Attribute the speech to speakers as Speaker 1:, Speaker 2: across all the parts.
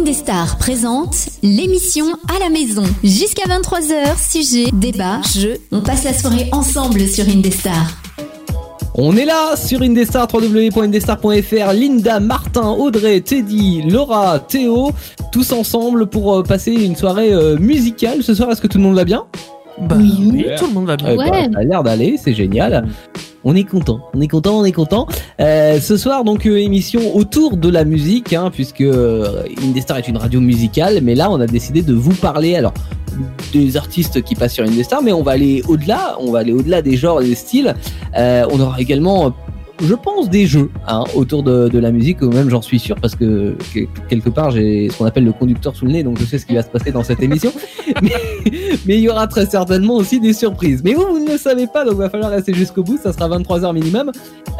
Speaker 1: Indestar présente l'émission à la maison. Jusqu'à 23h, sujet, débat, jeu. On passe la soirée ensemble sur Indestar.
Speaker 2: On est là sur Indestar, www.indestar.fr, Linda, Martin, Audrey, Teddy, Laura, Théo, tous ensemble pour euh, passer une soirée euh, musicale ce soir. Est-ce que tout le monde va bien
Speaker 3: Bah,
Speaker 1: Oui.
Speaker 3: oui, tout le monde va bien.
Speaker 2: Eh ben,
Speaker 1: Ouais.
Speaker 2: Ça a l'air d'aller, c'est génial. On est content, on est content, on est content. Euh, ce soir, donc, euh, émission autour de la musique, hein, puisque euh, Indestar est une radio musicale, mais là, on a décidé de vous parler, alors, des artistes qui passent sur Indestar, mais on va aller au-delà, on va aller au-delà des genres et des styles. Euh, on aura également, euh, je pense, des jeux hein, autour de, de la musique, ou même j'en suis sûr, parce que que- quelque part, j'ai ce qu'on appelle le conducteur sous le nez, donc je sais ce qui va se passer dans cette émission. Mais il y aura très certainement aussi des surprises. Mais vous, vous ne le savez pas, donc va falloir rester jusqu'au bout. Ça sera 23h minimum.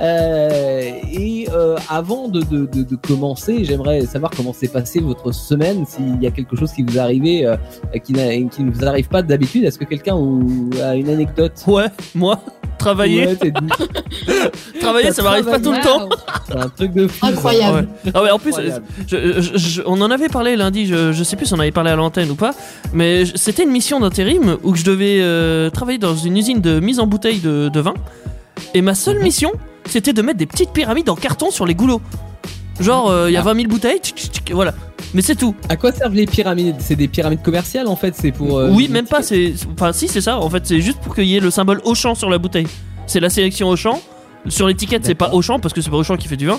Speaker 2: Euh, et euh, avant de, de- de- de commencer, j'aimerais savoir comment s'est passée votre semaine. S'il y a quelque chose qui vous est arrivé, euh, qui, n'a- qui ne vous arrive pas d'habitude, est-ce que quelqu'un ou- a une anecdote
Speaker 3: Ouais, moi, travailler,
Speaker 2: Ouais, t'es- c'est
Speaker 3: travailler,
Speaker 2: t'as
Speaker 3: ça m'arrive pas tout le
Speaker 1: Wow.
Speaker 3: temps.
Speaker 2: un truc de fou. ça.
Speaker 1: Incroyable.
Speaker 3: Ah ouais, en plus,
Speaker 2: Incroyable.
Speaker 3: je- je- je- on en avait parlé lundi, je, je sais plus si on avait parlé à l'antenne ou pas, mais je- c'était une mission d'intérim où je devais euh, travailler dans une usine de mise en bouteille de, de vin. Et ma seule mission, c'était de mettre des petites pyramides en carton sur les goulots. Genre, euh, il y a
Speaker 2: Ah.
Speaker 3: 20 000 bouteilles, tchic, tchic, tchic, voilà. Mais c'est tout.
Speaker 2: À quoi servent les pyramides C'est des pyramides commerciales en fait C'est pour. euh,
Speaker 3: oui, même pas, c'est. Enfin, si, c'est ça, en fait, c'est juste pour qu'il y ait le symbole Auchan sur la bouteille. C'est la sélection Auchan. Sur l'étiquette, c'est pas
Speaker 2: D'accord.
Speaker 3: Auchan parce que c'est pas Auchan qui fait du vin.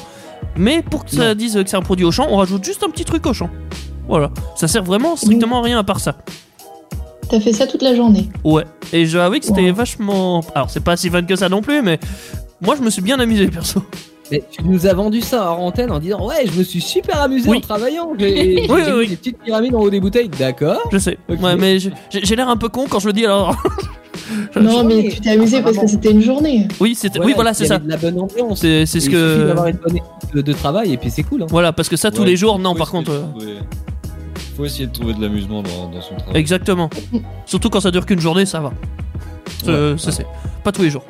Speaker 3: Mais pour que ça dise que c'est un produit Auchan, on rajoute juste un petit truc Auchan. Voilà. Ça sert vraiment strictement à rien à part ça.
Speaker 4: T'as fait ça toute la journée.
Speaker 3: Ouais. Et je dois avouer que c'était
Speaker 4: Wow.
Speaker 3: vachement. Alors, c'est pas si fun que ça non plus, mais. Moi, je me suis bien amusé, perso.
Speaker 2: Mais tu nous as vendu ça en antenne en disant ouais, je me suis super amusé
Speaker 3: Oui.
Speaker 2: en travaillant. J'ai j'ai
Speaker 3: Oui,
Speaker 2: mis
Speaker 3: oui.
Speaker 2: des petites pyramides en haut des bouteilles. D'accord.
Speaker 3: Je sais.
Speaker 2: Ok.
Speaker 3: Ouais, mais je- j'ai j'ai l'air un peu con quand je le dis alors. Je-
Speaker 4: Non,
Speaker 5: journée.
Speaker 4: mais tu t'es amusé parce que c'était une journée.
Speaker 3: Oui, c'était.
Speaker 2: Voilà,
Speaker 3: oui, voilà,
Speaker 2: il y
Speaker 3: c'est
Speaker 2: avait
Speaker 3: ça.
Speaker 2: De la bonne ambiance.
Speaker 3: C'est c'est ce
Speaker 2: Il suffit
Speaker 3: que.
Speaker 2: d'avoir une bonne équipe de, de travail et puis c'est cool. hein.
Speaker 3: Voilà, parce que ça, tous
Speaker 5: Ouais,
Speaker 3: les jours, non,
Speaker 5: faut
Speaker 3: par
Speaker 5: essayer
Speaker 3: contre.
Speaker 5: de
Speaker 3: euh,
Speaker 5: trouver- Faut essayer de trouver de l'amusement dans, dans son travail.
Speaker 3: Exactement. Surtout quand ça dure qu'une journée, ça va. Euh, ça, c'est pas tous les jours.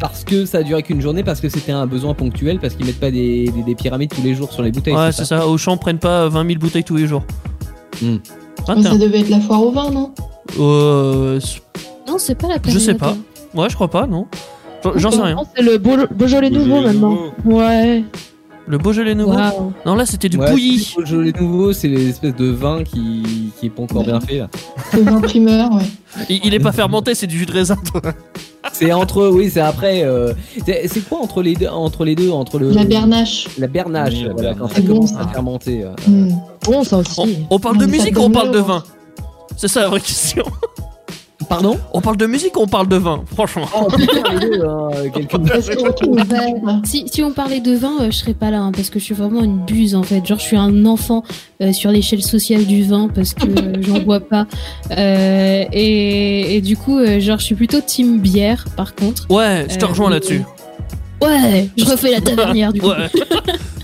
Speaker 2: Parce que ça a duré qu'une journée, parce que c'était un besoin ponctuel, parce qu'ils mettent pas des, des- des pyramides tous les jours sur les bouteilles.
Speaker 3: ouais,
Speaker 2: c'est
Speaker 3: c'est ça. Auchan prennent pas euh, 20 000 bouteilles tous les jours.
Speaker 2: Hmm.
Speaker 3: Ah,
Speaker 4: Mais
Speaker 3: tiens.
Speaker 4: ça devait être la foire au vin, non
Speaker 3: Euh, c'est-
Speaker 6: Non, c'est pas la
Speaker 3: je
Speaker 6: période.
Speaker 3: sais pas. Ouais, je crois pas, non. J'en- Euh, J'en sais rien.
Speaker 7: Non, C'est le Beau- Beaujolais nouveau
Speaker 5: Beaujolais
Speaker 7: maintenant.
Speaker 5: nouveau.
Speaker 7: Ouais.
Speaker 3: Le Beaujolais nouveau.
Speaker 7: Waouh.
Speaker 3: Non, là, c'était du
Speaker 2: Ouais,
Speaker 3: bouilli.
Speaker 2: c'est- Les nouveaux, c'est l'espèce de vin qui, qui est pas encore bien fait. là.
Speaker 4: Le vin primeur, ouais.
Speaker 3: Il, il est pas fermenté, c'est du jus de raisin.
Speaker 2: C'est entre, oui, c'est après. euh, c'est c'est quoi entre les deux, entre les deux, entre le
Speaker 4: La bernache.
Speaker 2: la bernache,
Speaker 5: Oui, la
Speaker 2: voilà,
Speaker 5: bernache.
Speaker 2: quand ça
Speaker 4: C'est bon,
Speaker 2: commence à
Speaker 4: ça.
Speaker 2: fermenter. euh.
Speaker 4: Hmm.
Speaker 7: Bon, ça
Speaker 3: on,
Speaker 7: aussi.
Speaker 3: on parle
Speaker 4: Non,
Speaker 3: de
Speaker 4: mais ça
Speaker 3: musique ou on
Speaker 4: donne
Speaker 3: parle de
Speaker 4: l'eau,
Speaker 3: vin C'est ça la vraie question.
Speaker 2: Pardon
Speaker 3: On parle de musique ou on parle de vin Franchement.
Speaker 2: Oh putain, les deux, hein, quelqu'un me-
Speaker 4: Parce qu'on retrouve
Speaker 6: Ouais.
Speaker 4: vin.
Speaker 6: Bah, Si, si on parlait de vin, euh, je serais pas là, hein, parce que je suis vraiment une buse en fait. Genre, je suis un enfant euh, sur l'échelle sociale du vin, parce que euh, j'en bois pas. Euh, et, et du coup, euh, genre, je suis plutôt team bière, par contre.
Speaker 3: Ouais, je te
Speaker 6: Euh,
Speaker 3: rejoins
Speaker 6: oui.
Speaker 3: là-dessus.
Speaker 6: Ouais, je refais la tavernière du coup.
Speaker 3: Ouais.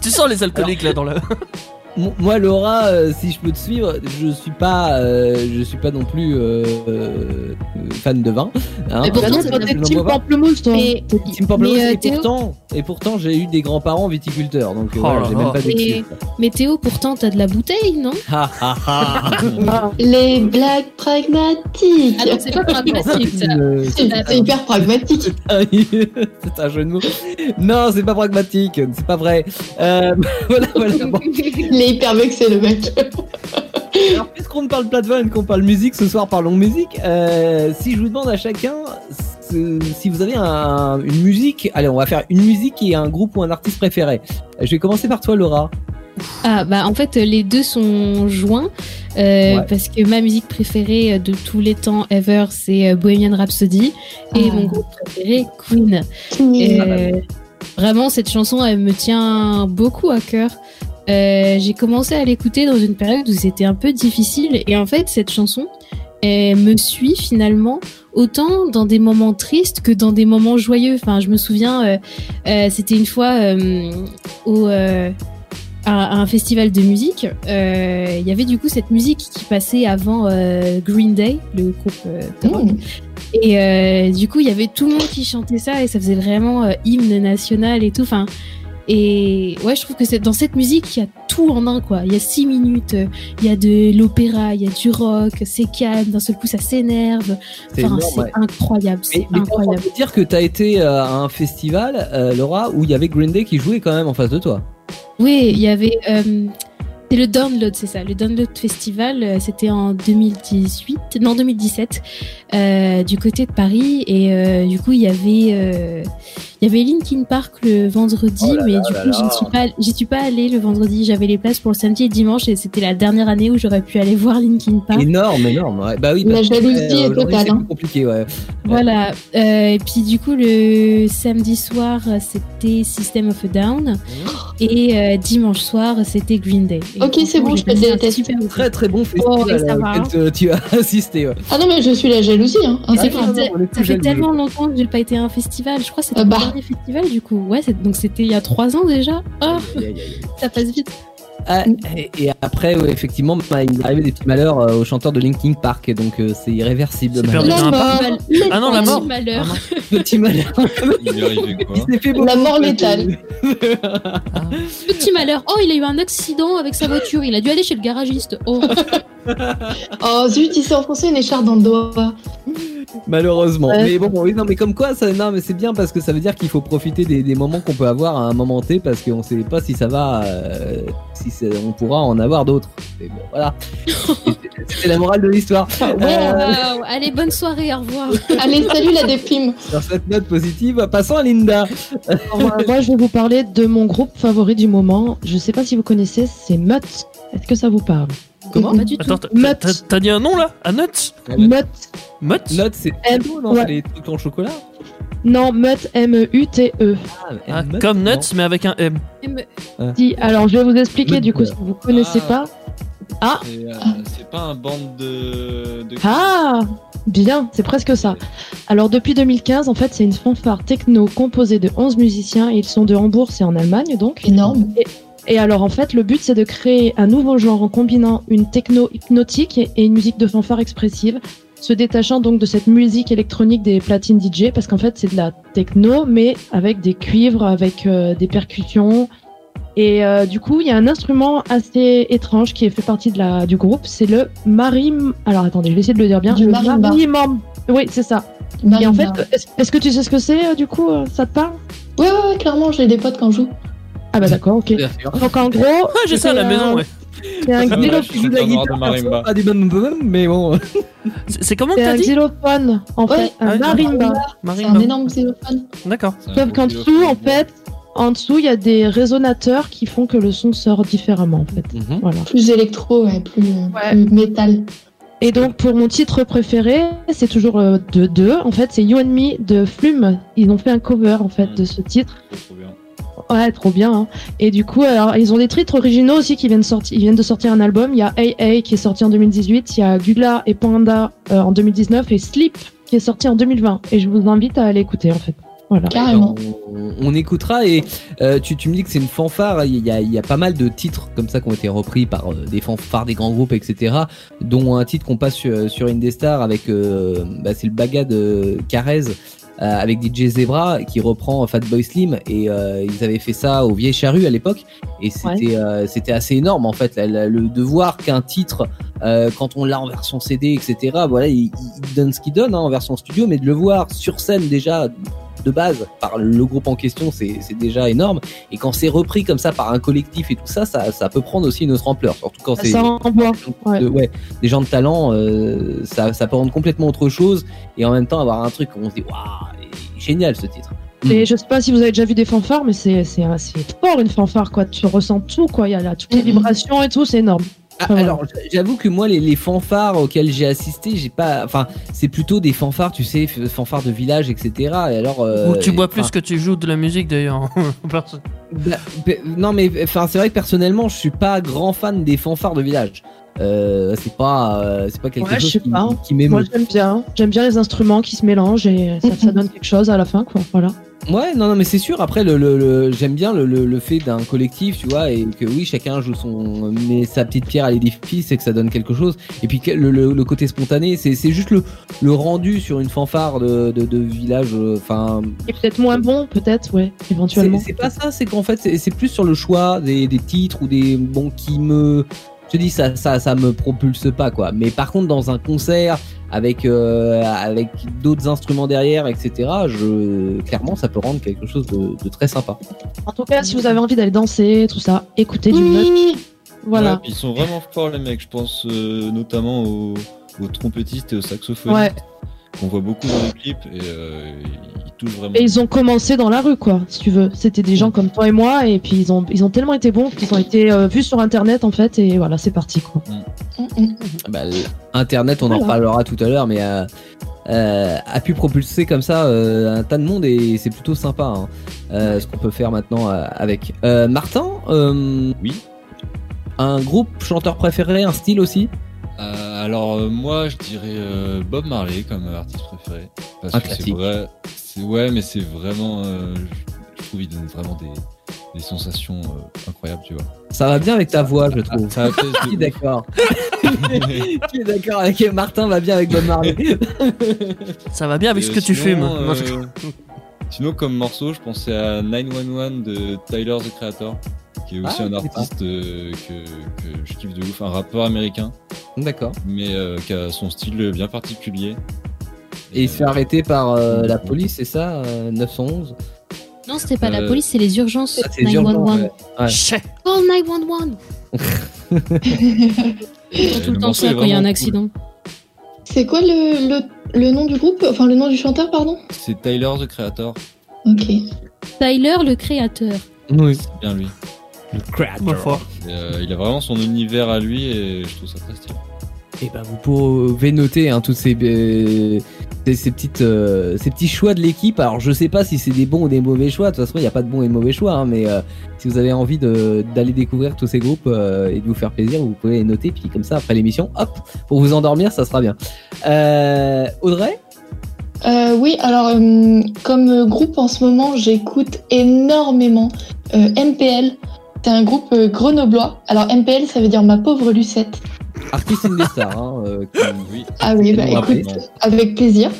Speaker 3: tu sens les alcooliques là dans la.
Speaker 2: Mo- Moi, Laura, euh, si je peux te suivre, je suis pas, euh, je suis pas non plus euh, euh, fan de vin. hein.
Speaker 6: Mais
Speaker 7: Bah
Speaker 6: pourtant,
Speaker 7: non,
Speaker 6: c'est
Speaker 7: toi,
Speaker 6: pas
Speaker 7: t'es
Speaker 2: plus
Speaker 7: team
Speaker 2: en bois.
Speaker 7: pamplemousse, toi.
Speaker 6: Mais,
Speaker 2: Tim Pamplemousse,
Speaker 6: mais, euh,
Speaker 2: et
Speaker 6: Théo,
Speaker 2: pourtant, et pourtant, j'ai eu des grands-parents viticulteurs, donc euh,
Speaker 3: Oh
Speaker 2: voilà,
Speaker 3: là
Speaker 2: j'ai
Speaker 3: là.
Speaker 2: même pas d'excuse.
Speaker 6: mais Théo, pourtant, t'as de la bouteille, non
Speaker 2: Ha, ha, ha.
Speaker 7: Ah,
Speaker 4: Les blagues pragmatiques.
Speaker 6: Ah non, c'est pas pragmatique ça.
Speaker 2: Euh, Ah,
Speaker 4: C'est c'est hyper pragmatique.
Speaker 2: c'est un jeu de mots. Non, c'est pas pragmatique, c'est pas vrai. Euh, voilà, voilà. Bon,
Speaker 4: Il est hyper vexé, le mec.
Speaker 2: Alors, puisqu'on ne parle pas de vin et qu'on parle musique, ce soir parlons musique. Euh, si je vous demande à chacun ce- si vous avez un- une musique, allez, on va faire une musique et un groupe ou un artiste préféré. Je vais commencer par toi, Laura.
Speaker 6: Ah bah en fait euh, les deux sont joints euh,
Speaker 2: Ouais.
Speaker 6: parce que ma musique préférée euh, de tous les temps ever c'est euh, Bohemian Rhapsody et
Speaker 4: Ah.
Speaker 6: mon groupe préféré Queen. Et, euh, vraiment cette chanson elle me tient beaucoup à cœur. Euh, J'ai commencé à l'écouter dans une période où c'était un peu difficile et en fait cette chanson elle me suit finalement autant dans des moments tristes que dans des moments joyeux. Enfin je me souviens euh, euh, c'était une fois euh, au euh, à à un festival de musique, euh, il y avait du coup cette musique qui passait avant euh, Green Day, le groupe euh, de rock.
Speaker 4: Hmm.
Speaker 6: Et euh, du coup, il y avait tout le monde qui chantait ça et ça faisait vraiment euh, hymne national et tout. Enfin, Et ouais, je trouve que c'est dans cette musique, il y a tout en un, quoi. Il y a six minutes, euh, il y a de l'opéra, il y a du rock, c'est calme, d'un seul coup, ça s'énerve.
Speaker 2: C'est
Speaker 6: Enfin,
Speaker 2: énorme,
Speaker 6: c'est
Speaker 2: ouais.
Speaker 6: incroyable, c'est
Speaker 2: Mais, mais comment on
Speaker 6: incroyable.
Speaker 2: peut dire que t'as été euh, à un festival, euh, Laura, où il y avait Green Day qui jouait quand même en face de toi.
Speaker 6: Oui, il y avait. euh, c'est le Download, c'est ça. Le Download Festival, euh, c'était en 2018, non 2017, euh, du côté de Paris. Et euh, du coup, il y avait, euh, il y avait Linkin Park le vendredi,
Speaker 2: Oh là
Speaker 6: mais
Speaker 2: là
Speaker 6: du
Speaker 2: là
Speaker 6: coup,
Speaker 2: là.
Speaker 6: j'y suis pas, j'y suis pas allée le vendredi. J'avais les places pour le samedi et dimanche, et c'était la dernière année où j'aurais pu aller voir Linkin Park.
Speaker 2: Énorme, énorme. ouais. Bah oui.
Speaker 4: hein. La
Speaker 2: parce que,
Speaker 4: jalousie est
Speaker 2: aujourd'hui,
Speaker 4: totale,
Speaker 2: C'est
Speaker 4: hein.
Speaker 2: plus compliqué, ouais.
Speaker 6: Voilà. Euh, et puis du coup, le samedi soir, c'était System of a Down.
Speaker 2: Mmh.
Speaker 6: Et euh, dimanche soir, c'était Green Day. Et
Speaker 4: Ok, c'est
Speaker 6: franchement,
Speaker 4: bon,
Speaker 6: j'ai
Speaker 4: je te
Speaker 6: passé un
Speaker 4: déteste.
Speaker 6: super week-end.
Speaker 2: Très très bon
Speaker 6: Oh, et
Speaker 2: festival
Speaker 6: ça
Speaker 2: euh,
Speaker 6: va,
Speaker 2: auquel
Speaker 6: hein.
Speaker 2: te- tu as assisté. Ouais.
Speaker 4: Ah non, mais je suis la jalousie, hein. Ah,
Speaker 6: c'est
Speaker 4: c'est
Speaker 6: pas-
Speaker 2: Ah, non, non, on est plus
Speaker 6: Ça fait
Speaker 2: jaloux.
Speaker 6: tellement longtemps que j'ai pas été à un festival. Je crois que c'était
Speaker 4: Ah bah.
Speaker 6: le dernier festival du coup. Ouais, c'est- donc c'était il y a trois ans déjà. Oh,
Speaker 2: Aïe, aïe, aïe.
Speaker 6: ça passe vite.
Speaker 2: Ah,
Speaker 4: eh.
Speaker 2: et, et après, ouais, effectivement, bah, il m'est arrivé des petits malheurs euh, au chanteur de Linkin Park, donc euh, c'est irréversible.
Speaker 3: C'est
Speaker 2: malheureusement.
Speaker 3: perdu.
Speaker 4: la
Speaker 6: mal.
Speaker 4: mort.
Speaker 3: un Ah non, la
Speaker 6: Petit
Speaker 3: mort.
Speaker 6: Malheur.
Speaker 2: Petit malheur.
Speaker 5: Il lui est arrivé quoi
Speaker 2: Il s'est fait
Speaker 4: La mort létale.
Speaker 6: Petit malheur. Oh, il a eu un accident avec sa voiture. Il a dû aller chez le garagiste. Oh,
Speaker 4: Oh zut, il s'est enfoncé une écharpe dans le doigt.
Speaker 2: Malheureusement. Mais bon, oui, non, mais comme quoi, ça, non, mais c'est bien parce que ça veut dire qu'il faut profiter des, des moments qu'on peut avoir à un moment T parce qu'on sait pas si ça va, euh, si c'est- on pourra en avoir d'autres. Mais bon, voilà. C'était- C'était la morale de l'histoire.
Speaker 7: Ah
Speaker 2: Euh,
Speaker 6: waouh. Allez, bonne soirée. Au revoir.
Speaker 4: Allez, salut la déprime.
Speaker 2: sur cette note positive, passons à Linda.
Speaker 7: Alors, euh, moi, je vais vous parler de mon groupe favori du moment. Je sais pas si vous connaissez, c'est Mutt. Est-ce que ça vous parle
Speaker 6: Comment Pas du tout.
Speaker 3: Attends, t'as-
Speaker 7: Nuts.
Speaker 3: t'as t'as dit un nom là À Nuts
Speaker 7: Mutt.
Speaker 3: Mutt
Speaker 2: Note, c'est
Speaker 7: Euh,
Speaker 2: bon, non
Speaker 7: ouais.
Speaker 2: Les trucs en chocolat
Speaker 7: Non, Mutt, E M-U-T-E.
Speaker 2: Ah,
Speaker 3: Ah,
Speaker 2: Note,
Speaker 3: Comme
Speaker 2: non.
Speaker 3: Nuts, mais avec un M. Ah.
Speaker 7: Dis, Alors, je vais vous expliquer
Speaker 2: Mutt
Speaker 7: du coup si
Speaker 2: Bear.
Speaker 7: vous connaissez
Speaker 5: Ah.
Speaker 7: pas. Ah
Speaker 5: C'est euh, c'est pas un band de. de-
Speaker 7: Ah Bien, c'est presque ça. Alors depuis 2015, en fait, c'est une fanfare techno composée de 11 musiciens. Ils sont de Hambourg, c'est en Allemagne donc.
Speaker 4: Énorme.
Speaker 7: Et alors en fait, le but c'est de créer un nouveau genre en combinant une techno hypnotique et une musique de fanfare expressive, se détachant donc de cette musique électronique des platines DJ parce qu'en fait c'est de la techno mais avec des cuivres, avec euh, des percussions. Et euh, du coup, il y a un instrument assez étrange qui est fait partie de la, du groupe, c'est le marim. Alors attendez, je vais essayer de le dire bien.
Speaker 4: Du
Speaker 7: le
Speaker 4: marimba.
Speaker 7: marimam- Oui, c'est ça. Et en fait,
Speaker 4: Marimba.
Speaker 7: est-ce est-ce que tu sais ce que c'est euh, du coup euh, Ça te parle
Speaker 4: hein. Ouais, ouais, ouais, clairement, j'ai des potes quand je joue.
Speaker 7: Ah bah d'accord, ok.
Speaker 2: Bien sûr.
Speaker 7: Donc en gros,
Speaker 3: Ah, j'ai ça à la
Speaker 7: c'est
Speaker 3: maison,
Speaker 7: un-
Speaker 3: ouais.
Speaker 7: c'est un
Speaker 5: Ah ouais,
Speaker 7: xylo-
Speaker 5: je suis content d'avoir de
Speaker 3: bah.
Speaker 5: marimba.
Speaker 2: Pas du bon bonhomme, mais bon.
Speaker 3: C'est c'est comment que
Speaker 7: C'est
Speaker 3: t'as
Speaker 7: un
Speaker 3: dit
Speaker 7: xylophone, en
Speaker 4: Ouais,
Speaker 7: fait,
Speaker 3: ah
Speaker 7: un
Speaker 3: oui,
Speaker 7: marimba.
Speaker 4: C'est
Speaker 3: Marine
Speaker 4: un
Speaker 3: non.
Speaker 4: énorme xylophone.
Speaker 3: D'accord.
Speaker 5: C'est un
Speaker 7: Sauf
Speaker 5: gros
Speaker 7: qu'en
Speaker 5: kilo.
Speaker 7: dessous, en fait, en dessous, il y a des résonateurs qui font que le son sort différemment, en fait. Voilà.
Speaker 4: Plus électro, ouais, plus, euh,
Speaker 7: Ouais.
Speaker 4: plus métal.
Speaker 7: Et donc, pour mon titre préféré, c'est toujours euh, de deux. En fait, c'est You and Me de Flume. Ils ont fait un cover, en fait,
Speaker 5: Mm.
Speaker 7: de ce titre.
Speaker 5: Trop, trop bien.
Speaker 7: Ouais, trop bien. hein. Et du coup, alors, ils ont des titres originaux aussi qui viennent, sorti- ils viennent de sortir un album. Il y a AA qui est sorti en 2018, il y a Gula et Panda euh, en 2019 et Sleep qui est sorti en 2020. Et je vous invite à aller écouter, en fait. Voilà.
Speaker 4: Carrément.
Speaker 2: On, on écoutera et euh, tu, tu me dis que c'est une fanfare. Il y, a, il y a pas mal de titres comme ça qui ont été repris par euh, des fanfares, des grands groupes, etc. Dont un titre qu'on passe sur, sur Indestar avec euh, bah, c'est le baga de Carrez euh, avec DJ Zebra qui reprend Fatboy Slim et euh, ils avaient fait ça aux Vieilles Charrues à l'époque et c'était euh, c'était assez énorme en fait la- la- le de voir qu'un titre euh, quand on l'a en version CD etc voilà il, il donne ce qu'il donne hein, en version studio mais de le voir sur scène déjà de base par le groupe en question, c'est c'est déjà énorme. Et quand c'est repris comme ça par un collectif et tout ça, ça, ça peut prendre aussi une autre ampleur. Surtout quand c'est
Speaker 7: Ça envoie. Ouais.
Speaker 2: de- ouais, des gens de talent, euh, ça, ça peut rendre complètement autre chose et en même temps avoir un truc où on se dit waouh, génial ce titre.
Speaker 7: Et je sais pas si vous avez déjà vu des fanfares, mais c'est c'est un- c'est fort une fanfare quoi. Tu ressens tout quoi. Il y a là toutes les
Speaker 4: Mhm.
Speaker 7: vibrations et tout, c'est énorme.
Speaker 2: Mm, Ah,
Speaker 7: Enfin,
Speaker 2: alors, j'avoue que moi, les, les fanfares auxquelles j'ai assisté, j'ai pas. Enfin, c'est plutôt des fanfares, tu sais, f- fanfares de village, etc. Et alors. euh,
Speaker 3: Ou tu bois
Speaker 2: enfin,
Speaker 3: plus que tu joues de la musique d'ailleurs. Personne.
Speaker 2: Bah, pe- non mais enfin c'est vrai que personnellement je suis pas grand fan des fanfares de village. Euh, c'est pas euh, c'est pas quelque
Speaker 7: Ouais, je
Speaker 2: chose
Speaker 7: sais
Speaker 2: qui,
Speaker 7: pas.
Speaker 2: qui
Speaker 7: Moi
Speaker 2: m'émeut. Mm,
Speaker 7: j'aime bien. J'aime bien les instruments qui se mélangent et ça, ça donne quelque chose à la fin quoi. Voilà.
Speaker 2: Ouais, non, non, mais c'est sûr. Après, le, le- le- j'aime bien le, le- le fait d'un collectif, tu vois, et que oui, chacun joue son, met sa petite pierre à l'édifice et que ça donne quelque chose. Et puis que- le, le- le côté spontané, c'est c'est juste le, le rendu sur une fanfare de, de- de village. euh, Enfin,
Speaker 7: Et peut-être moins bon, peut-être, ouais,
Speaker 2: c'est
Speaker 7: éventuellement.
Speaker 2: c'est pas ça. C'est qu'en fait, c'est c'est plus sur le choix des, des titres ou des bons qui me, je te dis ça, ça, ça me propulse pas quoi. Mais par contre, dans un concert avec euh, avec d'autres instruments derrière, etc. Je, clairement, ça peut rendre quelque chose de- de très sympa.
Speaker 7: En tout cas, si vous avez envie d'aller danser, tout ça, écoutez du Mudge.
Speaker 5: Ouais,
Speaker 7: Voilà.
Speaker 5: puis ils sont vraiment forts, les mecs. Je pense euh, notamment aux, aux trompettistes et aux
Speaker 7: Ouais.
Speaker 5: saxophonistes. qu'on voit beaucoup dans les clips et euh, ils touchent vraiment.
Speaker 7: Et ils ont commencé dans la rue, quoi, si tu veux. C'était des
Speaker 2: Mm.
Speaker 7: gens comme toi et moi, et puis ils ont, ils ont tellement été bons qu'ils ont été euh, vus sur Internet, en fait, et voilà, c'est parti, quoi.
Speaker 2: bah, l- Internet, on en
Speaker 7: Voilà.
Speaker 2: parlera tout à l'heure, mais euh, euh, a pu propulser comme ça euh, un tas de monde et c'est plutôt sympa hein, euh, ce qu'on peut faire maintenant euh, avec. Euh, Martin euh,
Speaker 5: Oui.
Speaker 2: Un groupe chanteur préféré, un style aussi
Speaker 5: Euh, alors euh, moi je dirais euh, Bob Marley comme artiste préféré. Parce
Speaker 2: Un
Speaker 5: que c'est
Speaker 2: classique.
Speaker 5: vrai. c'est- Ouais mais c'est vraiment... euh, je, je trouve il donne vraiment des, des sensations euh, incroyables tu vois.
Speaker 2: Ça va bien avec ta voix, je trouve.
Speaker 5: Ça apaise
Speaker 2: Qui est
Speaker 5: de ouf.
Speaker 2: d'accord Qui est d'accord avec Martin va bien avec Bob Marley
Speaker 3: Ça va bien avec
Speaker 5: Et,
Speaker 3: ce
Speaker 5: euh,
Speaker 3: que tu
Speaker 5: sinon,
Speaker 3: fumes.
Speaker 5: euh,
Speaker 3: Non, je-
Speaker 5: sinon comme morceau je pensais à 911 de Tyler the Creator qui est aussi
Speaker 2: Ah,
Speaker 5: un
Speaker 2: je sais pas.
Speaker 5: artiste euh, que, que je kiffe de ouf, un rappeur américain
Speaker 2: D'accord.
Speaker 5: mais euh, qui a son style bien particulier.
Speaker 2: Et il se fait arrêter par euh, la
Speaker 5: ouais.
Speaker 2: police, c'est ça euh, 911
Speaker 6: Non, c'était pas la
Speaker 5: Euh,
Speaker 6: police, c'est les urgences.
Speaker 2: Ah,
Speaker 6: Oh,
Speaker 2: C'est urgent, ouais. Ouais.
Speaker 3: Chais.
Speaker 6: Call 911 Ils font
Speaker 5: Et
Speaker 6: tout
Speaker 5: le
Speaker 6: le temps
Speaker 5: morceau
Speaker 6: ça
Speaker 5: est
Speaker 6: quand il y a un
Speaker 5: vraiment
Speaker 6: accident.
Speaker 4: C'est quoi le, le, le nom du groupe Enfin, le nom du chanteur, pardon
Speaker 5: C'est Tyler the Creator,
Speaker 4: Ok.
Speaker 6: Tyler, le créateur.
Speaker 2: Oui.
Speaker 5: c'est bien lui.
Speaker 3: Ma foi.
Speaker 5: Et, euh, il a vraiment son univers à lui et je trouve ça très stylé.
Speaker 3: Eh
Speaker 2: Et ben vous pouvez noter hein, toutes ces, euh, ces, ces petites, euh, ces petits choix de l'équipe. Alors je sais pas si c'est des bons ou des mauvais choix. De toute façon, il n'y a pas de bons et de mauvais choix. hein, mais euh, si vous avez envie de- d'aller découvrir tous ces groupes euh, et de vous faire plaisir, vous pouvez les noter. Puis comme ça, après l'émission, hop, pour vous endormir, ça sera bien. Euh, Audrey,
Speaker 4: Euh, oui, alors euh, comme euh, groupe en ce moment, j'écoute énormément euh, MPL. C'est un groupe euh, grenoblois. Alors MPL, ça veut dire ma pauvre Lucette.
Speaker 2: artiste in the star. hein, euh, qui-
Speaker 5: Oui.
Speaker 4: Ah oui, bah
Speaker 2: Bon,
Speaker 4: écoute, avec plaisir.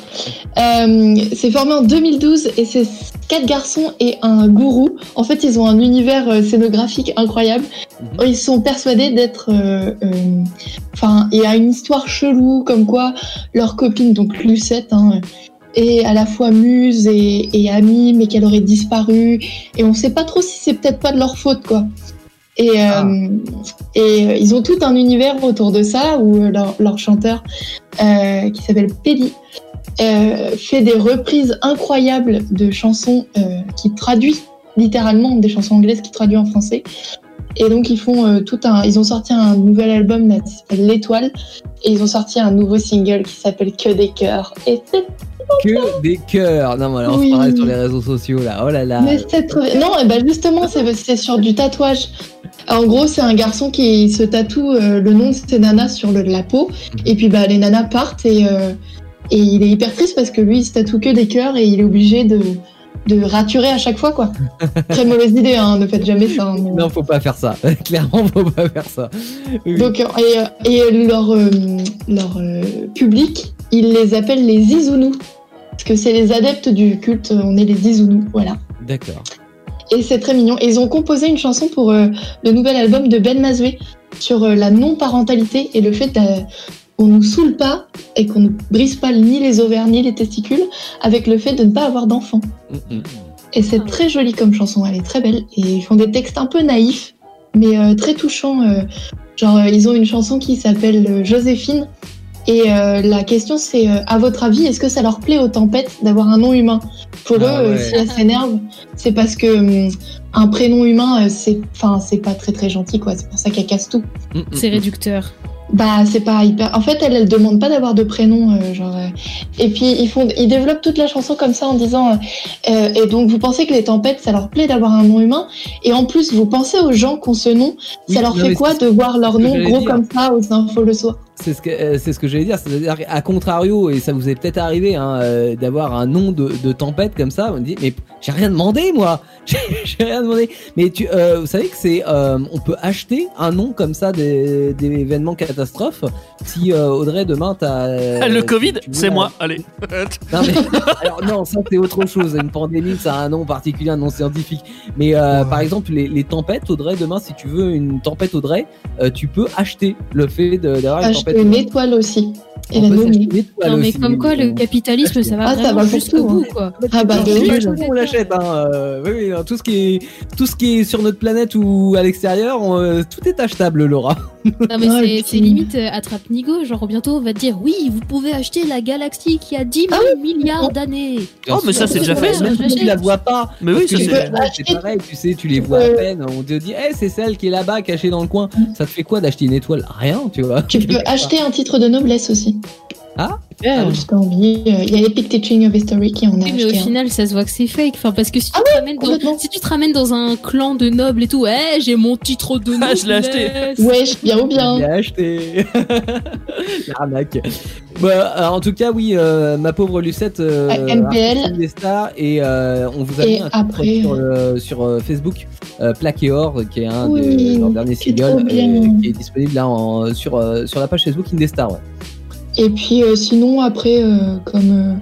Speaker 4: Euh, c'est formé en 2012 et c'est quatre garçons et un gourou. En fait, ils ont un univers euh, scénographique incroyable.
Speaker 2: Mhm.
Speaker 4: Ils sont persuadés d'être. euh, euh, Enfin, il y a une histoire chelou comme quoi leur copine, donc Lucette, hein, est à la fois muse et, et amie, mais qu'elle aurait disparu. Et on sait pas trop si c'est peut-être pas de leur faute, quoi. Et,
Speaker 2: Ah.
Speaker 4: euh, et euh, ils ont tout un univers autour de ça où euh, leur, leur chanteur, euh, qui s'appelle Pelli, euh, fait des reprises incroyables de chansons euh, qui traduit littéralement des chansons anglaises qui traduit en français. Et donc ils font euh, tout un, ils ont sorti un nouvel album là, qui s'appelle L'étoile et ils ont sorti un nouveau single qui s'appelle Que des cœurs. Et c'est-
Speaker 2: Que des cœurs. Non, mais alors, on
Speaker 4: Oui.
Speaker 2: se parlait sur les réseaux sociaux là. Oh là là.
Speaker 4: mais c'est trop- non, et ben justement c'est c'est sur du tatouage. En gros, c'est un garçon qui se tatoue euh, le nom de ses nanas sur le, la peau et puis bah les nanas partent et euh, et il est hyper triste parce que lui il se tatoue que des cœurs et il est obligé de de raturer à chaque fois quoi. Très mauvaise idée, hein, ne faites jamais ça. hein, mais-
Speaker 2: Non, faut pas faire ça. Clairement, faut pas faire ça. Oui.
Speaker 4: Donc, euh, et, euh, et leur, euh, leur euh, public, ils les appellent les Izounous. Parce que c'est les adeptes du culte, euh, on est les Izounous, voilà.
Speaker 2: D'accord.
Speaker 4: Et c'est très mignon. Et ils ont composé une chanson pour euh, le nouvel album de Ben Mazoué sur euh, la non-parentalité et le fait euh, qu'on nous saoule pas et qu'on ne brise pas ni les ovaires ni les testicules avec le fait de ne pas avoir d'enfants.
Speaker 2: Mhm.
Speaker 4: Et c'est très joli comme chanson, elle est très belle. Et ils font des textes un peu naïfs, mais euh, très touchants. euh, genre, euh, ils ont une chanson qui s'appelle euh, Joséphine. Et euh, la question, c'est euh, à votre avis, est-ce que ça leur plaît aux tempêtes d'avoir un nom humain Pour
Speaker 2: Ah
Speaker 4: eux, euh,
Speaker 2: ouais.
Speaker 4: si elles s'énervent, c'est parce que hum, un prénom humain, euh, c'est, enfin, c'est pas très très gentil, quoi. C'est pour ça qu'elles cassent tout.
Speaker 2: Mhm.
Speaker 6: C'est réducteur.
Speaker 4: Bah, c'est pas hyper. En fait, elle, elle demande pas d'avoir de prénom, euh, genre. euh, Et puis ils font, ils développent toute la chanson comme ça en disant. euh, euh, et donc, vous pensez que les tempêtes, ça leur plaît d'avoir un nom humain Et en plus, vous pensez aux gens qui ont ce nom,
Speaker 2: Oui,
Speaker 4: ça leur
Speaker 2: non,
Speaker 4: fait
Speaker 2: mais
Speaker 4: quoi
Speaker 2: c'est-
Speaker 4: de voir leur
Speaker 2: c'est ce que
Speaker 4: nom
Speaker 2: j'allais
Speaker 4: gros
Speaker 2: dire.
Speaker 4: comme ça aux infos le soir
Speaker 2: c'est ce que euh, c'est ce que j'allais dire, c'est-à-dire à contrario et ça vous est peut-être arrivé hein, euh, d'avoir un nom de, de tempête comme ça, on dit mais j'ai rien demandé moi, j'ai j'ai rien demandé. Mais tu, euh, vous savez que c'est euh, on peut acheter un nom comme ça des, des événements catastrophes. Si euh, Audrey demain t'as
Speaker 3: Ah, Le Covid,
Speaker 2: Euh, tu- hein. tu
Speaker 3: c'est
Speaker 2: vois,
Speaker 3: moi. Allez.
Speaker 2: non, mais- alors non, ça c'est autre chose. Une pandémie, ça a un nom particulier, un nom scientifique. Mais euh, par exemple, les, les tempêtes, Audrey, demain, si tu veux une tempête Audrey, euh, tu peux acheter le fait de- d'avoir une
Speaker 4: Acheter
Speaker 2: tempête.
Speaker 4: une étoile aussi. Et
Speaker 2: On
Speaker 4: la
Speaker 2: peut
Speaker 4: nommer.
Speaker 2: s'acheter une étoile
Speaker 6: Non, mais
Speaker 2: aussi,
Speaker 6: comme quoi, le capitalisme, ça va
Speaker 4: Ah, ça
Speaker 6: vraiment
Speaker 4: va pour
Speaker 6: jusqu'au
Speaker 4: tout,
Speaker 6: bout, quoi.
Speaker 4: Ah bah
Speaker 2: Alors,
Speaker 4: oui,
Speaker 2: oui,
Speaker 4: oui.
Speaker 2: je- on l'achète. Hein. euh, oui, oui, hein, tout ce qui est tout ce qui est sur notre planète ou à l'extérieur, on, euh, tout est achetable, Laura.
Speaker 6: Non, mais
Speaker 4: Ouais,
Speaker 6: c'est-
Speaker 4: puis-
Speaker 6: c'est limite euh, attrape-nigo. Genre, bientôt, on va te dire oui, vous pouvez acheter la galaxie qui a 10
Speaker 4: Ah
Speaker 6: 000 milliards d'années.
Speaker 3: Oh, mais ça, c'est déjà fait, ça.
Speaker 2: Même si tu la vois pas.
Speaker 3: Mais oui, ça
Speaker 2: Parce que
Speaker 3: c'est.
Speaker 2: les gens, c'est pareil, tu sais, tu les vois à
Speaker 4: Euh.
Speaker 2: peine, on te dit, Eh, c'est celle qui est là-bas, cachée dans le coin. Ça te fait quoi d'acheter une étoile Rien, tu vois. Ah
Speaker 4: Tu peux acheter un titre de noblesse aussi.
Speaker 7: Super.
Speaker 4: J'ai envie. euh, Il y a Epic Teaching of History qui en a
Speaker 6: Oui, mais au
Speaker 4: acheté un.
Speaker 6: final, ça se voit que c'est fake. Enfin, parce que si tu,
Speaker 4: Ah
Speaker 6: te ramènes dans,
Speaker 4: complètement.
Speaker 6: si tu te ramènes dans un clan de nobles et tout, ouais, j'ai mon titre de noblesse.
Speaker 3: Ah, je l'ai acheté.
Speaker 4: Wesh, bien ou
Speaker 2: J'ai
Speaker 4: bien.
Speaker 2: acheté. L'arnaque. Bah, alors, en tout cas, oui, euh, ma pauvre Lucette, euh,
Speaker 4: À MPL.
Speaker 2: artiste des stars, et euh, on vous a
Speaker 4: Et
Speaker 2: mis un titre
Speaker 4: après,
Speaker 2: sur, euh, sur euh, Facebook, euh, Plaque et Or, qui est un
Speaker 4: Oui,
Speaker 2: de leurs derniers
Speaker 4: qui est
Speaker 2: singles,
Speaker 4: trop bien.
Speaker 2: euh, qui est disponible là en- sur, euh, sur la page Facebook Indestar. Ouais.
Speaker 4: Et puis euh, sinon, après, euh, comme, euh,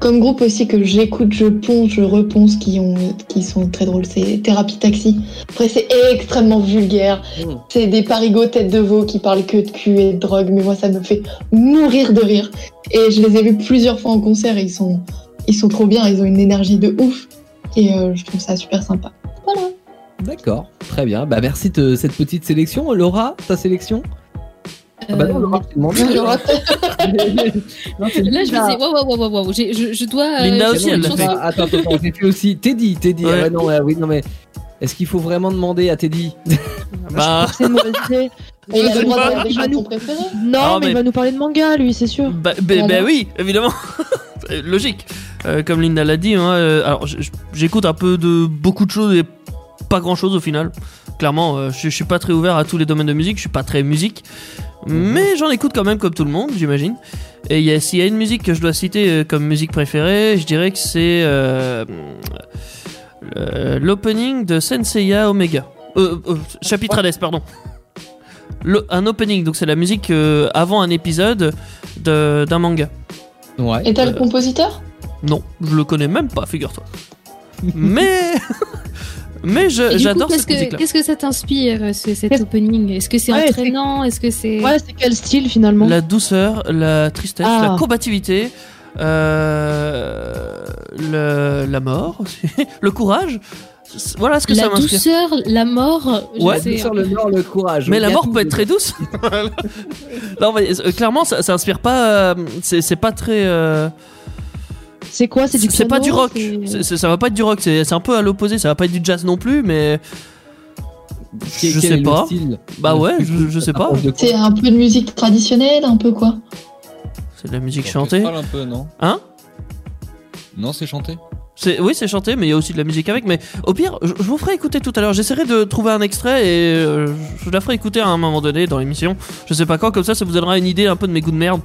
Speaker 4: comme groupe aussi que j'écoute, je ponce, je reponce, qui, ont, qui sont très drôles, c'est Thérapie Taxi. Après, c'est extrêmement vulgaire.
Speaker 2: Mm.
Speaker 4: C'est des parigots tête de veau qui parlent que de cul et de drogue, mais moi, ça me fait mourir de rire. Et je les ai vus plusieurs fois en concert et ils sont, ils sont trop bien, ils ont une énergie de ouf. Et euh, je trouve ça super sympa. Voilà.
Speaker 2: D'accord, très bien. Bah, merci de cette petite sélection. Laura, ta sélection Ah bah non, Laura, tu demandes.
Speaker 4: Laura,
Speaker 2: Non, c'est
Speaker 6: Là, je me
Speaker 2: Linda.
Speaker 4: Ah.
Speaker 6: dis, waouh, waouh, waouh, waouh, waouh, j'ai- je, je dois. euh,
Speaker 3: Linda
Speaker 6: j'ai
Speaker 3: aussi,
Speaker 6: une
Speaker 3: elle l'a
Speaker 6: chanson.
Speaker 3: fait.
Speaker 2: Ah, attends, attends, attends, j'ai fait aussi Teddy, Teddy.
Speaker 3: Ouais.
Speaker 2: Ah ouais, non, ouais, oui, non, mais est-ce qu'il faut vraiment demander à Teddy
Speaker 3: Bah.
Speaker 7: C'est une mauvaise idée.
Speaker 4: il a le droit
Speaker 3: pas.
Speaker 4: de faire des
Speaker 7: Il va
Speaker 4: chansons
Speaker 7: nous-
Speaker 4: préférées.
Speaker 7: Non,
Speaker 3: Ah,
Speaker 7: mais il
Speaker 3: mais-
Speaker 7: va nous parler de manga, lui, c'est sûr.
Speaker 3: Bah, bah- bah
Speaker 4: Voilà.
Speaker 3: oui, évidemment. Euh, Logique. Euh, comme Linda l'a dit, hein, euh, alors j- j- j'écoute un peu de beaucoup de choses et pas grand chose au final. Clairement, euh, je, je suis pas très ouvert à tous les domaines de musique, je suis pas très musique, mais j'en écoute quand même comme tout le monde, j'imagine. Et il y a- s'il y a une musique que je dois citer euh, comme musique préférée, je dirais que c'est euh, euh, l'opening de Senseiya Omega. Euh, euh, chapitre Hades, pardon. Le- un opening, donc c'est la musique euh, avant un épisode de- d'un manga. Euh,
Speaker 2: Ouais.
Speaker 4: Et t'as le compositeur
Speaker 3: Non, je le connais même pas, figure-toi. Mais mais
Speaker 6: Et
Speaker 3: je-
Speaker 6: du
Speaker 3: j'adore
Speaker 6: coup, qu'est-ce
Speaker 3: cette
Speaker 6: que
Speaker 3: musique-là.
Speaker 6: Qu'est-ce que ça t'inspire, euh, ce, cet
Speaker 7: Qu'est-ce-
Speaker 6: opening Est-ce que c'est
Speaker 7: Ouais, c'est-
Speaker 6: entraînant Est-ce que c'est.
Speaker 7: Ouais, c'est quel style finalement
Speaker 3: La douceur, la tristesse,
Speaker 7: Ah.
Speaker 3: la combativité, euh, le- la mort, aussi, le courage. C'est- Voilà ce que
Speaker 6: La
Speaker 3: ça m'inspire.
Speaker 6: douceur, la mort. je
Speaker 3: Ouais,
Speaker 6: sais- hein.
Speaker 2: Sur
Speaker 7: hein.
Speaker 2: le nord, le courage.
Speaker 3: Mais la
Speaker 2: Il y a
Speaker 3: mort
Speaker 2: tout.
Speaker 3: peut être très douce. non, mais euh, clairement, ça, ça inspire pas. euh, c'est c'est pas très. euh,
Speaker 7: C'est quoi C'est du
Speaker 3: c'est pas
Speaker 7: piano,
Speaker 3: du rock.
Speaker 7: c'est-
Speaker 3: C'est- c'est- ça va pas être du rock. C'est c'est un peu à l'opposé. Ça va pas être du jazz non plus. Mais
Speaker 2: Quel-
Speaker 3: je
Speaker 2: quel
Speaker 3: sais
Speaker 2: est le
Speaker 3: pas.
Speaker 2: style
Speaker 3: Bah
Speaker 2: Le
Speaker 3: ouais,
Speaker 2: style
Speaker 3: je- je sais pas.
Speaker 2: De
Speaker 4: C'est un peu de musique traditionnelle, un peu quoi.
Speaker 3: c'est de la musique
Speaker 5: Alors,
Speaker 3: chantée.
Speaker 5: Chorale un peu, non
Speaker 3: Hein
Speaker 5: Non, c'est chanté.
Speaker 3: C'est- oui, c'est chanté, mais il y a aussi de la musique avec. Mais au pire, je, je vous ferai écouter tout à l'heure. J'essaierai de trouver un extrait et euh, je la ferai écouter à un moment donné dans l'émission. Je sais pas quand, comme ça, ça vous donnera une idée un peu de mes goûts de merde.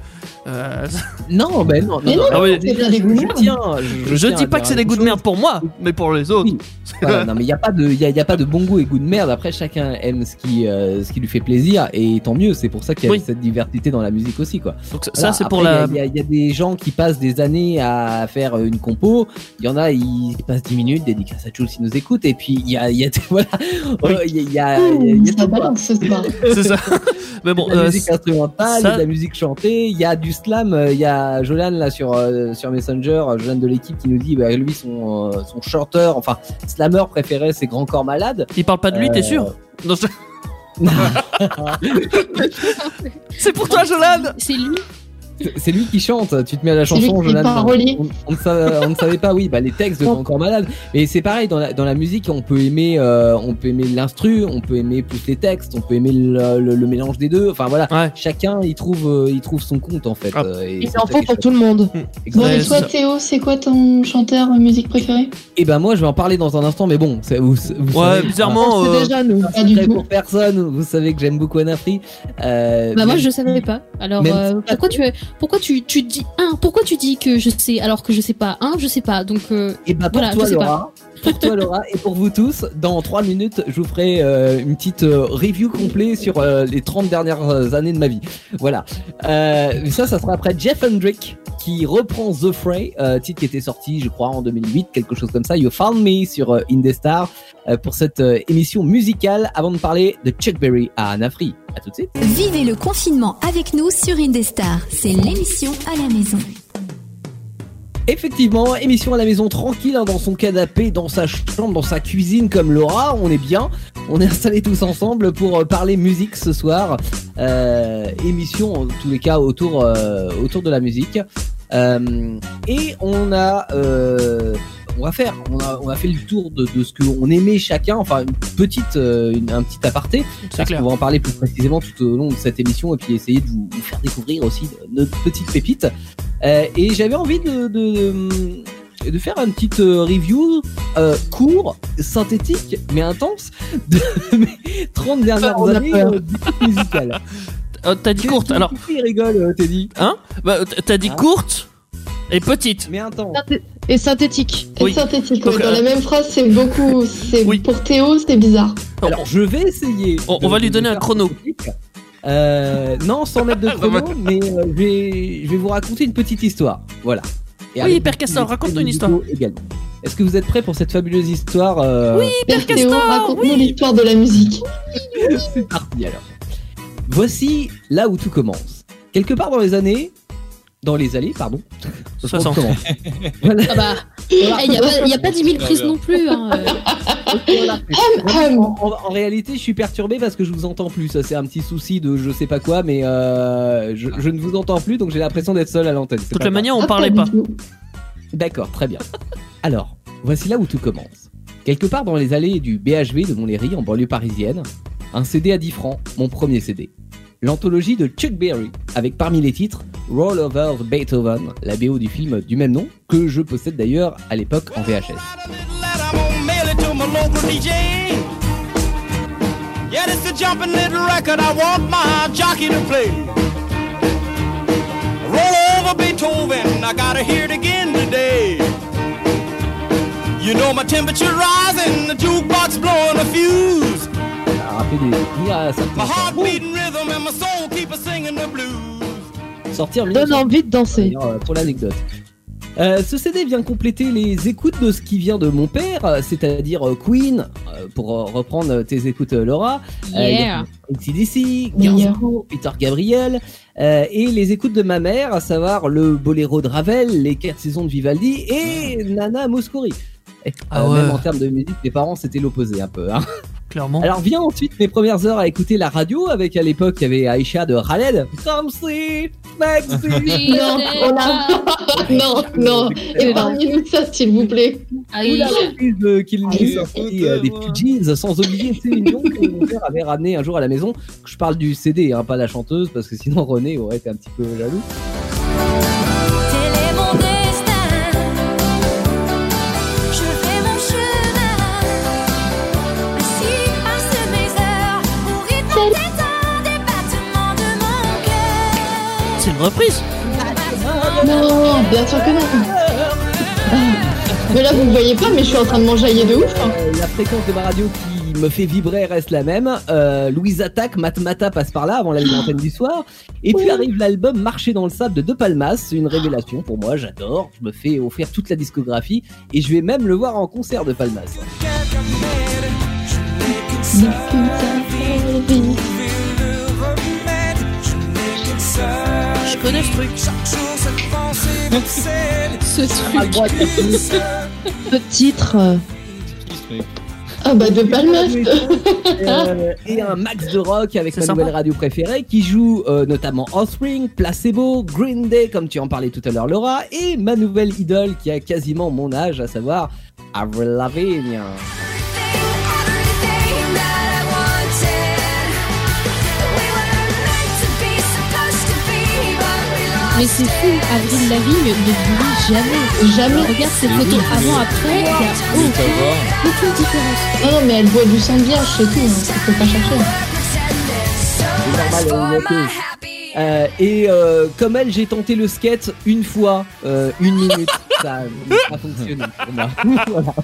Speaker 3: Euh,
Speaker 2: Non, ben non, non,
Speaker 4: Mais
Speaker 2: non.
Speaker 4: non,
Speaker 3: Ah oui.
Speaker 4: c'est pas des goûts de merde.
Speaker 2: Je tiens.
Speaker 3: je
Speaker 2: tiens
Speaker 3: dis
Speaker 2: à
Speaker 3: pas
Speaker 2: dire
Speaker 3: que c'est des
Speaker 2: une
Speaker 3: goûts de
Speaker 2: chose.
Speaker 3: merde pour moi, mais pour les autres.
Speaker 2: Oui. Voilà, non mais il n'y a pas de il y a, y a pas de bon goût et goût de merde après chacun aime ce qui euh, ce qui lui fait plaisir et tant mieux c'est pour ça qu'il y a
Speaker 3: Oui.
Speaker 2: cette diversité dans la musique aussi quoi
Speaker 3: Donc ça, ça,
Speaker 2: Voilà,
Speaker 3: c'est
Speaker 2: après,
Speaker 3: pour la.
Speaker 2: Il y, a- il y a des gens qui passent des années à faire euh, une compo. Il y en a, ils passent 10 minutes, dédicace à Jules s'ils nous écoutent. Et puis, il y a. Il y a voilà. Euh, Il y a- il y a. il y
Speaker 4: Ça
Speaker 2: a tout, quoi.
Speaker 4: balance ce soir.
Speaker 3: C'est ça. mais bon,
Speaker 2: Il y a de la
Speaker 3: euh,
Speaker 2: musique instrumentale, il y
Speaker 3: ça-
Speaker 2: a de la musique chantée, il y a du slam, euh, il y a Jolan là sur, euh, sur Messenger, euh, Jolan de l'équipe qui nous dit bah, lui son, euh, son chanteur, enfin slammer préféré c'est Grand Corps Malade.
Speaker 3: il parle pas de lui,
Speaker 2: Euh,
Speaker 3: t'es sûr Non, je- C'est pour toi, Jolan
Speaker 6: C'est lui
Speaker 2: C'est- C'est lui qui chante, tu te mets à la
Speaker 4: C'est lui
Speaker 2: chanson,
Speaker 4: qui est
Speaker 2: Jonathan.
Speaker 4: parolier.
Speaker 2: On, on ne sa- on ne savait pas, oui, bah, les textes de encore malade. Mais c'est pareil, dans la, dans la musique, on peut aimer, euh, on peut aimer l'instru, on peut aimer plus les textes, on peut aimer le, le- le mélange des deux. Enfin voilà,
Speaker 3: Ouais.
Speaker 2: chacun il trouve, euh, il trouve son compte en fait.
Speaker 3: Ah.
Speaker 2: euh, et
Speaker 7: Il
Speaker 2: c'est
Speaker 7: en
Speaker 2: ça
Speaker 7: faut
Speaker 2: qui est
Speaker 7: pour
Speaker 2: chouette.
Speaker 7: tout le monde.
Speaker 3: Ouais,
Speaker 4: Bon, et
Speaker 3: c'est
Speaker 4: toi,
Speaker 3: ça.
Speaker 4: Théo, c'est quoi ton chanteur euh, musique préférée
Speaker 2: Et ben moi je vais en parler dans un instant, mais bon, c'est- vous, vous
Speaker 3: Ouais,
Speaker 2: savez,
Speaker 3: bizarrement.
Speaker 7: C'est
Speaker 3: euh,
Speaker 7: déjà nous.
Speaker 4: Pas du
Speaker 2: Après,
Speaker 4: tout.
Speaker 2: pour personne, vous savez que j'aime beaucoup Anafri. Euh,
Speaker 6: Bah moi
Speaker 2: mais-
Speaker 6: je savais pas. Alors
Speaker 2: Même
Speaker 6: euh,
Speaker 2: si-
Speaker 6: pourquoi tu pourquoi tu, tu dis un pourquoi tu dis que je sais alors que je sais pas un je sais pas donc euh,
Speaker 2: Et bah pour
Speaker 6: Voilà,
Speaker 2: toi
Speaker 6: je sais pas.
Speaker 2: Laura, pour toi Laura et pour vous tous, dans 3 minutes, je vous ferai euh, une petite euh, review complète sur euh, les 30 dernières euh, années de ma vie. Voilà. Euh, ça, ça sera après Jeff Hendrick qui reprend The Fray, euh, titre qui était sorti, je crois, en 2008, quelque chose comme ça. You Found Me sur euh, Indestar euh, pour cette euh, émission musicale avant de parler de Chuck Berry à Anafri. À tout de suite.
Speaker 1: Vivez le confinement avec nous sur Indestar. C'est l'émission à la maison.
Speaker 2: Effectivement, émission à la maison tranquille, hein, dans son canapé, dans sa chambre, dans sa cuisine comme Laura, on est bien. On est installés tous ensemble pour euh, parler musique ce soir. Euh, émission en tous les cas autour, euh, autour de la musique. Euh, et on a... euh, on va faire, on a, on a fait le tour de, de ce qu'on aimait chacun, enfin une petite, euh, une- un petit aparté.
Speaker 3: C'est clair.
Speaker 2: On va en parler plus précisément tout au long de cette émission et puis essayer de vous, vous faire découvrir aussi notre petite pépite. Euh, et j'avais envie de, de, de faire une petite euh, review euh, court, synthétique, mais intense de mes 30 dernières
Speaker 7: On a
Speaker 2: années
Speaker 7: peur.
Speaker 2: euh, d'écoute musicale.
Speaker 3: Euh, t'as dit courte, alors.
Speaker 2: Il rigole, euh, Teddy.
Speaker 3: Bah, t- t'as dit
Speaker 2: Hein
Speaker 3: courte et petite.
Speaker 2: Mais intense.
Speaker 7: Et synthétique.
Speaker 4: Et
Speaker 3: Oui.
Speaker 4: synthétique, ouais.
Speaker 3: Donc,
Speaker 4: dans
Speaker 3: euh,
Speaker 4: la même phrase, c'est beaucoup. c'est-
Speaker 3: Oui.
Speaker 4: Pour Théo, c'est bizarre.
Speaker 2: Alors, je vais essayer.
Speaker 3: Oh. On-
Speaker 2: de-
Speaker 3: on va lui
Speaker 2: de
Speaker 3: donner un
Speaker 2: faire
Speaker 3: chrono.
Speaker 2: ce truc. Euh, non, sans mettre de chrono, mais euh, je, vais, je vais vous raconter une petite histoire. Voilà. Et
Speaker 3: Oui,
Speaker 2: avec-
Speaker 3: Père Castor, raconte-nous une
Speaker 2: musicaux
Speaker 3: histoire.
Speaker 2: également. Est-ce que vous êtes prêts pour cette fabuleuse histoire euh,
Speaker 4: Père Théo,
Speaker 3: Castor,
Speaker 4: raconte-nous l'histoire de la musique.
Speaker 2: C'est parti alors. Voici là où tout commence. Quelque part dans les années. Dans les allées, pardon. Parce qu'on
Speaker 3: 60.
Speaker 2: recommence.
Speaker 6: ah bah il y a pas y a pas dix mille prises non plus. hein, euh.
Speaker 2: Voilà.
Speaker 4: Hum, hum.
Speaker 2: En, en réalité, je suis perturbé parce que je vous entends plus. Ça, c'est un petit souci de je sais pas quoi, mais euh, je, je ne vous entends plus, donc j'ai l'impression d'être seul à l'antenne. C'est
Speaker 3: De toute
Speaker 2: pas
Speaker 3: la
Speaker 2: grave.
Speaker 3: manière,
Speaker 4: Ah,
Speaker 3: on parlait
Speaker 4: du
Speaker 3: pas.
Speaker 4: tout.
Speaker 2: D'accord, très bien. Alors, voici là où tout commence. Quelque part dans les allées du BHV de Montlhéry, en banlieue parisienne, un CD à 10 francs, mon premier CD. L'anthologie de Chuck Berry, avec parmi les titres Roll Over the Beethoven, la BO du film du même nom, que je possède d'ailleurs à l'époque en VHS.
Speaker 8: I'm gonna mail it to my local DJ. Yeah, it's a jumping little record I want my jockey to play. Roll over Beethoven, I gotta hear it again today. You know my temperature rising, the jukebox blowing a fuse.
Speaker 2: Ça a rappelé des souvenirs à certains
Speaker 8: My
Speaker 3: Ah,
Speaker 8: heart
Speaker 2: enfants.
Speaker 8: beating rhythm and my soul keep a singing the blues.
Speaker 2: Sorti en
Speaker 7: Donne envie de danser.
Speaker 2: D'ailleurs, euh, pour l'anecdote. Euh, ce CD vient compléter les écoutes de ce qui vient de mon père, euh, c'est-à-dire euh, Queen, euh, pour euh, reprendre euh, tes écoutes euh, Laura, Euh, il y a
Speaker 6: Yeah.
Speaker 2: ACDC,
Speaker 4: Meilleur.
Speaker 2: Gainsbourg, Peter Gabriel, euh, et les écoutes de ma mère, à savoir le boléro de Ravel, les quatre saisons de Vivaldi et Nana Mouskouri. Eh,
Speaker 3: Mm. Ah
Speaker 2: euh,
Speaker 3: ouais.
Speaker 2: Même en termes de musique, mes parents c'était l'opposé un peu. hein.
Speaker 3: Clairement.
Speaker 2: Alors vient ensuite mes premières heures à écouter la radio avec à l'époque il y avait Aïcha de Khaled. Come see, next see.
Speaker 4: Non, on a- Non, non,
Speaker 2: C'est
Speaker 4: épargnez-nous ça, s'il vous plaît.
Speaker 6: Ah
Speaker 2: Ou
Speaker 6: oui.
Speaker 2: la reprise de Kill
Speaker 4: Ah,
Speaker 2: Bill,
Speaker 4: c'est
Speaker 2: sortie, euh, des Pigeons, sans oublier Céline Dion que mon père avait ramené un jour à la maison. Je parle du CD, hein, pas la chanteuse, parce que sinon René aurait été un petit peu jaloux.
Speaker 9: Tel est mon destin, je fais mon chemin, ainsi passent mes heures au rythme des débattements de mon cœur.
Speaker 3: C'est une reprise.
Speaker 4: Non, bien sûr que non.
Speaker 7: Ah.
Speaker 4: Mais là, vous ne voyez pas, Ah, mais je suis en train de m'enjailler de ouf. hein.
Speaker 2: Euh, la fréquence de ma radio qui me fait vibrer reste la même. Euh, Louise attaque, Matmata passe par là avant la libre antenne du soir. Et puis arrive l'album Marcher dans le sable de De Palmas, une révélation pour moi, j'adore. Je me fais offrir toute la discographie et je vais même le voir en concert de Palmas.
Speaker 3: Je connais ce truc.
Speaker 6: Ce truc.
Speaker 7: Ce titre, euh,
Speaker 4: Ah bah de Palmas
Speaker 2: Euh, et un max de rock avec
Speaker 3: C'est
Speaker 2: ma
Speaker 3: sympa.
Speaker 2: nouvelle radio préférée qui joue euh, notamment Offspring, Placebo, Green Day comme tu en parlais tout à l'heure Laura et ma nouvelle idole qui a quasiment mon âge à savoir Avril Lavigne.
Speaker 6: Mais c'est fou, Avril Lavigne ne brûle jamais.
Speaker 4: Jamais.
Speaker 6: Regarde ses photos
Speaker 7: Ah
Speaker 6: avant-après, il y a
Speaker 5: Faut savoir.
Speaker 6: aucune différence.
Speaker 4: Non, non, mais elle boit du sang de vierge, c'est tout, hein, ça faut pas chercher.
Speaker 2: normal, elle est bloquée. Euh, et euh, comme elle, j'ai tenté le skate une fois, euh, une minute. ça n'a pas fonctionné pour moi. Voilà.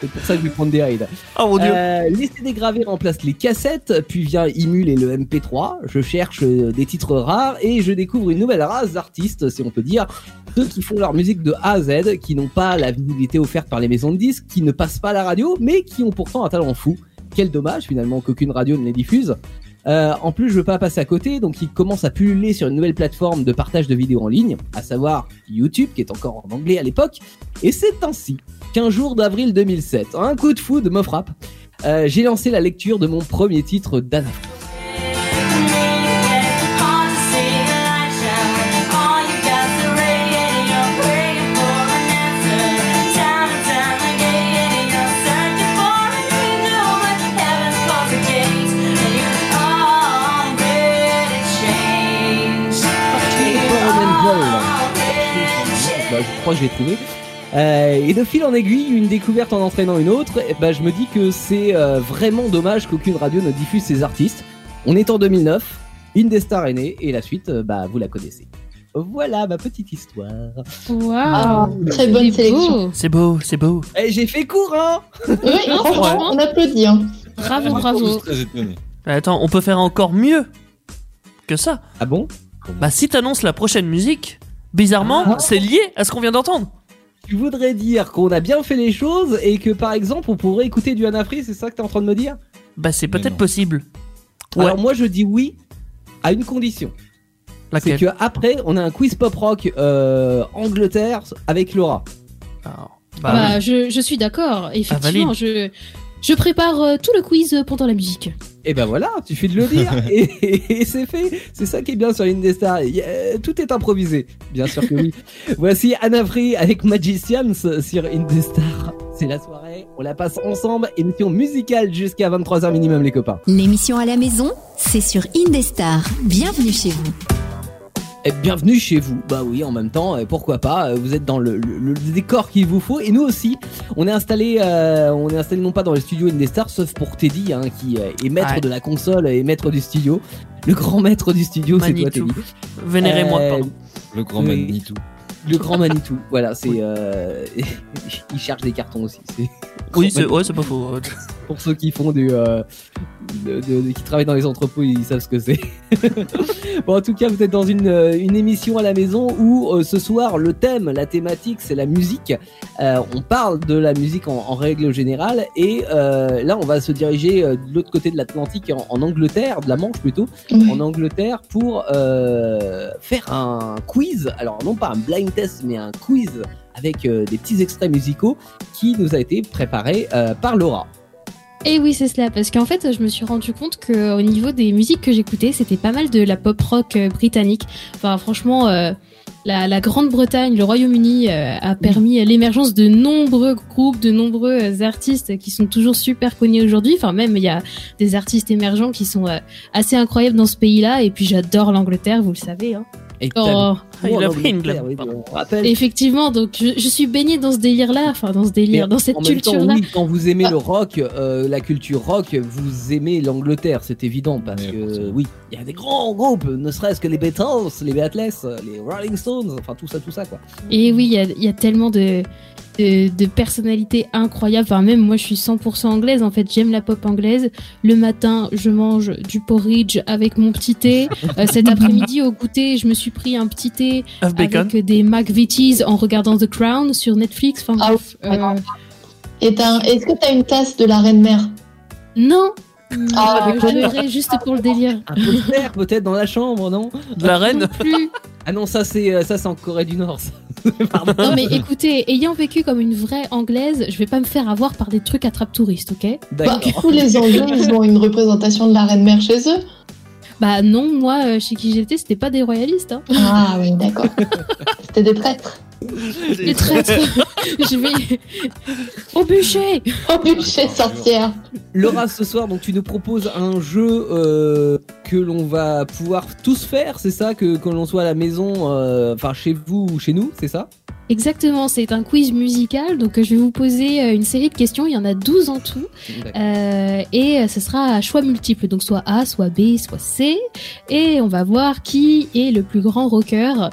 Speaker 2: C'est pour ça que je vais prendre des rides.
Speaker 3: Oh mon dieu.
Speaker 2: Euh, les CD gravés remplacent les cassettes, puis vient Imul et le MP3. Je cherche euh, des titres rares et je découvre une nouvelle race d'artistes, si on peut dire, ceux qui font leur musique de A à Z, qui n'ont pas la visibilité offerte par les maisons de disques, qui ne passent pas à la radio, mais qui ont pourtant un talent fou. Quel dommage finalement qu'aucune radio ne les diffuse. Euh, en plus, je veux pas passer à côté, donc ils commencent à pulluler sur une nouvelle plateforme de partage de vidéos en ligne, à savoir YouTube, qui est encore en anglais à l'époque. Et c'est ainsi qu'un jour d'avril 2007, un coup de foudre me frappe. Euh, j'ai lancé la lecture de mon premier titre d'Anna. Bah, je crois que je l'ai trouvé. Euh, et de fil en aiguille, une découverte en entraînant une autre, et bah, je me dis que c'est euh, vraiment dommage qu'aucune radio ne diffuse ces artistes. On est en 2009, Indestar est né, et la suite, euh, bah, vous la connaissez. Voilà ma petite histoire.
Speaker 6: Waouh.
Speaker 4: Ah, Très bonne sélection.
Speaker 3: C'est beau, c'est beau.
Speaker 2: Eh, j'ai fait court, hein
Speaker 4: Oui, franchement, on applaudit. Hein.
Speaker 6: Bravo,
Speaker 5: Je suis
Speaker 6: bravo.
Speaker 5: très étonné.
Speaker 3: Attends, on peut faire encore mieux que ça.
Speaker 2: Ah bon
Speaker 3: Bah si t'annonces la prochaine musique, bizarrement,
Speaker 2: Ah.
Speaker 3: c'est lié à ce qu'on vient d'entendre.
Speaker 2: Tu voudrais dire qu'on a bien fait les choses et que par exemple on pourrait écouter du Anafri, c'est ça que t'es en train de me dire
Speaker 3: Bah c'est
Speaker 5: Mais
Speaker 3: peut-être
Speaker 5: non.
Speaker 3: possible. Ouais.
Speaker 2: Alors moi je dis oui à une condition. C'est
Speaker 3: Laquelle
Speaker 2: que après on a un quiz pop rock euh, Angleterre avec Laura. Ah
Speaker 3: Alors, bah, Ah,
Speaker 6: Bah, je, je suis d'accord, effectivement.
Speaker 3: valide.
Speaker 6: je, je prépare euh, tout le quiz euh, pendant la musique.
Speaker 2: Et ben voilà, tu suffit de le dire et, et- et c'est fait. C'est ça qui est bien sur Indestar. Il y a- euh, Tout est improvisé, bien sûr que oui. Voici Anafri avec Magicians sur Indestar. C'est la soirée, on la passe ensemble, émission musicale jusqu'à 23h minimum les copains.
Speaker 1: L'émission à la maison, c'est sur Indestar. Bienvenue chez vous.
Speaker 2: Et Eh, bienvenue chez vous. Bah oui, en même temps, euh, pourquoi pas euh, Vous êtes dans le, le- le décor qu'il vous faut. Et nous aussi, on est installé, euh, on est installé non pas dans les studios Indestar, sauf pour Teddy, hein, qui euh, est maître
Speaker 3: Ouais.
Speaker 2: de la console et maître du studio. Le grand maître du studio, c'est toi,
Speaker 3: Manitou.
Speaker 2: Teddy.
Speaker 3: Vénérez-moi,
Speaker 2: Euh,
Speaker 3: pardon.
Speaker 5: Le grand
Speaker 2: Oui.
Speaker 5: Manitou.
Speaker 2: Le grand Manitou. voilà, c'est. euh, il cherche des cartons aussi. c'est-
Speaker 3: Oui, c'est ouais, c'est pas faux.
Speaker 2: pour ceux qui font du, euh, de- de- qui travaillent dans les entrepôts, ils savent ce que c'est. bon, en tout cas, vous êtes dans une, euh, une émission à la maison où euh, ce soir le thème, la thématique, c'est la musique. Euh, on parle de la musique en, en règle générale et euh, là, on va se diriger euh, de l'autre côté de l'Atlantique, en, en Angleterre, de la Manche plutôt,
Speaker 4: Ouais.
Speaker 2: en Angleterre pour euh, faire un quiz. Alors non pas un blind test, mais un quiz avec euh, des petits extraits musicaux qui nous a été préparé euh, par Laura.
Speaker 6: Et Eh oui, c'est cela, parce qu'en fait, je me suis rendu compte que au niveau des musiques que j'écoutais, c'était pas mal de la pop rock euh, britannique. Enfin, franchement, euh, la, la Grande-Bretagne, le Royaume-Uni euh, a permis l'émergence de nombreux groupes, de nombreux euh, artistes qui sont toujours super connus aujourd'hui. Enfin, même il y a des artistes émergents qui sont euh, assez incroyables dans ce pays-là. Et puis, j'adore l'Angleterre, vous le savez. Hein.
Speaker 2: Et
Speaker 6: Oh,
Speaker 3: Ah, il a pris une glace.
Speaker 2: Oui,
Speaker 3: Pardon.
Speaker 2: on rappelle.
Speaker 6: effectivement, donc je, je suis baignée dans ce délire-là, enfin dans ce
Speaker 2: Mais
Speaker 6: délire, dans cette
Speaker 2: en même temps,
Speaker 6: culture-là. Ah.
Speaker 2: oui, quand vous aimez le rock, euh, la culture rock, vous aimez l'Angleterre, c'est évident, parce
Speaker 5: Mais
Speaker 2: que
Speaker 5: forcément.
Speaker 2: oui, il y a des grands groupes, ne serait-ce que les Beatles, les Beatles, les Rolling Stones, enfin tout ça, tout ça quoi.
Speaker 6: Et oui, il y a, il y a tellement de, de, de personnalités incroyables. Enfin, même moi, je suis 100% anglaise. En fait, j'aime la pop anglaise. Le matin, je mange du porridge avec mon petit thé. Euh, cet après-midi, au goûter, je me suis pris un petit thé
Speaker 3: Œuf bacon.
Speaker 6: avec euh, des McVitie's en regardant The Crown sur Netflix. Enfin,
Speaker 4: Ah
Speaker 6: bref, euh,
Speaker 4: Et t'as un- Est-ce que t'as une tasse de la reine mère
Speaker 6: non,
Speaker 4: Ah,
Speaker 6: Euh, j'aimerais juste pour le délire.
Speaker 2: Un poster peut-être dans la chambre, non
Speaker 3: De la reine
Speaker 6: Non plus.
Speaker 2: Ah non, ça c'est euh, ça c'est en Corée du Nord. ça. Pardon.
Speaker 6: Non mais écoutez, ayant vécu comme une vraie anglaise, je vais pas me faire avoir par des trucs attrape touristes, ok
Speaker 4: Bah,
Speaker 2: D'accord.
Speaker 4: du coup, les Anglais, ils ont une représentation de la reine mère chez eux.
Speaker 6: Bah non, moi euh, chez qui j'étais, c'était pas des royalistes. Hein.
Speaker 4: Ah oui, d'accord. C'était des traîtres.
Speaker 6: Les traîtres. je vais au bûcher.
Speaker 4: Oh, bûcher sorcière.
Speaker 2: Laura, ce soir, donc tu nous proposes un jeu euh, que l'on va pouvoir tous faire, c'est ça Que que l'on soit à la maison, euh, enfin chez vous ou chez nous, c'est ça
Speaker 6: Exactement, c'est un quiz musical, donc euh, je vais vous poser euh, une série de questions, il y en a 12 en tout, euh, et euh, ce sera à choix multiples, donc soit A, soit B, soit C, et on va voir qui est le plus grand rocker euh,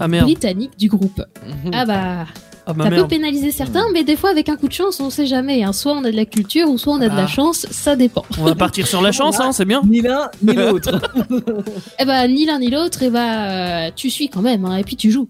Speaker 3: Ah, merde. Mhm.
Speaker 6: britannique du groupe. Ah bah,
Speaker 3: Ah bah
Speaker 6: ça peut
Speaker 3: merde. Mhm.
Speaker 6: pénaliser certains, mais des fois avec un coup de chance, on sait jamais, hein. soit on a de la culture, ou soit on a de
Speaker 3: Ah.
Speaker 6: la chance, ça dépend.
Speaker 3: On va partir sur la chance, hein, c'est bien.
Speaker 2: Ni l'un ni l'autre.
Speaker 6: Eh bah, ni l'un ni l'autre, et bah, euh, tu suis quand même, hein, et puis tu joues.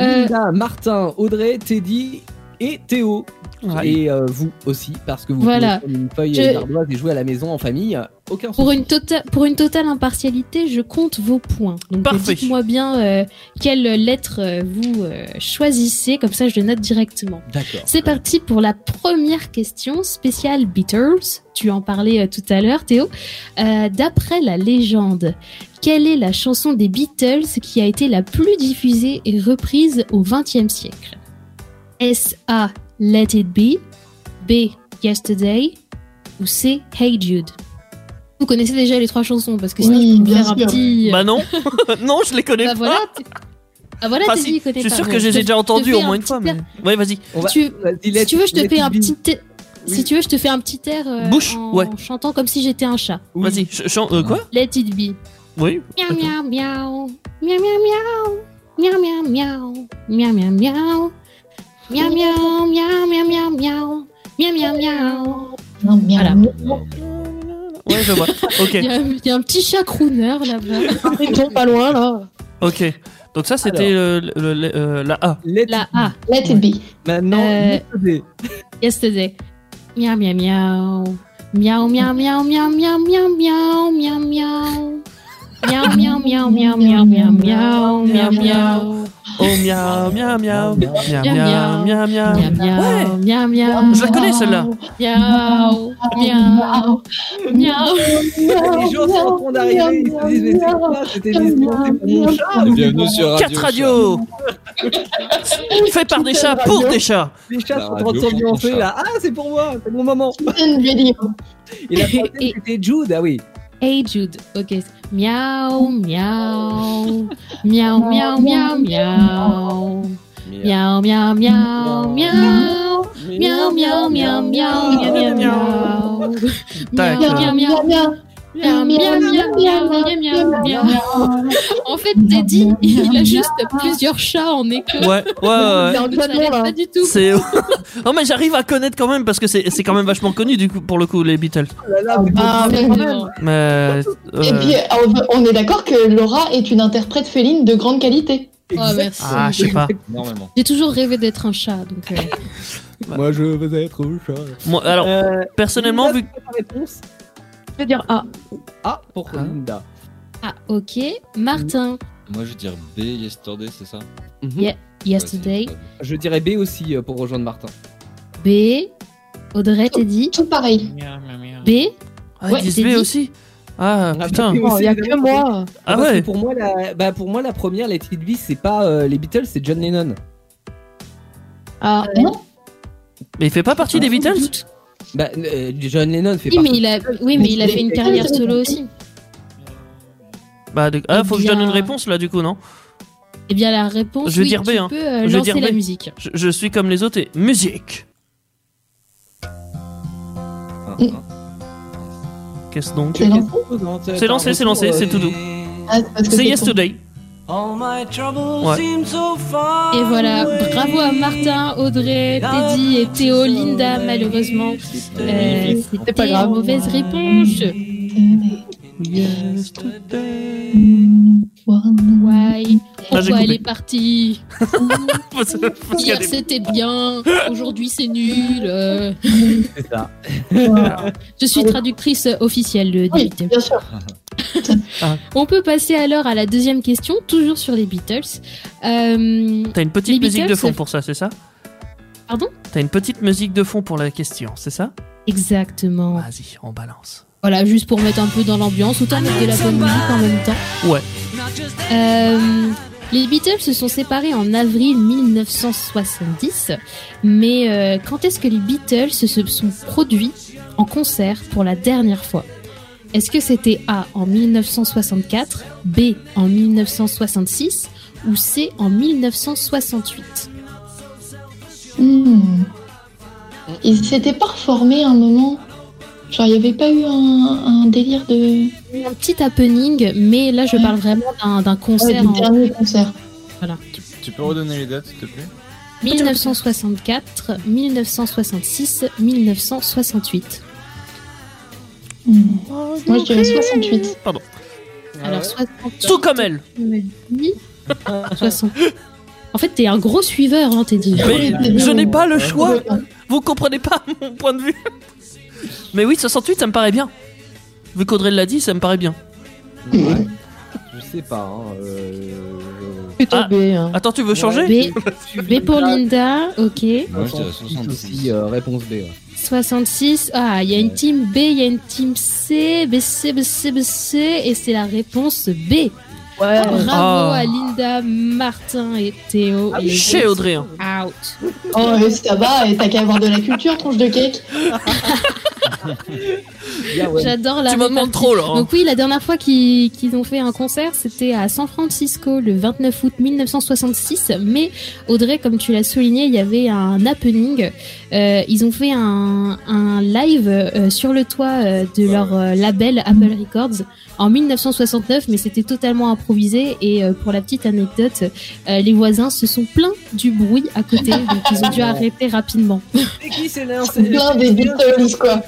Speaker 6: Euh,
Speaker 2: Linda, Martin, Audrey, Teddy et Théo.
Speaker 3: Ouais.
Speaker 2: Et euh, vous aussi, parce que vous
Speaker 6: Voilà.
Speaker 2: pouvez prendre une feuille
Speaker 6: Je-
Speaker 2: et une ardoise et jouer à la maison en famille. Aucun
Speaker 6: Pour
Speaker 2: souci.
Speaker 6: une, tota- pour une totale impartialité, je compte vos points. Donc euh,
Speaker 3: Parfait.
Speaker 6: dites-moi bien euh, quelle lettre euh, vous euh, choisissez, comme ça je le note directement.
Speaker 2: D'accord.
Speaker 6: C'est parti pour la première question spéciale Beatles. Tu en parlais euh, tout à l'heure, Théo. Euh, D'après la légende, quelle est la chanson des Beatles qui a été la plus diffusée et reprise au XXe siècle Est-ce A. Let It Be B. Yesterday ou C. Hey Jude Vous connaissez déjà les trois chansons parce que sinon
Speaker 4: Oui,
Speaker 6: je peux vous
Speaker 4: bien
Speaker 6: faire un
Speaker 4: sûr.
Speaker 6: petit. euh,
Speaker 3: Bah non, non, je les connais
Speaker 6: Bah
Speaker 3: pas.
Speaker 6: voilà. t'es- Ah voilà,
Speaker 3: Enfin,
Speaker 6: t'es
Speaker 3: si,
Speaker 6: dit, connais
Speaker 3: je suis
Speaker 6: pas.
Speaker 3: sûr
Speaker 6: Bon,
Speaker 3: que je
Speaker 6: je
Speaker 3: les
Speaker 6: te-
Speaker 3: ai déjà entendus
Speaker 6: fais
Speaker 3: au moins
Speaker 6: un
Speaker 3: une
Speaker 6: petit
Speaker 3: fois.
Speaker 6: per-
Speaker 3: Mais... Ouais, vas-y.
Speaker 2: On va-
Speaker 6: tu-
Speaker 2: Vas-y,
Speaker 6: si
Speaker 2: let-
Speaker 6: tu veux, je te
Speaker 2: let
Speaker 6: fais
Speaker 2: it
Speaker 6: un
Speaker 2: be.
Speaker 6: petit. air-
Speaker 2: Oui.
Speaker 6: Si tu veux, je te fais un petit air euh,
Speaker 3: Bouche,
Speaker 6: en
Speaker 3: ouais.
Speaker 6: chantant comme si j'étais un chat.
Speaker 2: Oui.
Speaker 3: Vas-y, je- je- euh, quoi
Speaker 6: Let it be.
Speaker 3: Oui.
Speaker 6: Miaou miaou miaou. Miaou miaou miaou. Miaou miaou miaou. Miaou miaou miaou. Miaou miaou miaou miaou miaou miaou. Miaou miaou miaou.
Speaker 4: Non,
Speaker 6: Voilà.
Speaker 4: merde.
Speaker 3: Ouais, je vois.
Speaker 6: Il y
Speaker 3: Ok,
Speaker 6: a- il y a un petit chat crooner là-bas.
Speaker 7: Ils sont pas loin là.
Speaker 3: ok. Donc ça, c'était euh, le- le- euh, la A.
Speaker 2: Let-
Speaker 6: La A.
Speaker 4: Let it be.
Speaker 2: Maintenant,
Speaker 6: Euh,
Speaker 2: let-
Speaker 6: Yesterday. Miaou miaou miaou. Miaou miaou miaou miaou miaou miaou miaou miaou miaou. Miaou miaou miaou miaou miaou miaou miaou miaou miaou.
Speaker 3: Oh miaou, miaou, miaou, miaou, miaou, miaou,
Speaker 6: miaou,
Speaker 3: miaou,
Speaker 6: Miaou
Speaker 3: miaou.
Speaker 6: miaou miaou miaou.
Speaker 3: Je la connais celle-là.
Speaker 6: Miaou miaou miaou.
Speaker 2: Les gens sont en train d'arriver, ils se disent mais c'est quoi cette émission C'est pour mon chat ou c'est
Speaker 5: Bienvenue sur Radio.
Speaker 3: 4 radios Fait par des chats pour des chats
Speaker 2: Les chats
Speaker 5: La
Speaker 2: sont en train de
Speaker 5: radio pour ton
Speaker 2: s'ambiancer
Speaker 5: chat.
Speaker 2: là. Ah, c'est pour moi, c'est mon moment.
Speaker 4: Une vidéo.
Speaker 2: Et la troisième,
Speaker 6: Et-
Speaker 2: c'était Jude. Ah oui.
Speaker 6: Hey Jude, ok. Miaou, miaou, miaou, miaou, miaou, miaou. Miaou, miaou, miaou, miaou. Miaou, miaou, miaou, miaou, miaou, miaou, miaou.
Speaker 3: Tac.
Speaker 6: Miaou, miaou, miaou, miaou, miaou, miaou, miaou, miaou, miaou, miaou. En fait, Teddy, il a juste plusieurs chats en écho.
Speaker 3: Ouais, ouais, ouais. ouais.
Speaker 6: Donc, ça l'aide pas du tout.
Speaker 3: C'est... non mais j'arrive à connaître quand même parce que c'est, c'est quand même vachement connu du coup pour le coup les Beatles.
Speaker 2: Oh là là, mais-
Speaker 6: Bah,
Speaker 4: Ah, mais-
Speaker 6: Exactement.
Speaker 3: Mais
Speaker 4: Et
Speaker 6: Eh
Speaker 3: euh,
Speaker 4: puis, on- on est d'accord que Laura est une interprète féline de grande qualité.
Speaker 6: Oh, merci.
Speaker 3: ah je sais pas.
Speaker 5: Normalement.
Speaker 6: J'ai toujours rêvé d'être un chat, donc... euh,
Speaker 2: Moi, je veux être au chat.
Speaker 3: Bah. Moi, alors
Speaker 2: Euh,
Speaker 3: personnellement
Speaker 2: Linda,
Speaker 3: vu
Speaker 2: c'est quoi ta réponse
Speaker 7: Je vais dire A.
Speaker 2: Ah, pour
Speaker 3: Ah.
Speaker 2: Linda.
Speaker 6: Ah, ok. Martin,
Speaker 5: Moi, je veux dire B, yesterday, c'est ça
Speaker 2: Mhm.
Speaker 6: Yesterday.
Speaker 5: Ouais,
Speaker 2: Je dirais B aussi euh, pour rejoindre Martin.
Speaker 6: B. Audrey, t'as dit
Speaker 4: Tout pareil.
Speaker 6: B.
Speaker 3: ah, ils
Speaker 6: Ouais,
Speaker 3: disent
Speaker 6: c'est
Speaker 3: B
Speaker 6: dit.
Speaker 3: aussi. Ah putain.
Speaker 2: Et
Speaker 7: Oh, Il
Speaker 2: aussi,
Speaker 7: y a que
Speaker 2: évidemment,
Speaker 7: moi.
Speaker 3: Ah
Speaker 2: parce que
Speaker 3: ouais.
Speaker 2: Pour moi, la, bah, pour moi, la première, les It Be, c'est pas euh, les Beatles, c'est John Lennon.
Speaker 7: Ah,
Speaker 3: Mais il fait pas partie des Beatles
Speaker 2: Ah. Bah, euh, John Lennon fait
Speaker 6: Oui mais,
Speaker 2: partie.
Speaker 6: il a... oui, mais il a fait une carrière solo aussi.
Speaker 3: Bah de- ah faut que je
Speaker 6: bien-
Speaker 3: donne une réponse là du coup non.
Speaker 6: Eh bien, la réponse,
Speaker 3: Je vais
Speaker 6: oui,
Speaker 3: dire B,
Speaker 6: tu
Speaker 3: hein.
Speaker 6: peux euh,
Speaker 3: Je vais
Speaker 6: lancer
Speaker 3: dire
Speaker 6: la
Speaker 3: B.
Speaker 6: musique.
Speaker 3: Je, je suis comme les autres et musique.
Speaker 5: Un,
Speaker 4: Mm.
Speaker 5: un.
Speaker 3: Qu'est-ce donc
Speaker 4: C'est lancé
Speaker 2: hein,
Speaker 3: C'est lancé, c'est lancé, c'est tout doux.
Speaker 2: euh,
Speaker 4: Ah, c'est parce que
Speaker 3: C'est
Speaker 4: c'est
Speaker 3: Yesterday.
Speaker 6: bah, Et voilà, bravo à Martin, Audrey, Teddy et Théo, Linda, malheureusement. euh, C'était
Speaker 7: pas grave.
Speaker 6: une mauvaise
Speaker 3: Ah,
Speaker 6: réponse.
Speaker 4: ton-
Speaker 3: Yesterday.
Speaker 4: One
Speaker 6: Why
Speaker 3: j'ai
Speaker 6: Pourquoi elle
Speaker 3: coupé.
Speaker 6: est partie
Speaker 3: Parce- parce qu'il y a
Speaker 6: Hier
Speaker 3: des-
Speaker 6: c'était bien, aujourd'hui c'est nul. euh.
Speaker 2: C'est ça.
Speaker 6: Je suis traductrice officielle de
Speaker 4: Oui,
Speaker 6: Beatles.
Speaker 4: bien sûr.
Speaker 6: On peut passer alors à la deuxième question, toujours sur les Beatles. Euh,
Speaker 3: T'as une
Speaker 6: Les
Speaker 3: petite musique de
Speaker 6: Beatles,
Speaker 3: fond
Speaker 6: c'est-
Speaker 3: pour ça, c'est ça
Speaker 6: Pardon
Speaker 3: T'as une petite musique de fond pour la question, c'est ça
Speaker 6: exactement.
Speaker 3: Vas-y, on balance.
Speaker 6: Voilà, juste pour mettre un peu dans l'ambiance, autant mettre de la bonne musique en même temps.
Speaker 3: Ouais.
Speaker 6: Euh, les Beatles se sont séparés en avril 1970, mais euh, quand est-ce que les Beatles se sont produits en concert pour la dernière fois Est-ce que c'était A en 1964, B en 1966 ou C en 1968
Speaker 4: Hmm. Ils s'étaient pas reformés à un moment. Genre, il n'y avait pas eu un, un délire de.
Speaker 6: Un petit happening, mais là je parle vraiment d'un- d'un
Speaker 4: Ouais,
Speaker 6: concert
Speaker 4: du
Speaker 6: en
Speaker 4: dernier concert.
Speaker 6: voilà.
Speaker 5: Tu, tu peux redonner les dates, s'il te plaît
Speaker 6: 1964, 1966, 1968.
Speaker 4: Hmm. Moi, je dirais 68.
Speaker 6: Alors, soit
Speaker 3: Tout comme elle
Speaker 6: Oui. 60. En fait, t'es un gros suiveur, hein, Teddy.
Speaker 3: Mais
Speaker 4: Ouais.
Speaker 3: je n'ai pas le choix Vous comprenez pas mon point de vue Mais oui, 68, ça me paraît bien. Vu qu'Audrey l'a dit, ça me paraît bien.
Speaker 2: Ouais. Je sais pas. Hein, euh,
Speaker 7: Plutôt
Speaker 3: Ah.
Speaker 7: B. hein.
Speaker 3: Attends, tu veux changer
Speaker 6: B,
Speaker 2: je-
Speaker 6: B pour Linda, ok.
Speaker 5: Moi, je dirais
Speaker 2: 66
Speaker 5: 66.
Speaker 2: aussi, euh, réponse B. ouais.
Speaker 6: 66. Ah, il y a une team B, il y a une team C, B, C, B, C, B, C, et c'est la réponse B.
Speaker 7: Ouais.
Speaker 6: Bravo
Speaker 3: Ah.
Speaker 6: à Linda, Martin et Théo. et
Speaker 3: Chez Audrey. hein.
Speaker 6: Out.
Speaker 4: Ah Oh, mais ça va, et t'as qu'à avoir de la culture, tronche de cake.
Speaker 9: Ah
Speaker 2: Bien, ouais.
Speaker 6: J'adore la
Speaker 3: Tu me
Speaker 6: répartie.
Speaker 3: demandes trop, là. hein.
Speaker 6: Donc oui, la dernière fois qu'ils qu'ils ont fait un concert, c'était à San Francisco le 29 août 1966. Mais Audrey, comme tu l'as souligné, il y avait un happening. Euh, ils ont fait un, un live euh, sur le toit euh, de leur euh, label Apple Records en 1969, mais c'était totalement improvisé. Et euh, pour la petite anecdote, euh, les voisins se sont plaints du bruit à côté, donc ils ont dû arrêter rapidement.
Speaker 2: C'est qui c'est l'un c'est-
Speaker 4: Plein des Beatles, quoi.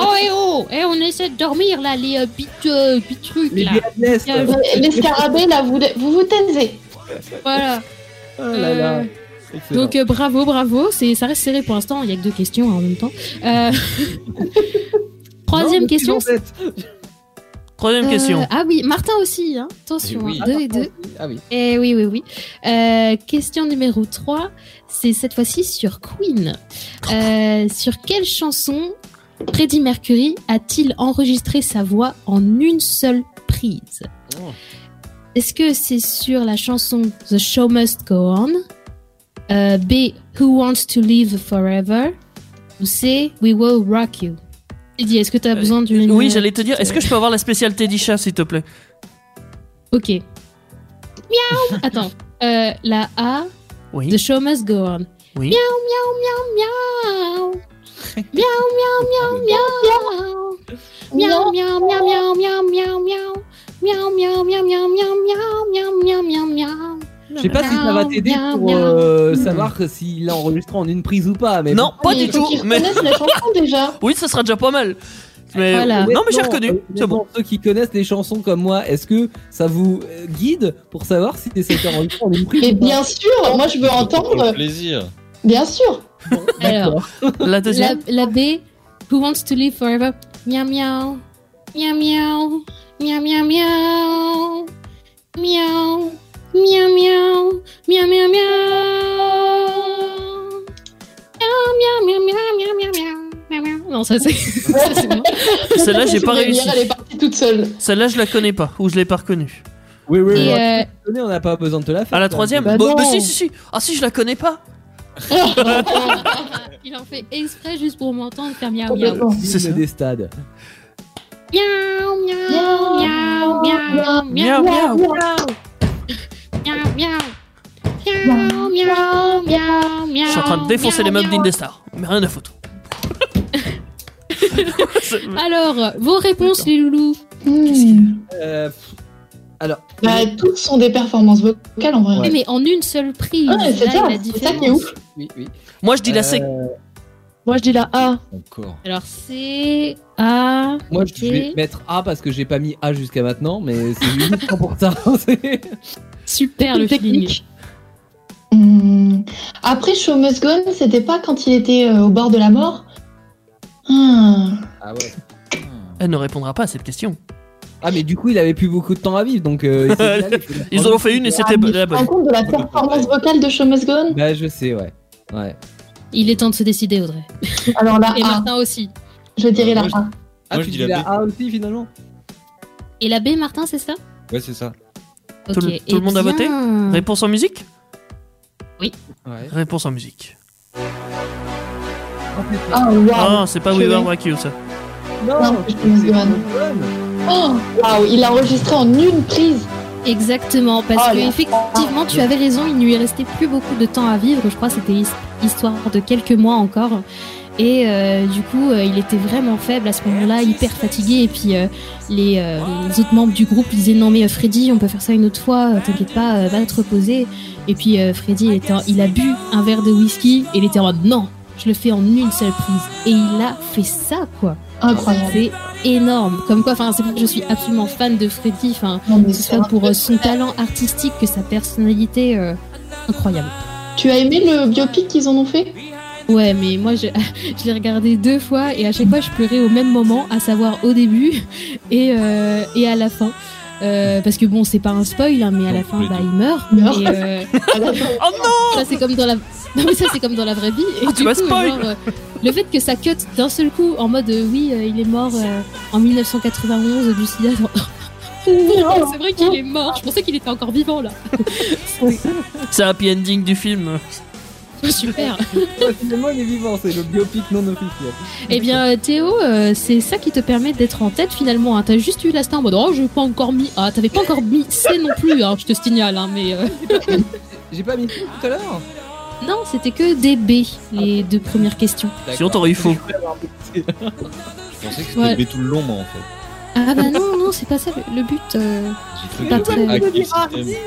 Speaker 6: Oh eh oh, eh, on essaie de dormir là, les euh, bit, euh, bit trucs
Speaker 2: Les
Speaker 6: là. Euh,
Speaker 2: Beatles.
Speaker 6: Bien joué.
Speaker 4: Ouais, Euh, Les scarabées, là, vous vous, vous taisez.
Speaker 6: Voilà.
Speaker 2: Oh là là.
Speaker 6: Euh,
Speaker 2: Excellent.
Speaker 6: Donc euh, bravo, bravo. C'est, ça reste serré pour l'instant. Il y a que deux questions hein, en même temps. Euh, Troisième
Speaker 2: Non, mais tu
Speaker 6: question.
Speaker 2: l'embêtes.
Speaker 3: Troisième
Speaker 6: euh,
Speaker 3: question.
Speaker 6: Ah oui, Martin aussi. Hein. Attention,
Speaker 5: Eh oui.
Speaker 6: hein, deux et deux.
Speaker 2: Ah oui.
Speaker 6: Eh oui, oui, oui. Euh, question numéro 3, c'est cette fois-ci sur Queen. Euh, sur quelle chanson Freddie Mercury a-t-il enregistré sa voix en une seule prise
Speaker 2: Oh.
Speaker 6: Est-ce que c'est sur la chanson The Show Must Go On Euh, B. Who Wants to Live Forever Ou C. We Will Rock You Teddy, est-ce que tu as
Speaker 3: Euh,
Speaker 6: besoin d'une...
Speaker 3: Oui, j'allais te dire, est-ce que je peux avoir la spéciale Teddy Chat, s'il te plaît
Speaker 6: Ok. Miaou Attends. Euh, la A,
Speaker 3: Oui.
Speaker 6: The Show Must Go On.
Speaker 3: Oui.
Speaker 6: Miaou, miaou, miaou, miaou. Miaou, miaou, miaou, miaou. Miaou, miaou, miaou, miaou, miaou, miaou. Miaou, miaou, miaou, miaou, miaou, miaou, miaou, miaou, miaou.
Speaker 2: Je sais pas si ça va t'aider
Speaker 6: Bien,
Speaker 2: pour
Speaker 6: bien.
Speaker 2: euh, savoir que s'il l'a enregistré en une prise ou pas. Eh ben, Mais
Speaker 3: Non, pas
Speaker 4: Mais
Speaker 3: du
Speaker 4: faut
Speaker 3: tout.
Speaker 4: qu'ils
Speaker 3: Mais
Speaker 4: reconnaissent la chanson, déjà.
Speaker 3: oui, ça sera déjà pas mal. Mais
Speaker 6: Voilà.
Speaker 3: non, mais j'ai
Speaker 2: Honnêtement,
Speaker 3: reconnu. C'est bon.
Speaker 2: honnêtement, Ceux qui connaissent les chansons comme moi, est-ce que ça vous euh, guide pour savoir si c'est enregistré en une prise
Speaker 4: Mais
Speaker 2: ou pas
Speaker 4: bien sûr, moi, je veux
Speaker 5: Pour le
Speaker 4: entendre.
Speaker 5: plaisir.
Speaker 4: Bien sûr.
Speaker 6: Alors,
Speaker 3: La
Speaker 6: la,
Speaker 3: deuxième.
Speaker 6: la B, Who Wants to Live Forever Miaou, miaou. Miaou, miaou. Miaou, miaou, miaou. Miaou. Miaou, miaou. Miaou, miaou, miaou. Miaou, miaou, miaou, miaou, miaou, miaou, miaou, miaou. Non, ça c'est ça, c'est moi.
Speaker 3: Celle-là, j'ai pas
Speaker 4: Je vais dire,
Speaker 3: réussi.
Speaker 4: Elle est partie toute seule.
Speaker 3: Celle-là, je la connais pas, ou je l'ai pas reconnue.
Speaker 2: Oui, oui, oui.
Speaker 6: Et, euh,
Speaker 2: Tenez, On n'a pas besoin de te la faire.
Speaker 3: Ah, la troisième
Speaker 7: Bah
Speaker 3: Bon,
Speaker 7: non.
Speaker 3: Mais si, si, si. Ah, si, je la connais pas.
Speaker 6: Ah, il en fait exprès juste pour m'entendre faire miaou, miaou.
Speaker 4: Complètement.
Speaker 2: C'est
Speaker 3: ça.
Speaker 2: des stades.
Speaker 6: Miaou, miaou, miaou, miaou, miaou.
Speaker 3: Miaou, miaou.
Speaker 6: Miaou, miaou. Miaou, miaou, miaou, miaou.
Speaker 3: Je suis en train de défoncer les
Speaker 6: miaou,
Speaker 3: meubles d'Indestar. Mais rien à foutre. C'est-
Speaker 6: miaou. Alors, vos réponses, les loulous.
Speaker 4: Hmm.
Speaker 2: Euh, pff, alors,
Speaker 4: Bah, toutes sont des performances vocales, en vrai.
Speaker 2: Ouais.
Speaker 6: Mais en une seule prise.
Speaker 4: Ouais, Ah, c'est
Speaker 6: Là,
Speaker 4: ça,
Speaker 6: il y a la
Speaker 4: c'est ça qui est
Speaker 6: différence.
Speaker 4: ouf.
Speaker 2: oui, oui.
Speaker 3: Moi, je dis la C.
Speaker 2: Euh,
Speaker 7: Moi, je dis la A.
Speaker 5: Encore.
Speaker 6: Alors, c'est A.
Speaker 2: Moi,
Speaker 6: ok.
Speaker 2: je vais mettre A parce que j'ai pas mis A jusqu'à maintenant, mais c'est uniquement pour ça. C'est-
Speaker 6: Super le feeling.
Speaker 4: Hmm. Après, Show Must Go On, c'était pas quand il était euh, au bord de la mort Hmm.
Speaker 2: Ah ouais.
Speaker 3: Hmm. Elle ne répondra pas à cette question.
Speaker 2: Ah mais du coup il avait plus beaucoup de temps à vivre donc euh, il s'est dit, allez, je vais la
Speaker 3: Ils en
Speaker 2: prendre.
Speaker 3: ont fait une et c'était
Speaker 4: Ah, mais
Speaker 3: la
Speaker 4: Tu te rends
Speaker 3: bonne.
Speaker 4: compte de la performance vocale de Show Must Go On
Speaker 2: Bah je sais ouais. Ouais.
Speaker 6: Il est temps de se décider, Audrey.
Speaker 4: Alors là,
Speaker 6: Et
Speaker 4: A,
Speaker 6: Martin aussi.
Speaker 4: je dirais là.
Speaker 5: Moi, je-
Speaker 2: Ah
Speaker 5: Moi,
Speaker 2: tu
Speaker 5: je dis
Speaker 2: dis
Speaker 5: la
Speaker 2: la A aussi finalement
Speaker 6: Et la B, Martin, c'est ça
Speaker 5: Ouais, c'est ça.
Speaker 6: Ok. eh
Speaker 3: Tout le- tout le monde a voté
Speaker 6: voté
Speaker 3: Réponse en musique
Speaker 2: Ouais.
Speaker 3: Réponse en musique.
Speaker 4: Ah,
Speaker 9: Oh,
Speaker 4: waouh
Speaker 3: Ah, c'est pas
Speaker 4: je
Speaker 3: We
Speaker 4: vais.
Speaker 3: Were Like You, ça.
Speaker 4: Non, c'est Show Must Go On. Oh, Waouh, il a enregistré en une prise
Speaker 6: Exactement, parce
Speaker 4: Oh
Speaker 6: que
Speaker 4: là
Speaker 6: effectivement, tu avais raison, il ne lui restait plus beaucoup de temps à vivre. Je crois que c'était his- histoire de quelques mois encore. Et euh, du coup, euh, il était vraiment faible à ce moment-là, hyper fatigué. Et puis euh, les, euh, les autres membres du groupe ils disaient non mais euh, Freddy, on peut faire ça une autre fois. euh, T'inquiète pas, euh, va te reposer. Et puis euh, Freddy, il, était en- il a bu un verre de whisky et il était en mode non, je le fais en une seule prise. Et il a fait ça quoi.
Speaker 4: Incroyable.
Speaker 6: C'est énorme. Comme quoi, enfin, c'est pour ça que je suis absolument fan de Freddy. Enfin,
Speaker 4: Non,
Speaker 6: que
Speaker 4: mais
Speaker 6: ce soit
Speaker 4: c'est
Speaker 6: pour
Speaker 4: un-
Speaker 6: euh, son talent artistique que sa personnalité euh, incroyable.
Speaker 4: Tu as aimé le biopic qu'ils en ont fait
Speaker 6: Ouais, mais moi je, je l'ai regardé deux fois et à chaque fois je pleurais au même moment, à savoir au début et, euh, et à la fin. Euh, parce que bon, c'est pas un spoil, hein, mais à la fin, bah, il meurt.
Speaker 4: Il meurt.
Speaker 6: Et, euh,
Speaker 3: Oh non
Speaker 6: ça c'est comme dans la, non, mais ça c'est comme dans la vraie vie. Et
Speaker 3: Ah, tu m'as spoil.
Speaker 6: genre, euh, le fait que ça cut d'un seul coup en mode euh, oui, euh, il est mort euh, en 1991 du sida. genre, c'est vrai qu'il est mort. Je pensais qu'il était encore vivant là.
Speaker 3: C'est happy ending du film.
Speaker 6: Super.
Speaker 2: Finalement il est vivant, c'est le biopic non officiel.
Speaker 6: Eh bien, euh, Théo, euh, c'est ça qui te permet d'être en tête finalement. Hein. T'as juste eu l'instinct en mode Oh, je pas encore mis. Ah, t'avais pas encore mis C non plus, hein, je te signale. Hein, mais euh,
Speaker 2: J'ai pas mis tout tout à l'heure
Speaker 6: non, c'était que des B, les deux premières questions.
Speaker 3: Sinon t'aurais eu faux.
Speaker 5: Je pensais que
Speaker 6: Ouais.
Speaker 5: c'était tout le long, moi, en fait.
Speaker 6: Ah, bah non, non, c'est pas ça le, le but. euh.
Speaker 5: J'ai cru
Speaker 6: Pas
Speaker 5: que
Speaker 6: très-
Speaker 5: c'était hack et système.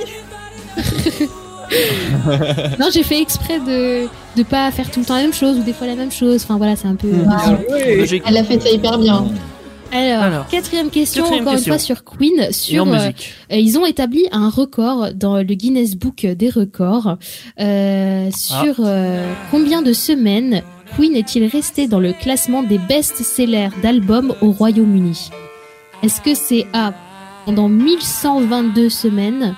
Speaker 6: Non, j'ai fait exprès de de pas faire tout le temps la même chose ou des fois la même chose. Enfin voilà, c'est un peu. euh,
Speaker 4: Waouh.
Speaker 3: Logique.
Speaker 4: Elle a fait ça hyper bien.
Speaker 6: Alors,
Speaker 3: Alors,
Speaker 6: quatrième question,
Speaker 3: quatrième
Speaker 6: encore
Speaker 3: question.
Speaker 6: une fois sur Queen,
Speaker 3: Et en
Speaker 6: sur euh,
Speaker 3: musique.
Speaker 6: Euh, Ils ont établi un record dans le Guinness Book des records euh,
Speaker 3: Ah.
Speaker 6: sur euh, combien de semaines Queen est-il resté dans le classement des best-sellers d'albums au Royaume-Uni Est-ce que c'est A pendant 1122 semaines,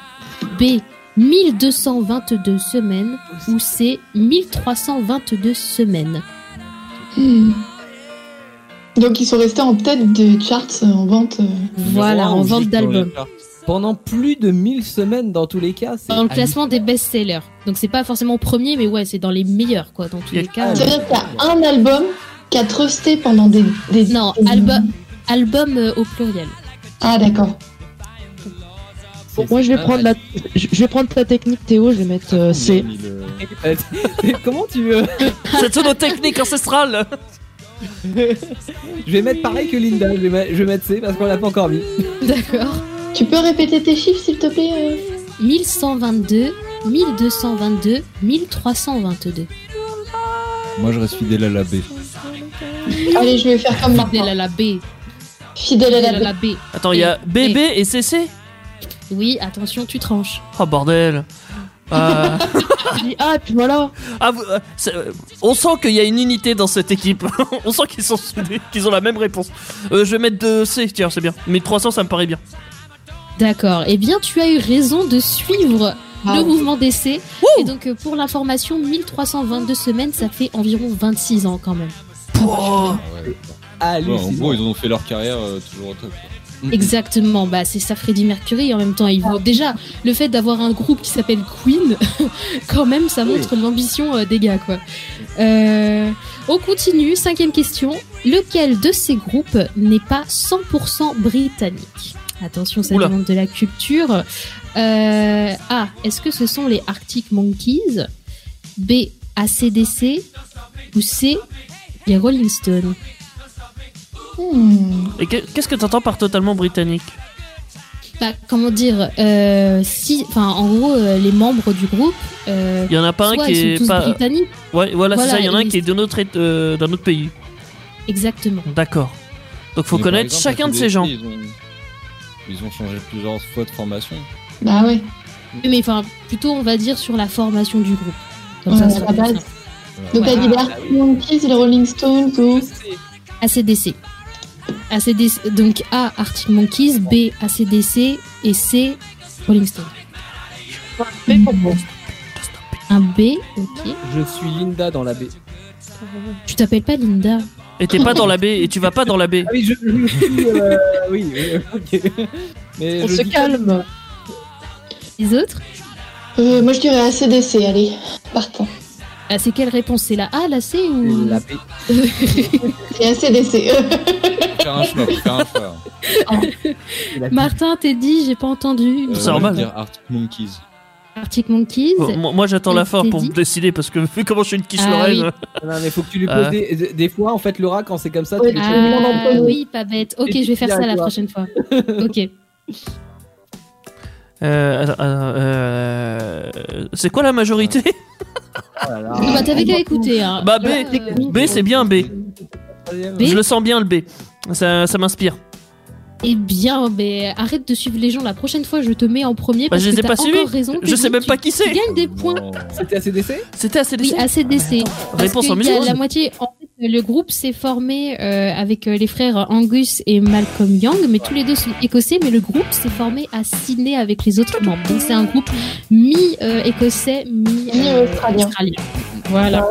Speaker 6: B 1222 semaines ou C 1322 semaines
Speaker 4: Hmm. Donc ils sont restés en tête des charts euh, en vente. euh.
Speaker 6: Voilà, en vente d'albums.
Speaker 2: Pendant plus de 1000 semaines dans tous les cas, c'est
Speaker 6: Dans le
Speaker 3: Ah,
Speaker 6: classement des best-sellers. Donc c'est pas forcément au premier, mais ouais, c'est dans les meilleurs quoi, dans tous
Speaker 3: Il y a-
Speaker 6: les cas.
Speaker 4: C'est-à-dire qu'il y a
Speaker 2: Ah,
Speaker 4: un album qui a trusté pendant des... des-
Speaker 6: Non,
Speaker 4: des-
Speaker 6: album, album euh, au pluriel.
Speaker 4: Ah d'accord.
Speaker 7: Bon, moi je vais prendre la, je je vais prendre ta technique Théo, je vais mettre euh, C.
Speaker 2: hallucinant. Euh, Comment tu veux
Speaker 3: Cette sonotechnique ancestrale
Speaker 2: Je vais mettre pareil que Linda, je vais, mettre- je vais mettre C parce qu'on l'a pas encore mis.
Speaker 6: D'accord.
Speaker 4: Tu peux répéter tes chiffres s'il te plaît euh
Speaker 6: 1122, 1222, 1322.
Speaker 5: Moi, je reste fidèle à la B.
Speaker 4: Allez, je vais faire comme
Speaker 6: Fidèle
Speaker 4: Martin.
Speaker 6: à la B.
Speaker 4: Fidèle à
Speaker 6: Fidèle à
Speaker 4: la
Speaker 6: la B.
Speaker 3: Attends, il y a BB et CC
Speaker 6: Oui, attention, tu tranches.
Speaker 3: Oh bordel Euh,
Speaker 7: Je dis, Ah, et puis voilà.
Speaker 3: ah, vous- euh, c'est- euh, on sent qu'il y a une unité dans cette équipe. on sent qu'ils sont soudés, qu'ils ont la même réponse. Euh, je vais mettre 2 C, tiens, c'est bien. 1300, ça me paraît bien.
Speaker 6: D'accord. Eh bien, tu as eu raison de suivre
Speaker 4: Ah
Speaker 6: le mouvement d'essai. Et donc, euh, pour l'information, 1322 semaines, ça fait environ 26 ans quand même.
Speaker 5: Ah ouais. Ouais, en
Speaker 2: Hallucinant.
Speaker 5: gros, ils ont fait leur carrière euh, toujours au top. quoi.
Speaker 6: Exactement. Bah, c'est ça Freddie Mercury en même temps. Il vaut- Déjà, le fait d'avoir un groupe qui s'appelle Queen, quand même, ça montre l'ambition euh, des gars, quoi. Euh, on continue. Cinquième question. Lequel de ces groupes n'est pas 100% britannique Attention, ça
Speaker 3: Oula.
Speaker 6: demande de la culture. Euh, A. Est-ce que ce sont les Arctic Monkeys B. ACDC Ou C. Les Rolling Stones
Speaker 4: Hmm.
Speaker 3: Et que- qu'est-ce que t'entends par totalement britannique
Speaker 6: Bah, comment dire euh, si, enfin, En gros, euh, les membres du groupe, euh,
Speaker 3: Il y en a pas un
Speaker 6: soit
Speaker 3: qui
Speaker 6: ils sont
Speaker 3: est
Speaker 6: tous
Speaker 3: pas.
Speaker 6: britanniques,
Speaker 3: Ouais, voilà, c'est
Speaker 6: Voilà,
Speaker 3: ça, il y en a un
Speaker 6: ils-
Speaker 3: qui est d'un autre, et- euh, d'un autre pays.
Speaker 6: exactement.
Speaker 3: D'accord. Donc faut
Speaker 5: Mais par
Speaker 3: connaître
Speaker 5: exemple,
Speaker 3: chacun de
Speaker 5: ACDC,
Speaker 3: ces gens.
Speaker 5: Ils ont... ils ont changé plusieurs fois de formation.
Speaker 4: Bah ouais.
Speaker 6: mais enfin, plutôt on va dire sur la formation du groupe. Comme
Speaker 4: Ouais,
Speaker 6: ça, ça
Speaker 4: la
Speaker 6: va être
Speaker 4: base.
Speaker 6: simple.
Speaker 4: Donc t'as
Speaker 6: Ouais.
Speaker 4: dit les
Speaker 3: Bah
Speaker 4: Arctic Monkeys, les Rolling Stones, ou
Speaker 6: ACDC. ACDC. Donc A, Arctic Monkeys, B, ACDC et C, Rolling Stone. Un B, ok.
Speaker 2: Je suis Linda dans la baie.
Speaker 6: Tu t'appelles pas Linda
Speaker 3: Et t'es pas dans la baie, et tu vas pas dans la baie.
Speaker 2: Ah oui, je, je suis. euh, oui, oui, ok. Mais
Speaker 7: On
Speaker 2: je
Speaker 7: se
Speaker 2: dis-
Speaker 7: calme.
Speaker 6: Les autres
Speaker 4: Euh, Moi je dirais ACDC, allez, partons.
Speaker 6: Ah, C'est quelle réponse Ah, C'est la A, la C ou
Speaker 2: La baie.
Speaker 4: C'est ACDC.
Speaker 5: Faire un choix, faire un choix.
Speaker 2: la baie.
Speaker 6: Martin, t'es dit, j'ai pas entendu.
Speaker 5: Euh,
Speaker 3: C'est
Speaker 5: on va
Speaker 3: normal. Oh,
Speaker 5: dire Arctic Monkeys.
Speaker 6: Arctic Monkeys.
Speaker 3: Bon, Moi, moi, j'attends la fin pour
Speaker 6: Teddy
Speaker 3: me décider parce que vu comment je suis une quiche
Speaker 6: Ah
Speaker 3: Lorraine.
Speaker 6: oui.
Speaker 2: Non, mais faut que tu lui poses
Speaker 3: Ah.
Speaker 2: des, des- des fois, en fait, Laura, quand c'est comme ça, Euh, tu
Speaker 4: Ouais.
Speaker 2: lui poses-
Speaker 6: Ah
Speaker 4: Et-
Speaker 6: oui, pas bête. Ok,
Speaker 2: Et-
Speaker 6: je vais faire ça la
Speaker 2: Directoire.
Speaker 6: prochaine fois. Ok.
Speaker 3: Euh, attends, attends, euh, c'est quoi la majorité
Speaker 2: Oh là là.
Speaker 6: Ah, bah t'avais qu'à écouter. Hein.
Speaker 3: Bah, B.
Speaker 6: Là, euh,
Speaker 3: B, c'est bien B.
Speaker 2: Troisième.
Speaker 6: B
Speaker 3: Je le sens bien le B. Ça, ça m'inspire.
Speaker 6: Eh bien, mais arrête de suivre les gens. La prochaine fois, je te mets en premier
Speaker 3: Bah,
Speaker 6: parce
Speaker 3: je les
Speaker 6: que
Speaker 3: ai pas
Speaker 6: t'as
Speaker 3: suivis.
Speaker 6: encore raison.
Speaker 3: Je sais
Speaker 6: Teddy.
Speaker 3: même pas qui
Speaker 6: Tu
Speaker 3: c'est.
Speaker 6: gagnes des points.
Speaker 2: Oh.
Speaker 5: Non.
Speaker 2: C'était ACDC
Speaker 3: C'était assez Ah,
Speaker 6: Oui, ACDC. Parce
Speaker 3: Réponse
Speaker 6: qu'il
Speaker 3: en
Speaker 6: y a
Speaker 3: 1000
Speaker 6: La
Speaker 3: secondes.
Speaker 6: moitié. En fait, le groupe s'est formé euh, avec euh, les frères Angus et Malcolm Young, mais tous les deux sont écossais. Mais le groupe s'est formé à Sydney avec les autres membres. Donc c'est un groupe euh, mi-écossais,
Speaker 4: Mi-australien.
Speaker 6: mi-australien. Voilà.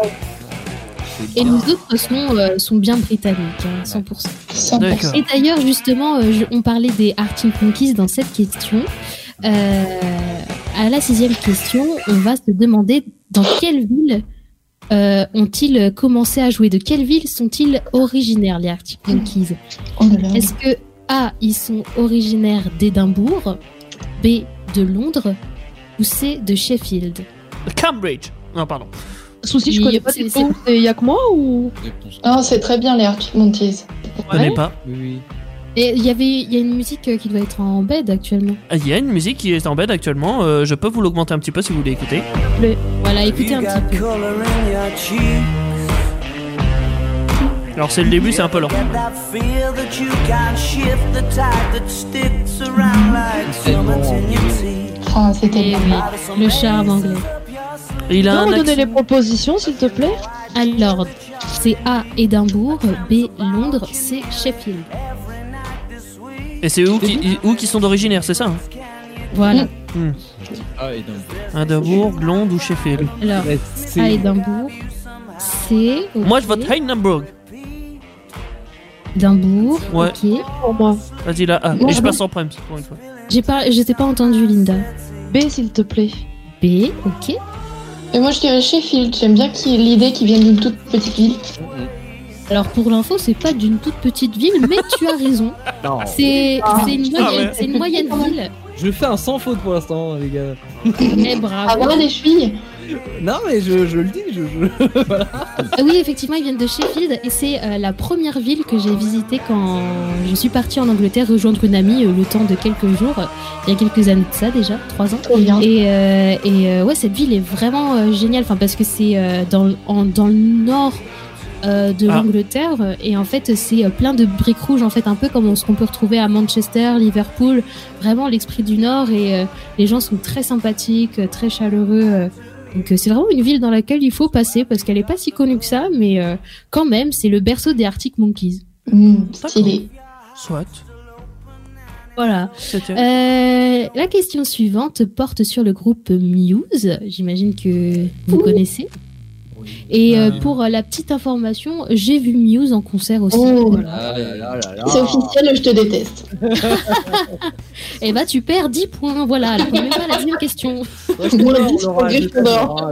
Speaker 6: Et les autres sont, euh, sont bien britanniques, hein, 100%.
Speaker 3: D'accord.
Speaker 6: Et d'ailleurs, justement, euh, je- on parlait des Arctic Monkeys dans cette question. Euh, à la sixième question, on va se demander dans quelle ville euh, ont-ils commencé à jouer De quelle ville sont-ils originaires, les Arctic Monkeys
Speaker 4: Oh là là.
Speaker 6: Est-ce que A, ils sont originaires d'Édimbourg B, de Londres Ou C, de Sheffield
Speaker 3: Cambridge. Non, pardon.
Speaker 7: Souci, je
Speaker 6: Oui,
Speaker 7: connais pas
Speaker 6: c'est-
Speaker 7: du tout. C'est y a que moi ou
Speaker 5: Réponse A.
Speaker 4: Non, c'est très bien les Arctic Monkeys.
Speaker 3: Je connais pas.
Speaker 2: Oui,
Speaker 6: Et il y avait, il y a une musique euh, qui doit être en bed actuellement.
Speaker 3: Ah, Il y a une musique qui est en bed actuellement. euh, je peux vous l'augmenter un petit peu si vous voulez écouter.
Speaker 6: Voilà, écoutez un petit peu.
Speaker 3: Alors, c'est le début, c'est un peu lent.
Speaker 4: Ah, c'était
Speaker 6: Et
Speaker 4: bien.
Speaker 6: Eh oui, le charme anglais.
Speaker 3: Et il
Speaker 7: Tu
Speaker 3: a
Speaker 7: peux
Speaker 3: un
Speaker 7: me donner
Speaker 3: accent.
Speaker 7: les propositions, s'il te plaît
Speaker 6: Alors, c'est A, Édimbourg, B, Londres, C, Sheffield.
Speaker 3: Et c'est où qui, où qui sont d'originaire, c'est ça hein Hmm.
Speaker 6: Voilà.
Speaker 5: Ah, et donc.
Speaker 3: Edinburgh, Londres ou Sheffield.
Speaker 6: Alors, ah,
Speaker 2: Mais
Speaker 6: A,
Speaker 2: c'est-
Speaker 6: Édimbourg, C, ok,
Speaker 3: Moi, je vote Heidenberg.
Speaker 6: Édimbourg,
Speaker 3: Ouais.
Speaker 6: ok.
Speaker 7: Pour moi.
Speaker 3: Vas-y, là. A.
Speaker 4: Moi,
Speaker 3: Et je
Speaker 4: je
Speaker 3: passe en prime, pour une fois.
Speaker 6: J'ai pas, je t'ai pas entendu, Linda.
Speaker 7: B, s'il te plaît.
Speaker 6: B, ok.
Speaker 4: Et moi je dirais Sheffield, j'aime bien qu'il- l'idée qu'ils viennent d'une toute petite ville.
Speaker 6: Alors, pour l'info, c'est pas d'une toute petite ville, mais tu as raison.
Speaker 2: Non.
Speaker 6: C'est
Speaker 7: Ah.
Speaker 6: c'est une,
Speaker 3: putain,
Speaker 6: moyenne-
Speaker 3: ouais.
Speaker 6: c'est une moyenne ville.
Speaker 2: Je fais un sans faute pour l'instant, les gars.
Speaker 6: Eh,
Speaker 4: Ah
Speaker 6: bravo.
Speaker 4: voilà les chevilles
Speaker 2: Non, mais je, je le dis, je, je-
Speaker 6: Ah Oui, effectivement, ils viennent de Sheffield et c'est euh, la première ville que j'ai visitée quand je suis partie en Angleterre rejoindre une amie euh, le temps de quelques jours, euh, il y a quelques années de ça déjà, trois ans.
Speaker 4: Trop bien.
Speaker 6: Et, euh, et euh, ouais, cette ville est vraiment euh, géniale, enfin parce que c'est euh, dans, le- en- dans le nord euh, de
Speaker 3: Ah.
Speaker 6: l'Angleterre euh, et en fait c'est euh, plein de briques rouges en fait un peu comme on- ce qu'on peut retrouver à Manchester, Liverpool, vraiment l'esprit du nord et euh, les gens sont très sympathiques, euh, très chaleureux. euh. donc euh, c'est vraiment une ville dans laquelle il faut passer parce qu'elle est pas si connue que ça, mais euh, quand même c'est le berceau des Arctic Monkeys.
Speaker 4: Mmh, stylé.
Speaker 3: Soit. Bah,
Speaker 6: Voilà.
Speaker 3: C'était.
Speaker 6: Euh, la question suivante porte sur le groupe Muse. J'imagine que vous connaissez. Et euh, pour euh, la petite information, j'ai vu Muse en concert aussi.
Speaker 4: Oh.
Speaker 2: Ah là là là là.
Speaker 4: C'est officiel, je te déteste.
Speaker 6: Et bah tu perds 10 points, voilà, alors on est pas à la deuxième question.
Speaker 2: Ouais, je te
Speaker 4: Moi,
Speaker 2: dors,
Speaker 4: je dis,
Speaker 2: Laura,
Speaker 4: je
Speaker 2: je te
Speaker 4: dors.
Speaker 2: dors.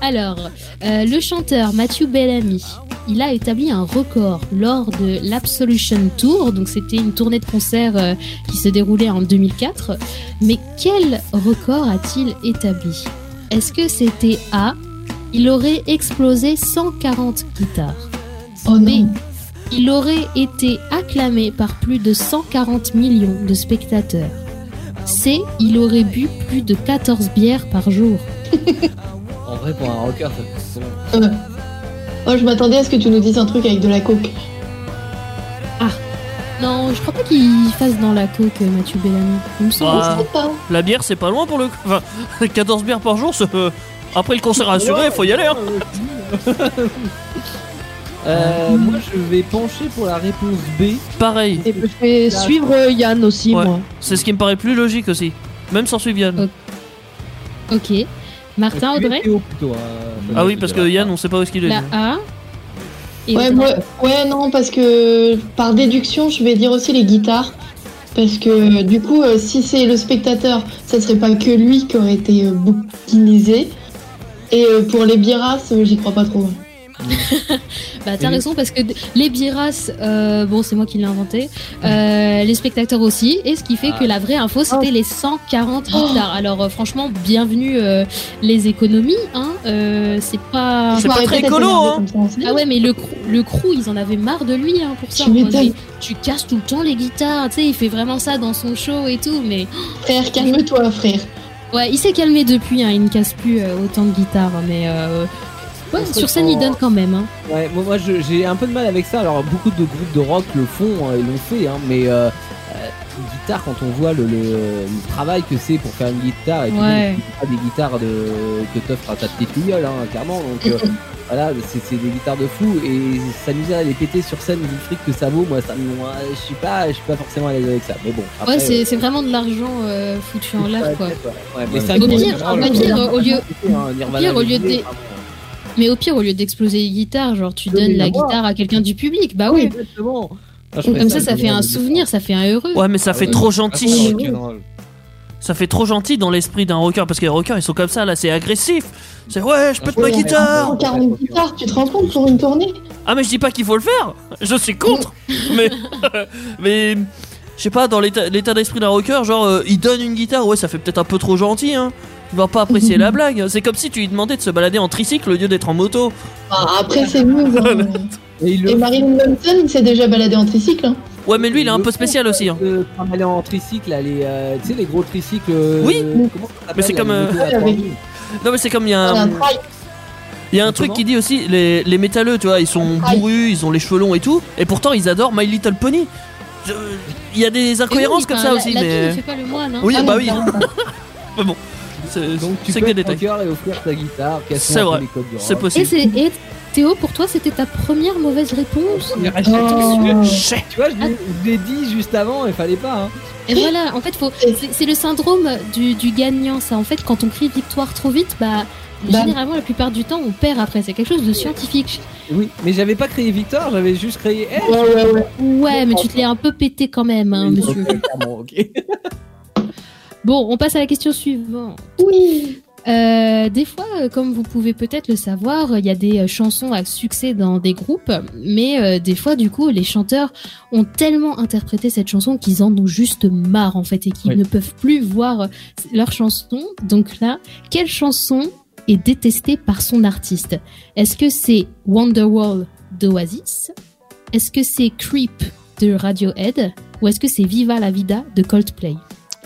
Speaker 6: Alors, euh, le chanteur Matthew Bellamy, il a établi un record lors de l'Absolution Tour, donc c'était une tournée de concerts euh, qui se déroulait en 2004. Mais quel record a-t-il établi Est-ce que c'était A, il aurait explosé 140 guitares
Speaker 4: Oh
Speaker 6: B,
Speaker 4: non.
Speaker 6: il aurait été acclamé par plus de 140 millions de spectateurs C, il aurait bu plus de 14 bières par jour
Speaker 2: En vrai, pour un rocker, ça fait son-
Speaker 4: Euh, Oh, je m'attendais à ce que tu nous dises un truc avec de la coke.
Speaker 6: Ah. Non, non, je crois pas qu'il fasse dans la coke euh, Mathieu Bellamy. Il me semble.
Speaker 3: Ah.
Speaker 4: Je sais pas.
Speaker 3: La bière, c'est pas loin pour le coup. Enfin, 14 bières par jour, c'est, euh, après le concert assuré, faut y aller. Hein.
Speaker 2: Euh, moi, je vais pencher pour la réponse B.
Speaker 3: Pareil,
Speaker 7: Et je vais suivre euh, Yann aussi,
Speaker 3: Ouais.
Speaker 7: moi.
Speaker 3: c'est ce qui me paraît plus logique aussi. Même sans suivre Yann.
Speaker 6: Ok. Martin, Audrey,
Speaker 2: Météo, plutôt, hein.
Speaker 3: Ah oui, parce que Yann, on sait pas où est-ce qu'il est.
Speaker 6: la A. Ah. Et
Speaker 4: Ouais,
Speaker 6: Audrey.
Speaker 4: moi- ouais, non, parce que par déduction, je vais dire aussi les guitares. Parce que du coup, euh, si c'est le spectateur, ça serait pas que lui qui aurait été euh, bouquinisé. Et euh, pour les biras, euh, j'y crois pas trop.
Speaker 6: Bah t'as raison parce que d- les biras, euh, bon c'est moi qui l'ai inventé,
Speaker 4: Mhm.
Speaker 6: euh, les spectateurs aussi, et ce qui fait que la vraie info c'était les 140
Speaker 4: Ah. Oh.
Speaker 6: guitares. Alors euh, franchement, bienvenue euh, les économies, hein, euh, c'est pas...
Speaker 3: C'est pas
Speaker 4: Arrêtez
Speaker 3: très
Speaker 4: d'être
Speaker 3: écolo,
Speaker 4: énervé
Speaker 3: hein.
Speaker 4: comme ça, on se-
Speaker 6: Ah ouais mais le, cr- le crew ils en avaient marre de lui hein, pour ça.
Speaker 4: Tu
Speaker 6: en mode,
Speaker 4: m'étonnes.
Speaker 6: mais tu casses tout le temps les guitares, tu sais, il fait vraiment ça dans son show et tout, mais...
Speaker 4: Frère, calme-toi, frère.
Speaker 6: Ouais, il s'est calmé depuis, hein, il ne casse plus euh, autant de guitares, mais... euh, ouais, sur scène il donne quand même. Hein.
Speaker 2: Ouais, moi, moi, je- j'ai un peu de mal avec ça. Alors, beaucoup de groupes de rock le font euh, et l'ont fait, hein, mais euh, euh, une guitare, quand on voit le, le- le travail que c'est pour faire une guitare, et puis
Speaker 6: Ouais.
Speaker 2: c'est pas des guitares de, que t'offres à ta petite mignole, hein, clairement. Donc, euh, voilà, c'est c'est des guitares de fou et s'amuser à les péter sur scène du fric que ça vaut, moi, ça, me- moi, je suis pas, je suis pas forcément à l'aise avec ça. Mais bon, après,
Speaker 6: Ouais,
Speaker 2: euh,
Speaker 6: c'est c'est vraiment de l'argent euh, foutu en l'air, quoi.
Speaker 2: Ouais, ouais, mais
Speaker 5: Au
Speaker 2: ça,
Speaker 5: pire,
Speaker 2: Nirvana,
Speaker 5: au
Speaker 2: Nirvana,
Speaker 5: pire,
Speaker 2: Nirvana,
Speaker 6: au lieu-
Speaker 2: hein, Nirvana,
Speaker 6: au lieu
Speaker 2: Nirvana,
Speaker 6: des- Mais au pire, au lieu d'exploser les guitares, genre tu
Speaker 2: Oui,
Speaker 6: donnes
Speaker 2: mais
Speaker 6: la
Speaker 2: d'abord.
Speaker 6: guitare à quelqu'un du public, bah
Speaker 2: Oui,
Speaker 6: ouais.
Speaker 2: exactement. Ah, je
Speaker 6: Comme
Speaker 2: ferais
Speaker 6: ça, ça
Speaker 2: je
Speaker 6: fait
Speaker 2: ferais
Speaker 6: un
Speaker 2: ça.
Speaker 6: souvenir, ça fait un heureux.
Speaker 3: Ouais, mais
Speaker 2: Ah
Speaker 3: ça fait trop gentil.
Speaker 5: Rock and roll.
Speaker 3: Ça fait trop gentil dans l'esprit d'un rocker parce que les rockers ils sont comme ça là, c'est agressif. C'est ouais, je pète ma
Speaker 2: Ouais, mais-
Speaker 3: guitare.
Speaker 4: 140 guitares, tu te rends compte pour une tournée
Speaker 3: Ah mais je dis pas qu'il faut le faire. Je suis contre. mais mais je sais pas dans l'état l'état d'esprit d'un rocker, genre euh, il donne une guitare, ouais, ça fait peut-être un peu trop gentil hein. Il va pas apprécier la blague. C'est comme si tu lui demandais de se balader en tricycle au lieu d'être en moto.
Speaker 6: Ah,
Speaker 4: Bah, Après, c'est nous. euh,
Speaker 2: Et il le
Speaker 4: Et Marilyn Manson, il s'est déjà baladé en tricycle. hein.
Speaker 3: Ouais, mais lui il est un peu spécial aussi. hein.
Speaker 2: Le trimballer en tricycle, là, les, euh, tu sais, les gros tricycles. euh,
Speaker 3: Oui.
Speaker 2: comment ça s'appelle,
Speaker 3: Mais c'est
Speaker 2: là,
Speaker 3: comme,
Speaker 2: les
Speaker 3: euh,
Speaker 2: motos à
Speaker 4: Ouais,
Speaker 2: trois
Speaker 4: avec-
Speaker 2: roues
Speaker 3: Non mais c'est comme il y
Speaker 4: Il
Speaker 3: a
Speaker 4: y a
Speaker 3: un,
Speaker 4: un trail.
Speaker 3: il y a un truc
Speaker 2: Comment
Speaker 3: qui dit aussi les, les métalleux, tu vois, ils sont
Speaker 4: Ah.
Speaker 3: bourrus, ils ont les cheveux longs et tout, et pourtant ils adorent My Little Pony. Je- Il y a des
Speaker 6: Mais Eh oui,
Speaker 3: incohérences comme
Speaker 6: enfin,
Speaker 3: ça
Speaker 6: la-
Speaker 3: aussi,
Speaker 6: la vie ne
Speaker 3: mais
Speaker 6: fait pas le moine, hein.
Speaker 3: oui,
Speaker 4: Ah
Speaker 3: bah
Speaker 4: non,
Speaker 3: oui.
Speaker 4: pardon.
Speaker 3: Mais bon, c'est
Speaker 2: Donc tu
Speaker 3: c'est
Speaker 2: peux
Speaker 3: que des
Speaker 2: être
Speaker 3: détails.
Speaker 2: rocker et offrir ta guitare, casser
Speaker 3: C'est
Speaker 2: un peu
Speaker 3: vrai.
Speaker 2: les codes du rock.
Speaker 3: C'est
Speaker 6: Et,
Speaker 3: possible.
Speaker 6: c'est- et Théo, pour toi, c'était ta première mauvaise réponse
Speaker 2: Mais reste-
Speaker 4: Oh.
Speaker 3: Chais.
Speaker 2: Tu vois, je l'ai- je l'ai dit juste avant, il fallait pas. hein.
Speaker 6: Et voilà, en fait, faut. c'est- C'est le syndrome du, du gagnant, ça. En fait, quand on crie victoire trop vite, bah.
Speaker 4: Bah.
Speaker 6: Généralement, la plupart du temps, on perd après. C'est quelque chose de scientifique.
Speaker 2: Oui, mais j'avais pas créé Victor, j'avais juste créé elle.
Speaker 4: Ouais, ouais, ouais.
Speaker 6: Ouais, mais tu te l'es un peu pété quand même, hein, monsieur. Bon, on passe à la question suivante.
Speaker 4: Oui.
Speaker 6: Euh, des fois, euh, comme vous pouvez peut-être le savoir, il y a des euh, chansons à succès dans des groupes, mais euh, des fois, du coup, les chanteurs ont tellement interprété cette chanson qu'ils en ont juste marre, en fait, et qu'ils
Speaker 2: Oui.
Speaker 6: ne peuvent plus voir euh, leur chanson. Donc là, quelle chanson est détestée par son artiste Est-ce que c'est Wonderwall d'Oasis Est-ce que c'est Creep de Radiohead Ou est-ce que c'est Viva la Vida de Coldplay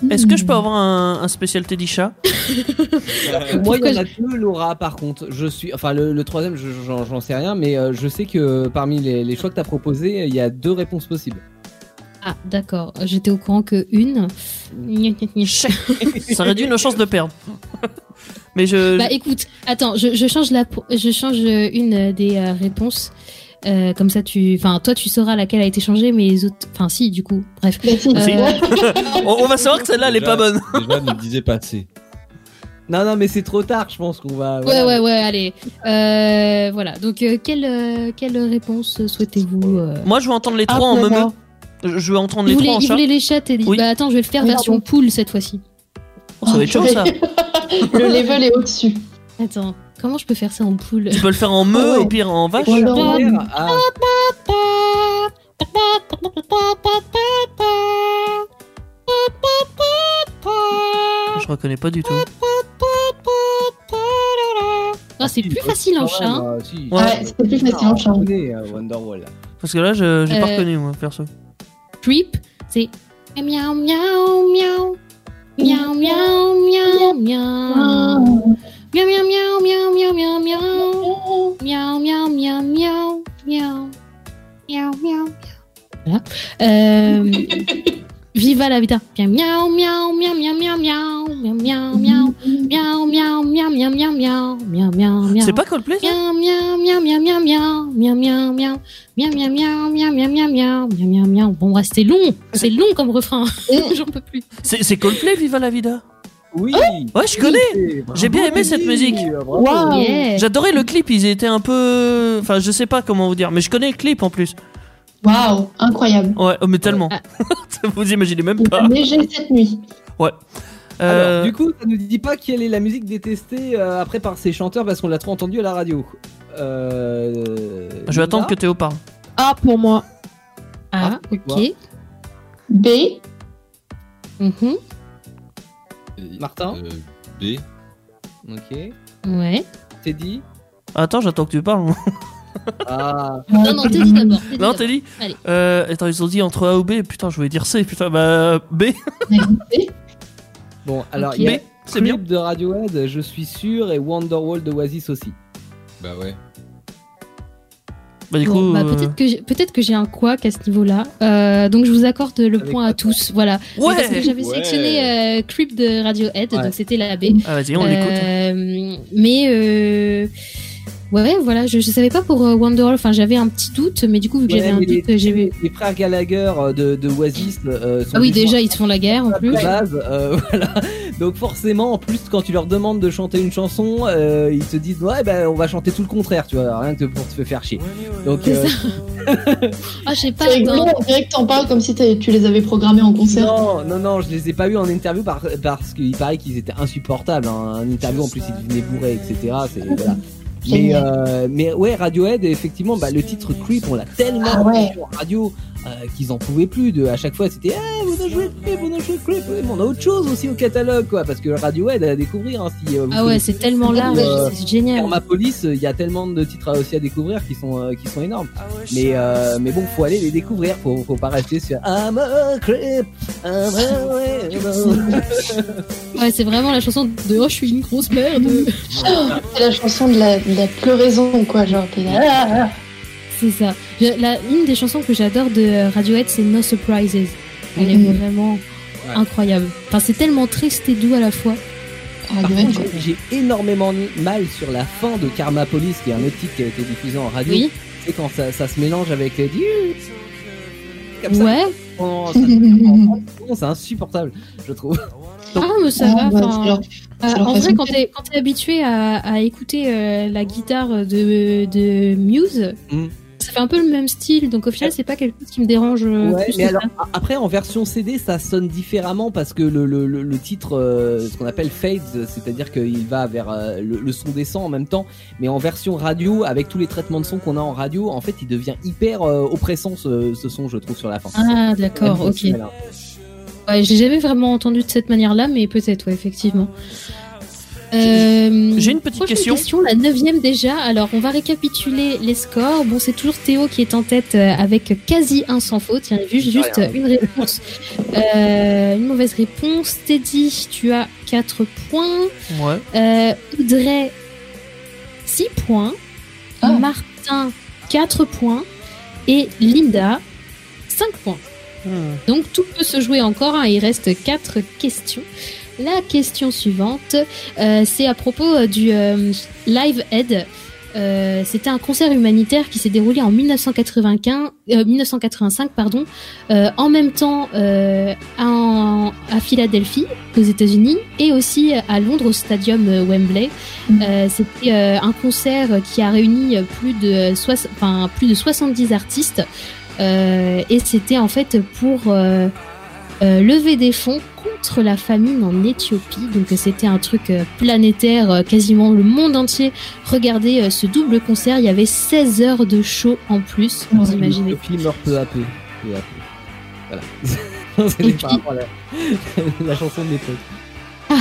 Speaker 3: Est-ce que je peux avoir un, un spécial Teddy Chat
Speaker 2: Moi, il y en
Speaker 6: Pourquoi
Speaker 2: a deux, Laura, par contre. Je suis, enfin, le, le troisième, je- j'en j'en sais rien, mais euh, je sais que parmi les, les choix que t'as proposés, il y a deux réponses possibles.
Speaker 6: Ah, d'accord. J'étais au courant que une.
Speaker 3: Chais. Ça réduit nos chances de perdre. Mais je.
Speaker 6: Bah écoute, attends, je, je change la, pro- je change euh, une euh, des euh, réponses. Euh, comme ça, tu, enfin, toi, tu sauras laquelle a été changée, mais les autres, enfin, si, du coup, bref.
Speaker 4: Bah, si.
Speaker 6: Euh,
Speaker 3: on, on va savoir que celle-là elle est pas bonne.
Speaker 5: Déjà, ne le disait pas assez.
Speaker 2: Non, non, mais c'est trop tard, je pense qu'on
Speaker 4: Ah,
Speaker 2: va.
Speaker 6: Ouais,
Speaker 2: voilà.
Speaker 6: ouais, ouais, allez. Euh, voilà. Donc, euh, quelle, euh, quelle réponse souhaitez-vous euh
Speaker 3: Moi je veux entendre les
Speaker 7: Ah,
Speaker 3: trois en
Speaker 7: pour
Speaker 3: me.
Speaker 7: moi.
Speaker 3: Je veux entendre
Speaker 6: Il
Speaker 3: les
Speaker 6: voulait,
Speaker 3: trois en
Speaker 6: il
Speaker 3: chat.
Speaker 6: voulait les chats et dit,
Speaker 3: Oui.
Speaker 6: bah attends, je vais le faire
Speaker 4: Oui,
Speaker 6: version poule cette fois-ci.
Speaker 3: Ça va être chaud ça.
Speaker 4: Le level est au-dessus.
Speaker 6: Attends, comment je peux faire ça en poule
Speaker 3: Tu peux le faire en me,
Speaker 4: Ouais.
Speaker 3: au pire en vache.
Speaker 4: Ouais.
Speaker 2: Ah,
Speaker 3: Je reconnais pas du tout.
Speaker 6: Ah, c'est plus facile en chat. hein.
Speaker 2: Ouais, bah, si.
Speaker 3: Ouais.
Speaker 4: Ouais, c'était plus facile
Speaker 2: Ah,
Speaker 4: en chant.
Speaker 2: on connaît, euh, Wonderwall.
Speaker 3: Parce que là je- j'ai pas
Speaker 6: Euh.
Speaker 3: reconnu moi perso.
Speaker 6: Creep, c'est miaou miaou miaou miaou miaou miaou miaou miaou miaou miaou miaou miaou miaou miaou miaou miaou miaou miaou miaou miaou miaou Voilà. Euh, Viva la vida. Miaou, miaou, miaou, miaou, miaou, miaou, miaou, miaou, miaou, miaou, miaou, miaou, miaou, miaou, miaou, miaou, miaou, miaou.
Speaker 3: C'est pas Coldplay ça
Speaker 6: Miaou, miaou, miaou, miaou, miaou, miaou, miaou, miaou, miaou, miaou, miaou, miaou, miaou, miaou, miaou, miaou, miaou, miaou, miaou. Bon, bah, c'est long, c'est long comme refrain. J'en peux plus.
Speaker 3: C'est c'est Coldplay Viva la Vida Ah,
Speaker 2: Oui.
Speaker 3: Ouais, je connais J'ai bien aimé cette musique.
Speaker 2: euh,
Speaker 7: Waouh.
Speaker 6: Yeah.
Speaker 3: J'adorais le clip, ils étaient un peu. Enfin, je sais pas comment vous dire, mais je connais le clip en plus.
Speaker 4: Waouh, incroyable.
Speaker 3: Ouais, oh, mais tellement. vous imaginez même
Speaker 2: Ah.
Speaker 3: pas.
Speaker 4: Léger cette nuit.
Speaker 3: Euh,
Speaker 2: Alors, du coup, ça ne dit pas quelle est la musique détestée euh, après par ces chanteurs parce qu'on l'a trop entendue à la radio. Euh,
Speaker 3: je vais
Speaker 2: Lisa
Speaker 3: attendre que Théo parle.
Speaker 7: Ah, pour moi.
Speaker 6: Ah, ok.
Speaker 4: B,
Speaker 6: Mhm.
Speaker 5: Et-
Speaker 2: Martin
Speaker 5: euh, B.
Speaker 2: Ok.
Speaker 6: Ouais.
Speaker 2: Teddy
Speaker 3: Attends, j'attends que tu parles.
Speaker 2: Ah.
Speaker 6: Non, non, t'es dit d'abord. t'es dit
Speaker 3: Non,
Speaker 6: d'abord.
Speaker 3: Teddy
Speaker 6: Allez.
Speaker 3: euh, Attends, ils ont dit entre A ou B. Putain, je voulais dire C. Putain, bah B.
Speaker 2: Bon, alors,
Speaker 6: Ok.
Speaker 2: il y a
Speaker 3: B, c'est bien.
Speaker 2: Club de Radiohead, je suis sûr, et Wonderwall de Oasis aussi.
Speaker 5: Bah ouais.
Speaker 3: Bah, du
Speaker 6: Bon,
Speaker 3: coup.
Speaker 6: bah,
Speaker 3: euh,
Speaker 6: peut-être que j'ai- peut-être que j'ai un couac à ce niveau-là. Euh, donc je vous accorde le
Speaker 2: Avec
Speaker 6: point à
Speaker 2: quoi,
Speaker 6: tous. Voilà. Mais parce que
Speaker 3: Ouais
Speaker 6: j'avais
Speaker 5: Ouais.
Speaker 6: sélectionné euh, Creep de Radiohead,
Speaker 2: Ouais.
Speaker 6: donc c'était la B.
Speaker 3: Ah, vas-y, on l'écoute.
Speaker 6: Euh, mais euh, ouais, ouais, voilà, je, je savais pas pour euh, Wonderwall. Enfin, j'avais un petit doute, mais du coup vu que
Speaker 2: Ouais,
Speaker 6: j'avais un
Speaker 2: mais les-
Speaker 6: doute, euh, j'ai vu.
Speaker 2: Les frères Gallagher euh, de, de Oasis euh, sont
Speaker 6: Ah oui,
Speaker 2: des
Speaker 6: déjà ils se font la guerre en
Speaker 2: de
Speaker 6: plus.
Speaker 2: base, euh, voilà. Donc forcément, en plus, quand tu leur demandes de chanter une chanson, euh, ils te disent ouais, ben on va chanter tout le contraire, tu vois, rien que pour te faire chier. Donc euh,
Speaker 6: Ah, je sais pas.
Speaker 4: C'est rigolo,
Speaker 6: attends.
Speaker 4: on dirait que t'en parles comme si t'avais- tu les avais programmés en concert.
Speaker 2: non, non, non, je les ai pas eu en interview par- parce qu'il paraît qu'ils étaient insupportables. hein. En interview, en plus, ils venaient bourrés, etc. C'est voilà. Mais, euh, mais ouais, Radiohead, effectivement, bah, le titre Creep, on l'a tellement
Speaker 4: Ah ouais.
Speaker 2: entendu en radio euh, qu'ils en pouvaient plus. De, à chaque fois, c'était Eh, vous nous jouez Creep, vous nous jouez Creep. Ouais, mais on a autre chose aussi au catalogue, quoi, parce que Radiohead à découvrir. Hein, si, euh, vous
Speaker 6: Ah ouais, c'est tellement large,
Speaker 2: Euh,
Speaker 6: c'est génial.
Speaker 2: Hermapolis, il y a tellement de titres à- aussi à découvrir qui sont, euh, qui sont énormes. Mais, euh, mais bon, faut aller les découvrir, faut, faut pas rester sur I'm a creep, I'm a weirdo.
Speaker 6: Ouais, c'est vraiment la chanson de Oh, je suis une grosse merde.
Speaker 4: C'est la chanson de la, de la pleuraison, quoi. Genre, t'es là, ah, ah, ah.
Speaker 6: C'est ça. Je- la- une des chansons que j'adore de euh, Radiohead, c'est No Surprises. Elle est
Speaker 4: Mhm.
Speaker 6: vraiment incroyable. Enfin, c'est tellement triste et doux à la fois.
Speaker 4: Ah,
Speaker 2: Par
Speaker 4: Yoann,
Speaker 2: contre, j'ai j'ai énormément mal sur la fin de Karmapolis, qui est un autre titre qui a été diffusé en radio.
Speaker 6: Oui.
Speaker 2: C'est quand ça, ça se mélange avec les comme ça.
Speaker 6: Ouais.
Speaker 2: Oh, ça- oh, c'est insupportable, je trouve.
Speaker 6: Ah, mais ça
Speaker 4: Ah,
Speaker 6: va.
Speaker 4: bah,
Speaker 6: enfin,
Speaker 4: c'est leur-
Speaker 6: euh,
Speaker 4: c'est leur
Speaker 6: en vrai,
Speaker 4: façon
Speaker 6: quand
Speaker 4: de
Speaker 6: t'es quand t'es habitué à, à écouter euh, la guitare de, de Muse,
Speaker 2: Mhm.
Speaker 6: ça fait un peu le même style. Donc au final, c'est pas quelque chose qui me dérange. euh,
Speaker 2: Ouais,
Speaker 6: plus
Speaker 2: mais
Speaker 6: que
Speaker 2: alors
Speaker 6: ça.
Speaker 2: a- après en version CD ça sonne différemment parce que le, le, le, le titre euh, ce qu'on appelle fades c'est-à-dire qu'il va vers euh, le, le son descend en même temps mais en version radio avec tous les traitements de son qu'on a en radio en fait il devient hyper euh, oppressant ce, ce son je trouve sur la fin.
Speaker 6: Ah, d'accord.
Speaker 2: Même
Speaker 6: Ok.
Speaker 2: si c'est malin.
Speaker 6: Ouais, j'ai jamais vraiment entendu de cette manière-là, mais peut-être, ouais, effectivement. Euh,
Speaker 3: j'ai une petite
Speaker 6: prochaine
Speaker 3: question.
Speaker 6: La neuvième déjà. Alors, on va récapituler les scores. Bon, c'est toujours Théo qui est en tête euh, avec quasi un sans faute. Il y en a juste, juste
Speaker 2: rien.
Speaker 6: une réponse, Euh, une mauvaise réponse. Teddy, tu as 4 points.
Speaker 3: Ouais.
Speaker 6: Euh, Audrey, 6 points.
Speaker 4: Ah.
Speaker 6: Martin, 4 points. Et Linda, 5 points.
Speaker 3: Hmm.
Speaker 6: Donc tout peut se jouer encore, hein, il reste quatre questions. La question suivante, euh, c'est à propos euh, du euh, Live Aid. Euh, C'était un concert humanitaire qui s'est déroulé en 1995, euh, 1985 pardon, euh, en même temps euh, en- à Philadelphie, aux États-Unis, et aussi à Londres au Stadium euh, Wembley.
Speaker 4: Mhm.
Speaker 6: Euh, C'était euh, un concert qui a réuni euh, plus de, soix- enfin, plus de 70 artistes euh, et c'était en fait pour euh, euh, lever des fonds contre la famine en Éthiopie. Donc euh, c'était un truc euh, planétaire, euh, quasiment le monde entier. Regardez euh, ce double concert, il y avait 16 heures de show en plus, vous
Speaker 4: Ouais.
Speaker 6: imaginez.
Speaker 2: Le film meurt peu à peu. peu, à peu. Voilà. C'était
Speaker 6: Et
Speaker 2: par
Speaker 6: puis-
Speaker 2: rapport à hein. la, la chanson de l'époque.
Speaker 6: Ah,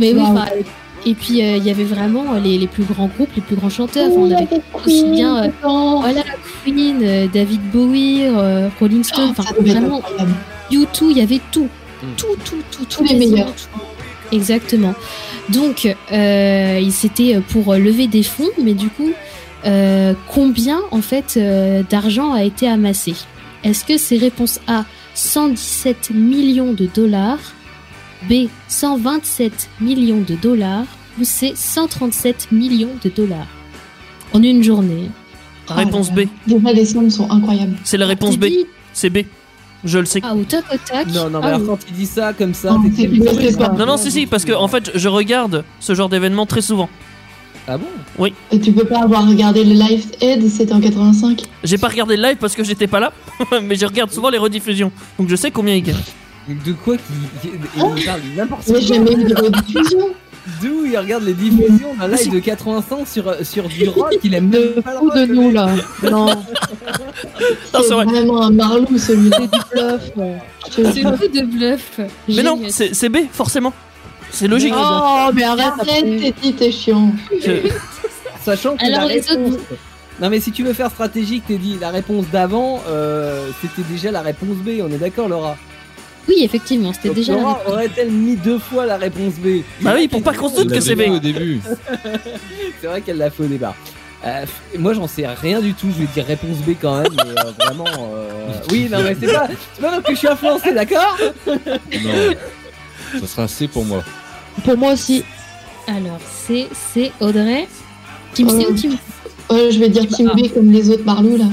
Speaker 6: Mais oui,
Speaker 4: Wow.
Speaker 6: enfin, et puis euh, il y avait vraiment euh, les, les plus grands groupes, les plus grands chanteurs. Enfin,
Speaker 4: Oui,
Speaker 6: on avait
Speaker 4: avec
Speaker 6: aussi
Speaker 4: Queen,
Speaker 6: bien, euh,
Speaker 4: dedans.
Speaker 6: voilà, Queen, euh, David Bowie, euh, Rolling Stone, enfin
Speaker 4: Ah, Oh, Ça devait être
Speaker 6: vraiment
Speaker 4: incroyable.
Speaker 6: YouTube, il y avait tout.
Speaker 2: Mm.
Speaker 6: Tout, tout, tout,
Speaker 4: Tous
Speaker 6: tout,
Speaker 4: les
Speaker 6: quasiment
Speaker 4: meilleurs.
Speaker 6: tout. Exactement. Donc, euh, il- c'était pour lever des fonds, mais du coup, euh, combien en fait euh, d'argent a été amassé Est-ce que c'est réponse A 117 millions de dollars, B 127 millions de dollars ou C 137 millions de dollars en une journée Ah
Speaker 3: Réponse B.
Speaker 4: Déjà, les sommes sont incroyables.
Speaker 3: C'est la réponse
Speaker 6: C'est
Speaker 3: B.
Speaker 6: dit-
Speaker 3: C'est B. Je le sais.
Speaker 6: Ah, au tac au tac.
Speaker 2: Non, non, mais
Speaker 6: Ah
Speaker 2: alors
Speaker 6: oui.
Speaker 2: quand il dit ça comme ça,
Speaker 4: Non,
Speaker 2: t'es
Speaker 4: c'est
Speaker 2: obligé de
Speaker 4: plus que
Speaker 2: dire,
Speaker 4: ça.
Speaker 2: ah,
Speaker 3: Non, non, si, si, parce que en fait, je regarde ce genre d'événement très souvent.
Speaker 2: Ah bon
Speaker 4: Et tu peux pas avoir regardé le live aid, c'était en 85.
Speaker 3: J'ai pas regardé le live parce que j'étais pas là, mais je regarde souvent les rediffusions. Donc je sais combien il gagne.
Speaker 2: De quoi qu'il il
Speaker 6: Ah
Speaker 2: nous parle de n'importe quoi
Speaker 4: Mais jamais eu de rediffusion.
Speaker 2: D'où il regarde les diffusions d'un live de 85 sur, euh, sur du rock, il aime même pas le
Speaker 7: Ou
Speaker 2: rock,
Speaker 7: de
Speaker 2: le
Speaker 7: nous
Speaker 2: mec.
Speaker 7: là. Non,
Speaker 3: Non, c'est
Speaker 4: C'est
Speaker 3: vrai.
Speaker 4: vraiment un marlou celui-là.
Speaker 7: c'est du bluff.
Speaker 4: Je te
Speaker 6: C'est
Speaker 4: jure.
Speaker 6: beaucoup de bluff.
Speaker 3: Mais non,
Speaker 6: Génial.
Speaker 3: c'est c'est B, forcément. C'est logique.
Speaker 7: Oh, mais arrête,
Speaker 4: Arrête,
Speaker 7: après.
Speaker 4: t'es dit, t'es chiant.
Speaker 3: Je-
Speaker 2: Sachant que
Speaker 6: Alors,
Speaker 2: la
Speaker 6: les autres,
Speaker 2: réponse... Non mais si tu veux faire stratégique, t'es dit la réponse d'avant, euh, c'était déjà la réponse B, on est d'accord Laura
Speaker 6: Oui, effectivement, c'était
Speaker 2: Donc,
Speaker 6: déjà la
Speaker 2: Laura
Speaker 6: réponse.
Speaker 2: aurait-elle mis deux fois la réponse B
Speaker 3: Bah oui, pour pas qu'on se doute que
Speaker 5: l'avait
Speaker 3: c'est B.
Speaker 5: dit au début.
Speaker 2: C'est vrai qu'elle l'a fait au départ. Euh, f- moi j'en sais rien du tout, je vais dire réponse B quand même, mais euh, vraiment... euh, Oui, non mais c'est pas, c'est pas parce que je suis influencé, d'accord
Speaker 5: Non. Ça sera C pour moi.
Speaker 7: Pour moi aussi.
Speaker 6: Alors, c'est c'est Audrey. Team C
Speaker 4: Euh.
Speaker 6: ou Team
Speaker 4: Ouais, je vais dire Team B comme les autres marlous là.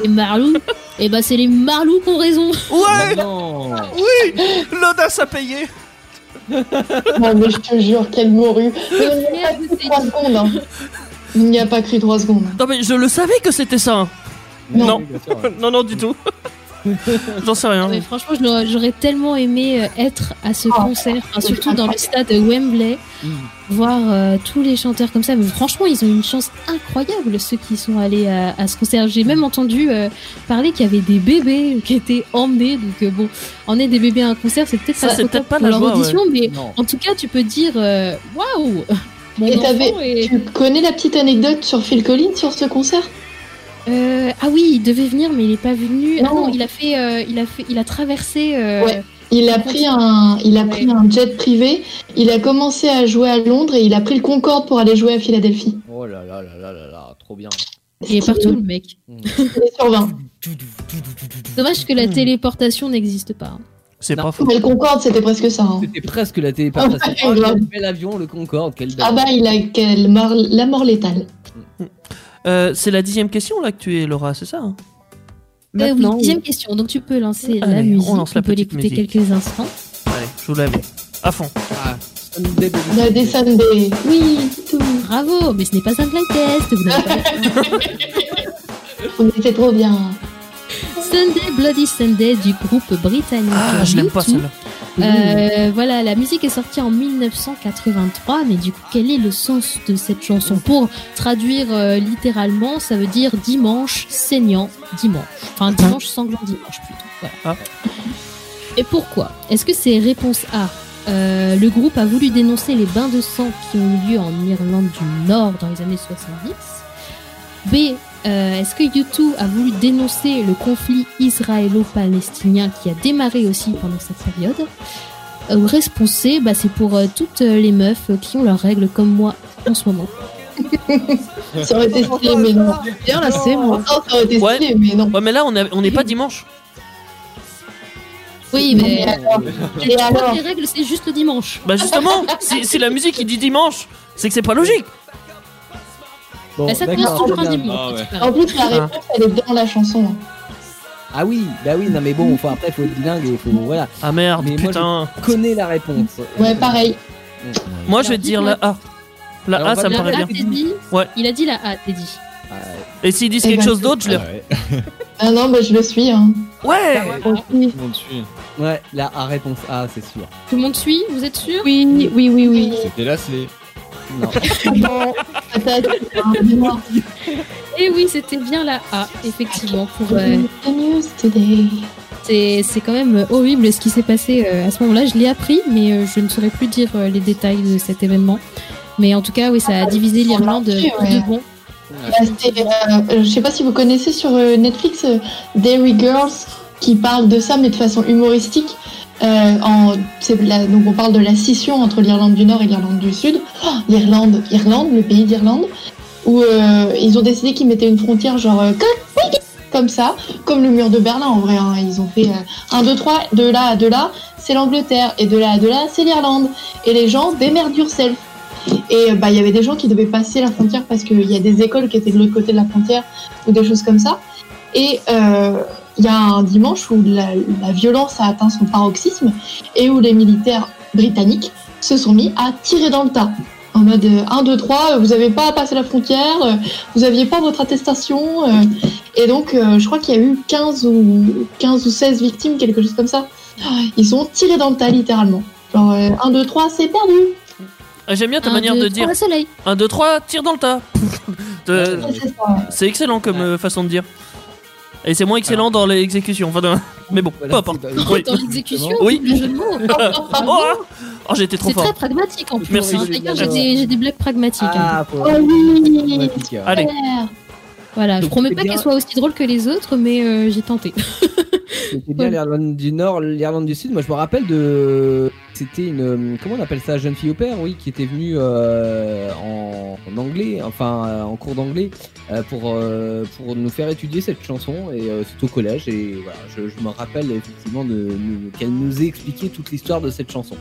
Speaker 6: Les Marlous Et bah, c'est les Marlous qui ont raison.
Speaker 3: Ouais,
Speaker 2: Non
Speaker 3: oui, l'audace a payé.
Speaker 4: Non, mais je te jure, quelle morue. Mais on n'y a pas cru
Speaker 6: C'est-
Speaker 4: 3 secondes. hein. On n'y a pas cru 3 secondes.
Speaker 3: Non, mais je le savais que c'était ça. hein.
Speaker 4: Non.
Speaker 2: Oui, bien sûr, ouais.
Speaker 3: Non, non, du tout. J'en sais rien.
Speaker 6: Mais franchement, je l'aurais- j'aurais tellement aimé euh, être à
Speaker 3: Oh.
Speaker 6: ce concert, enfin, surtout dans le stade de Wembley,
Speaker 2: Mm.
Speaker 6: voir euh, tous les chanteurs comme ça. Mais franchement, ils ont une chance incroyable, ceux qui sont allés à, à ce concert. J'ai
Speaker 3: Mm.
Speaker 6: même entendu euh, parler qu'il y avait des bébés qui étaient emmenés. Donc, euh, bon, emmener des bébés à un concert, c'est peut-être
Speaker 3: Ça, c'est
Speaker 6: autant
Speaker 3: peut-être pas
Speaker 6: pour
Speaker 3: la
Speaker 6: leur
Speaker 3: joie,
Speaker 6: audition, mais
Speaker 2: Non.
Speaker 6: en tout cas, tu peux dire euh, waouh! Mon
Speaker 4: Et
Speaker 6: enfant
Speaker 4: t'avais-
Speaker 6: est-
Speaker 4: Tu connais la petite anecdote sur Phil Collins sur ce concert
Speaker 6: Euh, ah oui, il devait venir, mais il est pas venu. Ah
Speaker 4: Non.
Speaker 6: non, il a fait, euh, il a fait, il a traversé. euh,
Speaker 4: Ouais. Il a pris un, il a pris un jet privé. Il a commencé à jouer à Londres et il a pris le Concorde pour aller jouer à Philadelphie.
Speaker 2: Oh là là là là là là, trop bien. Mmh.
Speaker 6: Il est partout le mec.
Speaker 4: Il est sur 20.
Speaker 6: Dommage que la
Speaker 3: Mmh.
Speaker 6: téléportation n'existe pas. Euh,
Speaker 3: C'est
Speaker 2: Non.
Speaker 3: pas faux.
Speaker 4: Mais le Concorde, c'était presque ça. hein.
Speaker 2: C'était presque la téléportation.
Speaker 4: Ouais,
Speaker 2: Oh,
Speaker 4: grave.
Speaker 2: quel bel avion, le Concorde, quel bel-
Speaker 4: Ah bah, il a quelle mort- la mort létale.
Speaker 3: Euh, c'est la dixième question là que tu es, Laura, c'est ça hein
Speaker 6: Euh, oui,
Speaker 2: Maintenant,
Speaker 6: dixième question. Donc tu peux lancer la
Speaker 3: Allez, on
Speaker 6: musique.
Speaker 3: lance la
Speaker 6: peut
Speaker 3: petite
Speaker 6: l'écouter
Speaker 3: musique.
Speaker 6: quelques instants.
Speaker 3: Allez, je vous l'avais. À fond.
Speaker 2: ah, Sunday Baby.
Speaker 4: La descente des... Oui, tout.
Speaker 6: Bravo, mais ce n'est pas un blind test. Vous n'avez pas le droit.
Speaker 4: On était trop bien.
Speaker 6: Sunday Bloody Sunday du groupe britannique.
Speaker 3: Ah, je l'aime pas
Speaker 6: U2.
Speaker 3: celle-là.
Speaker 6: Euh, voilà, la musique est sortie en 1983, mais du coup, quel est le sens de cette chanson Pour traduire euh, littéralement, ça veut dire dimanche saignant dimanche. Enfin, dimanche sanglant dimanche plutôt. Voilà.
Speaker 3: Ah.
Speaker 6: Et pourquoi Est-ce que c'est réponse A euh, le groupe a voulu dénoncer les bains de sang qui ont eu lieu en Irlande du Nord dans les années 70. B. euh, Est-ce que U2 a voulu dénoncer le conflit israélo-palestinien qui a démarré aussi pendant cette période Euh, Ou réponse C, bah, c'est pour euh, toutes euh, les meufs euh, qui ont leurs règles comme moi en ce moment.
Speaker 4: Ça aurait été stylé, mais non.
Speaker 7: Oh, Bien là,
Speaker 6: Oh,
Speaker 7: c'est moi.
Speaker 4: Non, Oh, ça aurait été
Speaker 3: Ouais.
Speaker 4: stylé, mais non.
Speaker 3: Ouais, mais là, on a- on n'est pas dimanche.
Speaker 6: Oui,
Speaker 4: mais
Speaker 6: mais euh,
Speaker 4: alors, et alors
Speaker 6: les règles, c'est juste le dimanche.
Speaker 3: Bah justement, si, si la musique il dit dimanche, c'est que c'est pas logique.
Speaker 2: Bon,
Speaker 6: Bah, ça
Speaker 2: d'accord,
Speaker 6: commence toujours
Speaker 2: très
Speaker 6: un
Speaker 2: bien.
Speaker 6: dimanche.
Speaker 5: Ah ouais.
Speaker 6: c'est pas grave.
Speaker 4: En plus, la réponse, elle est dans la chanson. hein.
Speaker 2: Ah oui, bah oui, non mais bon, faut, après faut être bilingue et faut voilà,
Speaker 3: Ah merde,
Speaker 2: Mais moi,
Speaker 3: putain.
Speaker 2: connais la réponse.
Speaker 4: Ouais, pareil.
Speaker 3: Moi,
Speaker 6: Bah,
Speaker 3: je vais te dire la A.
Speaker 6: Ah,
Speaker 3: La
Speaker 2: Alors,
Speaker 3: A,
Speaker 2: on va
Speaker 3: ça me
Speaker 2: dire
Speaker 3: paraît
Speaker 6: La A,
Speaker 3: bien.
Speaker 2: bien.
Speaker 6: t'es dit
Speaker 3: Ouais.
Speaker 6: Il a dit la A, t'es dit.
Speaker 3: Et s'ils disent
Speaker 4: Eh
Speaker 3: quelque
Speaker 4: ben,
Speaker 3: chose d'autre, je les.
Speaker 5: ouais.
Speaker 4: Ah non, bah, je le suis. Hein.
Speaker 3: Ouais
Speaker 4: Aussi.
Speaker 5: Tout le monde suit.
Speaker 2: Ouais, la A réponse A, c'est sûr.
Speaker 6: Tout le monde suit Vous êtes sûr
Speaker 7: Oui, oui, oui, oui.
Speaker 5: C'était là, c'est.
Speaker 2: Non.
Speaker 4: Bon, patate, hein, dis-moi.
Speaker 6: Et oui, c'était bien la A, effectivement. Pour, euh,
Speaker 4: The news today.
Speaker 6: c'est c'est quand même horrible ce qui s'est passé euh, à ce moment-là. Je l'ai appris, mais euh, je ne saurais plus dire euh, les détails de cet événement. Mais en tout cas, oui, ça a divisé l'Irlande euh,
Speaker 4: marqué,
Speaker 6: pour
Speaker 4: ouais.
Speaker 6: de bon.
Speaker 4: Bah, c'est, euh, euh, je sais pas si vous connaissez sur euh, Netflix euh, Dairy Girls qui parle de ça mais de façon humoristique. Euh, en, c'est la- donc on parle de la scission entre l'Irlande du Nord et l'Irlande du Sud. Oh, L'Irlande, Irlande, le pays d'Irlande, où euh, ils ont décidé qu'ils mettaient une frontière genre euh, comme ça, comme le mur de Berlin en vrai. hein. Ils ont fait 1, 2, 3, de là à de là, c'est l'Angleterre, et de là à de là, c'est l'Irlande. Et les gens démerdent yourself. Et euh, bah, il y avait des gens qui devaient passer la frontière parce qu'il y a des écoles qui étaient de l'autre côté de la frontière ou des choses comme ça. Et euh, il y a un dimanche où la, la violence a atteint son paroxysme et où les militaires britanniques se sont mis à tirer dans le tas. En mode euh, 1, 2, 3, euh, vous n'avez pas passé la frontière, euh, vous n'aviez pas votre attestation. euh. et donc, euh, je crois qu'il y a eu 15 ou, 15 ou 16 victimes, quelque chose comme ça. Ah, Ils sont tirés dans le tas, littéralement. Genre, euh, 1, 2, 3, c'est perdu.
Speaker 3: Ah, J'aime bien ta
Speaker 6: Un,
Speaker 3: manière
Speaker 6: deux,
Speaker 3: de
Speaker 6: trois,
Speaker 3: dire
Speaker 6: Le soleil.
Speaker 3: 1, 2, 3, tire dans le tas. De-
Speaker 4: Ouais, c'est ça.
Speaker 3: C'est excellent comme euh, façon de dire. Et c'est moins excellent dans l'exécution. Enfin, dans- Mais bon,
Speaker 2: Voilà,
Speaker 3: peu importe.
Speaker 2: c'est pas-
Speaker 3: Oui.
Speaker 6: Dans l'exécution,
Speaker 3: Oui.
Speaker 6: le jeu de mots.
Speaker 3: Oh, ah Oh, j'étais trop
Speaker 6: C'est très
Speaker 3: fort.
Speaker 6: pragmatique en plus.
Speaker 3: Merci.
Speaker 6: hein. D'ailleurs, j'ai des, j'ai des blagues pragmatiques. hein.
Speaker 2: Ah, pour-
Speaker 4: Oh oui
Speaker 2: Magnifique.
Speaker 3: Allez,
Speaker 6: Voilà, je
Speaker 2: Donc,
Speaker 6: promets
Speaker 2: c'est
Speaker 6: pas
Speaker 2: bien.
Speaker 6: qu'elles soient aussi drôles que les autres, mais euh, j'ai tenté.
Speaker 2: C'était bien l'Irlande du Nord, l'Irlande du Sud. Moi, je me rappelle de. C'était une. Comment on appelle ça Jeune fille au père, oui, qui était venue euh, en, en anglais, enfin euh, en cours d'anglais, euh, pour, euh, pour nous faire étudier cette chanson. Et euh, c'est au collège. Et voilà, je, je me rappelle effectivement de, de- qu'elle nous ait expliqué toute l'histoire de cette chanson.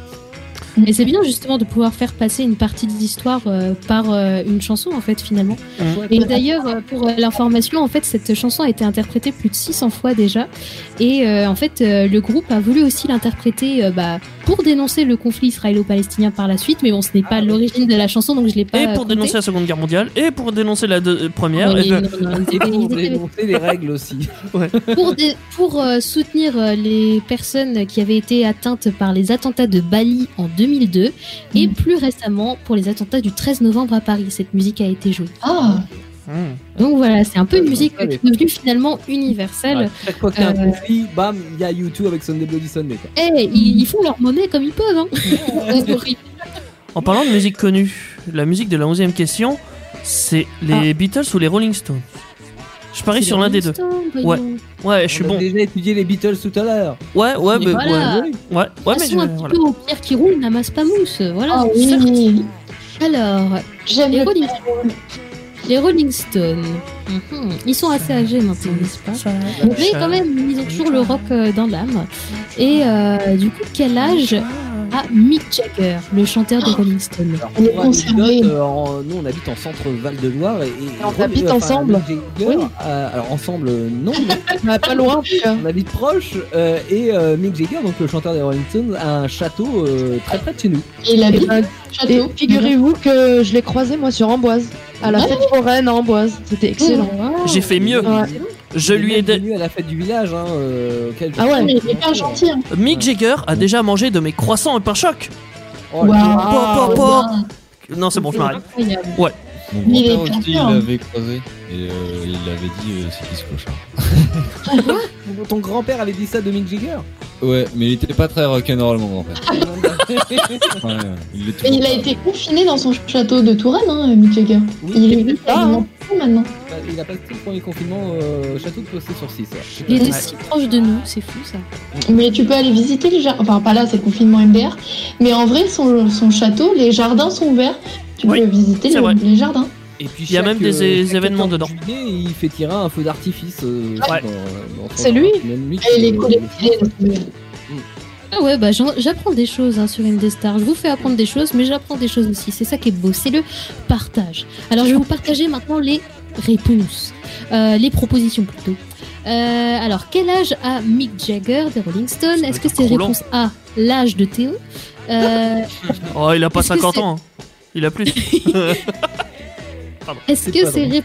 Speaker 6: Et c'est bien justement de pouvoir faire passer une partie de l'histoire euh, par euh, une chanson en fait finalement. Et d'ailleurs euh, pour euh, l'information en fait cette chanson a été interprétée plus de 600 fois déjà et euh, en fait euh, le groupe a voulu aussi l'interpréter euh, bah, pour dénoncer le conflit israélo-palestinien par la suite mais bon ce n'est pas l'origine de la chanson donc je l'ai pas
Speaker 3: Ah et pour
Speaker 6: comptée.
Speaker 3: dénoncer la Seconde Guerre mondiale, et pour dénoncer la deux- euh, première.
Speaker 6: Euh, Oui,
Speaker 3: et je-
Speaker 6: non, non, ils
Speaker 2: Et
Speaker 6: étaient-
Speaker 2: pour
Speaker 6: ils étaient-
Speaker 2: dénoncer les règles aussi.
Speaker 6: pour, dé- pour euh, soutenir euh, les personnes qui avaient été atteintes par les attentats de Bali en 2002 et plus récemment pour les attentats du 13 novembre à Paris. Cette musique a été jouée.
Speaker 4: Ah,
Speaker 3: Hmm.
Speaker 6: Donc voilà, c'est un peu une musique
Speaker 2: Ouais,
Speaker 6: euh, qui est devenue finalement universelle.
Speaker 2: Chaque fois qu'il y a un
Speaker 6: Euh,
Speaker 2: conflit, bam, il y a YouTube avec Sunday Bloody Sunday. quoi.
Speaker 6: Eh, ils, ils font leur monnaie comme ils peuvent. Hein. C'est horrible.
Speaker 3: En parlant de musique connue, la musique de la 11 question, c'est les
Speaker 6: Ah.
Speaker 3: Beatles ou les Rolling Stones Je parie sur l'un des deux. Ouais. Ouais, je suis
Speaker 2: On a
Speaker 3: bon.
Speaker 2: déjà étudié les Beatles tout à l'heure.
Speaker 3: Ouais, ouais,
Speaker 6: Mais
Speaker 3: mais-
Speaker 6: voilà.
Speaker 3: ouais. Ouais, ouais, mais je-
Speaker 6: Passons un petit
Speaker 3: voilà.
Speaker 6: peu aux pierres qui roulent, n'amasse pas mousse. euh, Voilà.
Speaker 4: ah oui
Speaker 6: Alors,
Speaker 4: J'aime
Speaker 6: les
Speaker 4: le
Speaker 6: Rolling, les Rolling Stones. Mhm. Ils sont assez âgés maintenant, n'est-ce pas Mais quand même, ils ont toujours le rock euh, dans l'âme. Et euh, du coup, quel âge a Mick Jagger, le chanteur
Speaker 3: Ah.
Speaker 6: de Rolling Stones
Speaker 2: Alors,
Speaker 4: On est
Speaker 2: pour anecdote,
Speaker 4: conservé.
Speaker 2: euh, en- nous, on habite en centre Val de Loire et, et-
Speaker 7: on
Speaker 2: Romy,
Speaker 7: habite
Speaker 2: enfin,
Speaker 7: ensemble.
Speaker 2: Mick Jagger, euh, alors ensemble, euh, non, mais
Speaker 7: pas loin.
Speaker 2: on habite proche. euh, et euh, Mick Jagger, donc le chanteur des Rolling Stones, a un château euh, très près de chez nous. ben,
Speaker 4: Et il habite
Speaker 7: Et- ben,
Speaker 4: au
Speaker 7: Et
Speaker 4: château.
Speaker 7: figurez-vous que je l'ai croisé moi sur Amboise, à
Speaker 4: Ah.
Speaker 7: la fête foraine à Amboise. C'était excellent.
Speaker 4: Oh,
Speaker 3: J'ai fait mieux.
Speaker 7: Ouais.
Speaker 3: Je lui ai.
Speaker 2: Il est
Speaker 3: dé-
Speaker 2: venu à la fête du village, hein, euh, auquel je-
Speaker 7: Ah ouais.
Speaker 4: Il est hyper gentil. hein.
Speaker 3: Mick Jagger a déjà mangé de mes croissants et pain choc.
Speaker 2: Oh, là
Speaker 6: Ah,
Speaker 2: là.
Speaker 3: Po, po, po. Non, c'est bon, je m'arrête.
Speaker 6: Incroyable.
Speaker 5: Mon
Speaker 4: Mais il est
Speaker 5: grand-père aussi, il
Speaker 4: bien.
Speaker 5: l'avait croisé et euh, il avait dit euh, c'est qui ce cochon
Speaker 7: Ah
Speaker 2: Ton grand-père avait dit ça de Mick Jagger.
Speaker 5: Ouais, mais il était pas très rock'n'roll mon grand-père. Ouais, ouais, il l'est
Speaker 4: Mais
Speaker 5: toujours
Speaker 4: il a
Speaker 5: pas.
Speaker 4: été confiné dans son château de Touraine, hein, Mick Jagger.
Speaker 2: Oui,
Speaker 4: Il est
Speaker 6: Ah.
Speaker 4: quasiment fou maintenant.
Speaker 2: il a passé le premier confinement euh, au château de Poissy sur 6.
Speaker 6: Il était si proche de nous, c'est fou ça.
Speaker 4: Mais tu peux aller visiter les jardins. Enfin, pas là, c'est le confinement MDR. Mais en vrai, son, son château, les jardins sont ouverts. Tu
Speaker 3: Oui,
Speaker 4: peux visiter
Speaker 3: c'est
Speaker 4: les,
Speaker 3: vrai.
Speaker 4: les jardins.
Speaker 2: Et puis,
Speaker 3: Il y a
Speaker 2: chaque,
Speaker 3: même des-
Speaker 2: euh,
Speaker 3: des
Speaker 2: chaque
Speaker 3: événements
Speaker 2: 14
Speaker 3: dedans.
Speaker 2: juillet, il fait tirer un feu d'artifice. euh,
Speaker 3: Ouais.
Speaker 2: dans- dans son-
Speaker 7: C'est lui Ah,
Speaker 2: même lui
Speaker 4: Et
Speaker 2: qui-
Speaker 3: euh,
Speaker 4: les collectivités.
Speaker 6: Ah ouais, bah j'en- j'apprends des choses hein, sur Indestar. Je vous fais apprendre des choses, mais j'apprends des choses aussi. C'est ça qui est beau, c'est le partage. Alors je vais vous partager maintenant les réponses, Euh, les propositions plutôt. Euh, alors, quel âge a Mick Jagger des Rolling Stones
Speaker 3: Ça
Speaker 6: Est-ce
Speaker 3: doit
Speaker 6: que
Speaker 3: être
Speaker 6: c'est
Speaker 3: trop long.
Speaker 6: réponse A, l'âge de Théo Euh,
Speaker 3: Oh, il a pas
Speaker 6: Est-ce que
Speaker 3: 50
Speaker 6: c'est-
Speaker 3: ans. hein. Il a plus.
Speaker 6: Est-ce
Speaker 2: C'est
Speaker 6: que
Speaker 2: pas
Speaker 6: c'est
Speaker 2: drôle.
Speaker 6: ré-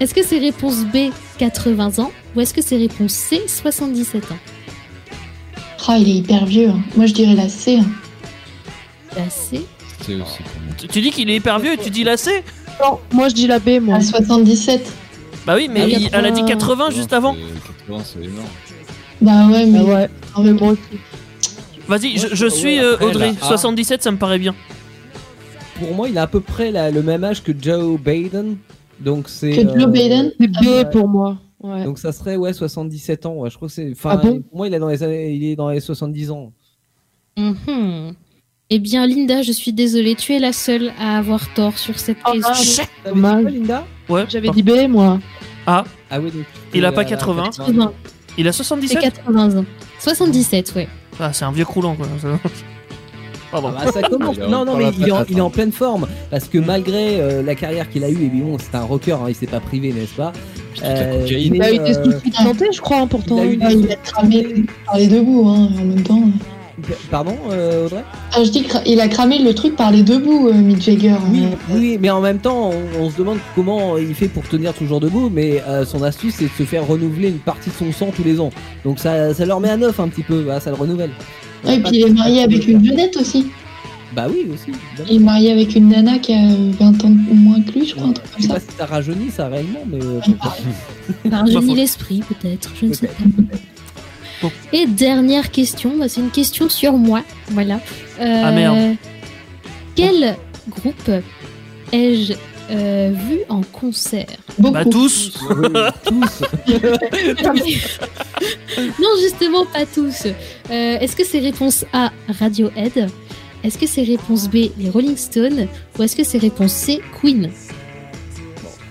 Speaker 6: est-ce que c'est réponse B, 80 ans Ou est-ce que c'est réponse C, 77 ans
Speaker 4: Oh, il est hyper vieux. hein. Moi, je dirais la C. hein.
Speaker 6: Bah, C.
Speaker 5: C'est aussi pour moi.
Speaker 3: Tu- tu dis qu'il est hyper vieux, tu dis lacé
Speaker 7: Non, moi je dis la B, moi.
Speaker 4: À 77.
Speaker 3: Bah oui, mais
Speaker 7: Ah,
Speaker 3: il- elle a dit 80
Speaker 5: Non,
Speaker 3: juste
Speaker 5: c'est-
Speaker 3: avant.
Speaker 5: 80, euh, c'est énorme.
Speaker 4: Bah ouais, mais.
Speaker 7: Ah ouais,
Speaker 4: en même temps,
Speaker 3: Vas-y, je, je
Speaker 2: Ouais,
Speaker 3: suis
Speaker 2: ouais,
Speaker 3: euh,
Speaker 2: après,
Speaker 3: Audrey.
Speaker 2: là, ah.
Speaker 3: 77, ça me paraît bien.
Speaker 2: Pour moi, il a à peu près la- le même âge que Joe Biden. Donc c'est. euh,
Speaker 4: Que Joe Biden
Speaker 7: c'est B pour moi. Ouais.
Speaker 2: Donc ça serait ouais 77 ans. ouais, je crois que c'est. Enfin,
Speaker 7: Ah bon
Speaker 2: pour moi, il est dans les années- il est dans les 70 ans.
Speaker 6: Mhm. Eh bien, Linda, je suis désolée, tu es la seule à avoir tort sur cette
Speaker 7: Ah,
Speaker 6: question.
Speaker 7: ah,
Speaker 2: T'avais dit
Speaker 7: Dommage.
Speaker 2: quoi, Linda
Speaker 3: Ouais.
Speaker 7: J'avais dit B, moi.
Speaker 2: Ah oui, donc,
Speaker 3: Il a
Speaker 2: euh,
Speaker 3: pas 80.
Speaker 6: Non,
Speaker 3: Il a
Speaker 6: c'est
Speaker 3: 77
Speaker 6: 80 ans. 77, ouais.
Speaker 3: Ah, c'est un vieux croulant quoi.
Speaker 2: Ah
Speaker 3: Pardon.
Speaker 2: bah, ça commence.
Speaker 5: Il est
Speaker 2: non, non,
Speaker 5: encore
Speaker 2: mais
Speaker 5: là,
Speaker 2: il est, en,
Speaker 5: patate,
Speaker 2: il est en
Speaker 5: hein.
Speaker 2: pleine forme parce que malgré euh, la carrière qu'il a eue, et bon, c'est un rocker, hein, il s'est pas privé, n'est-ce pas
Speaker 5: Puis toute la
Speaker 2: Euh,
Speaker 5: cocaïne.
Speaker 7: Il a eu
Speaker 2: mais,
Speaker 7: des
Speaker 2: euh,
Speaker 7: soucis de santé, je crois, hein, pourtant.
Speaker 2: il a eu des-
Speaker 4: Ah, il a cramé par les deux bouts hein, en même temps.
Speaker 2: Pardon, euh, Audrey
Speaker 4: Ah, je dis cra- il a cramé le truc par les deux bouts, euh, Mick Jagger.
Speaker 2: Oui,
Speaker 4: Euh,
Speaker 2: oui, mais en même temps, on, on se demande comment il fait pour tenir toujours debout. Mais euh, son astuce, c'est de se faire renouveler une partie de son sang tous les ans. Donc ça, ça leur met à neuf un petit peu. voilà, ça le renouvelle.
Speaker 4: Ah, et puis il est marié avec une vedette aussi.
Speaker 2: Bah oui, aussi. évidemment.
Speaker 4: Il est marié avec une nana qui a euh, 20 ans de moins que lui, je crois, un truc comme
Speaker 2: Je sais
Speaker 4: ça. Ah, bah.
Speaker 2: pas si ça rajeunit ça réellement, mais euh,
Speaker 6: Par
Speaker 3: Pas faux.
Speaker 6: génie l'esprit, peut-être. Je ne sais pas.
Speaker 3: Bon.
Speaker 6: Et dernière question, bah, c'est une question sur moi. Voilà. Euh,
Speaker 3: Ah, merde.
Speaker 6: Quel groupe ai-je euh, vu en concert
Speaker 4: Beaucoup.
Speaker 3: Bah tous
Speaker 2: euh, tous.
Speaker 6: Non, justement, pas tous. Euh, est-ce que c'est réponse A, Radiohead Est-ce que c'est réponse B, les Rolling Stones Ou est-ce que c'est réponse C, Queen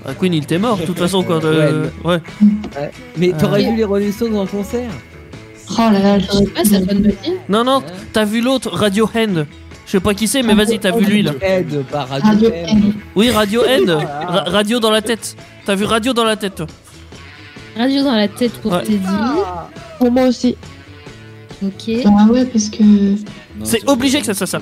Speaker 3: Ah, Queen il t'est mort de toute façon quoi. euh, ouais. Euh,
Speaker 2: Mais t'aurais
Speaker 4: Ah.
Speaker 2: vu les Rolling Stones en concert
Speaker 4: Oh là là, je
Speaker 6: Je sais pas, ça donne le dire.
Speaker 3: Non non, t'as vu l'autre Radiohead. Je sais pas qui c'est mais vas-y, t'as vu lui là.
Speaker 2: Aide par Ah.
Speaker 4: Radio
Speaker 2: Radio M.
Speaker 3: Oui, Radiohead, Ra- radio dans la tête. T'as vu radio dans la tête toi.
Speaker 6: Radio dans la tête pour
Speaker 3: Ouais.
Speaker 6: Teddy.
Speaker 4: Ah.
Speaker 7: Pour moi aussi.
Speaker 6: Ok.
Speaker 4: Bah ouais, parce que
Speaker 5: Non,
Speaker 3: C'est obligé que ça soit ça.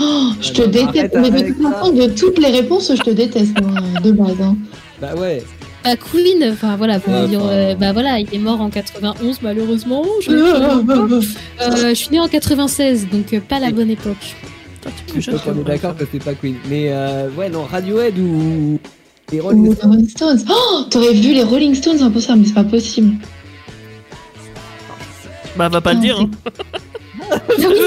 Speaker 4: Oh, je te
Speaker 2: Arrête
Speaker 4: déteste. Mais de
Speaker 2: avec
Speaker 4: toute
Speaker 2: ça.
Speaker 4: façon, de toutes les réponses, je te déteste, moi, de base. hein.
Speaker 2: Bah ouais.
Speaker 6: Bah, Queen, enfin voilà, pour
Speaker 5: Ouais,
Speaker 6: dire,
Speaker 5: bah,
Speaker 6: euh, bah voilà, il est mort en 91, malheureusement. Je,
Speaker 4: Euh,
Speaker 6: Euh, je suis née en 96, donc euh, pas la bonne époque.
Speaker 3: Toi, t'es plus
Speaker 2: Je
Speaker 3: jeune,
Speaker 2: crois qu'on est
Speaker 3: toi.
Speaker 2: d'accord que c'est pas Queen. Mais euh, ouais, non, Radiohead ou les Rolling
Speaker 4: Ou
Speaker 2: Stones.
Speaker 4: les Rolling Stones. Oh, t'aurais vu les Rolling Stones en concert, mais c'est pas possible.
Speaker 3: Bah va pas le dire hein.
Speaker 6: oh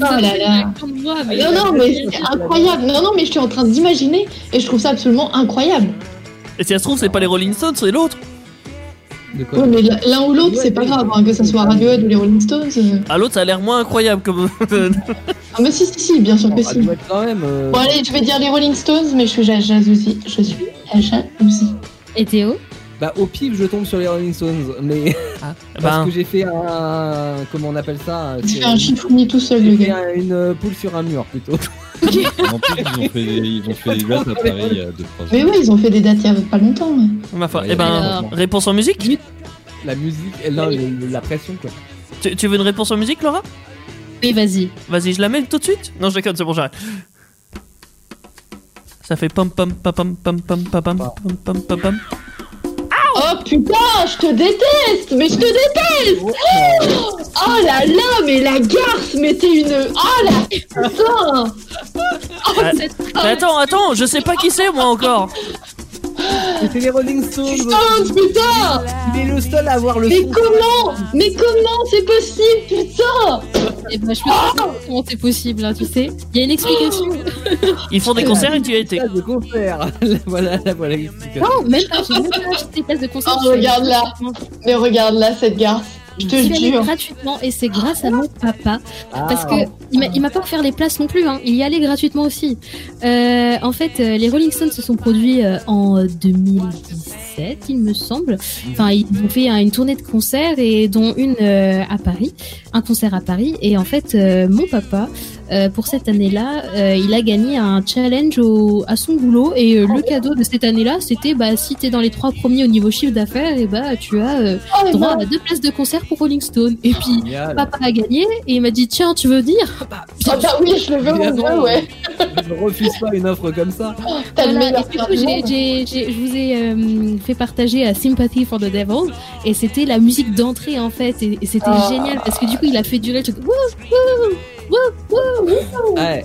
Speaker 9: Ah,
Speaker 4: là là. Non, non, mais c'est incroyable. Non, non, mais je suis en train d'imaginer et je trouve ça absolument incroyable.
Speaker 3: Et si ça se trouve c'est pas les Rolling Stones, c'est l'autre.
Speaker 2: De quoi
Speaker 4: Ouais, mais l'un ou l'autre, c'est pas grave, hein, que ça soit Radiohead ou les Rolling Stones. euh.
Speaker 3: Ah l'autre ça a l'air moins incroyable comme
Speaker 4: Ah, mais si, si, si, bien sûr
Speaker 2: Non,
Speaker 4: que si.
Speaker 2: Oh, Radiohead quand même. euh,
Speaker 4: Bon, allez, je vais dire les Rolling Stones, mais je suis jalousie. Je suis jalousie.
Speaker 6: Et Théo Ah.
Speaker 2: Bah au pif, je tombe sur les Rolling Stones. Mais parce
Speaker 3: Bah
Speaker 2: que j'ai fait un. Comment on appelle ça
Speaker 4: Tu
Speaker 2: c'est-
Speaker 4: fais un chiffonni tout seul, le
Speaker 2: J'ai fait
Speaker 4: gars.
Speaker 2: un- une euh, poule sur un mur plutôt.
Speaker 5: En plus, ils ont fait des, ils ont fait des dates à Paris il y a 2-3 ans.
Speaker 4: Mais ouais, ils ont fait des dates il y a pas longtemps. ouais.
Speaker 3: ma foi.
Speaker 5: Ouais,
Speaker 3: Eh ben
Speaker 6: alors.
Speaker 3: réponse en musique
Speaker 2: La musique, elle a le- la pression quoi.
Speaker 3: tu, tu veux une réponse en musique Laura
Speaker 6: Oui, vas-y.
Speaker 3: Vas-y, je la mets tout de suite Non, je déconne, c'est bon, j'arrête. Ça fait pam pam pam pam pam pam pam pam
Speaker 2: Ah.
Speaker 3: pam pam pam pam.
Speaker 4: Oh putain, je te déteste, mais je te déteste. Oh là là, mais la garce, mais t'es une. Oh là, putain.
Speaker 6: Oh,
Speaker 3: Euh, Mais attends, attends, je sais pas qui c'est moi encore.
Speaker 2: C'était les Rolling Stones.
Speaker 4: Putain, putain.
Speaker 2: Il est le seul à avoir le
Speaker 4: Mais
Speaker 2: son.
Speaker 4: comment, mais comment c'est possible, putain.
Speaker 6: Et bah, je me demande comment c'est possible, hein, tu sais. Il y a une explication.
Speaker 3: Ils font
Speaker 6: Ah.
Speaker 3: des concerts et tu y as été.
Speaker 2: de concert. Ah, La voilà, la voilà.
Speaker 6: Non, même pas. J'ai même pas acheté des places de concert.
Speaker 4: Oh,
Speaker 6: je suis allée
Speaker 4: regarde là.
Speaker 6: gratuitement.
Speaker 4: Mais regarde là cette garce, je
Speaker 6: Je
Speaker 4: te
Speaker 6: suis allée
Speaker 4: jure.
Speaker 6: gratuitement et c'est grâce à mon papa.
Speaker 2: Ah,
Speaker 6: Parce que il m'a- il m'a pas offert les places non plus, hein. il y allait gratuitement aussi. Euh, en fait, euh, les Rolling Stones se sont produits euh, en 2017, il me semble. Enfin, ils ont fait euh, une tournée de concerts et dont une euh, à Paris, un concert à Paris. Et en fait, euh, mon papa, euh, pour cette année-là, euh, il a gagné un challenge au- à son boulot et euh, le cadeau de cette année-là, c'était bah si t'es dans les trois premiers au niveau chiffre d'affaires, et bah tu as euh,
Speaker 4: Oh,
Speaker 6: droit
Speaker 4: non.
Speaker 6: à deux places de concert pour Rolling Stone. Et puis
Speaker 2: génial.
Speaker 6: Papa a gagné et il m'a dit tiens tu veux dire bah,
Speaker 4: Ah bah oui, je le veux, mon
Speaker 2: Évidemment,
Speaker 4: gars, ouais.
Speaker 2: Je ne refuse pas une offre comme ça.
Speaker 4: Oh, T'as le
Speaker 6: voilà.
Speaker 4: meilleur
Speaker 6: Et du
Speaker 4: cœur
Speaker 6: coup,
Speaker 4: du
Speaker 6: j'ai-
Speaker 4: monde.
Speaker 6: j'ai- j'ai- je vous ai euh, fait partager à Sympathy for the Devil et c'était la musique d'entrée en fait et, et c'était
Speaker 4: Ah.
Speaker 6: génial parce que du coup il a fait durer le truc Wouh
Speaker 2: Ouais, ouais, ouais.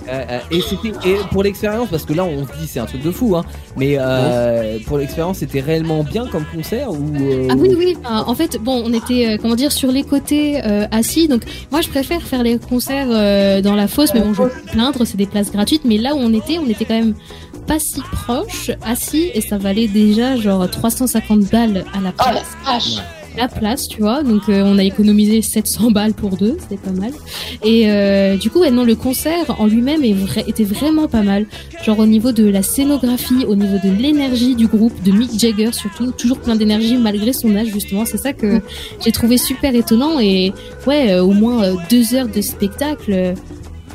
Speaker 2: et c'était et pour l'expérience parce que là on se dit c'est un truc de fou hein. Mais euh, pour l'expérience c'était réellement bien comme concert ou euh,
Speaker 6: Ah oui, oui. Enfin, en fait, bon, on était, euh, comment dire, sur les côtés euh, assis. Donc, moi, je préfère faire les concerts euh, dans la fosse, mais bon, je vais pas me plaindre, c'est des places gratuites. Mais là où on était, on était quand même pas si proche, assis, et ça valait déjà genre 350 balles à la
Speaker 4: Oh la
Speaker 6: place.
Speaker 4: vache.
Speaker 6: la place, tu vois. Donc euh, on a économisé 700 balles pour deux, c'était pas mal. Et euh, du coup, ouais, non, le concert en lui-même est vrai- était vraiment pas mal. Genre au niveau de la scénographie, au niveau de l'énergie du groupe, de Mick Jagger surtout, toujours plein d'énergie malgré son âge justement. C'est ça que j'ai trouvé super étonnant et ouais, euh, au moins euh, deux heures de spectacle. euh,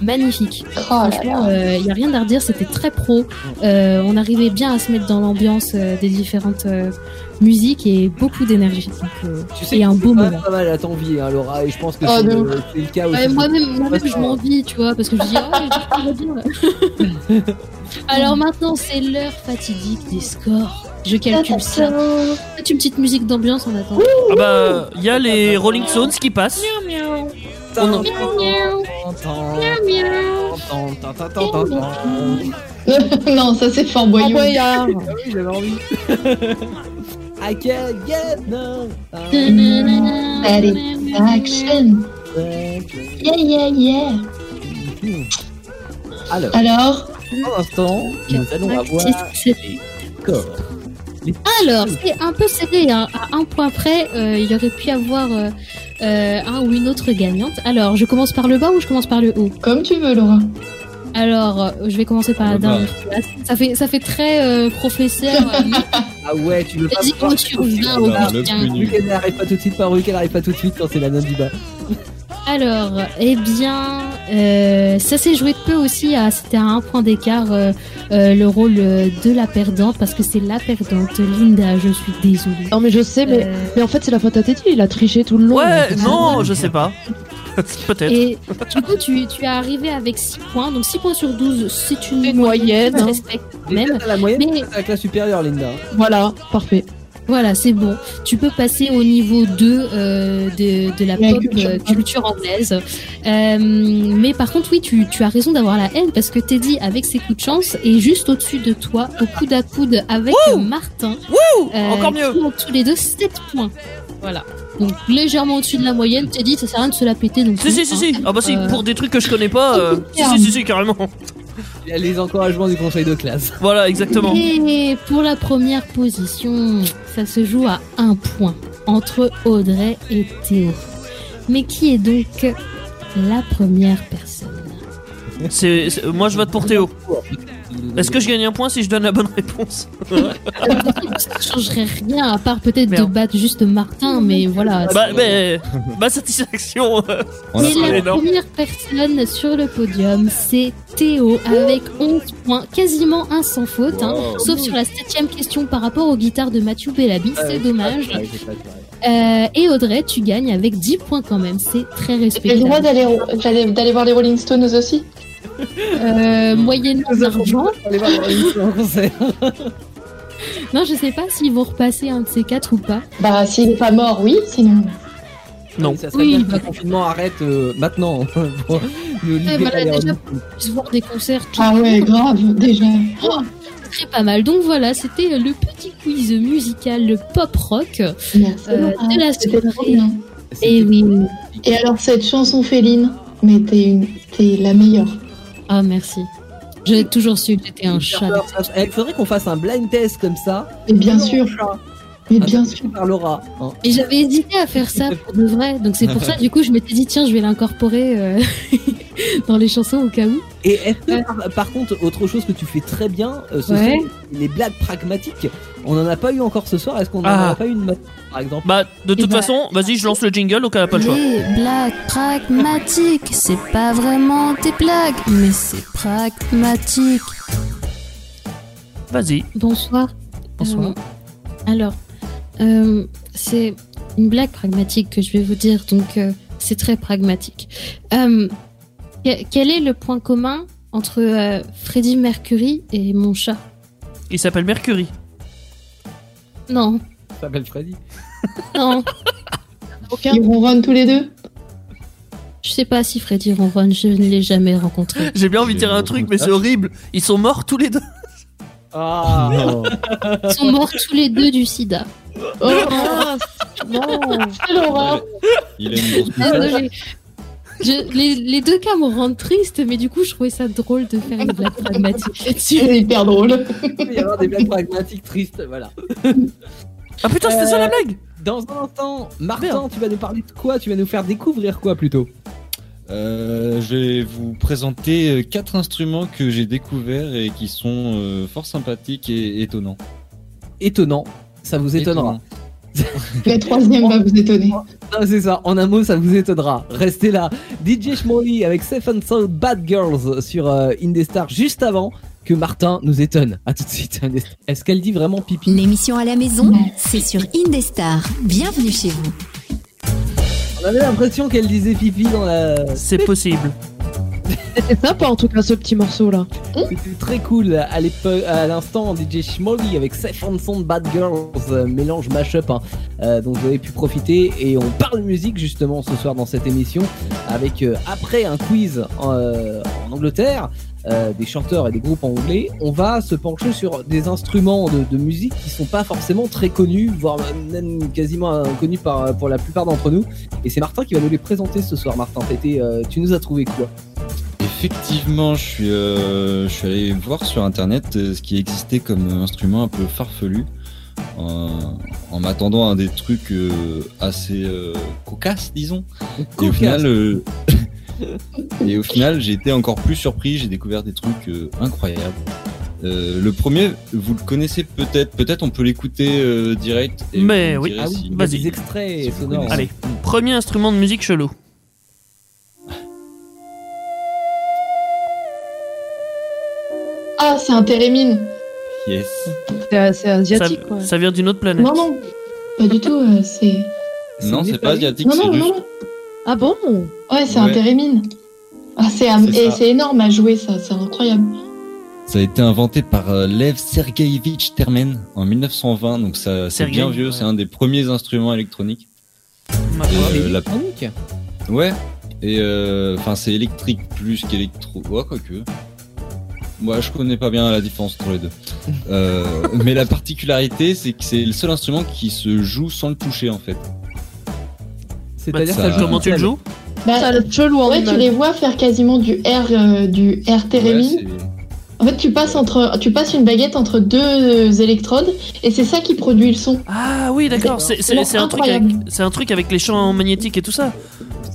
Speaker 6: Magnifique.
Speaker 4: Oh là
Speaker 6: Franchement,
Speaker 4: là.
Speaker 6: il n'y a rien à redire, c'était très pro. Euh, on arrivait bien à se mettre dans l'ambiance euh, des différentes euh, musiques et beaucoup d'énergie. Donc, euh,
Speaker 2: Tu sais
Speaker 6: et
Speaker 2: que
Speaker 6: un
Speaker 2: tu fais
Speaker 6: beau
Speaker 2: quand même
Speaker 6: moment.
Speaker 2: Pas mal à t'envier, hein, Laura, et je pense que
Speaker 4: Ah,
Speaker 2: c'est
Speaker 4: de
Speaker 2: le, c'est le cas aussi.
Speaker 6: Ouais, moi-même, moi-même,
Speaker 2: Parce
Speaker 6: je
Speaker 2: que-
Speaker 6: m'envie, tu vois, parce que je dis, oh, je bien. Alors maintenant, c'est l'heure fatidique des scores. Je calcule ça. Fais-tu une petite musique d'ambiance en attendant
Speaker 3: Ah bah, il y a les Rolling Stones qui passent.
Speaker 2: Tant, tant,
Speaker 6: miaou.
Speaker 2: tant, tant, tant, tant, tant, tant, tant.
Speaker 4: non, ça c'est Fort
Speaker 7: Ah
Speaker 4: Boyard.
Speaker 7: ouais, y a-
Speaker 2: Ah oui, j'avais envie. I can't get no
Speaker 4: Action. Yeah, yeah, yeah.
Speaker 2: Alors,
Speaker 4: Alors,
Speaker 2: pour l'instant, nous allons avoir les corps.
Speaker 6: Alors, c'est un peu serré. hein. À un point près, euh, il y aurait pu avoir euh, euh, un ou une autre gagnante. Alors, je commence par le bas ou je commence par le haut
Speaker 4: comme tu veux, Laura.
Speaker 6: Alors, euh, je vais commencer par la
Speaker 5: Le bas.
Speaker 6: dernière place. Ça fait, ça fait très euh, professeur. euh,
Speaker 2: Ah ouais, tu veux pas
Speaker 6: Vas-y,
Speaker 2: voir
Speaker 6: compte sur 20
Speaker 5: au
Speaker 6: au
Speaker 5: bas.
Speaker 6: plus qu'un.
Speaker 5: Le plus
Speaker 2: Vu qu'elle n'arrive pas tout de suite par rue, qu'elle n'arrive pas tout de suite quand c'est la nonne du bas.
Speaker 6: Oh, Alors, eh bien, euh, ça s'est joué de peu aussi. à- C'était à un point d'écart euh, euh, le rôle euh, de la perdante parce que c'est la perdante Linda. Je suis désolée.
Speaker 7: Non mais je sais, mais,
Speaker 6: Euh,
Speaker 7: mais en fait c'est la faute à Teddy, il a triché tout le long.
Speaker 3: Ouais, Euh, non, je sais pas. Peut-être.
Speaker 6: et du coup, tu, tu es arrivé avec 6 points. Donc 6 points sur 12, c'est une,
Speaker 7: C'est une moyenne,
Speaker 6: qui se
Speaker 7: hein.
Speaker 6: respecte quand
Speaker 2: Déjà,
Speaker 6: même.
Speaker 2: t'as la moyenne,
Speaker 6: Mais-
Speaker 2: t'as la classe supérieure, Linda.
Speaker 7: Voilà, parfait.
Speaker 6: Voilà, c'est bon. Tu peux passer au niveau 2 euh, de, de la
Speaker 4: La
Speaker 6: pop
Speaker 4: culture.
Speaker 6: euh, culture anglaise. Euh, mais par contre, oui, tu, tu as raison d'avoir la haine parce que Teddy, avec ses coups de chance, est juste au-dessus de toi, au coude à coude avec Martin.
Speaker 3: Ouh,
Speaker 6: euh,
Speaker 3: encore mieux.
Speaker 6: qui ont tous les deux 7 points. Voilà. Donc légèrement au-dessus de la moyenne. Teddy, ça sert à rien de se la péter. Donc
Speaker 3: Si, si, si, si. Ah bah si,
Speaker 6: Euh,
Speaker 3: pour des trucs que je connais pas. euh, si, si, si, si, carrément.
Speaker 2: Il y a les encouragements du conseil de classe.
Speaker 3: Voilà, exactement.
Speaker 6: Et pour la première position, ça se joue à un point entre Audrey et Théo. Mais qui est donc la première personne
Speaker 3: C'est, c'est- moi, je vote pour Théo. Est-ce que je gagne un point si je donne la bonne réponse
Speaker 6: Ça ne changerait rien à part peut-être de
Speaker 3: Merde.
Speaker 6: battre juste Martin, mais voilà.
Speaker 3: Bah, bah, ma satisfaction. euh,
Speaker 5: On a
Speaker 6: Et la
Speaker 5: parlé.
Speaker 3: énorme.
Speaker 6: première personne sur le podium, c'est Théo avec 11 points, quasiment un sans faute, hein.
Speaker 5: Wow.
Speaker 6: sauf sur la septième question par rapport aux guitares de Mathieu Bellabi,
Speaker 5: Ah,
Speaker 6: c'est dommage.
Speaker 2: Ouais, c'est pas vrai.
Speaker 6: Euh, et Audrey, tu gagnes avec 10 points quand même, c'est très
Speaker 4: J'ai le droit
Speaker 6: respectable.
Speaker 4: d'aller d'aller- d'aller voir les Rolling Stones aussi
Speaker 6: Euh, moyennant d'argent.
Speaker 2: On va aller voir dans l'émission en concert.
Speaker 6: Non, je sais pas s'ils vont repasser un de ces quatre ou pas.
Speaker 4: Bah, s'il n'est pas mort, oui, sinon.
Speaker 3: Non.
Speaker 2: Mais Ça serait
Speaker 6: Oui,
Speaker 2: bien que
Speaker 6: bah-
Speaker 2: le confinement arrête euh, maintenant. pour nous libérer
Speaker 6: voilà,
Speaker 2: les
Speaker 6: déjà-
Speaker 2: revenus.
Speaker 6: Ils vont voir des concerts tout
Speaker 4: Eh,
Speaker 6: Oh,
Speaker 4: Ah ouais, grave, déjà.
Speaker 6: très pas mal. Donc voilà, c'était le petit quiz musical, le pop rock.
Speaker 4: Merci.
Speaker 6: Euh,
Speaker 4: Laura.
Speaker 6: de la
Speaker 4: C'était trop
Speaker 6: soirée.
Speaker 4: bien.
Speaker 6: Et oui.
Speaker 4: Et alors, cette chanson féline, mais t'es une... t'es la meilleure.
Speaker 6: Ah, merci. J'ai toujours su que j'étais un chat.
Speaker 2: eh, Il faudrait qu'on fasse un blind test comme ça.
Speaker 4: Mais bien sûr. Mais
Speaker 2: Ah,
Speaker 4: bien sûr.
Speaker 2: Par Laura. hein.
Speaker 6: Et j'avais hésité à faire ça pour de vrai. Donc c'est pour ça, du coup, je m'étais dit, tiens, je vais l'incorporer euh, dans les chansons au cas où.
Speaker 2: Et est-ce
Speaker 3: Euh.
Speaker 2: que, par, par contre, autre chose que tu fais très bien, euh, ce
Speaker 6: Ouais.
Speaker 2: sont les blagues pragmatiques. On n'en a pas eu encore ce soir. Est-ce qu'on n'en
Speaker 3: Ah.
Speaker 2: aura pas eu une matin, par exemple
Speaker 3: Bah, de toute
Speaker 6: bah-
Speaker 3: façon, vas-y, je lance le jingle, donc elle a pas le choix.
Speaker 9: Les blagues pragmatiques, c'est pas vraiment des blagues, mais c'est pragmatique.
Speaker 3: Vas-y.
Speaker 6: Bonsoir.
Speaker 3: Bonsoir.
Speaker 6: Euh, alors, euh, c'est une blague pragmatique que je vais vous dire, donc euh, c'est très pragmatique. Euh, que- quel est le point commun entre euh, Freddie Mercury et mon chat
Speaker 3: Il s'appelle Mercury.
Speaker 6: Non,
Speaker 2: Ça s'appelle Freddy.
Speaker 6: non,
Speaker 7: Aucun.
Speaker 4: Ils ronronnent tous les deux
Speaker 6: je sais pas si Freddie ronronne, je ne l'ai jamais rencontré.
Speaker 3: J'ai bien envie de dire un truc, mais c'est horrible. Ils sont morts tous les deux.
Speaker 2: Ah.
Speaker 6: Ils sont morts tous les deux du sida.
Speaker 4: Oh,
Speaker 7: Ah, non.
Speaker 4: Laura
Speaker 5: Il a une grosse
Speaker 6: Désolée. Je- les, les deux cas me rendent triste, mais du coup, je trouvais ça drôle de faire une blague pragmatique là-dessus.
Speaker 4: C'est hyper drôle.
Speaker 2: Il peut y avoir des blagues pragmatiques tristes. Voilà. Euh,
Speaker 3: Ah putain, c'était ça la blague
Speaker 2: Dans un instant, Martin, tu vas nous parler de quoi Tu vas nous faire découvrir quoi plutôt
Speaker 5: Euh, je vais vous présenter euh, quatre instruments que j'ai découverts et qui sont euh, fort sympathiques et étonnants.
Speaker 2: Étonnant. Ça vous étonnera.
Speaker 4: La troisième va vous étonner.
Speaker 2: Ah, c'est ça, en un mot, ça vous étonnera. Restez là. DJ Schmolly avec Safe and Sound Bad Girls sur euh, Indestar juste avant que Martin nous étonne. À tout de suite. Indestar. Est-ce qu'elle dit vraiment pipi
Speaker 1: L'émission à la maison, c'est sur Indestar. Bienvenue chez vous.
Speaker 2: On avait l'impression qu'elle disait pipi dans la.
Speaker 3: C'est possible.
Speaker 7: C'était sympa en tout cas ce petit morceau là.
Speaker 2: C'était très cool à l'époque, à l'instant, DJ Schmolly avec sa chanson Bad Girls, euh, mélange mashup, hein, euh, dont vous avez pu profiter. Et on parle musique justement ce soir dans cette émission, avec euh, après un quiz en, euh, en Angleterre, euh, des chanteurs et des groupes en anglais, on va se pencher sur des instruments de, de musique qui sont pas forcément très connus, voire même quasiment inconnus par, pour la plupart d'entre nous. Et c'est Martin qui va nous les présenter ce soir. Martin, t'as été, euh, tu nous as trouvé quoi
Speaker 5: Effectivement, je suis, euh, je suis allé voir sur internet euh, ce qui existait comme instrument un peu farfelu, en, en m'attendant à des trucs euh, assez euh, cocasses, disons. Et au final, euh, et au final, j'ai été encore plus surpris. J'ai découvert des trucs euh, incroyables. Euh, le premier, vous le connaissez peut-être. Peut-être on peut l'écouter euh, direct. et
Speaker 3: Mais
Speaker 5: vous me
Speaker 3: oui.
Speaker 5: direz
Speaker 2: Ah oui,
Speaker 5: si-
Speaker 2: il y a
Speaker 3: vas-y.
Speaker 2: des extraits
Speaker 5: Si vous
Speaker 2: sonores.
Speaker 5: connaissez.
Speaker 3: Allez, premier instrument de musique chelou.
Speaker 4: Ah, c'est un térémine.
Speaker 5: Yes.
Speaker 7: C'est euh, c'est
Speaker 3: Ça,
Speaker 7: asiatique quoi.
Speaker 3: ça vient d'une autre planète.
Speaker 4: Non, non, pas du tout. euh, c'est.
Speaker 5: Non, c'est pas asiatique,
Speaker 4: Non,
Speaker 5: c'est
Speaker 4: non,
Speaker 5: russe.
Speaker 4: non, non.
Speaker 7: Ah bon
Speaker 4: Ouais, c'est un
Speaker 5: Ouais.
Speaker 4: térémine. Ah, c'est un-
Speaker 5: C'est
Speaker 4: et
Speaker 5: ça.
Speaker 4: c'est énorme à jouer, ça. C'est incroyable.
Speaker 5: Ça a été inventé par euh, Lev Sergeevich Termen en 1920, donc ça c'est
Speaker 3: Sergueï,
Speaker 5: bien vieux,
Speaker 3: ouais.
Speaker 5: c'est un des premiers instruments électroniques.
Speaker 3: Ma foi.
Speaker 5: Et, euh, la-
Speaker 2: Électronique
Speaker 5: Ouais. Et euh, enfin c'est électrique plus qu'électro, ouais, quoique. Moi je connais pas bien la différence entre les deux. Euh, mais la particularité c'est que c'est le seul instrument qui se joue sans le toucher en fait.
Speaker 2: C'est-à-dire
Speaker 5: ça-
Speaker 2: ça, joue
Speaker 3: Comment tu le
Speaker 2: seul.
Speaker 3: joues
Speaker 4: Bah,
Speaker 7: Ça a l'air chelou en
Speaker 4: ouais, tu
Speaker 7: image.
Speaker 4: les vois faire quasiment du air, euh, du air
Speaker 5: Ouais,
Speaker 4: térémine.
Speaker 5: c'est-
Speaker 4: en fait, tu passes entre, tu passes une baguette entre deux euh, électrodes, et c'est ça qui produit le son.
Speaker 3: Ah oui, d'accord. C'est c'est- c'est un, truc
Speaker 4: Incroyable.
Speaker 3: avec- c'est un truc avec les champs magnétiques et tout ça.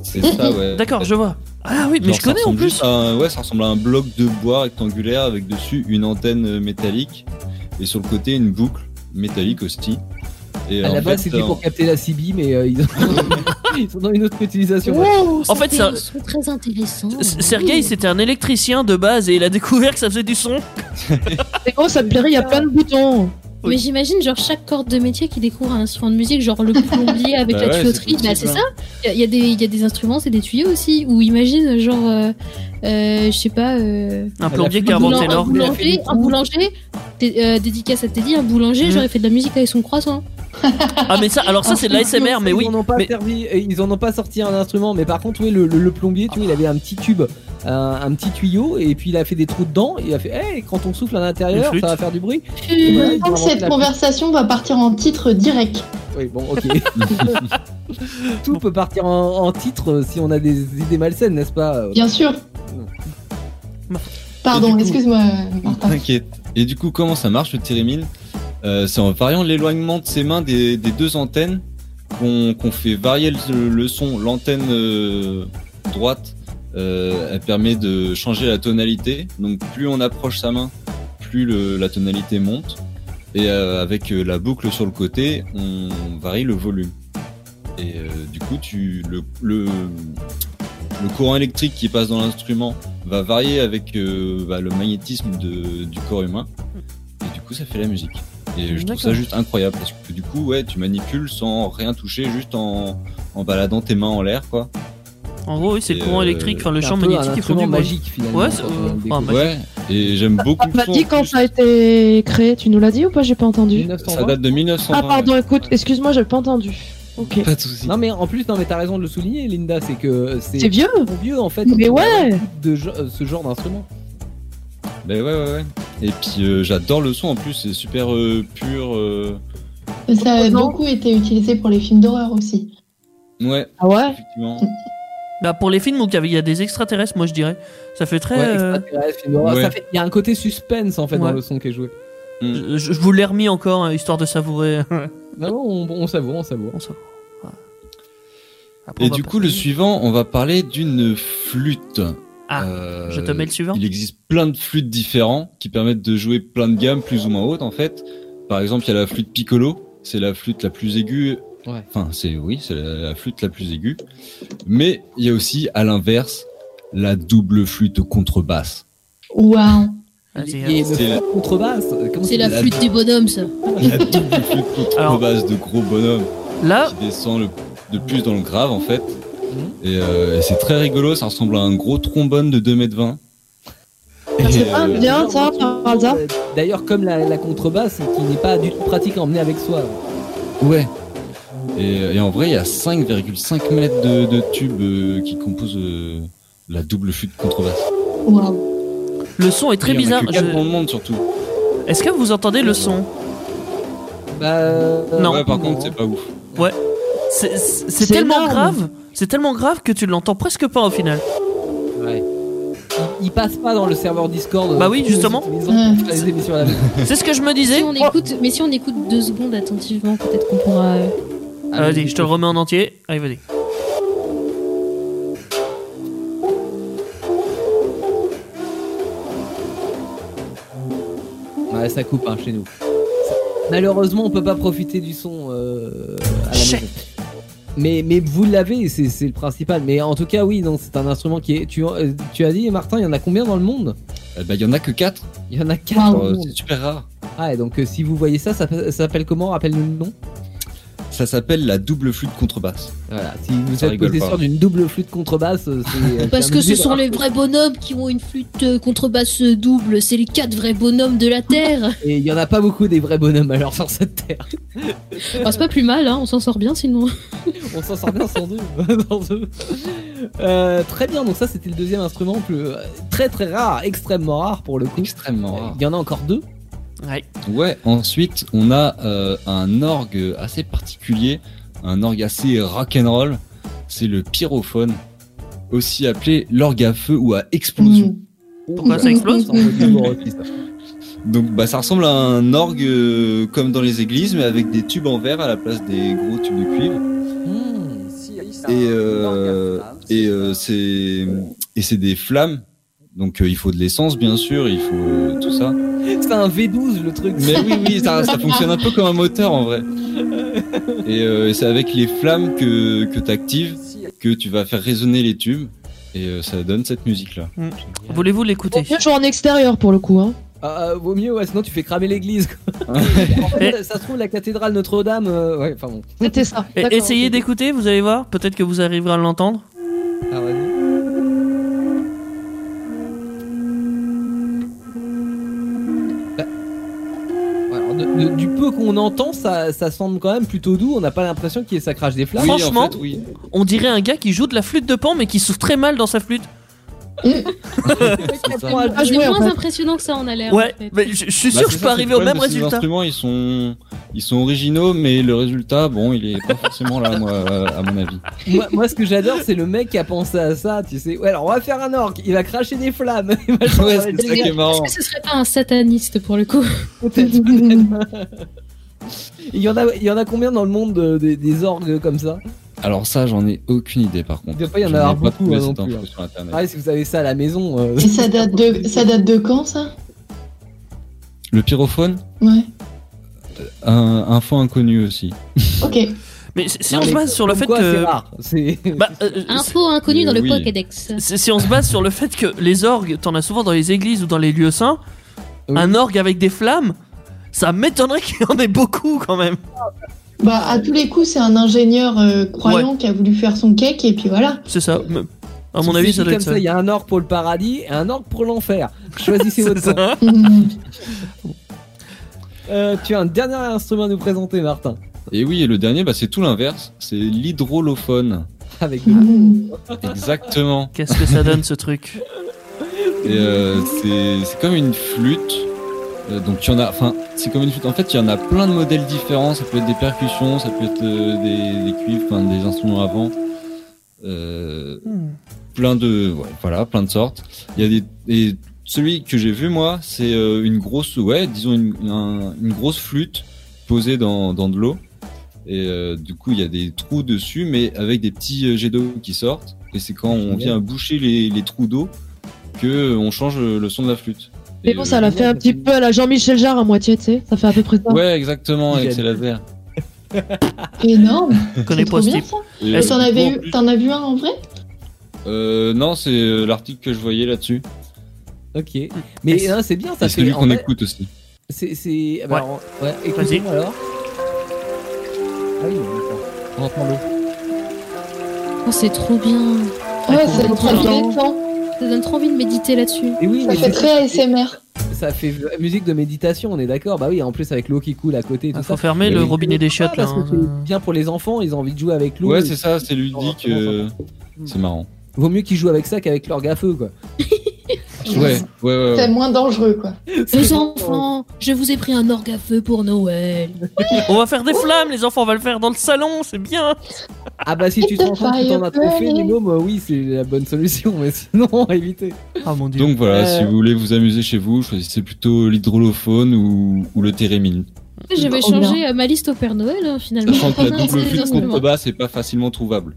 Speaker 5: c'est ça ouais.
Speaker 3: D'accord, je vois. Ah oui, mais
Speaker 5: Genre,
Speaker 3: je
Speaker 5: ça
Speaker 3: connais en
Speaker 5: ressemble
Speaker 3: plus.
Speaker 5: juste à un- ouais, ça ressemble à un bloc de bois rectangulaire avec dessus une antenne euh, métallique et sur le côté une boucle métallique aussi. Et
Speaker 2: À
Speaker 5: en
Speaker 2: la base,
Speaker 5: fait,
Speaker 2: c'était
Speaker 5: euh,
Speaker 2: pour capter la CB, mais euh, ils, ont... ils sont dans une autre utilisation.
Speaker 3: En fait, ça-
Speaker 6: c'est très intéressant.
Speaker 3: S- Sergueï, c'était un électricien de base et il a découvert que ça faisait du son.
Speaker 7: Mais oh ça te plairait, il y a plein de boutons.
Speaker 3: Oui.
Speaker 6: Mais j'imagine genre chaque corde de métier qui découvre un instrument de musique, genre le plombier avec
Speaker 5: Bah
Speaker 6: la
Speaker 5: ouais, c'est
Speaker 6: tuyauterie,
Speaker 5: possible,
Speaker 6: bah c'est
Speaker 5: hein.
Speaker 6: ça. Il y, a des- y a des instruments, c'est des tuyaux aussi. Ou imagine genre, euh, euh, je sais pas, euh,
Speaker 3: Un plombier
Speaker 2: fait
Speaker 3: qui a
Speaker 2: du
Speaker 3: inventé
Speaker 6: boulan- un
Speaker 3: l'or.
Speaker 2: Il a fait des
Speaker 6: boulanger, un
Speaker 2: trous.
Speaker 6: boulanger, dé- euh, dédicace à Teddy, un boulanger,
Speaker 5: Mm.
Speaker 3: Mhm.
Speaker 6: j'aurais fait de la musique avec son croissant.
Speaker 3: Ah mais ça, alors ça c'est de l'ASMR, mais
Speaker 2: ils
Speaker 3: oui.
Speaker 2: En ont pas
Speaker 3: mais-
Speaker 2: servi- euh, ils en ont pas sorti un instrument, mais par contre, oui, le, le- le plombier, tu vois, il avait un petit tube, un, un petit tuyau, et puis il a fait des trous dedans. Et il a fait, hey, quand on souffle à
Speaker 3: Une
Speaker 2: l'intérieur,
Speaker 3: flûte.
Speaker 2: ça va faire du bruit.
Speaker 4: Je
Speaker 2: Ouais, ils ont
Speaker 4: pense que
Speaker 2: inventé
Speaker 4: cette
Speaker 2: la
Speaker 4: conversation va partir en titre direct.
Speaker 2: Oui, bon, ok. Tout peut partir en, en titre euh, si on a des idées malsaines, n'est-ce pas euh
Speaker 4: Bien sûr.
Speaker 3: Non.
Speaker 5: Et du
Speaker 4: Pardon,
Speaker 5: coup-
Speaker 4: excuse-moi, Martin.
Speaker 5: T'inquiète. Et du coup, comment ça marche le térémine Euh, C'est en variant l'éloignement de ses mains des, des deux antennes qu'on qu'on fait varier le, le son. L'antenne euh, droite, euh, elle permet de changer la tonalité. Donc plus on approche sa main, plus le- la tonalité monte. Et euh, avec euh, la boucle sur le côté, on varie le volume. Et euh, du coup, tu, le, le, le courant électrique qui passe dans l'instrument va varier avec euh, bah, le magnétisme de- du corps humain. Et du coup, ça fait la musique. Et je trouve ça
Speaker 3: D'accord.
Speaker 5: juste incroyable parce que du coup, ouais, tu manipules sans rien toucher, juste en, en baladant tes mains en l'air, quoi.
Speaker 3: En gros, oui, c'est le
Speaker 5: Et,
Speaker 3: courant
Speaker 5: euh,
Speaker 3: électrique, enfin le
Speaker 2: C'est un
Speaker 3: champ
Speaker 2: peu
Speaker 3: magnétique
Speaker 2: un
Speaker 3: qui font
Speaker 2: instrument
Speaker 3: du bruit.
Speaker 2: magique finalement.
Speaker 3: Ouais, c'est-
Speaker 2: quand on
Speaker 3: euh,
Speaker 2: découvre.
Speaker 3: enfin, Ah,
Speaker 5: Ouais, et j'aime beaucoup.
Speaker 7: Tu
Speaker 5: le
Speaker 7: m'as
Speaker 5: son,
Speaker 7: Ah, dit
Speaker 5: en
Speaker 7: quand
Speaker 5: plus.
Speaker 7: ça a été créé, tu nous l'as dit ou pas J'ai pas entendu.
Speaker 2: 1920.
Speaker 5: Ça date de 1920.
Speaker 7: Ah pardon,
Speaker 5: ouais.
Speaker 7: écoute, excuse-moi, j'ai pas entendu. Ok.
Speaker 5: Pas de soucis.
Speaker 2: Non mais en plus non mais t'as raison de le souligner Linda c'est que
Speaker 7: C'est
Speaker 2: c'est
Speaker 7: vieux
Speaker 2: trop vieux en fait
Speaker 7: Mais
Speaker 2: pour
Speaker 7: ouais
Speaker 2: de ge- euh, ce genre d'instrument.
Speaker 5: Ben ouais, ouais, ouais. Et puis euh, j'adore le son en plus, c'est super euh, pur. euh,
Speaker 4: Ça a beaucoup été utilisé pour les films d'horreur aussi.
Speaker 5: Ouais,
Speaker 7: Ah ouais
Speaker 5: effectivement.
Speaker 3: Bah pour les films où il y a- il y a des extraterrestres, moi je dirais. Ça fait très...
Speaker 2: Ouais,
Speaker 3: euh,
Speaker 2: extraterrestre, film d'horreur,
Speaker 5: ouais.
Speaker 2: ça fait- Il y a un côté suspense en fait dans
Speaker 3: Ouais.
Speaker 2: le son qui est joué.
Speaker 5: Mm.
Speaker 3: Je, je- je vous l'ai remis encore, hein, histoire de savourer.
Speaker 2: Non, on, on savoure, on savoure.
Speaker 3: On savoure. Voilà. Après, on
Speaker 5: Et
Speaker 3: va
Speaker 5: du
Speaker 3: passer-
Speaker 5: coup, le suivant, on va parler d'une flûte.
Speaker 3: Ah,
Speaker 5: Euh,
Speaker 3: je te mets le suivant.
Speaker 5: Il existe plein de flûtes différents qui permettent de jouer plein de gammes plus ou moins hautes en fait. Par exemple, il y a la flûte piccolo, c'est la flûte la plus aiguë.
Speaker 2: Ouais.
Speaker 5: Enfin, c'est oui, c'est la, la flûte la plus aiguë. Mais il y a aussi à l'inverse la double flûte contrebasse.
Speaker 4: Waouh.
Speaker 3: Vas-y,
Speaker 2: Il
Speaker 3: alors.
Speaker 2: y a une
Speaker 5: C'est la-
Speaker 2: flûte contrebasse. Comment
Speaker 6: C'est la
Speaker 2: ça-
Speaker 5: la-
Speaker 6: flûte des bonhommes, ça.
Speaker 5: euh, La double flûte contrebasse de gros bonhomme
Speaker 3: Là,
Speaker 5: qui descend le- de plus dans le grave en fait. Et, euh, et c'est très rigolo, ça ressemble à un gros trombone de 2m20. Et,
Speaker 4: c'est pas
Speaker 5: euh,
Speaker 4: bien ça, par hasard.
Speaker 2: Euh, D'ailleurs, comme la, la contrebasse, qui n'est pas du tout pratique à emmener avec soi.
Speaker 5: Ouais. Et, et en vrai, il y a 5,5 mètres de, de tubes euh, qui composent euh, la double flûte contrebasse.
Speaker 4: Waouh.
Speaker 3: le son est très
Speaker 5: Il y en a
Speaker 3: bizarre.
Speaker 5: que quatre
Speaker 3: Je-
Speaker 5: dans le monde surtout.
Speaker 3: Est-ce que vous entendez le son
Speaker 2: Bah, euh,
Speaker 3: Non.
Speaker 5: ouais, par contre, c'est pas ouf.
Speaker 3: C'est- C'est c'est
Speaker 4: C'est
Speaker 3: tellement
Speaker 4: énorme.
Speaker 3: grave. C'est tellement grave que tu ne l'entends presque pas au final.
Speaker 2: Ouais. Il, il passe pas dans le serveur Discord. euh,
Speaker 3: Bah oui,
Speaker 2: que nous
Speaker 3: justement.
Speaker 2: utilisons pour faire les émissions à la maison.
Speaker 3: C'est ce que je me disais.
Speaker 6: Si on écoute, mais si on écoute deux secondes attentivement, peut-être qu'on pourra. euh,
Speaker 3: Ah, vas-y, je te le remets en entier. Allez, vas-y.
Speaker 2: Ouais, ça coupe hein, chez nous. Ça- Malheureusement, on peut pas profiter du son euh, à la
Speaker 3: Chut.
Speaker 2: maison. Mais, mais vous l'avez, c'est c'est le principal. Mais en tout cas, oui, non, c'est un instrument qui est. Tu, euh, tu as dit, Martin, il y en a combien dans le monde
Speaker 5: Euh, bah, il y en a que 4.
Speaker 2: Il y en a quatre dans le monde.
Speaker 5: c'est super rare.
Speaker 2: Ah, et donc euh, si vous voyez ça, ça, ça s'appelle comment Rappelle-nous le nom.
Speaker 5: Ça s'appelle la double flûte contrebasse.
Speaker 2: Voilà, si vous
Speaker 5: Ça
Speaker 2: êtes
Speaker 5: rigole
Speaker 2: posé
Speaker 5: pas.
Speaker 2: sur d'une double flûte contrebasse, euh, c'est. euh,
Speaker 6: Parce
Speaker 2: c'est
Speaker 6: que
Speaker 2: un
Speaker 6: ce
Speaker 2: musée
Speaker 6: sont les vrais bonhommes qui ont une flûte euh, contrebasse double. C'est les quatre vrais bonhommes de la Terre.
Speaker 2: Et il y en a pas beaucoup des vrais bonhommes alors sur cette terre.
Speaker 6: Enfin, c'est pas plus mal, hein. On s'en sort bien sinon.
Speaker 2: On s'en sort bien sans deux. Sans deux. Euh, très bien, donc ça c'était le deuxième instrument plus, euh, très très rare, extrêmement rare pour le coup.
Speaker 5: Extrêmement rare.
Speaker 2: Il y en a encore deux.
Speaker 3: Ouais.
Speaker 5: Ouais, ensuite, on a euh, un orgue assez particulier, un orgue assez rock'n'roll. C'est le pyrophone, aussi appelé l'orgue à feu ou à explosion.
Speaker 4: Mm.
Speaker 3: Pourquoi ça explose
Speaker 2: C'est un vocabulaire aussi, ça.
Speaker 5: Donc bah, ça ressemble à un orgue euh, comme dans les églises, mais avec des tubes en verre à la place des gros tubes de cuivre.
Speaker 2: Hmm.
Speaker 5: Et, euh, et euh, c'est et c'est des flammes. Donc euh, il faut de l'essence bien sûr, il faut euh, tout ça.
Speaker 2: C'est un V12 le truc.
Speaker 5: Mais oui oui, ça, ça fonctionne un peu comme un moteur en vrai. Et euh, c'est avec les flammes que que t'actives que tu vas faire résonner les tubes et euh, ça donne cette musique là.
Speaker 2: Mm.
Speaker 3: Voulez-vous
Speaker 7: Vaut
Speaker 3: l'écouter
Speaker 7: mieux jouer en extérieur pour le coup. Hein.
Speaker 2: Ah, euh, vaut mieux, ouais, sinon tu fais cramer l'église. quoi. En fait, ça se trouve la cathédrale Notre-Dame. euh, ouais, enfin bon.
Speaker 7: C'était ça.
Speaker 3: Et-
Speaker 7: D'accord,
Speaker 3: Essayez
Speaker 7: ok.
Speaker 3: d'écouter, vous allez voir. Peut-être que vous arriverez à l'entendre.
Speaker 2: Ah, vas-y. Bah. Ouais, alors, de- de- du peu qu'on entend, ça, ça semble quand même plutôt doux. On n'a pas l'impression qu'il y ait- ça crache des flammes.
Speaker 5: Oui, en
Speaker 3: Franchement,
Speaker 5: fait, oui.
Speaker 3: On dirait un gars qui joue de la flûte de pan mais qui souffle très mal dans sa flûte.
Speaker 5: c'est ça.
Speaker 7: Pas
Speaker 6: C'est
Speaker 7: jouer, en
Speaker 6: moins
Speaker 7: fait.
Speaker 6: impressionnant que ça en a l'air.
Speaker 3: Ouais,
Speaker 6: en fait.
Speaker 3: mais je, je
Speaker 5: Bah, c'est
Speaker 3: suis sûr que je
Speaker 5: ça,
Speaker 3: peux
Speaker 5: c'est le
Speaker 3: arriver au
Speaker 5: problème
Speaker 3: même
Speaker 5: de ces
Speaker 3: résultat.
Speaker 5: instruments, ils sont, ils sont originaux, mais le résultat, bon, il est pas forcément là, moi, euh, à mon avis.
Speaker 2: moi, moi, ce que j'adore, c'est le mec qui a pensé à ça. Tu sais, ouais, alors on va faire un orc. Il va cracher des flammes. Il va jouer
Speaker 5: Ouais,
Speaker 2: avec
Speaker 5: c'est ça qui
Speaker 2: des-
Speaker 5: est marrant.
Speaker 6: Est-ce que ce serait pas un sataniste pour le coup
Speaker 2: peut-être, peut-être. Il y, en a, il y en a combien dans le monde euh, des, des orgues comme ça
Speaker 5: Alors ça, j'en ai aucune idée, par contre.
Speaker 2: Des fois, il y en a
Speaker 5: Je n'ai
Speaker 2: avoir
Speaker 5: pas
Speaker 2: beaucoup,
Speaker 5: trouvé
Speaker 2: hein, non
Speaker 5: cette
Speaker 2: plus,
Speaker 5: info
Speaker 2: hein.
Speaker 5: sur Internet.
Speaker 2: Ah, si vous avez ça à la maison. euh,
Speaker 4: Et ça date de, ça date de quand ça
Speaker 2: Ah,
Speaker 5: Le pyrophone,
Speaker 4: Ouais.
Speaker 5: un, info inconnu aussi.
Speaker 4: Ok.
Speaker 3: Mais si si
Speaker 2: non,
Speaker 3: on se
Speaker 2: mais
Speaker 3: base sur le
Speaker 2: comme
Speaker 3: fait
Speaker 2: quoi,
Speaker 3: que.
Speaker 2: C'est rare. C'est...
Speaker 3: Bah, euh,
Speaker 6: Info inconnue
Speaker 5: Mais
Speaker 6: dans le
Speaker 5: oui.
Speaker 6: Pokédex.
Speaker 3: si si on se base sur le fait que les orgues, t'en as souvent dans les églises ou dans les lieux saints,
Speaker 2: Oui.
Speaker 3: un orgue avec des flammes, ça m'étonnerait qu'il y en ait beaucoup quand même.
Speaker 4: Bah à tous les coups, c'est un ingénieur euh, croyant qui a voulu faire son cake et puis voilà.
Speaker 3: C'est ça. mais À mon
Speaker 2: Si
Speaker 3: avis, ça
Speaker 2: c'est dit
Speaker 3: doit
Speaker 2: comme
Speaker 3: être ça.
Speaker 2: Il y a un orc pour le paradis et un orc pour l'enfer. Choisissez
Speaker 3: C'est
Speaker 2: votre camp.
Speaker 3: ça.
Speaker 4: Mm.
Speaker 2: Euh, tu as un dernier instrument à nous présenter, Martin.
Speaker 5: Et oui, et le dernier, bah, c'est tout l'inverse. C'est l'hydrolophone.
Speaker 2: Avec
Speaker 4: Mm.
Speaker 5: Exactement.
Speaker 3: Qu'est-ce que ça donne ce truc
Speaker 5: Et euh, c'est c'est comme une flûte. Euh, Donc il y en a, enfin c'est comme une flûte. En fait il y en a plein de modèles différents. Ça peut être des percussions, ça peut être euh, des, des cuivres, enfin, des instruments avant. Euh,
Speaker 3: Hmm.
Speaker 7: Hmm.
Speaker 5: plein de ouais, voilà plein de sortes il y a des, des Celui que j'ai vu moi, c'est euh, une grosse, ouais, disons une, un- une grosse flûte posée dans, dans de l'eau. Et euh, du coup, il y a des trous dessus, mais avec des petits euh, jets d'eau qui sortent. Et c'est quand on vient boucher les, les trous d'eau que euh, on change euh, le son de la flûte.
Speaker 7: Mais
Speaker 5: Et,
Speaker 7: bon,
Speaker 5: euh,
Speaker 7: ça l'a fait un petit peu à la Jean-Michel Jarre à moitié, tu sais. Ça fait à peu près ça.
Speaker 5: Ouais, exactement, avec ses
Speaker 2: J'aime.
Speaker 5: lasers.
Speaker 4: Énorme.
Speaker 3: Je
Speaker 4: C'est
Speaker 3: connais
Speaker 4: trop
Speaker 3: pas ce
Speaker 4: bien
Speaker 3: type.
Speaker 4: ça.
Speaker 5: Et,
Speaker 4: Mais
Speaker 5: euh,
Speaker 4: T'en
Speaker 5: du coup,
Speaker 4: avais
Speaker 5: en
Speaker 4: eu-
Speaker 5: plus-
Speaker 4: t'en as vu un en vrai
Speaker 5: Euh, Non, c'est euh, l'article que je voyais là-dessus.
Speaker 2: Ok. Mais hein, c'est bien ça.
Speaker 5: Et
Speaker 2: parce que,
Speaker 5: celui
Speaker 2: en
Speaker 5: qu'on
Speaker 2: fait,
Speaker 5: écoute aussi.
Speaker 2: C'est. c'est... ah bah, on- ouais, écoutons alors. Ah oui, d'accord. on entend l'eau.
Speaker 6: Oh, c'est trop bien.
Speaker 4: Ouais, c'est
Speaker 6: qu'on
Speaker 4: trop
Speaker 6: entend.
Speaker 4: intéressant.
Speaker 6: Ça donne trop envie de méditer là-dessus.
Speaker 2: Et oui,
Speaker 4: Ça
Speaker 2: mais
Speaker 4: fait
Speaker 2: c'est-
Speaker 4: très ASMR.
Speaker 2: ça fait musique de méditation, on est d'accord. Bah oui, en plus avec l'eau qui coule à côté et tout
Speaker 3: Il
Speaker 2: ça.
Speaker 3: Ah,
Speaker 2: Ah,
Speaker 3: faut fermer
Speaker 5: Mais
Speaker 3: le
Speaker 5: oui.
Speaker 3: robinet des chiottes.
Speaker 2: Parce que
Speaker 3: hein.
Speaker 2: c'est bien pour les enfants, ils ont envie de jouer avec l'eau.
Speaker 5: Ouais,
Speaker 2: Et
Speaker 5: c'est ça, c'est ludique. euh,
Speaker 2: Mm.
Speaker 5: C'est marrant.
Speaker 2: Vaut mieux qu'ils jouent avec ça qu'avec l'orgue à feu, quoi.
Speaker 5: Ouais, ouais,
Speaker 2: Euh.
Speaker 5: ouais.
Speaker 4: C'est
Speaker 5: ouais.
Speaker 4: moins dangereux, quoi.
Speaker 6: Les enfants, je vous ai pris un orgue à feu pour Noël.
Speaker 3: On va faire des flammes, les enfants, on va le faire dans le salon, c'est bien.
Speaker 2: Ah bah si tu te rends compte que t'en as trop fait, les mômes, euh, oui, c'est la bonne solution, mais sinon, à éviter.
Speaker 3: Ah mon dieu.
Speaker 5: Donc voilà,
Speaker 2: Euh,
Speaker 5: si vous voulez vous amuser chez vous, choisissez plutôt l'hydrolophone ou, ou le térémine.
Speaker 6: Je vais
Speaker 4: Trop bien.
Speaker 6: changer euh, ma liste au Père Noël hein, finalement.
Speaker 5: Sachant que la
Speaker 6: C'est
Speaker 5: double
Speaker 6: des
Speaker 5: flûte
Speaker 6: instruments.
Speaker 5: contrebas c'est pas facilement trouvable.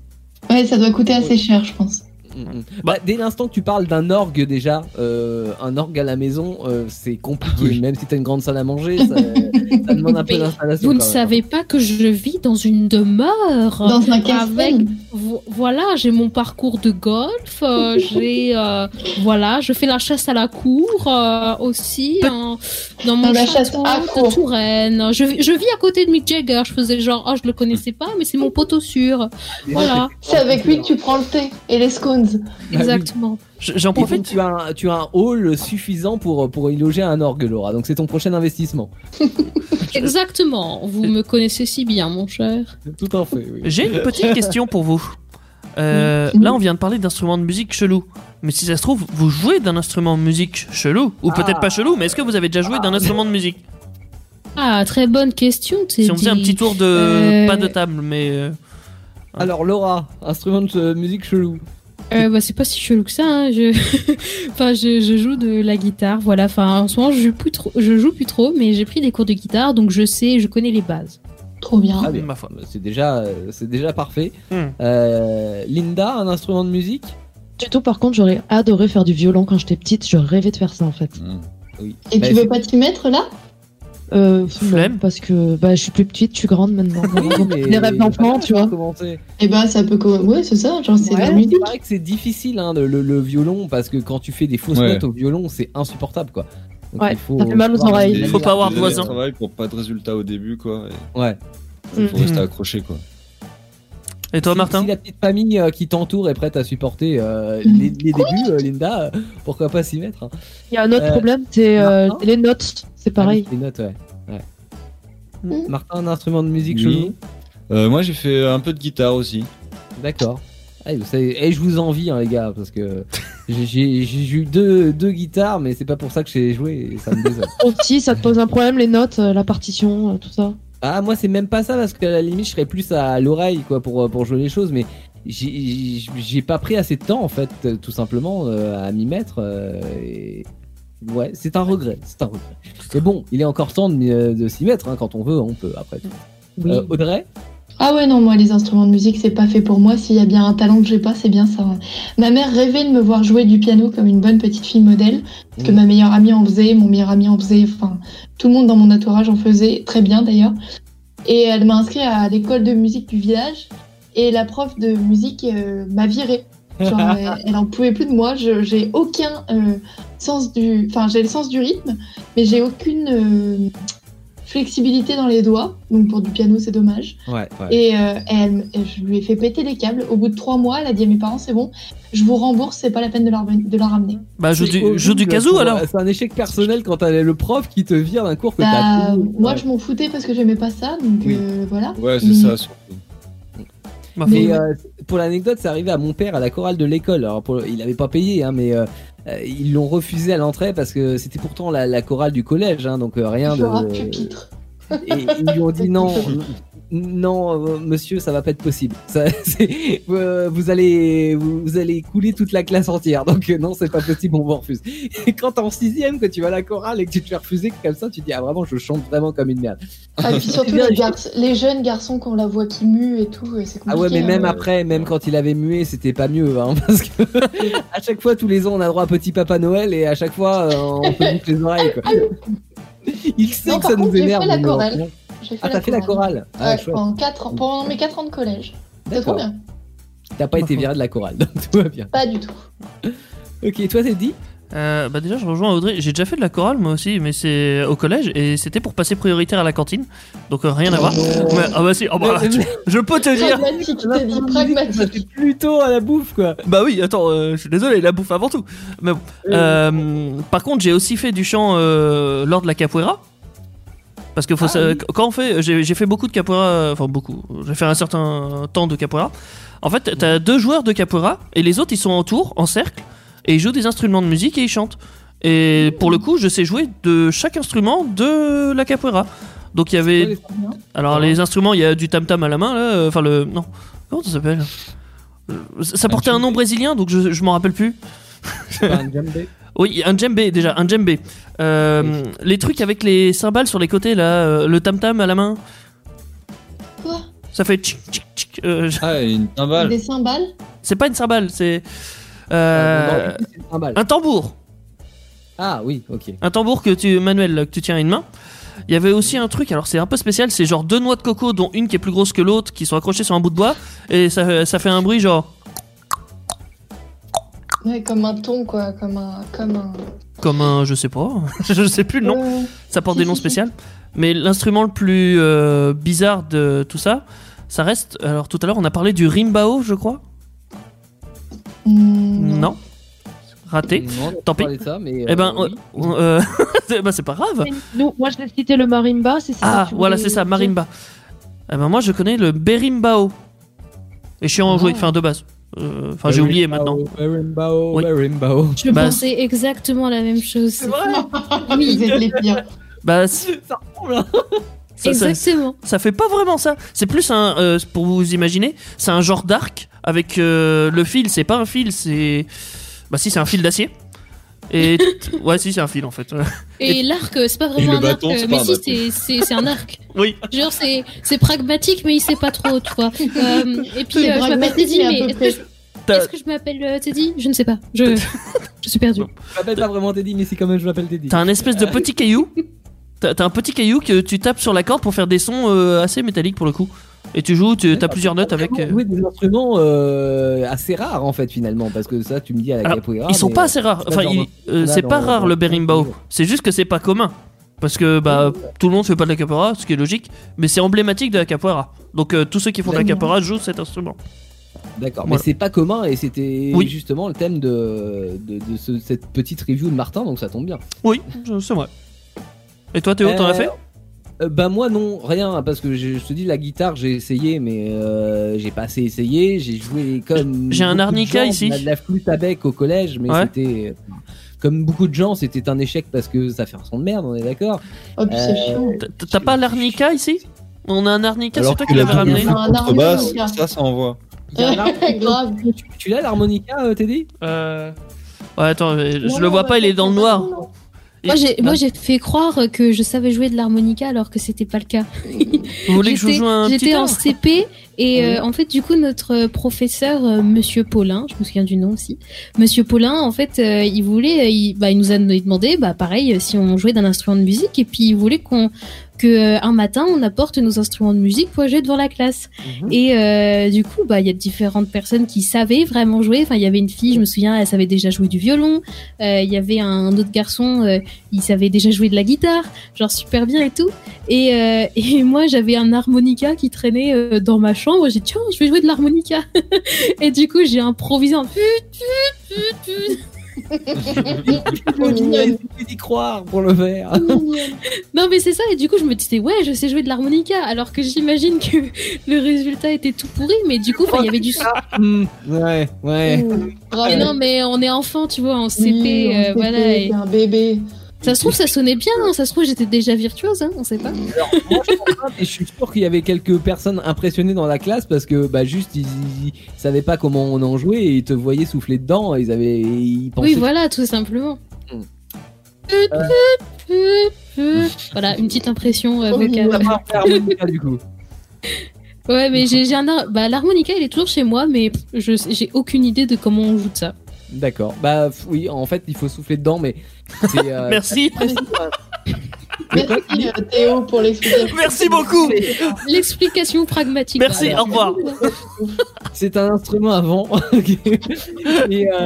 Speaker 4: Ouais, ça doit coûter assez cher, je pense.
Speaker 3: Mm.
Speaker 2: Bah, dès l'instant que tu parles d'un orgue déjà, euh, un orgue à la maison, euh, c'est compliqué,
Speaker 5: Oui.
Speaker 2: même si t'as une grande salle à manger, ça, ça demande un peu
Speaker 6: Mais
Speaker 2: d'installation.
Speaker 6: Vous ne
Speaker 2: quand même.
Speaker 6: savez pas que je vis dans une demeure.
Speaker 4: Dans un casting.
Speaker 6: Vo- Voilà, j'ai mon parcours de golf, euh, j'ai euh, voilà, je fais la chasse à la cour euh, aussi hein, dans mon
Speaker 4: Dans la chasse
Speaker 6: château
Speaker 4: à
Speaker 6: de
Speaker 4: cour.
Speaker 6: Touraine. Je, vis- je vis à côté de Mick Jagger. Je faisais genre, oh, je le connaissais pas, mais c'est mon poteau sûr.
Speaker 2: Déjà,
Speaker 6: Voilà,
Speaker 4: C'est avec lui que tu prends le thé et les scones.
Speaker 2: oui.
Speaker 6: exactement.
Speaker 3: J- J'en
Speaker 2: En fait,
Speaker 3: profite.
Speaker 2: tu as, un, tu as un hall suffisant pour, pour y loger un orgue, Laura. Donc c'est ton prochain investissement.
Speaker 6: Exactement. Vous me connaissez si bien, mon cher.
Speaker 2: Tout en fait. Oui.
Speaker 3: J'ai une petite question pour vous. Euh,
Speaker 4: Oui.
Speaker 3: là, on vient de parler d'instruments de musique chelou. Mais si ça se trouve, vous jouez d'un instrument de musique chelou. Ou peut-être
Speaker 2: Ah.
Speaker 3: pas chelou, mais est-ce que vous avez déjà joué d'un instrument de musique
Speaker 6: Ah, très bonne question.
Speaker 3: Si on faisait un
Speaker 6: Teddy.
Speaker 3: petit tour de.
Speaker 6: Euh.
Speaker 3: Pas de table, mais. euh,
Speaker 2: Alors Laura, instrument de euh, musique chelou.
Speaker 6: Euh, bah, c'est pas si chelou que ça. hein. Je... enfin, je, je joue de la guitare, voilà. Enfin, en ce moment, je joue plus trop, je joue plus trop, mais j'ai pris des cours de guitare, donc je sais, je connais les bases.
Speaker 4: Trop bien.
Speaker 2: Ah bien.
Speaker 3: ma foi.
Speaker 2: C'est déjà, euh, c'est déjà parfait.
Speaker 3: Hmm.
Speaker 2: Euh, Linda, un instrument de musique
Speaker 7: Du tout, par contre, j'aurais adoré faire du violon quand j'étais petite. Je rêvais de faire ça, en fait.
Speaker 5: Mm.
Speaker 2: Oui.
Speaker 4: Et
Speaker 2: Bah,
Speaker 4: tu veux
Speaker 2: c'est-
Speaker 4: pas t'y mettre là
Speaker 7: Euh,
Speaker 3: Flemme.
Speaker 7: non, parce que bah, je suis plus petite, je suis grande maintenant.
Speaker 2: Oui, mais-
Speaker 7: Les rêves d'enfant, tu vois.
Speaker 2: Commencer.
Speaker 4: Eh ben, ça peut. co- Ouais, c'est ça. Genre, c'est de la
Speaker 2: Ouais,
Speaker 4: musique.
Speaker 2: c'est vrai que c'est difficile hein, le, le- le violon parce que quand tu fais des fausses
Speaker 5: Ouais.
Speaker 2: notes au violon, c'est insupportable quoi. Donc,
Speaker 7: Ouais,
Speaker 2: il faut-
Speaker 7: ça fait mal aux
Speaker 2: faut avoir euh,
Speaker 7: oreilles.
Speaker 2: des-
Speaker 3: Faut pas avoir
Speaker 5: Des
Speaker 3: de
Speaker 5: années de
Speaker 3: voisins.
Speaker 5: travail pour pas de résultat au début, quoi. et
Speaker 2: Ouais.
Speaker 5: Il faut
Speaker 3: Mm.
Speaker 5: rester accroché, quoi.
Speaker 3: Et toi,
Speaker 2: Si-
Speaker 3: Martin
Speaker 2: Si la petite famille euh, qui t'entoure est prête à supporter euh, les, les débuts, euh, Linda, euh, pourquoi pas s'y mettre hein.
Speaker 7: Il y a un autre
Speaker 2: Euh,
Speaker 7: problème, c'est euh,
Speaker 2: Martin
Speaker 7: les notes. C'est pareil.
Speaker 2: Ah oui, Les notes, ouais. Ouais.
Speaker 4: Mm.
Speaker 2: Martin, un instrument de musique
Speaker 5: Oui.
Speaker 2: chelou
Speaker 5: Euh, moi, j'ai fait un peu de guitare aussi.
Speaker 2: D'accord. Et je vous envie, hein, les gars, parce que j'ai- j'ai j'ai eu deux, deux guitares, mais c'est pas pour ça que j'ai joué, et ça me désole.
Speaker 7: Aussi, Oh, ça te pose un problème, les notes, euh, la partition, euh, tout ça.
Speaker 2: ah, moi, c'est même pas ça, parce qu'à la limite, je serais plus à l'oreille, quoi, pour, euh, pour jouer les choses, mais j'ai- j'ai j'ai pas pris assez de temps, en fait, euh, tout simplement, euh, à m'y mettre. euh, et... Ouais, c'est un regret, c'est un regret. Mais bon, il est encore temps de, m'y- euh, de s'y mettre, hein, quand on veut, on peut, après tout. Euh, Audrey
Speaker 4: Ah ouais, non, moi, les instruments de musique, c'est pas fait pour moi. S'il y a bien un talent que j'ai pas, c'est bien ça. hein. Ma mère rêvait de me voir jouer du piano comme une bonne petite fille modèle. Parce que
Speaker 2: Mm.
Speaker 4: ma meilleure amie en faisait, mon meilleur ami en faisait, enfin, tout le monde dans mon entourage en faisait, très bien d'ailleurs. Et elle m'a inscrit à l'école de musique du village. Et la prof de musique euh, m'a virée. Genre, elle, elle en pouvait plus de moi. Je- J'ai aucun euh, sens du. Enfin, j'ai le sens du rythme, mais j'ai aucune euh, flexibilité dans les doigts. Donc, pour du piano, c'est dommage.
Speaker 2: Ouais, ouais.
Speaker 4: Et euh, elle, je lui ai fait péter les câbles. Au bout de trois mois, elle a dit à mes parents c'est bon, je vous rembourse, c'est pas la peine de la, reven- de la ramener.
Speaker 3: Bah, joue
Speaker 2: C'est
Speaker 3: du, joue du
Speaker 2: horrible
Speaker 3: kazoo
Speaker 2: pour-
Speaker 3: alors
Speaker 2: C'est un échec personnel quand t'as le prof qui te vire d'un cours que t'as.
Speaker 4: Bah,
Speaker 2: appris.
Speaker 4: moi, je m'en foutais parce que j'aimais pas ça, donc
Speaker 2: Oui.
Speaker 4: euh, voilà.
Speaker 5: Ouais, c'est
Speaker 4: Mais-
Speaker 5: ça, surtout.
Speaker 3: Ma foi.
Speaker 2: Et Mhm. euh, pour l'anecdote, c'est arrivé à mon père à la chorale de l'école. Alors, pour- il n'avait pas payé, hein, mais euh, euh, ils l'ont refusé à l'entrée parce que c'était pourtant la, la chorale du collège, hein, donc euh, rien de.
Speaker 4: Flora pupitre.
Speaker 2: Et ils lui ont dit non, non, euh, monsieur, ça va pas être possible. Ça, c'est- euh, vous allez, vous, vous allez couler toute la classe entière. Donc euh, non, c'est pas possible, on vous refuse. Et quand t'es en sixième, que tu vas à la chorale et que tu te fais refuser comme ça, tu te dis ah vraiment, je chante vraiment comme une merde.
Speaker 4: Ah, puis surtout les, garçons- les jeunes garçons qui ont la voix qui mue et tout, et c'est compliqué.
Speaker 2: Ah ouais, mais
Speaker 4: hein.
Speaker 2: même après, même quand il avait mué, c'était pas mieux, hein, parce que à chaque fois, tous les ans, on a droit à petit Papa Noël et à chaque fois, euh, on se bouche les oreilles. Quoi. Il sait
Speaker 4: Non,
Speaker 2: que
Speaker 4: par
Speaker 2: ça
Speaker 4: contre,
Speaker 2: nous
Speaker 4: j'ai fait
Speaker 2: énerve.
Speaker 4: la
Speaker 2: mais bon.
Speaker 4: chorale. J'ai
Speaker 2: Ah, t'as fait la chorale. Ah,
Speaker 4: Ouais,
Speaker 2: chouette.
Speaker 4: pendant, quatre ans- pendant mes 4 ans de collège. C'est trop
Speaker 2: D'accord.
Speaker 4: bien.
Speaker 2: T'as pas été viré de la chorale, donc tout va bien.
Speaker 4: Pas du tout.
Speaker 2: Ok, toi t'es dit
Speaker 3: Euh, bah déjà, je rejoins Audrey. J'ai déjà fait de la chorale moi aussi, mais c'est au collège et c'était pour passer prioritaire à la cantine, donc euh, rien à voir.
Speaker 2: Oh.
Speaker 3: Mais- ah bah si, ah bah, tu- je peux te dire.
Speaker 4: Pragmatique, t'as dit pragmatique.
Speaker 2: C'est plutôt à la bouffe, quoi.
Speaker 3: Bah oui, attends, euh, je suis désolé, la bouffe avant tout. Mais bon. Euh, par contre, j'ai aussi fait du chant euh, lors de la capoeira. Parce
Speaker 2: Ah
Speaker 3: que faut sa- quand on fait, j'ai j'ai fait beaucoup de capoeira, euh, enfin beaucoup, j'ai fait un certain temps de capoeira. En fait, t'as deux joueurs de capoeira et les autres ils sont en tour, en cercle, et ils jouent des instruments de musique et ils chantent. Et pour le coup, je sais jouer de chaque instrument de la capoeira. Donc il y avait alors les instruments, il y a du tam tam à la main, là. euh, Enfin le non, comment ça s'appelle Euh, Ça portait un nom brésilien, donc je, je m'en rappelle plus. Oui, un djembé déjà, un djembé. Euh, Les trucs avec les cymbales sur les côtés là, euh, le tam tam à la main,
Speaker 4: Quoi
Speaker 3: ça fait tchic tchic tchic. euh, je-
Speaker 5: Ah, une timbale.
Speaker 4: Des cymbales
Speaker 3: c'est pas une cymbale, c'est euh,
Speaker 2: Un bal.
Speaker 3: un tambour,
Speaker 2: Ah oui, ok.
Speaker 3: un tambour que tu manuel là, que tu tiens à une main. Il y avait aussi un truc, alors c'est un peu spécial, c'est genre deux noix de coco dont une qui est plus grosse que l'autre, qui sont accrochées sur un bout de bois et ça, ça fait un bruit genre
Speaker 4: Ouais, comme un ton, quoi. Comme un. Comme un...
Speaker 3: comme un je sais pas, je sais plus le nom.
Speaker 4: Ouais.
Speaker 3: Ça porte
Speaker 4: Si,
Speaker 3: des noms
Speaker 4: si, si.
Speaker 3: spéciaux. Mais l'instrument le plus euh, bizarre de tout ça, ça reste. Alors tout à l'heure, on a parlé du rimbao, je crois.
Speaker 4: Mm,
Speaker 3: Non. Raté.
Speaker 2: Non, on va
Speaker 3: Tant pis.
Speaker 2: parler de ça, mais,
Speaker 3: Eh ben,
Speaker 2: euh, oui.
Speaker 3: on- on- euh, c'est bah, c'est pas grave.
Speaker 7: Nous, moi, je vais citer le marimba. c'est- c'est ça
Speaker 3: Ah,
Speaker 7: que tu
Speaker 3: voilà,
Speaker 7: voulais
Speaker 3: c'est ça,
Speaker 7: dire.
Speaker 3: marimba. Eh ben, moi, je connais le berimbao. Et je suis en joué,
Speaker 6: Ah.
Speaker 3: enfin, de base. Euh, Enfin, j'ai oublié maintenant.
Speaker 2: Berimbau,
Speaker 3: Oui.
Speaker 2: berimbau.
Speaker 6: Je
Speaker 3: Bah,
Speaker 6: pensais exactement la même chose. c'est fou.
Speaker 4: Vous êtes les pires.
Speaker 3: Bah, c'est- ça, ça,
Speaker 6: Exactement.
Speaker 3: ça fait pas vraiment ça. C'est plus un, euh, pour vous imaginer, c'est un genre d'arc avec euh, le fil. C'est pas un fil, c'est, bah si, c'est un fil d'acier. Et ouais, si, c'est un fil en fait.
Speaker 6: Et l'arc, euh, c'est pas vraiment
Speaker 5: le
Speaker 6: un
Speaker 5: bâton,
Speaker 6: arc.
Speaker 5: c'est
Speaker 6: euh,
Speaker 5: pas
Speaker 6: Mais
Speaker 5: un
Speaker 6: si,
Speaker 5: bâton.
Speaker 6: c'est- c'est c'est un arc.
Speaker 3: oui.
Speaker 6: Genre, c'est c'est pragmatique, mais il sait pas trop, tu vois. Euh, et puis,
Speaker 4: C'est
Speaker 6: euh, je m'appelle
Speaker 4: pragmatique,
Speaker 6: Teddy,
Speaker 4: mais à
Speaker 6: mais
Speaker 4: peu
Speaker 6: est-ce que,
Speaker 4: près.
Speaker 6: je- est-ce que je m'appelle euh, Teddy Je ne sais pas. Je, je suis perdue.
Speaker 2: Je m'appelle pas vraiment Teddy, mais si quand même je m'appelle Teddy.
Speaker 3: T'as un espèce de petit caillou. T'as t'as un petit caillou que tu tapes sur la corde pour faire des sons euh, assez métalliques pour le coup. Et tu joues, tu as plusieurs notes avec. euh,
Speaker 2: Oui, des instruments euh, assez rares en fait finalement, parce que ça, tu me dis à la
Speaker 3: Alors,
Speaker 2: capoeira.
Speaker 3: Ah, Ils sont
Speaker 2: mais-
Speaker 3: pas assez rares. Enfin,
Speaker 2: dans-
Speaker 3: ils- euh,
Speaker 2: là,
Speaker 3: c'est
Speaker 2: dans-
Speaker 3: pas rare
Speaker 2: dans-
Speaker 3: le berimbau. C'est juste que c'est pas commun. Parce que bah, tout le monde fait pas de la capoeira, ce qui est logique, mais c'est emblématique de la capoeira. Donc euh, tous ceux qui font
Speaker 2: Bah,
Speaker 3: de la capoeira jouent cet instrument.
Speaker 2: D'accord,
Speaker 3: Voilà.
Speaker 2: mais c'est pas commun et c'était
Speaker 3: Oui.
Speaker 2: justement le thème de, de, de ce- cette petite review de Martin, donc ça tombe bien.
Speaker 3: Oui, je- c'est vrai. Et toi Théo, t'en as
Speaker 2: Euh,
Speaker 3: fait
Speaker 2: euh, Bah moi non, rien, parce que je, je te dis la guitare j'ai essayé, mais euh, j'ai pas assez essayé, j'ai joué comme...
Speaker 3: J'ai un
Speaker 2: beaucoup de
Speaker 3: arnica
Speaker 2: gens,
Speaker 3: ici.
Speaker 2: on a de la flûte à bec au collège, mais
Speaker 3: Ouais.
Speaker 2: c'était... euh, Comme beaucoup de gens, c'était un échec parce que ça fait un son de merde, on est d'accord
Speaker 4: Oh, puis
Speaker 2: Euh,
Speaker 4: c'est chiant.
Speaker 3: T'as- T'as pas l'arnica ici On a un arnica, c'est
Speaker 5: Alors
Speaker 3: toi
Speaker 5: que
Speaker 3: qui
Speaker 5: la
Speaker 3: l'avais ramené
Speaker 4: bouffe- Non, non,
Speaker 5: Contrebasse,
Speaker 4: non, non.
Speaker 5: ça, ça envoie.
Speaker 2: Il y a un arnica-
Speaker 4: Grave.
Speaker 2: tu, tu l'as l'harmonica, euh, Teddy
Speaker 3: Euh... Ouais, attends, je, je
Speaker 4: Non,
Speaker 3: le vois
Speaker 4: bah,
Speaker 3: pas, il est dans le
Speaker 4: c'est
Speaker 3: noir.
Speaker 4: pas bon, non.
Speaker 6: Moi, j'ai moi, j'ai fait croire que je savais jouer de l'harmonica alors que c'était pas le cas.
Speaker 3: Vous voulez que je vous
Speaker 6: J'étais-
Speaker 3: joue un petit
Speaker 6: J'étais en
Speaker 3: air
Speaker 6: CP et euh, en fait du coup notre professeur euh, Monsieur Paulin, je me souviens du nom aussi, Monsieur Paulin en fait euh, il voulait, euh, il, bah, il nous a il demandé bah pareil euh, si on jouait d'un instrument de musique et puis il voulait qu'on que euh, un matin on apporte nos instruments de musique pour jouer devant la classe
Speaker 3: Mhm.
Speaker 6: et euh, du coup bah il y a différentes personnes qui savaient vraiment jouer. Enfin il y avait une fille je me souviens elle savait déjà jouer du violon, Euh, il y avait un autre garçon euh, il savait déjà jouer de la guitare genre super bien et tout. Et, euh, et moi, j'avais un harmonica qui traînait euh, dans ma chambre. J'ai dit, tiens, je vais jouer de l'harmonica. et du coup, j'ai improvisé un put, put, put, put.
Speaker 2: Faut
Speaker 4: mignonne.
Speaker 2: d'y croire pour le faire.
Speaker 6: Non, mais c'est ça. Et du coup, je me disais, ouais, je sais jouer de l'harmonica. Alors que j'imagine que le résultat était tout pourri. Mais du coup, enfin, il y avait du son.
Speaker 2: Hmm, ouais, ouais.
Speaker 4: Grave.
Speaker 6: Oh, Mais non, mais on est enfant, tu vois, en
Speaker 4: Ah, Oui,
Speaker 6: CP.
Speaker 4: on
Speaker 6: euh,
Speaker 4: s'était
Speaker 6: voilà.
Speaker 4: fait,
Speaker 6: et-
Speaker 4: t'es un bébé.
Speaker 6: Ça se trouve, ça sonnait bien, hein, ça se trouve, j'étais déjà virtuose, hein, on sait pas.
Speaker 2: Et je suis sûr qu'il y avait quelques personnes impressionnées dans la classe parce que bah juste ils, ils savaient pas comment on en jouait et ils te voyaient souffler dedans. Ils avaient, ils pensaient.
Speaker 6: Oui, voilà, tout simplement.
Speaker 2: Hmm.
Speaker 6: Put,
Speaker 3: Euh.
Speaker 6: put, put,
Speaker 3: Hmm.
Speaker 6: put. Voilà, une petite impression
Speaker 4: Oh,
Speaker 6: euh,
Speaker 2: Ça
Speaker 6: vocale.
Speaker 2: part faire harmonica, du coup.
Speaker 6: Ouais, mais j'ai j'ai un ar- bah, l'harmonica, il est toujours chez moi, mais je j'ai aucune idée de comment on joue de ça.
Speaker 2: D'accord. Bah f- oui, en fait, il faut souffler dedans, mais c'est euh,
Speaker 3: Merci,
Speaker 4: Merci euh, Théo pour l'explication.
Speaker 3: merci beaucoup.
Speaker 6: L'explication pragmatique.
Speaker 3: Merci,
Speaker 6: voilà.
Speaker 3: au revoir.
Speaker 2: c'est un instrument avant. Et, euh,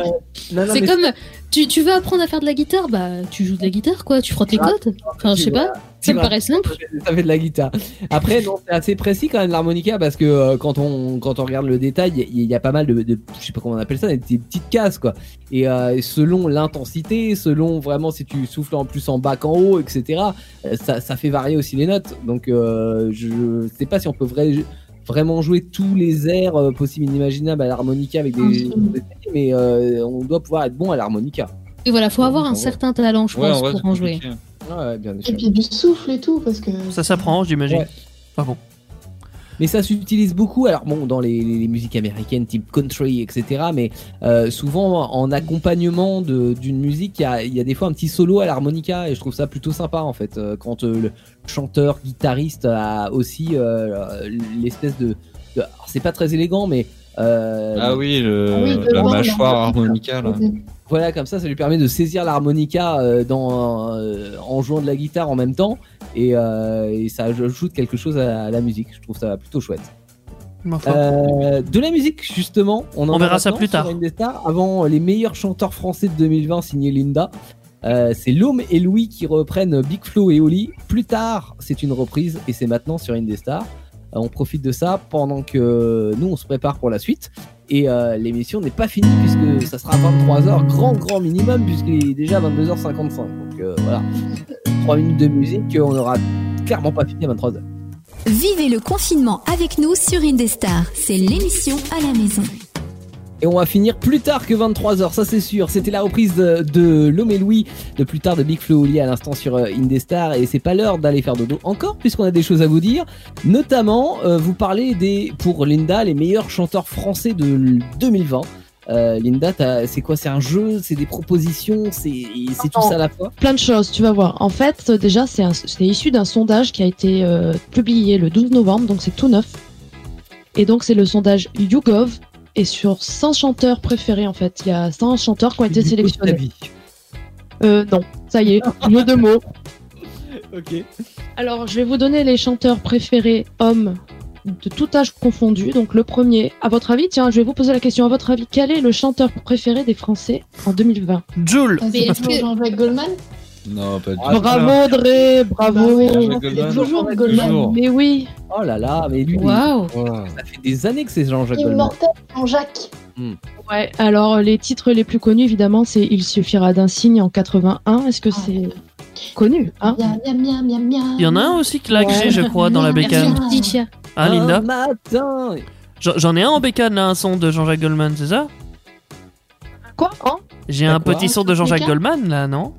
Speaker 2: non, non,
Speaker 6: C'est
Speaker 2: mais
Speaker 6: comme tu, tu veux apprendre à faire de la guitare, bah tu joues de la guitare quoi, tu frottes les
Speaker 2: Ah,
Speaker 6: codes. Enfin, je sais pas, ça me
Speaker 2: Voilà.
Speaker 6: paraît simple.
Speaker 2: ça fait de la guitare. Après, non, c'est assez précis quand même l'harmonica parce que euh, quand on quand on regarde le détail, il y a- il y, a pas mal de, de- je sais pas comment on appelle ça, des petites- petites cases quoi. Et euh, selon l'intensité, selon vraiment si tu souffles en plus en bas qu'en haut, etc. euh, ça, ça fait varier aussi les notes. Donc euh, je sais pas si on peut vrai- vraiment jouer tous les airs euh, possibles inimaginables à l'harmonica avec des,
Speaker 4: Absolument.
Speaker 2: mais euh, on doit pouvoir être bon à l'harmonica.
Speaker 6: Et voilà, faut avoir un certain talent, je
Speaker 5: Ouais,
Speaker 6: pense,
Speaker 5: en vrai,
Speaker 6: pour
Speaker 5: c'est
Speaker 6: en jouer.
Speaker 5: compliqué.
Speaker 2: Ouais, bien
Speaker 4: Et
Speaker 2: sûr.
Speaker 4: puis du souffle et tout, parce que.
Speaker 3: Ça s'apprend, j'imagine.
Speaker 2: Ouais.
Speaker 3: Ah bon.
Speaker 2: Mais ça s'utilise beaucoup, alors bon, dans les, les musiques américaines type country, etc. Mais euh, souvent en accompagnement de- d'une musique, il y a, il y a des fois un petit solo à l'harmonica et je trouve ça plutôt sympa en fait. euh, quand euh, le chanteur, guitariste a aussi euh, l'espèce de. de- alors, c'est pas très élégant, mais. euh,
Speaker 5: Ah oui, le-
Speaker 4: Ah oui, devant,
Speaker 5: la
Speaker 4: là.
Speaker 5: mâchoire harmonica là.
Speaker 2: Voilà, comme ça, ça lui permet de saisir l'harmonica euh, dans, euh, en jouant de la guitare en même temps et, euh, et ça ajoute quelque chose à, à la musique. Je trouve ça plutôt chouette.
Speaker 3: Mais enfin,
Speaker 2: Euh, de la musique, justement. On, en
Speaker 3: On
Speaker 2: va
Speaker 3: verra ça
Speaker 2: maintenant
Speaker 3: plus tard.
Speaker 2: sur une des stars. avant euh, les meilleurs chanteurs français de 2020 signé Linda. Euh, c'est Lhomme et Louis qui reprennent Big Flo et Oli. Plus tard, c'est une reprise et c'est maintenant sur Indestar. Euh, on profite de ça pendant que euh, nous on se prépare pour la suite. Et euh, l'émission n'est pas finie puisque ça sera à 23h, grand grand minimum, puisqu'il est déjà 22h55. Donc euh, voilà, 3 minutes de musique, on aura clairement pas fini à 23h.
Speaker 1: Vivez le confinement avec nous sur Indestar. C'est l'émission à la maison.
Speaker 2: Et on va finir plus tard que 23h, ça c'est sûr. C'était la reprise de, de L'Homme et Louis, de plus tard de Big Flo Oli à l'instant sur euh, Indestar. Et c'est pas l'heure d'aller faire dodo encore, puisqu'on a des choses à vous dire. Notamment, euh, vous parlez des, pour Linda, les meilleurs chanteurs français de l- 2020. Euh, Linda, t'as- c'est quoi C'est un jeu C'est des propositions C'est c'est tout ça à la fois
Speaker 7: Plein de choses, tu vas voir. En fait, euh, déjà, c'est un- c'est issu d'un sondage qui a été euh, publié le 12 novembre, donc c'est tout neuf. Et donc, c'est le sondage YouGov. Et sur 100 chanteurs préférés, en fait, il y a 100 chanteurs qui ont été sélectionnés. Euh, non, ça y est, jeu de mots.
Speaker 2: Ok.
Speaker 7: Alors, je vais vous donner les chanteurs préférés hommes de tout âge confondu. Donc, le premier, à votre avis, tiens, je vais vous poser la question. À votre avis, quel est le chanteur préféré des Français en 2020
Speaker 3: Jules,
Speaker 4: Ah,
Speaker 6: Mais
Speaker 4: c'est
Speaker 6: est-ce
Speaker 4: toujours
Speaker 6: que-
Speaker 4: Jean-Jacques Goldman
Speaker 5: Non, pas du
Speaker 2: Ah,
Speaker 5: tout.
Speaker 7: Bravo, Audrey, bravo.
Speaker 4: Bah
Speaker 5: Jean-Jacques Goldman.
Speaker 4: Toujours
Speaker 2: Toujours.
Speaker 4: Goldman.
Speaker 5: Toujours.
Speaker 7: Mais oui,
Speaker 2: Oh là là, mais lui,
Speaker 6: Waouh
Speaker 2: ça fait des années que c'est Jean-Jacques Goldman.
Speaker 4: Immortel Jean-Jacques.
Speaker 7: ouais. Alors, les titres les plus connus, évidemment, c'est Il suffira d'un signe en 81. Est-ce que
Speaker 4: Ah.
Speaker 7: c'est connu hein
Speaker 4: Miam, miam, miam, miam, miam.
Speaker 3: il y en a un aussi que l'a que j'ai, je crois, dans la
Speaker 4: Merci.
Speaker 3: bécane.
Speaker 6: Petit chat.
Speaker 3: Ah,
Speaker 2: Un
Speaker 3: Linda
Speaker 2: matin
Speaker 3: J'en j'en ai un en bécane, là, un son de Jean-Jacques Goldman, c'est ça
Speaker 7: Quoi hein
Speaker 3: J'ai un
Speaker 2: D'accord.
Speaker 3: petit son de Jean-Jacques Goldman, là, non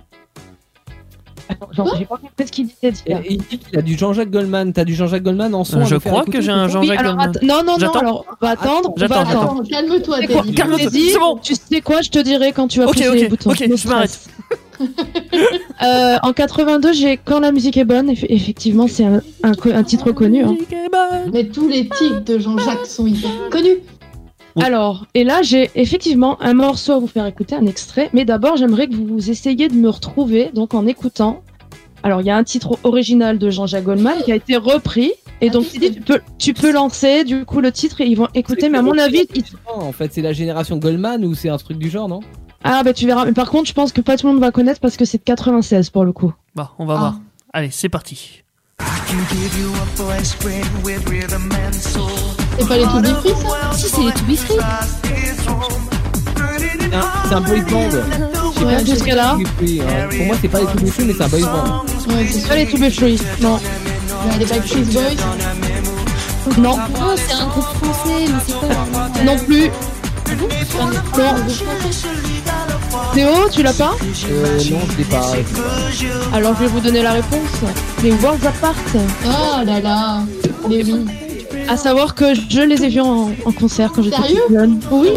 Speaker 7: Attends, genre, J'ai pas compris ce qu'il disait.
Speaker 2: Et
Speaker 7: celui-là.
Speaker 2: Il dit qu'il a du Jean-Jacques Goldman. T'as du Jean-Jacques Goldman en son
Speaker 3: Euh,
Speaker 2: à
Speaker 3: Je
Speaker 2: nous faire
Speaker 3: crois
Speaker 2: écouter, Ah,
Speaker 3: que j'ai un
Speaker 2: c'est
Speaker 7: Oui,
Speaker 3: Jean-Jacques
Speaker 7: alors,
Speaker 3: Goldman.
Speaker 7: att- non, non, non,
Speaker 3: J'attends.
Speaker 7: alors, bah, on va attendre. on va
Speaker 3: J'attends,
Speaker 7: attendre.
Speaker 4: Attends, calme-toi,
Speaker 7: C'est quoi
Speaker 4: Teddy.
Speaker 3: Calme-toi.
Speaker 7: T'es dit,
Speaker 3: C'est bon.
Speaker 7: Tu sais quoi, je te dirai quand tu vas
Speaker 3: Ok,
Speaker 7: pousser
Speaker 3: ok,
Speaker 7: les boutons.
Speaker 3: ok,
Speaker 7: Ne
Speaker 3: je m'arrête.
Speaker 7: stress. Euh, en 82, j'ai Quand la musique est bonne, eff- effectivement, c'est un, un co- un titre connu. hein.
Speaker 4: Mais tous les titres de Jean-Jacques sont hyper connus.
Speaker 3: Oui.
Speaker 7: Alors, et là, j'ai effectivement un morceau à vous faire écouter, un extrait, mais d'abord, j'aimerais que vous, vous essayiez de me retrouver, donc en écoutant. Alors, il y a un titre original de Jean-Jacques Goldman qui a été repris, et donc Teddy, tu peux, tu peux lancer du coup le titre et ils vont écouter, mais à mon avis, ils-
Speaker 2: Non, en fait, c'est la génération Goldman ou c'est un truc du genre, non
Speaker 7: ah bah tu verras, mais par contre, je pense que pas tout le monde va connaître parce que c'est de 96 pour le coup.
Speaker 3: Bah, on va
Speaker 4: Ah.
Speaker 3: voir. Allez, c'est parti.
Speaker 4: C'est pas les tout des fruits, ça
Speaker 6: Si, c'est les Toubis Free.
Speaker 2: C'est un- C'est un boys band. Je sais
Speaker 7: Ouais,
Speaker 2: pas si
Speaker 7: jusqu'à là.
Speaker 2: c'est plus, hein. Pour moi, c'est pas les tout mais c'est un boys band.
Speaker 4: Ouais, c'est sûr.
Speaker 7: Pas les To Be Free, non.
Speaker 4: Bah, Les Backstreet Boys.
Speaker 7: Non,
Speaker 6: Oh, c'est un groupe français, mais c'est quoi
Speaker 7: non plus. Non, Théo, tu l'as pas
Speaker 2: Euh, non, je l'ai pas.
Speaker 7: Alors je vais vous donner la réponse. Les Worlds Apart.
Speaker 4: Oh là là. Mais oui.
Speaker 7: À savoir que je les ai vus en, en concert quand j'étais
Speaker 4: Sérieux
Speaker 7: plus jeune. Oui.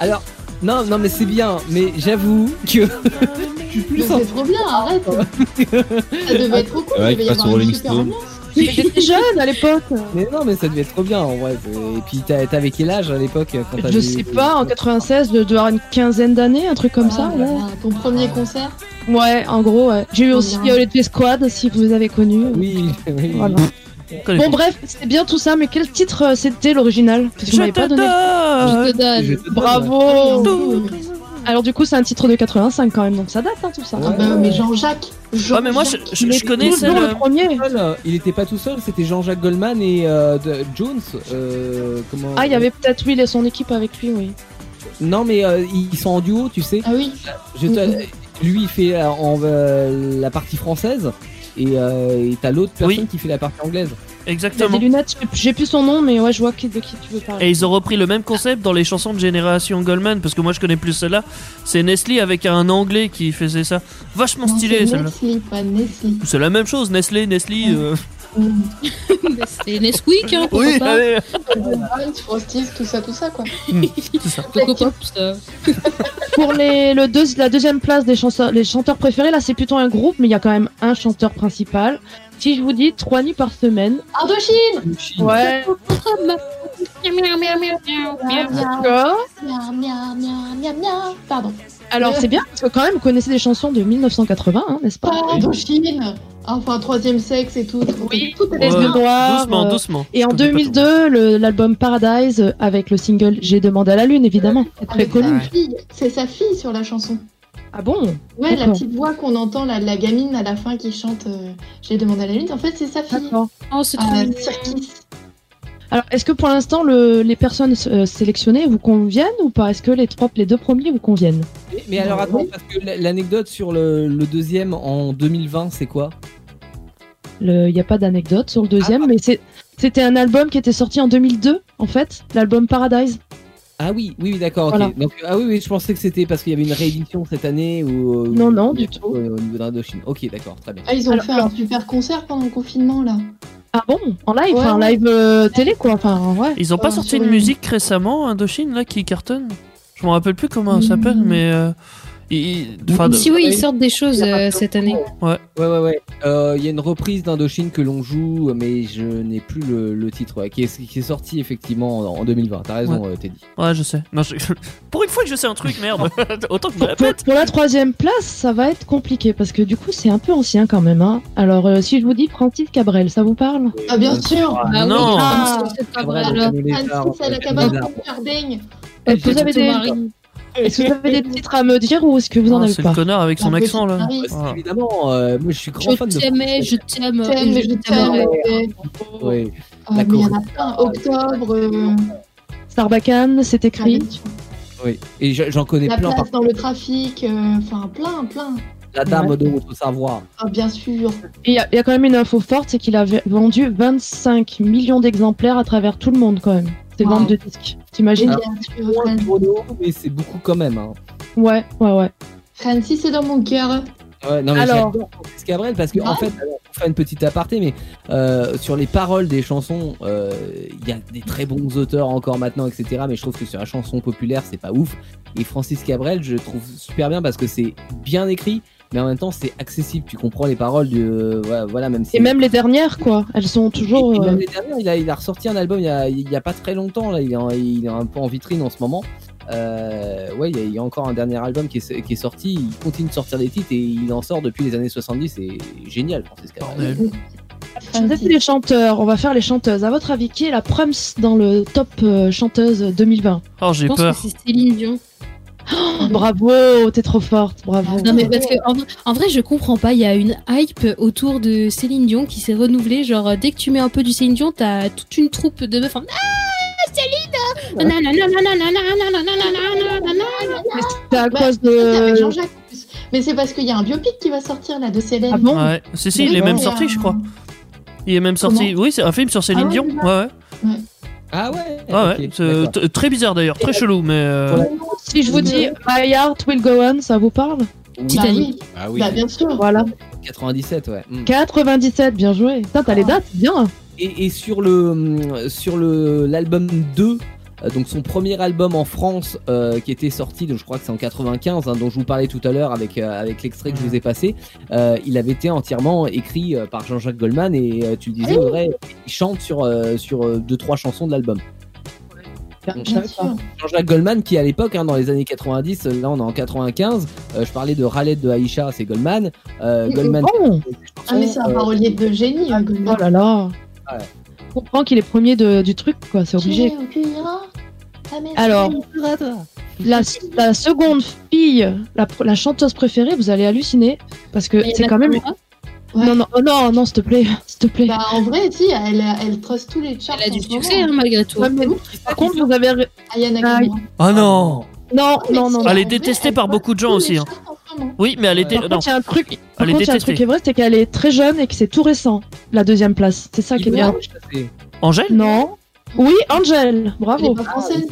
Speaker 2: Alors, non, non, mais c'est bien, mais j'avoue que je suis
Speaker 4: Mais
Speaker 2: plus en
Speaker 4: C'est trop bien, arrête. Ça devait être trop cool.
Speaker 5: Ouais,
Speaker 4: il devait
Speaker 5: il
Speaker 4: y
Speaker 5: passe
Speaker 4: avoir
Speaker 5: au
Speaker 4: une
Speaker 5: Rolling
Speaker 4: super
Speaker 5: Stone.
Speaker 4: ambiance.
Speaker 7: J'étais jeune à l'époque.
Speaker 2: Mais non, mais ça devait être trop bien en vrai. Et puis t'as- t'avais quel âge à l'époque quand
Speaker 7: Je
Speaker 2: t'avais-
Speaker 7: sais pas, en 96, de devoir une quinzaine d'années, un truc comme ça.
Speaker 4: Ah,
Speaker 7: ouais.
Speaker 4: voilà, Ton premier concert.
Speaker 7: Ouais, en gros, ouais. J'ai eu aussi
Speaker 4: Ouais.
Speaker 7: Violet Play Squad, si vous avez connu.
Speaker 2: Oui, oui.
Speaker 7: Voilà.
Speaker 3: Connais
Speaker 7: Bon,
Speaker 3: pas.
Speaker 7: bref, c'était bien tout ça, mais quel titre euh, c'était l'original Parce que vous
Speaker 3: Je
Speaker 7: m'avez
Speaker 3: te
Speaker 7: pas donné.
Speaker 3: donne
Speaker 6: Je te donne.
Speaker 2: Je te donne, ouais.
Speaker 7: Bravo
Speaker 3: tout.
Speaker 7: Alors, du coup, c'est un titre de 85 quand même, donc ça date, hein, tout ça.
Speaker 2: Ouais.
Speaker 4: Ah bah, mais Jean-Jacques.
Speaker 3: Ouais, mais moi, je, je- je
Speaker 7: Mais
Speaker 3: connais
Speaker 7: toujours
Speaker 3: celle. euh,
Speaker 7: le premier.
Speaker 2: Seul, euh, Il était pas tout seul, c'était Jean-Jacques Goldman et euh, de- Jones. euh, comment
Speaker 7: Ah, il y avait peut-être Will et son équipe avec lui, oui.
Speaker 2: Non, mais euh, ils sont en duo, tu sais.
Speaker 4: Ah oui.
Speaker 2: Je te-
Speaker 7: Mm-hmm.
Speaker 2: Lui, il fait euh, en, euh, la partie française et euh, et t'as l'autre
Speaker 3: Oui.
Speaker 2: personne qui fait la partie anglaise.
Speaker 7: Il a des
Speaker 3: Exactement.
Speaker 7: lunettes, j'ai- j'ai plus son nom, mais ouais, je vois qui- de qui tu veux parler.
Speaker 3: Et ils ont repris le même concept dans les chansons de Génération Goldman, parce que moi je connais plus celle-là. C'est Nestlé avec un anglais qui faisait ça. Vachement
Speaker 4: Non,
Speaker 3: stylé
Speaker 4: c'est
Speaker 3: celle-là.
Speaker 4: Nestlé, pas Nestlé.
Speaker 3: C'est la même chose, Nestlé, Nestlé. euh,
Speaker 4: Mm.
Speaker 6: C'est Nesquik, hein, pourquoi
Speaker 3: Oui,
Speaker 6: pas
Speaker 3: allez. Hmm.
Speaker 4: Bonne, Frosties, tout ça, tout ça quoi.
Speaker 3: C'est ça.
Speaker 6: Pourquoi pas tout ça
Speaker 7: Pour les, le deux- la deuxième place des chansons, les chanteurs préférés, là c'est plutôt un groupe, mais il y a quand même un chanteur principal. Si je vous dis trois nuits par semaine,
Speaker 4: Indochine
Speaker 7: ouais,
Speaker 4: Miam, miam,
Speaker 7: d'accord.
Speaker 4: miam, miam, miam, miam, miam. Pardon.
Speaker 7: Alors c'est bien parce que quand même vous connaissez des chansons de 1980, hein, n'est-ce pas
Speaker 4: Oh, Indochine Enfin, troisième sexe et tout. Oui, tout
Speaker 7: Les
Speaker 4: est
Speaker 3: Ouais.
Speaker 7: yeux noirs,
Speaker 3: Doucement,
Speaker 7: euh,
Speaker 3: doucement.
Speaker 7: Et en
Speaker 3: Je connais pas
Speaker 7: 2002, le- l'album Paradise euh, avec le single J'ai demandé à la lune, évidemment, c'est très
Speaker 4: Avec
Speaker 7: connu.
Speaker 4: sa fille. C'est sa fille sur la chanson.
Speaker 7: Ah bon
Speaker 4: Ouais, la
Speaker 7: D'accord.
Speaker 4: petite voix qu'on entend, la, la gamine à la fin qui chante euh, J'ai demandé à la lune. En fait, c'est sa fille.
Speaker 7: D'accord.
Speaker 6: Oh, c'est trop
Speaker 4: Ah,
Speaker 6: mignon.
Speaker 4: Circus.
Speaker 7: Alors, est-ce que pour l'instant le- les personnes euh, sélectionnées vous conviennent ou pas Est-ce que les trois, les deux premiers vous conviennent
Speaker 2: Mais, mais
Speaker 7: Bah
Speaker 2: alors attends, parce que l- l'anecdote sur le, le deuxième en 2020, c'est quoi
Speaker 7: Il n'y a pas d'anecdote sur le
Speaker 4: Ah.
Speaker 7: deuxième, mais c'est- c'était un album qui était sorti en 2002, en fait, l'album Paradise.
Speaker 2: Ah oui, oui, oui, d'accord. ok.
Speaker 7: Voilà.
Speaker 2: Donc, ah oui, oui, je pensais que c'était parce qu'il y avait une réédition cette année ou euh,
Speaker 7: Non,
Speaker 2: ou- euh,
Speaker 7: non, du tout.
Speaker 2: Au niveau de l'Indochine. Ok, d'accord, très bien.
Speaker 4: Ah, ils ont
Speaker 7: Alors,
Speaker 4: fait un super concert pendant le confinement là.
Speaker 7: Ah bon En live,
Speaker 4: Ouais,
Speaker 7: enfin, en
Speaker 4: ouais.
Speaker 7: live euh, télé, quoi. Enfin, ouais.
Speaker 3: Ils ont pas
Speaker 4: Euh,
Speaker 3: sorti
Speaker 4: sur
Speaker 3: une
Speaker 4: une-
Speaker 3: musique récemment, Indochine, là, qui cartonne Je m'en rappelle plus comment elle s'appelle,
Speaker 4: Hmm.
Speaker 3: mais. euh, il- il- enfin, de-
Speaker 6: Si oui, ils sortent des choses euh, cette année.
Speaker 2: Ouais, ouais, ouais. Euh, Il y a une reprise d'Indochine que l'on joue, mais je n'ai plus le, le titre, ouais, qui, est, qui est sorti effectivement en, en 2020. T'as raison, euh, Teddy.
Speaker 3: Ouais, je sais. Non, je- Pour une fois que je sais un truc, merde. Autant que je me
Speaker 7: Pour, pour-
Speaker 3: répète.
Speaker 7: pour la troisième place, ça va être compliqué parce que du coup, c'est un peu ancien quand même. Hein. Alors, euh, si je vous dis Francis Cabrel, ça vous parle
Speaker 4: Ah, bien sûr
Speaker 6: Ah oui,
Speaker 3: non.
Speaker 6: ah, c'est pas vrai,
Speaker 2: Cabrel,
Speaker 6: alors.
Speaker 2: le canon des arbres,
Speaker 4: Anne-Six à la
Speaker 2: le canon
Speaker 4: cabane
Speaker 2: des
Speaker 4: de Jardin.
Speaker 7: Vous avez des- Est-ce que vous avez des titres à me dire ou est-ce que vous en
Speaker 3: Ah,
Speaker 7: avez
Speaker 3: C'est le
Speaker 7: pas
Speaker 3: connard avec son
Speaker 4: La
Speaker 3: accent, là.
Speaker 4: petite Paris.
Speaker 2: arbres.
Speaker 3: Voilà.
Speaker 2: Évidemment, euh, moi je suis grand fan
Speaker 6: Je
Speaker 2: de.
Speaker 6: t'aimais, je t'aime,
Speaker 4: T'aimes,
Speaker 6: et je
Speaker 4: je
Speaker 6: t'aimerai.
Speaker 4: t'aime.
Speaker 6: Oh,
Speaker 2: Ouais.
Speaker 4: Ah, mais il y en a plein. Octobre. euh,
Speaker 7: Sarbacane, c'est écrit.
Speaker 2: Oui, et je- j'en connais
Speaker 4: La
Speaker 2: plein. par-
Speaker 4: place dans le trafic, euh, enfin plein, plein.
Speaker 2: La dame de notre savoir.
Speaker 4: Ah, bien sûr.
Speaker 7: Et Il y, a- il y a quand même une info forte, c'est qu'il a v- vendu 25 millions d'exemplaires à travers tout le monde quand même. Ces
Speaker 4: Wow.
Speaker 7: ventes de disques,
Speaker 4: Et
Speaker 7: t'imagines
Speaker 4: bien sûr,
Speaker 2: Moins
Speaker 4: Fran-
Speaker 2: que Bruno, mais c'est beaucoup quand même. Hein.
Speaker 7: Ouais, ouais, ouais.
Speaker 4: Francis est dans mon cœur.
Speaker 2: Ouais, non, mais
Speaker 7: Alors.
Speaker 2: j'adore Francis Cabrel parce que en
Speaker 4: Ouais.
Speaker 2: fait, alors, pour faire une petite aparté, mais euh, sur les paroles des chansons, euh, il y a des très bons auteurs encore maintenant, etc. Mais je trouve que sur la chanson populaire, c'est pas ouf. Et Francis Cabrel, je trouve super bien parce que c'est bien écrit, mais en même temps, c'est accessible. Tu comprends les paroles du, euh, voilà, voilà, même si.
Speaker 7: Et même les dernières, quoi. Elles sont toujours.
Speaker 2: Et puis bah
Speaker 7: euh,
Speaker 2: même les dernières, il a, il a ressorti un album il y a, il y a pas très longtemps, là, il est, en- il est un peu en vitrine en ce moment. Euh, ouais, il y, a, il y a encore un dernier album qui est, qui est sorti, il continue de sortir des titres et il en sort depuis les années 70, c'est génial, Francis Cabrel.
Speaker 3: Bordel.
Speaker 7: Ça, c'est les chanteurs. On va faire les chanteuses. À votre avis, qui est la prums dans le top euh, chanteuse 2020
Speaker 3: Oh,
Speaker 6: Je
Speaker 3: j'ai
Speaker 6: pense
Speaker 3: peur.
Speaker 6: que c'est Céline Dion.
Speaker 7: Bravo, t'es trop forte, bravo.
Speaker 6: Non mais parce que en, en vrai je comprends pas, il y a une hype autour de Céline Dion qui s'est renouvelée, genre euh, dès que tu mets un peu du Céline Dion, t'as toute une troupe de meufs en Ah Céline Nanana, nanana, nanana, nanana, nanana.
Speaker 7: Mais c'est à
Speaker 4: Bah,
Speaker 7: cause
Speaker 4: C'est avec
Speaker 7: de.
Speaker 4: Jean-Jacques en plus. Mais c'est parce qu'il y a un biopic qui va sortir là de Célène.
Speaker 7: Ah bon
Speaker 3: Ouais. Si, si, il est
Speaker 4: Oui,
Speaker 3: même
Speaker 4: mais,
Speaker 3: sorti,
Speaker 4: euh,
Speaker 3: je crois. Il est même sorti. Oui, c'est un film sur Céline
Speaker 4: Ah ouais,
Speaker 3: Dion. Ouais, ouais.
Speaker 2: Ah ouais,
Speaker 3: Ah ouais.
Speaker 2: ok,
Speaker 3: C'est
Speaker 2: d'accord.
Speaker 3: t- très bizarre d'ailleurs, très chelou, mais. euh,
Speaker 2: Voilà.
Speaker 4: Non,
Speaker 7: Si je vous dis My Heart Will Go On, ça vous parle
Speaker 4: Titanic.
Speaker 5: Ah
Speaker 4: Bah,
Speaker 5: oui.
Speaker 4: bien sûr.
Speaker 7: Voilà.
Speaker 2: 97, ouais. Mm.
Speaker 7: 97, bien joué. Putain, t'as les dates, bien.
Speaker 2: Et, et sur le hum, sur le l'album 2, euh, donc son premier album en France euh, qui était sorti, donc je crois que c'est en 95, hein, dont je vous parlais tout à l'heure avec euh, avec l'extrait que je vous ai passé, euh, il avait été entièrement écrit euh, par Jean-Jacques Goldman et euh, tu le
Speaker 3: Ah
Speaker 2: disais Audrey, il chante sur euh, sur euh, deux trois chansons de l'album.
Speaker 7: Je savais pas.
Speaker 2: Jean-Jacques Goldman qui à l'époque hein, dans les années 90, euh, là on est en 95, euh, je parlais de Ralette de Aïcha, c'est Goldman, euh,
Speaker 4: Oui,
Speaker 2: Goldman.
Speaker 7: Oh,
Speaker 4: Ah, mais c'est un
Speaker 2: euh,
Speaker 4: parolier de génie. hein, Goldman.
Speaker 7: oh là là.
Speaker 2: Ouais.
Speaker 7: Je comprends qu'il est premier de- du truc, quoi, c'est obligé. Alors, la, la seconde fille, la, pr- la chanteuse préférée, vous allez halluciner. Parce que
Speaker 6: Il y en
Speaker 7: c'est
Speaker 6: a
Speaker 7: quand même.
Speaker 6: pas.
Speaker 4: Ouais.
Speaker 7: Non, non, oh non, non, s'il te plaît, s'il te plaît.
Speaker 4: Bah, en vrai, si, elle, elle trosse tous les charts.
Speaker 6: Elle a
Speaker 4: en
Speaker 6: du
Speaker 4: ce moment.
Speaker 6: succès, hein, malgré tout.
Speaker 7: Ouais, mais par contre, vous avez. ra-
Speaker 4: Ayana
Speaker 7: Ah,
Speaker 4: Kamura.
Speaker 3: Ah non
Speaker 7: Non, non, non. non.
Speaker 3: Elle est
Speaker 4: En vrai,
Speaker 3: détestée
Speaker 4: elle
Speaker 3: par
Speaker 4: trosse
Speaker 3: beaucoup de gens
Speaker 4: tous
Speaker 3: aussi,
Speaker 4: les
Speaker 3: hein.
Speaker 4: charts en ce moment.
Speaker 3: Oui, mais elle était.
Speaker 7: Euh, Par
Speaker 3: Non.
Speaker 7: contre, il y a un truc, par
Speaker 3: Elle est
Speaker 7: contre, il y a un truc
Speaker 3: détestée.
Speaker 7: qui est vrai, c'est qu'elle est très jeune et que c'est tout récent, la deuxième place. C'est ça qui est bien.
Speaker 3: Angèle
Speaker 7: Non. Oui, Angel,
Speaker 4: Elle est
Speaker 7: bravo.
Speaker 4: pas française.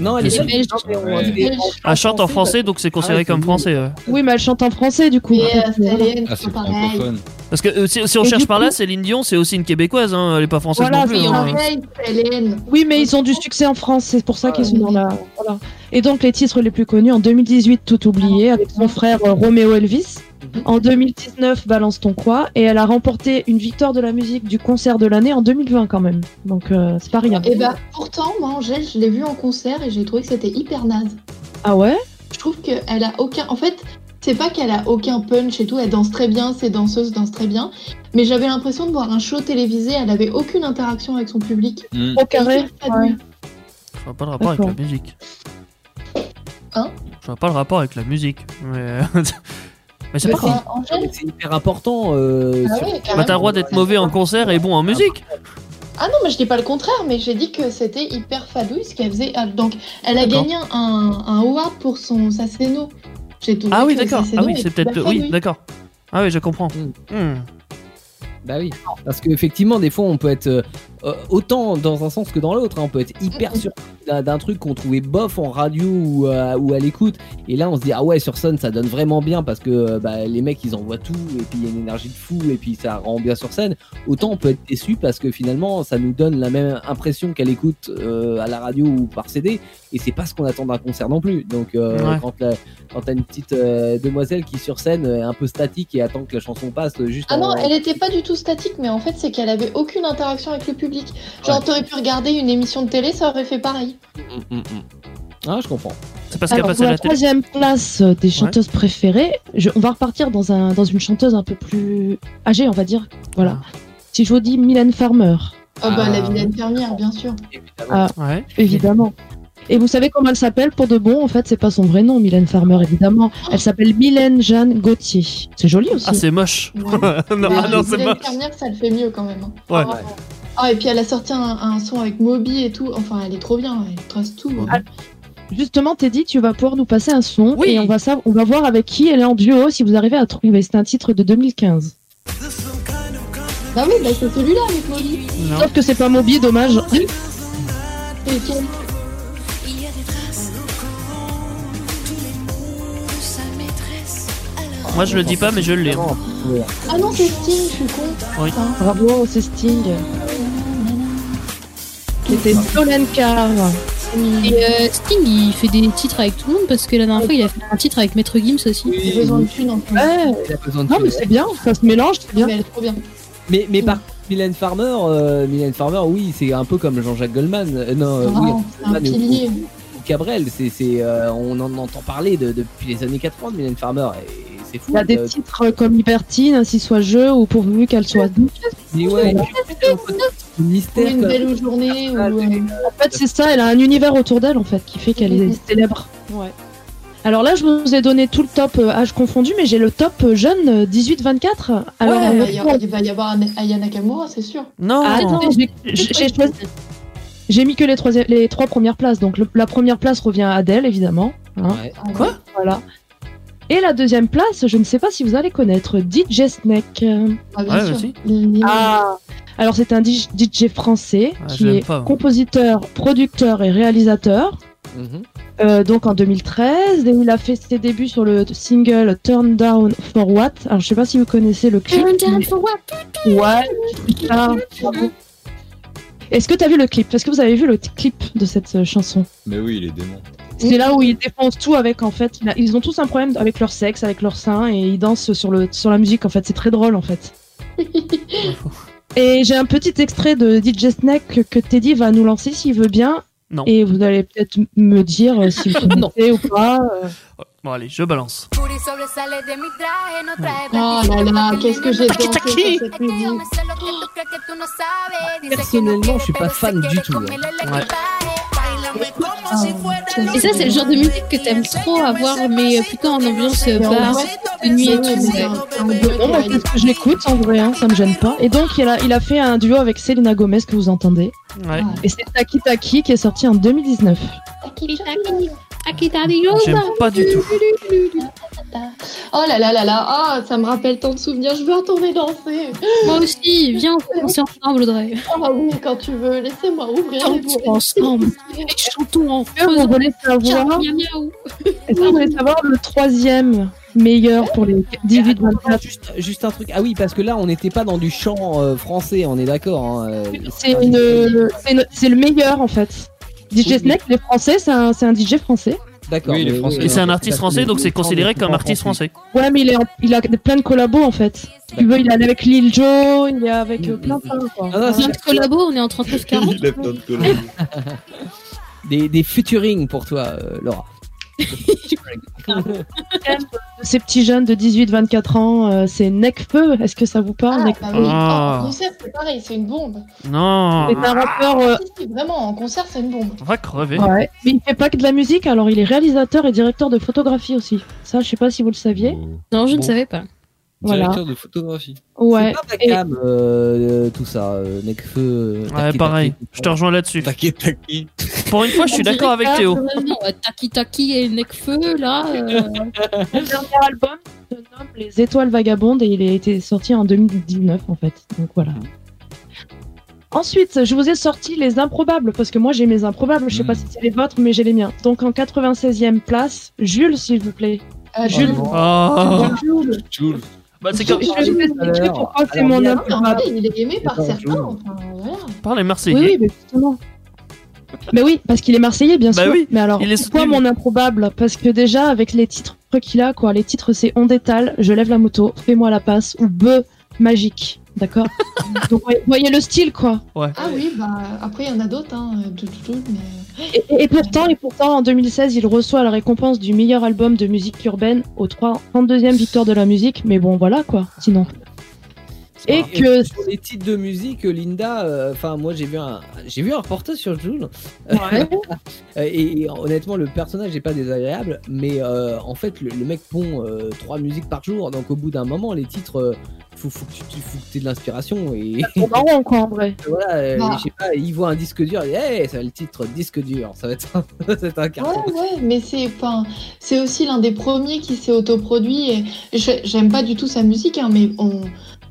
Speaker 2: Non, elle
Speaker 3: Mais
Speaker 2: est
Speaker 3: c'est
Speaker 6: belge.
Speaker 2: Non, mais on-
Speaker 5: Ouais.
Speaker 2: elle est
Speaker 4: Elle
Speaker 3: Elle chante en français, donc c'est considéré
Speaker 2: Ah ouais,
Speaker 3: comme
Speaker 2: c'est
Speaker 3: français. ouais.
Speaker 7: Oui, mais elle chante en français du coup.
Speaker 4: Mais euh, elle et elle
Speaker 5: Ah,
Speaker 4: sont
Speaker 5: c'est
Speaker 4: pareilles.
Speaker 5: francophone.
Speaker 3: Parce que euh, si, si on
Speaker 7: Et
Speaker 3: cherche
Speaker 7: du
Speaker 3: par là,
Speaker 7: coup-
Speaker 3: Céline Dion, c'est aussi une québécoise, hein, elle est pas française
Speaker 7: Voilà,
Speaker 3: non plus.
Speaker 7: mais
Speaker 3: hein.
Speaker 4: Pareil, Hélène.
Speaker 7: Oui, mais ils ont du succès en France, c'est pour ça qu'ils
Speaker 4: Ouais.
Speaker 7: sont dans la. Voilà. Et donc les titres les plus connus en 2018, Tout oublié, avec son frère euh, Roméo Elvis.
Speaker 3: Mhm.
Speaker 7: En 2019, Balance ton quoi. Et elle a remporté une victoire de la musique du concert de l'année en 2020 quand même. Donc euh, c'est pas rien.
Speaker 4: Et bah pourtant, moi Angèle, je l'ai vue en concert et j'ai trouvé que c'était hyper naze.
Speaker 7: Ah ouais
Speaker 4: Je trouve qu'elle a aucun. En fait, c'est pas qu'elle a aucun punch et tout, elle danse très bien, ses danseuses dansent très bien. Mais j'avais l'impression de voir un show télévisé, elle avait aucune interaction avec son public.
Speaker 3: Hmm.
Speaker 5: Mm.
Speaker 7: Au carré.
Speaker 4: Hyper fade.
Speaker 7: Ouais.
Speaker 3: Je vois pas le rapport avec la
Speaker 7: D'accord.
Speaker 3: musique.
Speaker 4: Hein
Speaker 3: Je vois pas le rapport avec la musique. Mais, euh, mais c'est
Speaker 4: Mais
Speaker 3: pas grave.
Speaker 4: c'est Angèle.
Speaker 2: C'est hyper important. euh,
Speaker 4: Ah
Speaker 2: sur-
Speaker 4: ouais,
Speaker 3: Bah,
Speaker 4: carrément.
Speaker 3: t'as le droit d'être mauvais en concert et bon en musique.
Speaker 4: Ah non, mais je dis pas le contraire, mais j'ai dit que c'était hyper fadouille ce qu'elle faisait. Ah, Donc, elle a
Speaker 3: D'accord.
Speaker 4: gagné un, un award pour son sa scéno. J'ai trouvé
Speaker 3: Ah oui,
Speaker 4: que
Speaker 3: d'accord.
Speaker 4: sa scéno
Speaker 3: Ah oui,
Speaker 4: était
Speaker 3: c'est peut-être.
Speaker 4: hyper
Speaker 3: Oui,
Speaker 4: fadouille.
Speaker 3: d'accord. Ah oui, je comprends.
Speaker 2: Mm.
Speaker 3: Hmm.
Speaker 2: Bah oui. Parce qu'effectivement, des fois, on peut être euh, autant dans un sens que dans l'autre. hein. On peut être hyper
Speaker 4: Mhm.
Speaker 2: surpris d'un- d'un truc qu'on trouvait bof en radio ou, euh, ou à l'écoute. Et là, on se dit, ah ouais, sur scène, ça donne vraiment bien parce que euh, bah, les mecs, ils envoient tout. Et puis, il y a une énergie de fou. Et puis, ça rend bien sur scène. Autant on peut être déçu parce que finalement, ça nous donne la même impression qu'à l'écoute euh, à la radio ou par CD. Et c'est pas ce qu'on attend d'un concert non plus. Donc, euh,
Speaker 3: Ouais.
Speaker 2: quand, la- quand t'as une petite euh, demoiselle qui sur scène est un peu statique et attend que la chanson passe euh, juste
Speaker 4: Ah non,
Speaker 2: en-
Speaker 4: elle était pas du tout statique, mais en fait, c'est qu'elle avait aucune interaction avec le public. Genre,
Speaker 2: Ouais.
Speaker 4: t'aurais pu regarder une émission de télé, ça aurait fait pareil.
Speaker 2: Mm, mm, mm. Ah, je comprends.
Speaker 3: C'est parce qu'elle
Speaker 7: Alors,
Speaker 3: passait
Speaker 7: pour
Speaker 3: à
Speaker 7: la
Speaker 3: la télé.
Speaker 7: troisième place euh, des chanteuses préférées, je- on va repartir dans, un, dans une chanteuse un peu plus âgée, on va dire. Voilà.
Speaker 3: Ah.
Speaker 7: Si je vous dis Mylène Farmer,
Speaker 4: Oh bah,
Speaker 2: Ah.
Speaker 4: la vilaine fermière, bien sûr.
Speaker 2: Évidemment.
Speaker 3: Ouais.
Speaker 7: Ah, évidemment. Et vous savez comment elle s'appelle pour de bon En fait, c'est pas son vrai nom, Mylène Farmer, évidemment. Elle s'appelle Mylène Jeanne Gauthier. C'est joli aussi.
Speaker 3: Ah, c'est moche.
Speaker 4: Ouais.
Speaker 3: non,
Speaker 4: Mais
Speaker 3: ah non, c'est
Speaker 4: vilaine
Speaker 3: moche.
Speaker 4: fermière, ça le fait mieux quand même. hein.
Speaker 3: Ouais.
Speaker 4: Ah, Ah, et puis elle a sorti un, un son avec Moby et tout. Enfin, elle est trop bien, elle trace tout. hein.
Speaker 7: Justement, Teddy, tu vas pouvoir nous passer un son
Speaker 3: Oui.
Speaker 7: et on va, sav- on va voir avec qui elle est en duo si vous arrivez à trouver. C'est un titre de 2015.
Speaker 4: Ah oui, bah, c'est celui-là avec Moby.
Speaker 3: Non.
Speaker 7: Sauf que c'est pas Moby, dommage.
Speaker 4: C'est lequel
Speaker 9: Il y a des traces, tous les mots, sa maîtresse. Alors,
Speaker 3: Moi, je le dis pas, mais je l'ai.
Speaker 2: Vraiment.
Speaker 4: Ah non, c'est Sting, je suis con.
Speaker 3: Oui.
Speaker 4: Putain.
Speaker 7: Ah, Bravo, c'est Sting. C'était Solène Carr.
Speaker 6: Et euh, Sting, il fait des titres avec tout le monde parce que la dernière fois, il a fait un titre avec Maître Gims aussi.
Speaker 4: J'ai besoin de thunes en plus.
Speaker 7: Ouais.
Speaker 2: Il a besoin de
Speaker 7: Non, mais Mm.
Speaker 2: tuer.
Speaker 7: c'est bien, ça se mélange, c'est bien.
Speaker 4: Mais elle est trop bien.
Speaker 2: mais, mais par contre, Mylène Farmer, euh, Mylène Farmer, oui, c'est un peu comme Jean-Jacques Goldman. euh, non, euh, oui,
Speaker 4: Non, c'est un
Speaker 2: Goldman ou-
Speaker 4: pilier.
Speaker 2: ou Cabrel. C'est, c'est, euh, on en entend parler de- depuis les années 80 de Mylène Farmer. Et c'est fou.
Speaker 7: Il y a des
Speaker 2: euh,
Speaker 7: titres comme Libertine, ainsi soit jeu, ou pourvu qu'elle soit douce.
Speaker 2: mais ouais, et puis, putain, le
Speaker 4: Ou
Speaker 2: mystère.
Speaker 4: une
Speaker 2: quoi.
Speaker 4: belle journée. Ou, euh,
Speaker 7: En fait, c'est ça, elle a un univers autour d'elle, en fait, qui fait qu'elle est célèbre. Ouais. Alors là, je vous ai donné tout le top euh, âge confondu, mais j'ai le top euh, jeune euh, 18-24. Alors,
Speaker 4: ouais,
Speaker 7: euh,
Speaker 4: il va y avoir- il va y avoir un- Ayana Kamura, c'est sûr.
Speaker 3: Non.
Speaker 7: ah, attends, j'ai- j'ai choisi- j'ai mis que les trois, les trois premières places. Donc le- la première place revient à Adèle, évidemment. hein.
Speaker 2: Ouais.
Speaker 3: Quoi
Speaker 7: Voilà. Et la deuxième place, je ne sais pas si vous allez connaître, DJ Snake.
Speaker 4: Ah, bien
Speaker 3: Ouais,
Speaker 4: sûr.
Speaker 3: aussi.
Speaker 4: Il-
Speaker 7: Ah Alors c'est un DJ français
Speaker 3: Ah, je
Speaker 7: qui
Speaker 3: l'aime
Speaker 7: est
Speaker 3: pas, moi.
Speaker 7: compositeur, producteur et réalisateur.
Speaker 2: Mhm.
Speaker 7: Euh, donc en 2013, et il a fait ses débuts sur le single Turn Down for What. Alors je sais pas si vous connaissez le clip. Ouais. Ah, bravo. Est-ce que t'as vu le clip Est-ce que vous avez vu le clip de cette euh, chanson
Speaker 5: Mais oui, il est dément.
Speaker 7: C'est là où ils dépensent tout avec en fait. il a- Ils ont tous un problème avec leur sexe, avec leur sein, et ils dansent sur le sur la musique en fait. C'est très drôle en fait. et j'ai un petit extrait de DJ Snack que- que Teddy va nous lancer s'il veut bien.
Speaker 3: Non.
Speaker 7: Et vous allez peut-être m- me dire euh, si vous connaissez ou pas. euh.
Speaker 3: Bon, allez, je balance.
Speaker 4: Oh là là, qu'est-ce que j'ai dansé sur cette musique.
Speaker 2: Personnellement, je suis pas fan du tout, hein.
Speaker 6: Et ça, c'est le genre de musique que t'aimes trop avoir, mais euh, plutôt en ambiance euh,
Speaker 4: Mais en
Speaker 6: bar.
Speaker 4: vrai,
Speaker 6: de nuit et tout,
Speaker 4: c'est un duo
Speaker 7: Non, bah,
Speaker 4: qui
Speaker 7: c'est ce que je l'écoute en vrai, hein, ça me gêne pas. Et donc il a, il a fait un duo avec Selena Gomez que vous entendez.
Speaker 3: Ouais.
Speaker 7: Et c'est Taki Taki qui est sorti en 2019.
Speaker 3: J'aime pas du tout.
Speaker 4: Oh là là là là, ah, ça me rappelle tant de souvenirs, je veux retourner danser.
Speaker 6: Moi aussi, viens, on fait danser ensemble, Audrey.
Speaker 4: Ah oui, quand tu veux, laissez-moi ouvrir les
Speaker 6: Chantons
Speaker 4: bourrées.
Speaker 7: Oh,
Speaker 6: ensemble. Et chantons en
Speaker 7: On
Speaker 6: faisant.
Speaker 7: voulait savoir,
Speaker 6: Miaou, miaou.
Speaker 7: est-ce que vous voulez savoir le troisième meilleur pour les
Speaker 2: Attends,
Speaker 7: 18-24
Speaker 2: juste, juste un truc. Ah oui, parce que là, on n'était pas dans du chant euh, français, on est d'accord. hein, euh,
Speaker 7: C'est une- c'est une- c'est le meilleur en fait. DJ
Speaker 2: Oui.
Speaker 7: Snake, il est français, c'est un, c'est un DJ français.
Speaker 2: D'accord.
Speaker 5: Oui, il est
Speaker 2: mais-
Speaker 5: français.
Speaker 3: Et c'est un artiste français, donc c'est considéré comme artiste français.
Speaker 7: Ouais, mais il, est en- il a plein de collabos en fait. Tu veux, il est avec Lil Joe, il est avec euh, plein plein. Quoi.
Speaker 2: Ah, non, c'est
Speaker 6: Viens de collabo, on est en 39-40.
Speaker 5: Il a plein de colonnes.
Speaker 2: des, des featuring pour toi, euh, Laura.
Speaker 7: ces petits jeunes de 18-24 ans, euh, c'est Necfeu. Est-ce que ça vous parle
Speaker 4: Ah,
Speaker 7: Necfeu
Speaker 4: bah oui.
Speaker 3: Ah.
Speaker 4: En concert, c'est pareil, c'est une bombe.
Speaker 3: Non,
Speaker 7: C'est un rappeur. euh,
Speaker 4: Si, si, vraiment, en concert, c'est une bombe.
Speaker 3: va crever.
Speaker 7: ouais. Mais il fait pas que de la musique, alors il est réalisateur et directeur de photographie aussi. Ça, je sais pas si vous le saviez.
Speaker 5: Oh.
Speaker 6: Non, je ne
Speaker 5: Bon.
Speaker 6: savais pas.
Speaker 7: Voilà.
Speaker 5: Directeur de photographie.
Speaker 7: Ouais.
Speaker 2: C'est pas ma cam, euh, euh, tout ça. euh, Necfeu. euh,
Speaker 3: Ouais,
Speaker 2: Taki
Speaker 3: pareil.
Speaker 2: Taki.
Speaker 3: Je te rejoins là-dessus.
Speaker 5: T'inquiète, t'inquiète.
Speaker 3: Pour une fois, je suis d'accord avec Théo.
Speaker 6: Vraiment, euh, Taki Taki et Necfeu, là. euh,
Speaker 7: Le dernier album se nomme Les Étoiles Vagabondes et il a été sorti en 2019 en fait. Donc voilà. Ensuite, je vous ai sorti les improbables parce que moi j'ai mes improbables. Je sais
Speaker 5: Mm.
Speaker 7: pas si c'est les vôtres, mais j'ai les miens. Donc en 96e place, Jules s'il vous plaît.
Speaker 4: Ah,
Speaker 7: Jules.
Speaker 4: Jules.
Speaker 3: Oh.
Speaker 4: Jules.
Speaker 5: Jules.
Speaker 3: Bah, c'est comme.
Speaker 7: Je vais vous expliquer
Speaker 2: Alors,
Speaker 7: pourquoi c'est
Speaker 2: alors,
Speaker 7: mon
Speaker 2: bien.
Speaker 4: Ah,
Speaker 7: improbable.
Speaker 4: regardez, il est aimé par
Speaker 2: Attends, Jules.
Speaker 4: certains, enfin, voilà.
Speaker 3: Par les
Speaker 7: Oui,
Speaker 3: Marseillais.
Speaker 7: oui, mais justement. Mais oui, parce qu'il est marseillais, bien
Speaker 3: Bah
Speaker 7: sûr.
Speaker 3: oui,
Speaker 7: mais alors,
Speaker 3: il est
Speaker 7: pourquoi
Speaker 3: soutenu.
Speaker 7: mon improbable Parce que déjà, avec les titres qu'il a, quoi, les titres c'est On détale, Je lève la moto, Fais-moi la passe ou Beu magique. D'accord Donc, voyez, voyez le style, quoi.
Speaker 4: Ah oui, bah après, il y en a d'autres, hein, euh, tout, tout, tout, mais...
Speaker 7: Et, et- et pourtant, et pourtant, en 2016, il reçoit la récompense du meilleur album de musique urbaine aux 3 32e victoire de la musique. Mais bon, voilà, quoi. Sinon. Et que.
Speaker 2: sur les titres de musique, euh, Linda, euh, enfin moi j'ai vu un j'ai vu un reportage sur Jules Euh, et, et honnêtement le personnage est pas désagréable, mais euh, en fait le, le mec pond euh, trois musiques par jour, donc au bout d'un moment les titres euh, faut, faut que tu tu- faut que t'aies de l'inspiration et
Speaker 7: C'est marrant, quoi, en vrai.
Speaker 2: voilà euh,
Speaker 4: Bah.
Speaker 2: je sais pas il voit un disque dur, il dit hey ça va être le titre disque dur, ça va être un, ça va être un carton.
Speaker 4: Ouais, ouais, mais c'est enfin, c'est aussi l'un des premiers qui s'est autoproduit. Et je- j'aime pas du tout sa musique, hein, mais on.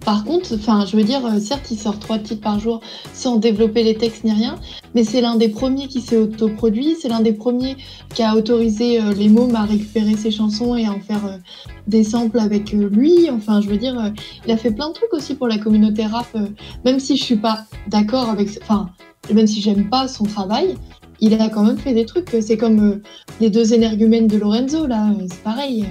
Speaker 4: Par contre, enfin, je veux dire, euh, certes, il sort trois titres par jour sans développer les textes ni rien, mais c'est l'un des premiers qui s'est autoproduit. C'est l'un des premiers qui a autorisé euh, les mômes à récupérer ses chansons et à en faire euh, des samples avec euh, lui. Enfin, je veux dire, euh, il a fait plein de trucs aussi pour la communauté rap. euh, même si je suis pas d'accord avec, enfin, même si j'aime pas son travail, il a quand même fait des trucs. C'est comme euh, les deux énergumènes de Lorenzo, là, euh, c'est pareil.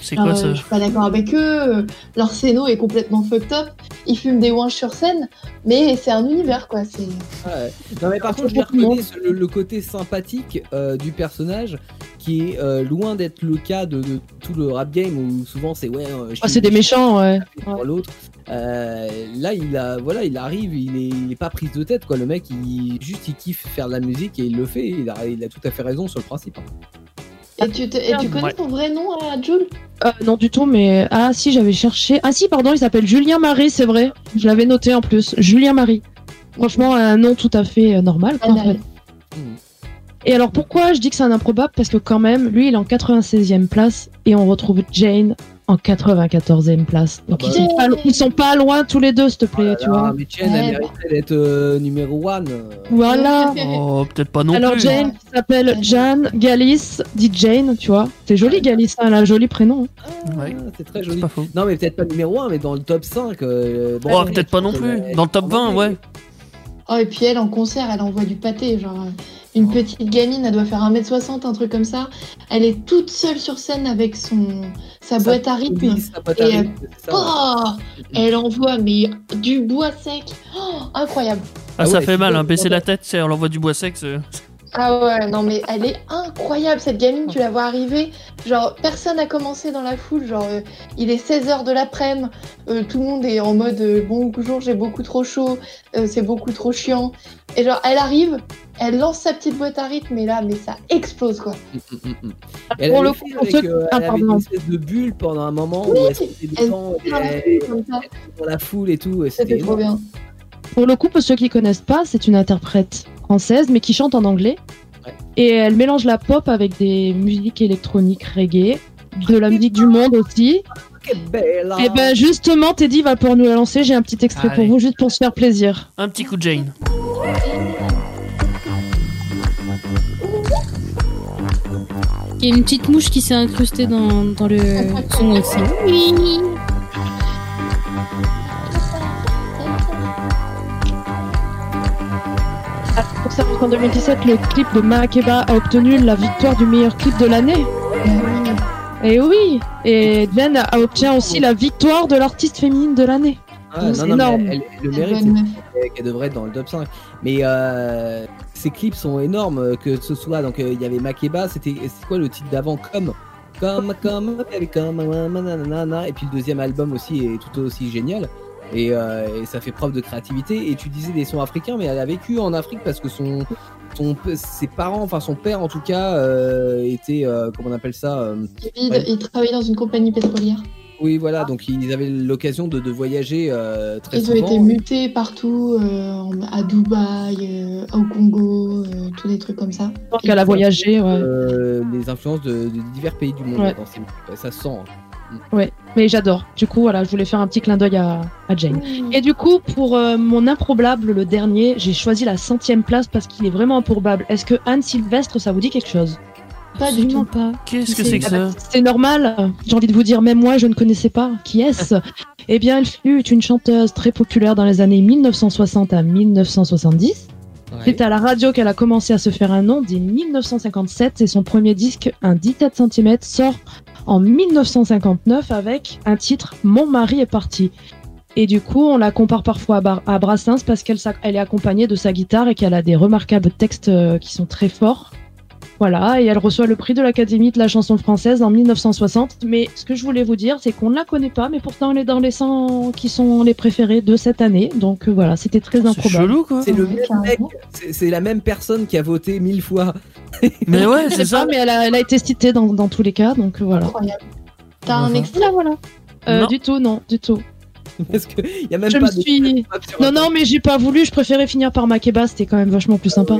Speaker 3: C'est
Speaker 4: Genre,
Speaker 3: quoi
Speaker 4: euh,
Speaker 3: ça
Speaker 4: je suis pas d'accord avec eux, euh, leur scéno est complètement fucked up, ils fument des wanches sur scène, mais c'est un univers, quoi. C'est...
Speaker 2: Ouais. Non mais par contre, je lui reconnais ce- le, le côté sympathique euh, du personnage qui est euh, loin d'être le cas de, de tout le rap game où souvent c'est ouais. euh, je
Speaker 7: Ah,
Speaker 2: suis-
Speaker 7: c'est des méchants, ouais.
Speaker 2: pour l'autre. Euh, là, il a, voilà, il arrive, il est, il est pas prise de tête quoi. Le mec, il juste il kiffe faire de la musique et il le fait. Il a, il a tout à fait raison sur le principe. hein.
Speaker 4: Et tu, te- et tu connais
Speaker 3: Ouais.
Speaker 4: ton vrai nom à Jules
Speaker 7: Euh, non du tout, mais ah si j'avais cherché. Ah si pardon, il s'appelle Julien Marie, c'est vrai. Je l'avais noté en plus, Julien Marie. Franchement, un nom tout à fait euh, normal. quoi, en
Speaker 4: Banal.
Speaker 7: fait. Et alors pourquoi je dis que c'est un improbable Parce que quand même, lui, il est en 96e place et on retrouve Jane, en 94e place. Donc
Speaker 2: Ah bah
Speaker 7: ils, sont pas, lo- ils sont pas loin tous les deux, s'il te
Speaker 3: Ah
Speaker 7: plaît, tu vois.
Speaker 2: mais Chen, elle
Speaker 4: Ouais,
Speaker 2: mériterait d'être euh, numéro 1.
Speaker 7: Voilà.
Speaker 3: Oh, peut-être pas non
Speaker 7: Alors
Speaker 3: plus. hein.
Speaker 7: Jane qui s'appelle Jan Galis, dit Jane, tu vois. C'est joli Galis, hein, elle a un joli prénom. hein.
Speaker 3: Ouais.
Speaker 2: Ah, C'est très
Speaker 3: C'est
Speaker 2: joli.
Speaker 3: pas faux.
Speaker 2: Non, mais peut-être pas numéro 1, mais dans le top 5. euh,
Speaker 3: Oh,
Speaker 2: ouais,
Speaker 3: peut-être pas non plus.
Speaker 2: euh,
Speaker 3: Dans le top 20, ouais.
Speaker 4: Oh, et puis elle, en concert, elle envoie du pâté. Genre, euh, une petite gamine, elle doit faire 1m60, un truc comme ça. Elle est toute seule sur scène avec son sa
Speaker 2: Ça-
Speaker 4: boîte à rythme.
Speaker 2: Oui, ça peut
Speaker 4: Et, euh,
Speaker 2: t'arriver, c'est ça, ouais.
Speaker 4: Oh elle envoie, mais du bois sec. Oh, incroyable.
Speaker 3: Ah,
Speaker 2: Ah
Speaker 3: ça
Speaker 2: ouais,
Speaker 3: fait
Speaker 2: tu
Speaker 3: mal,
Speaker 2: peux-
Speaker 3: hein, baisser la tête, c'est- on l'envoie du bois sec. c'est-
Speaker 4: Ah ouais, non, mais elle est incroyable, cette gamine. Tu la vois arriver. Genre, personne n'a commencé dans la foule. Genre, euh, il est 16h de l'après-midi. euh, tout le monde est en mode euh, bonjour, j'ai beaucoup trop chaud. euh, C'est beaucoup trop chiant. Et genre, elle arrive. Elle lance sa petite boîte à rythme, mais là, mais ça explose quoi.
Speaker 2: Mm, mm, mm. Elle
Speaker 7: Ah, Pour
Speaker 2: avait
Speaker 7: le
Speaker 2: fait
Speaker 7: coup, on
Speaker 2: avec,
Speaker 7: se-
Speaker 2: euh,
Speaker 7: Ah,
Speaker 2: elle avait
Speaker 7: pardon.
Speaker 2: une espèce de bulle pendant un moment où elle sautait des
Speaker 4: elle-
Speaker 2: temps,
Speaker 4: Dans la
Speaker 2: elle-
Speaker 4: foule, comme ça.
Speaker 2: dans la foule et tout. et
Speaker 4: C'était trop
Speaker 2: énorme.
Speaker 4: bien.
Speaker 7: Pour le coup, pour ceux qui connaissent pas, c'est une interprète française mais qui chante en anglais.
Speaker 2: Ouais.
Speaker 7: Et elle mélange la pop avec des musiques électroniques reggae, de la musique du monde aussi.
Speaker 2: Quelle belle, hein.
Speaker 7: Et ben justement, Teddy va pouvoir nous la lancer. J'ai un petit extrait pour
Speaker 3: Allez.
Speaker 7: vous juste pour se faire plaisir.
Speaker 3: Un petit coup de Jane.
Speaker 6: Il y a une petite mouche qui s'est incrustée dans, dans le son aussi.
Speaker 7: Pour savoir qu'en 2017, le clip de Marakeba a obtenu la victoire du meilleur clip de l'année. Et oui, et Jen a obtient aussi la victoire de l'artiste féminine de l'année.
Speaker 2: Ah, non,
Speaker 7: c'est
Speaker 2: non, mais
Speaker 7: énorme.
Speaker 2: elle- elle le
Speaker 4: Cette
Speaker 2: mérite,
Speaker 4: bonne meuf.
Speaker 2: c'est qu'elle devrait être dans le top 5. Mais euh, ces clips sont énormes, que ce soit. Donc, euh, il y avait Makeba, c'était c'est quoi le titre d'avant Comme. Comme, comme, baby, comme, euh, nanana. Et puis le deuxième album aussi est tout aussi génial. Et, euh, et ça fait preuve de créativité. Et tu disais des sons africains, mais elle a vécu en Afrique parce que son, son p- ses parents, enfin son père en tout cas, euh, était, euh, comment on appelle ça euh,
Speaker 4: David,
Speaker 2: Ouais.
Speaker 4: il travaillait dans une compagnie pétrolière.
Speaker 2: Oui, voilà, donc ils avaient l'occasion de, de voyager euh, très
Speaker 4: Ils ont
Speaker 2: souvent.
Speaker 4: été mutés partout, euh, en- à Dubaï, euh, au Congo, euh, tous des trucs comme ça.
Speaker 7: Donc elle a voyagé, ouais.
Speaker 2: euh, les influences de, de divers pays du monde.
Speaker 7: Ouais.
Speaker 2: dans ces- ouais, ça se sent. hein.
Speaker 7: Ouais, mais j'adore. Du coup, voilà, je voulais faire un petit clin d'œil à, à Jane.
Speaker 4: Mmh.
Speaker 7: Et du coup, pour euh, mon improbable, le dernier, j'ai choisi la centième place parce qu'il est vraiment improbable. Est-ce que Anne Sylvestre, ça vous dit quelque chose
Speaker 4: Pas du
Speaker 6: Absolument
Speaker 4: tout.
Speaker 6: pas.
Speaker 3: Qu'est-ce que c'est que ça
Speaker 7: C'est normal, j'ai envie de vous dire, même moi, je ne connaissais pas. Qui est-ce Eh bien, elle fut une chanteuse très populaire dans les années 1960 à 1970. C'est à la radio qu'elle a commencé à se faire un nom dès 1957 et son premier disque, un 17 cm, sort en 1959 avec un titre Mon mari est parti. Et du coup, on la compare parfois à, Bar- à Brassens parce qu'elle s'ac- elle est accompagnée de sa guitare et qu'elle a des remarquables textes euh, qui sont très forts. Voilà, et elle reçoit le prix de l'Académie de la chanson française en 1960. Mais ce que je voulais vous dire, c'est qu'on ne la connaît pas, mais pourtant elle est dans les 100 qui sont les préférés de cette année. Donc euh, voilà, c'était très
Speaker 3: C'est
Speaker 7: improbable.
Speaker 3: chelou quoi.
Speaker 2: C'est le
Speaker 4: Ouais,
Speaker 2: même mec,
Speaker 4: carrément.
Speaker 2: c'est c'est la même personne qui a voté mille fois.
Speaker 3: Mais ouais,
Speaker 7: Je sais
Speaker 3: c'est ça.
Speaker 7: pas, mais elle a, elle a été citée dans, dans tous les cas, donc euh, voilà.
Speaker 4: Incroyable. T'as un
Speaker 3: Enfin.
Speaker 4: extrait
Speaker 7: Voilà, voilà. Euh,
Speaker 3: Non.
Speaker 7: du tout, non, du tout.
Speaker 2: Parce qu'il n'y a même
Speaker 7: Je me
Speaker 2: pas de-
Speaker 7: suis- Non, non, mais j'ai pas voulu, je préférais finir par Makeba, c'était quand même vachement plus sympa.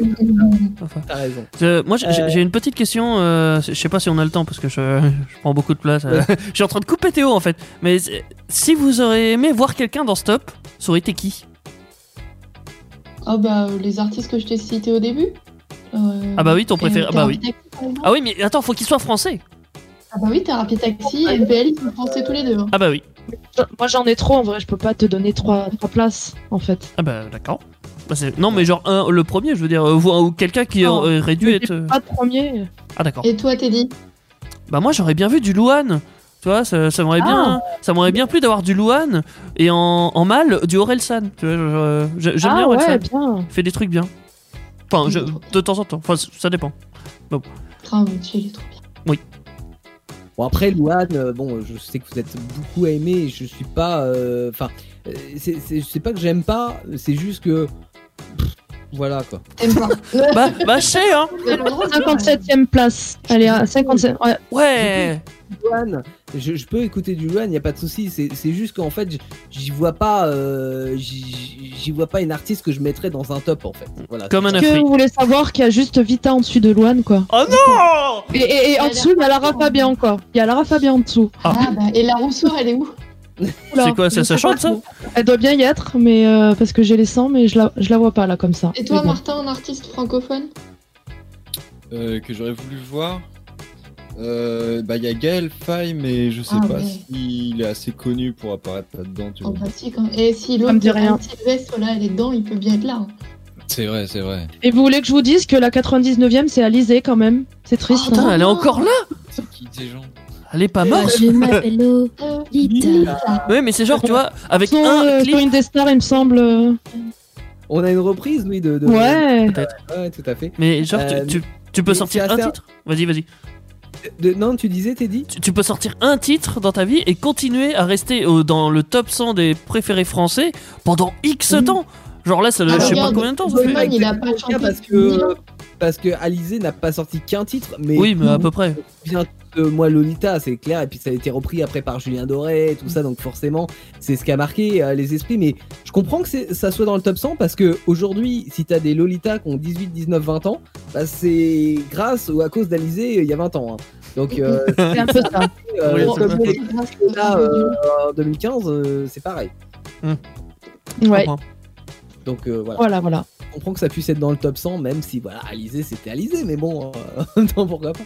Speaker 2: T'as raison.
Speaker 3: Euh, moi, j'ai-
Speaker 2: Euh.
Speaker 3: j'ai une petite question. euh, je sais pas si on a le temps parce que je, je prends beaucoup de place. euh. je suis en train de couper Théo en fait. Mais c'est- si vous auriez aimé voir quelqu'un dans Stop, ça aurait été qui
Speaker 4: Ah bah, euh, les artistes que je t'ai cités au début. Euh,
Speaker 3: Ah bah oui, ton préféré. Ah bah oui.
Speaker 4: Thérapie Taxi, par exemple.
Speaker 3: Ah oui, mais attends, faut qu'il soit français.
Speaker 4: Ah bah oui, Thérapie Taxi et MPL, ils sont français tous les deux. hein.
Speaker 3: Ah bah oui.
Speaker 7: Moi j'en ai trop en vrai, je peux pas te donner trois, trois places en fait.
Speaker 3: Ah bah d'accord. Bah, c'est- non, mais genre un- le premier, je veux dire, euh, ou, ou quelqu'un qui
Speaker 7: Non,
Speaker 3: aurait dû être. euh,
Speaker 7: Pas de premier.
Speaker 3: Ah d'accord.
Speaker 4: Et toi, Teddy
Speaker 3: Bah moi j'aurais bien vu du Louane. Tu vois, ça, ça m'aurait bien,
Speaker 7: Ah.
Speaker 3: ça m'aurait bien plu d'avoir du Louane et en, en mal du Orelsan. Tu vois, genre, euh, j'ai- j'aime bien
Speaker 7: ah
Speaker 3: Orelsan.
Speaker 7: ouais, bien.
Speaker 3: Il fait des trucs bien. Enfin, je- de temps en temps. Enfin, c- ça dépend.
Speaker 4: Ah, mon Dieu, il est trop bien.
Speaker 2: Bon après Louane, euh, bon je sais que vous êtes beaucoup aimé, je suis pas, euh, enfin euh, c'est- c'est- c'est pas que j'aime pas, c'est juste que pff, voilà quoi.
Speaker 4: T'aimes pas
Speaker 3: Bah, bah je sais, hein.
Speaker 4: T'as le droit de dire,
Speaker 7: 57 e place. Elle est à 57. Ouais,
Speaker 3: Ouais.
Speaker 2: Luan, je, je peux écouter du Luan, il n'y a pas de souci. C'est c'est juste qu'en fait, j- j'y vois pas, euh, j'y j'y vois pas une artiste que je mettrais dans un top en fait. Voilà.
Speaker 3: Comme un
Speaker 7: Est-ce que
Speaker 3: Afrique.
Speaker 7: vous voulez savoir qu'il y a juste Vita en dessous de Luan, quoi
Speaker 3: Oh non
Speaker 7: Et, et- et en dessous, il y a Lara Fabian encore. Il y a Lara Fabian en dessous.
Speaker 4: Ah, bah, et la roussoire, elle est où
Speaker 7: Oula,
Speaker 3: C'est quoi, ça,
Speaker 7: je
Speaker 3: ça
Speaker 7: sais
Speaker 3: chante,
Speaker 7: pas
Speaker 3: ça
Speaker 7: trop. Elle doit bien y être, mais euh, parce que j'ai les 100, mais je la, je la vois pas là comme ça.
Speaker 4: Et toi,
Speaker 7: Mais bon.
Speaker 4: Martin, en artiste francophone
Speaker 5: euh, que j'aurais voulu voir. Euh, bah, il y a Gaël Faye, mais je sais
Speaker 4: Ah,
Speaker 5: pas
Speaker 4: ouais.
Speaker 5: s'il est assez connu pour apparaître là-dedans. tu
Speaker 4: En
Speaker 5: vois.
Speaker 4: pratique. hein. Et si
Speaker 7: Ça me
Speaker 4: l'autre
Speaker 7: dit rien.
Speaker 4: Anne Sylvestre, là, elle est dedans, il peut bien être là. hein.
Speaker 5: C'est vrai, c'est vrai.
Speaker 7: Et vous voulez que je vous dise que la 99e, c'est Alizé quand même C'est triste.
Speaker 4: Oh,
Speaker 7: hein.
Speaker 3: Ah, Putain, elle est encore là
Speaker 5: C'est qui ces gens
Speaker 3: Elle est pas morte
Speaker 6: Je m'appelle
Speaker 4: Euh,
Speaker 6: Lolita.
Speaker 3: Ouais, mais c'est genre, tu vois, avec
Speaker 7: Son,
Speaker 3: un
Speaker 7: euh,
Speaker 3: clip.
Speaker 7: sur Indestar, il me semble. euh,
Speaker 2: On a une reprise, oui, de. de-
Speaker 7: Ouais.
Speaker 2: Ouais, tout à fait.
Speaker 3: Mais genre,
Speaker 2: Euh,
Speaker 3: tu, tu, tu peux
Speaker 2: mais
Speaker 3: sortir
Speaker 2: c'est
Speaker 3: un
Speaker 2: assez-
Speaker 3: titre Vas-y, vas-y.
Speaker 2: De- non, tu disais, Teddy
Speaker 3: Tu, tu peux sortir un titre dans ta vie et continuer à rester au- dans le top 100 des préférés français pendant X temps. Genre là, ça,
Speaker 4: Ah,
Speaker 3: je sais pas
Speaker 4: regarde,
Speaker 3: combien de temps ça
Speaker 4: Goldman,
Speaker 3: fait.
Speaker 4: il a pas chanté.
Speaker 2: parce
Speaker 4: Milan.
Speaker 2: que parce que Alizé n'a pas sorti qu'un titre, mais
Speaker 3: Oui, mais à peu près.
Speaker 2: bien de moi Lolita, c'est clair, et puis ça a été repris après par Julien Doré, et tout ça, donc forcément c'est ce qui a marqué euh, les esprits. Mais je comprends que c'est- ça soit dans le top 100 parce que aujourd'hui, si t'as des Lolita qui ont 18, 19, 20 ans, bah, c'est grâce ou à cause d'Alizé euh, il y a 20 ans. hein. Donc euh,
Speaker 7: C'est un peu ça.
Speaker 2: c'est, euh,
Speaker 3: Oui,
Speaker 4: Bon,
Speaker 2: comme
Speaker 3: c'est
Speaker 2: les
Speaker 4: c'est grâce à-
Speaker 2: Lolita, euh, en 2015, euh, c'est pareil.
Speaker 7: Ouais.
Speaker 2: Donc euh, voilà.
Speaker 7: Voilà, voilà.
Speaker 2: Je comprends que ça puisse être dans le top 100, même si voilà, Alizé c'était Alizé, mais bon, euh, en même temps, pourquoi pas.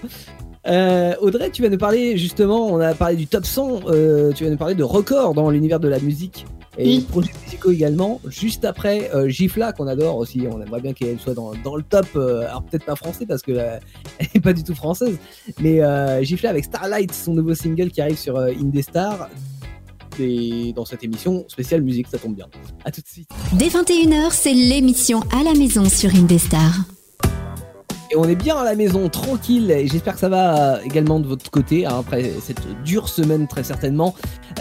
Speaker 2: Euh, Audrey, tu vas nous parler justement, on a parlé du top 100, euh, tu vas nous parler de records dans l'univers de la musique et
Speaker 4: Oui.
Speaker 2: des projets musicaux également. Juste après, euh, Gifla qu'on adore aussi, on aimerait bien qu'elle soit dans, dans le top, euh, alors peut-être pas français parce que euh, elle est pas du tout française, mais euh, Gifla avec Starlight, son nouveau single qui arrive sur euh, Indestar. Et dans cette émission spéciale musique, ça tombe bien. À tout de suite.
Speaker 1: Dès 21h, c'est l'émission à la maison sur Indestar.
Speaker 2: Et on est bien à la maison, tranquille. Et j'espère que ça va euh, également de votre côté, hein, après cette dure semaine très certainement.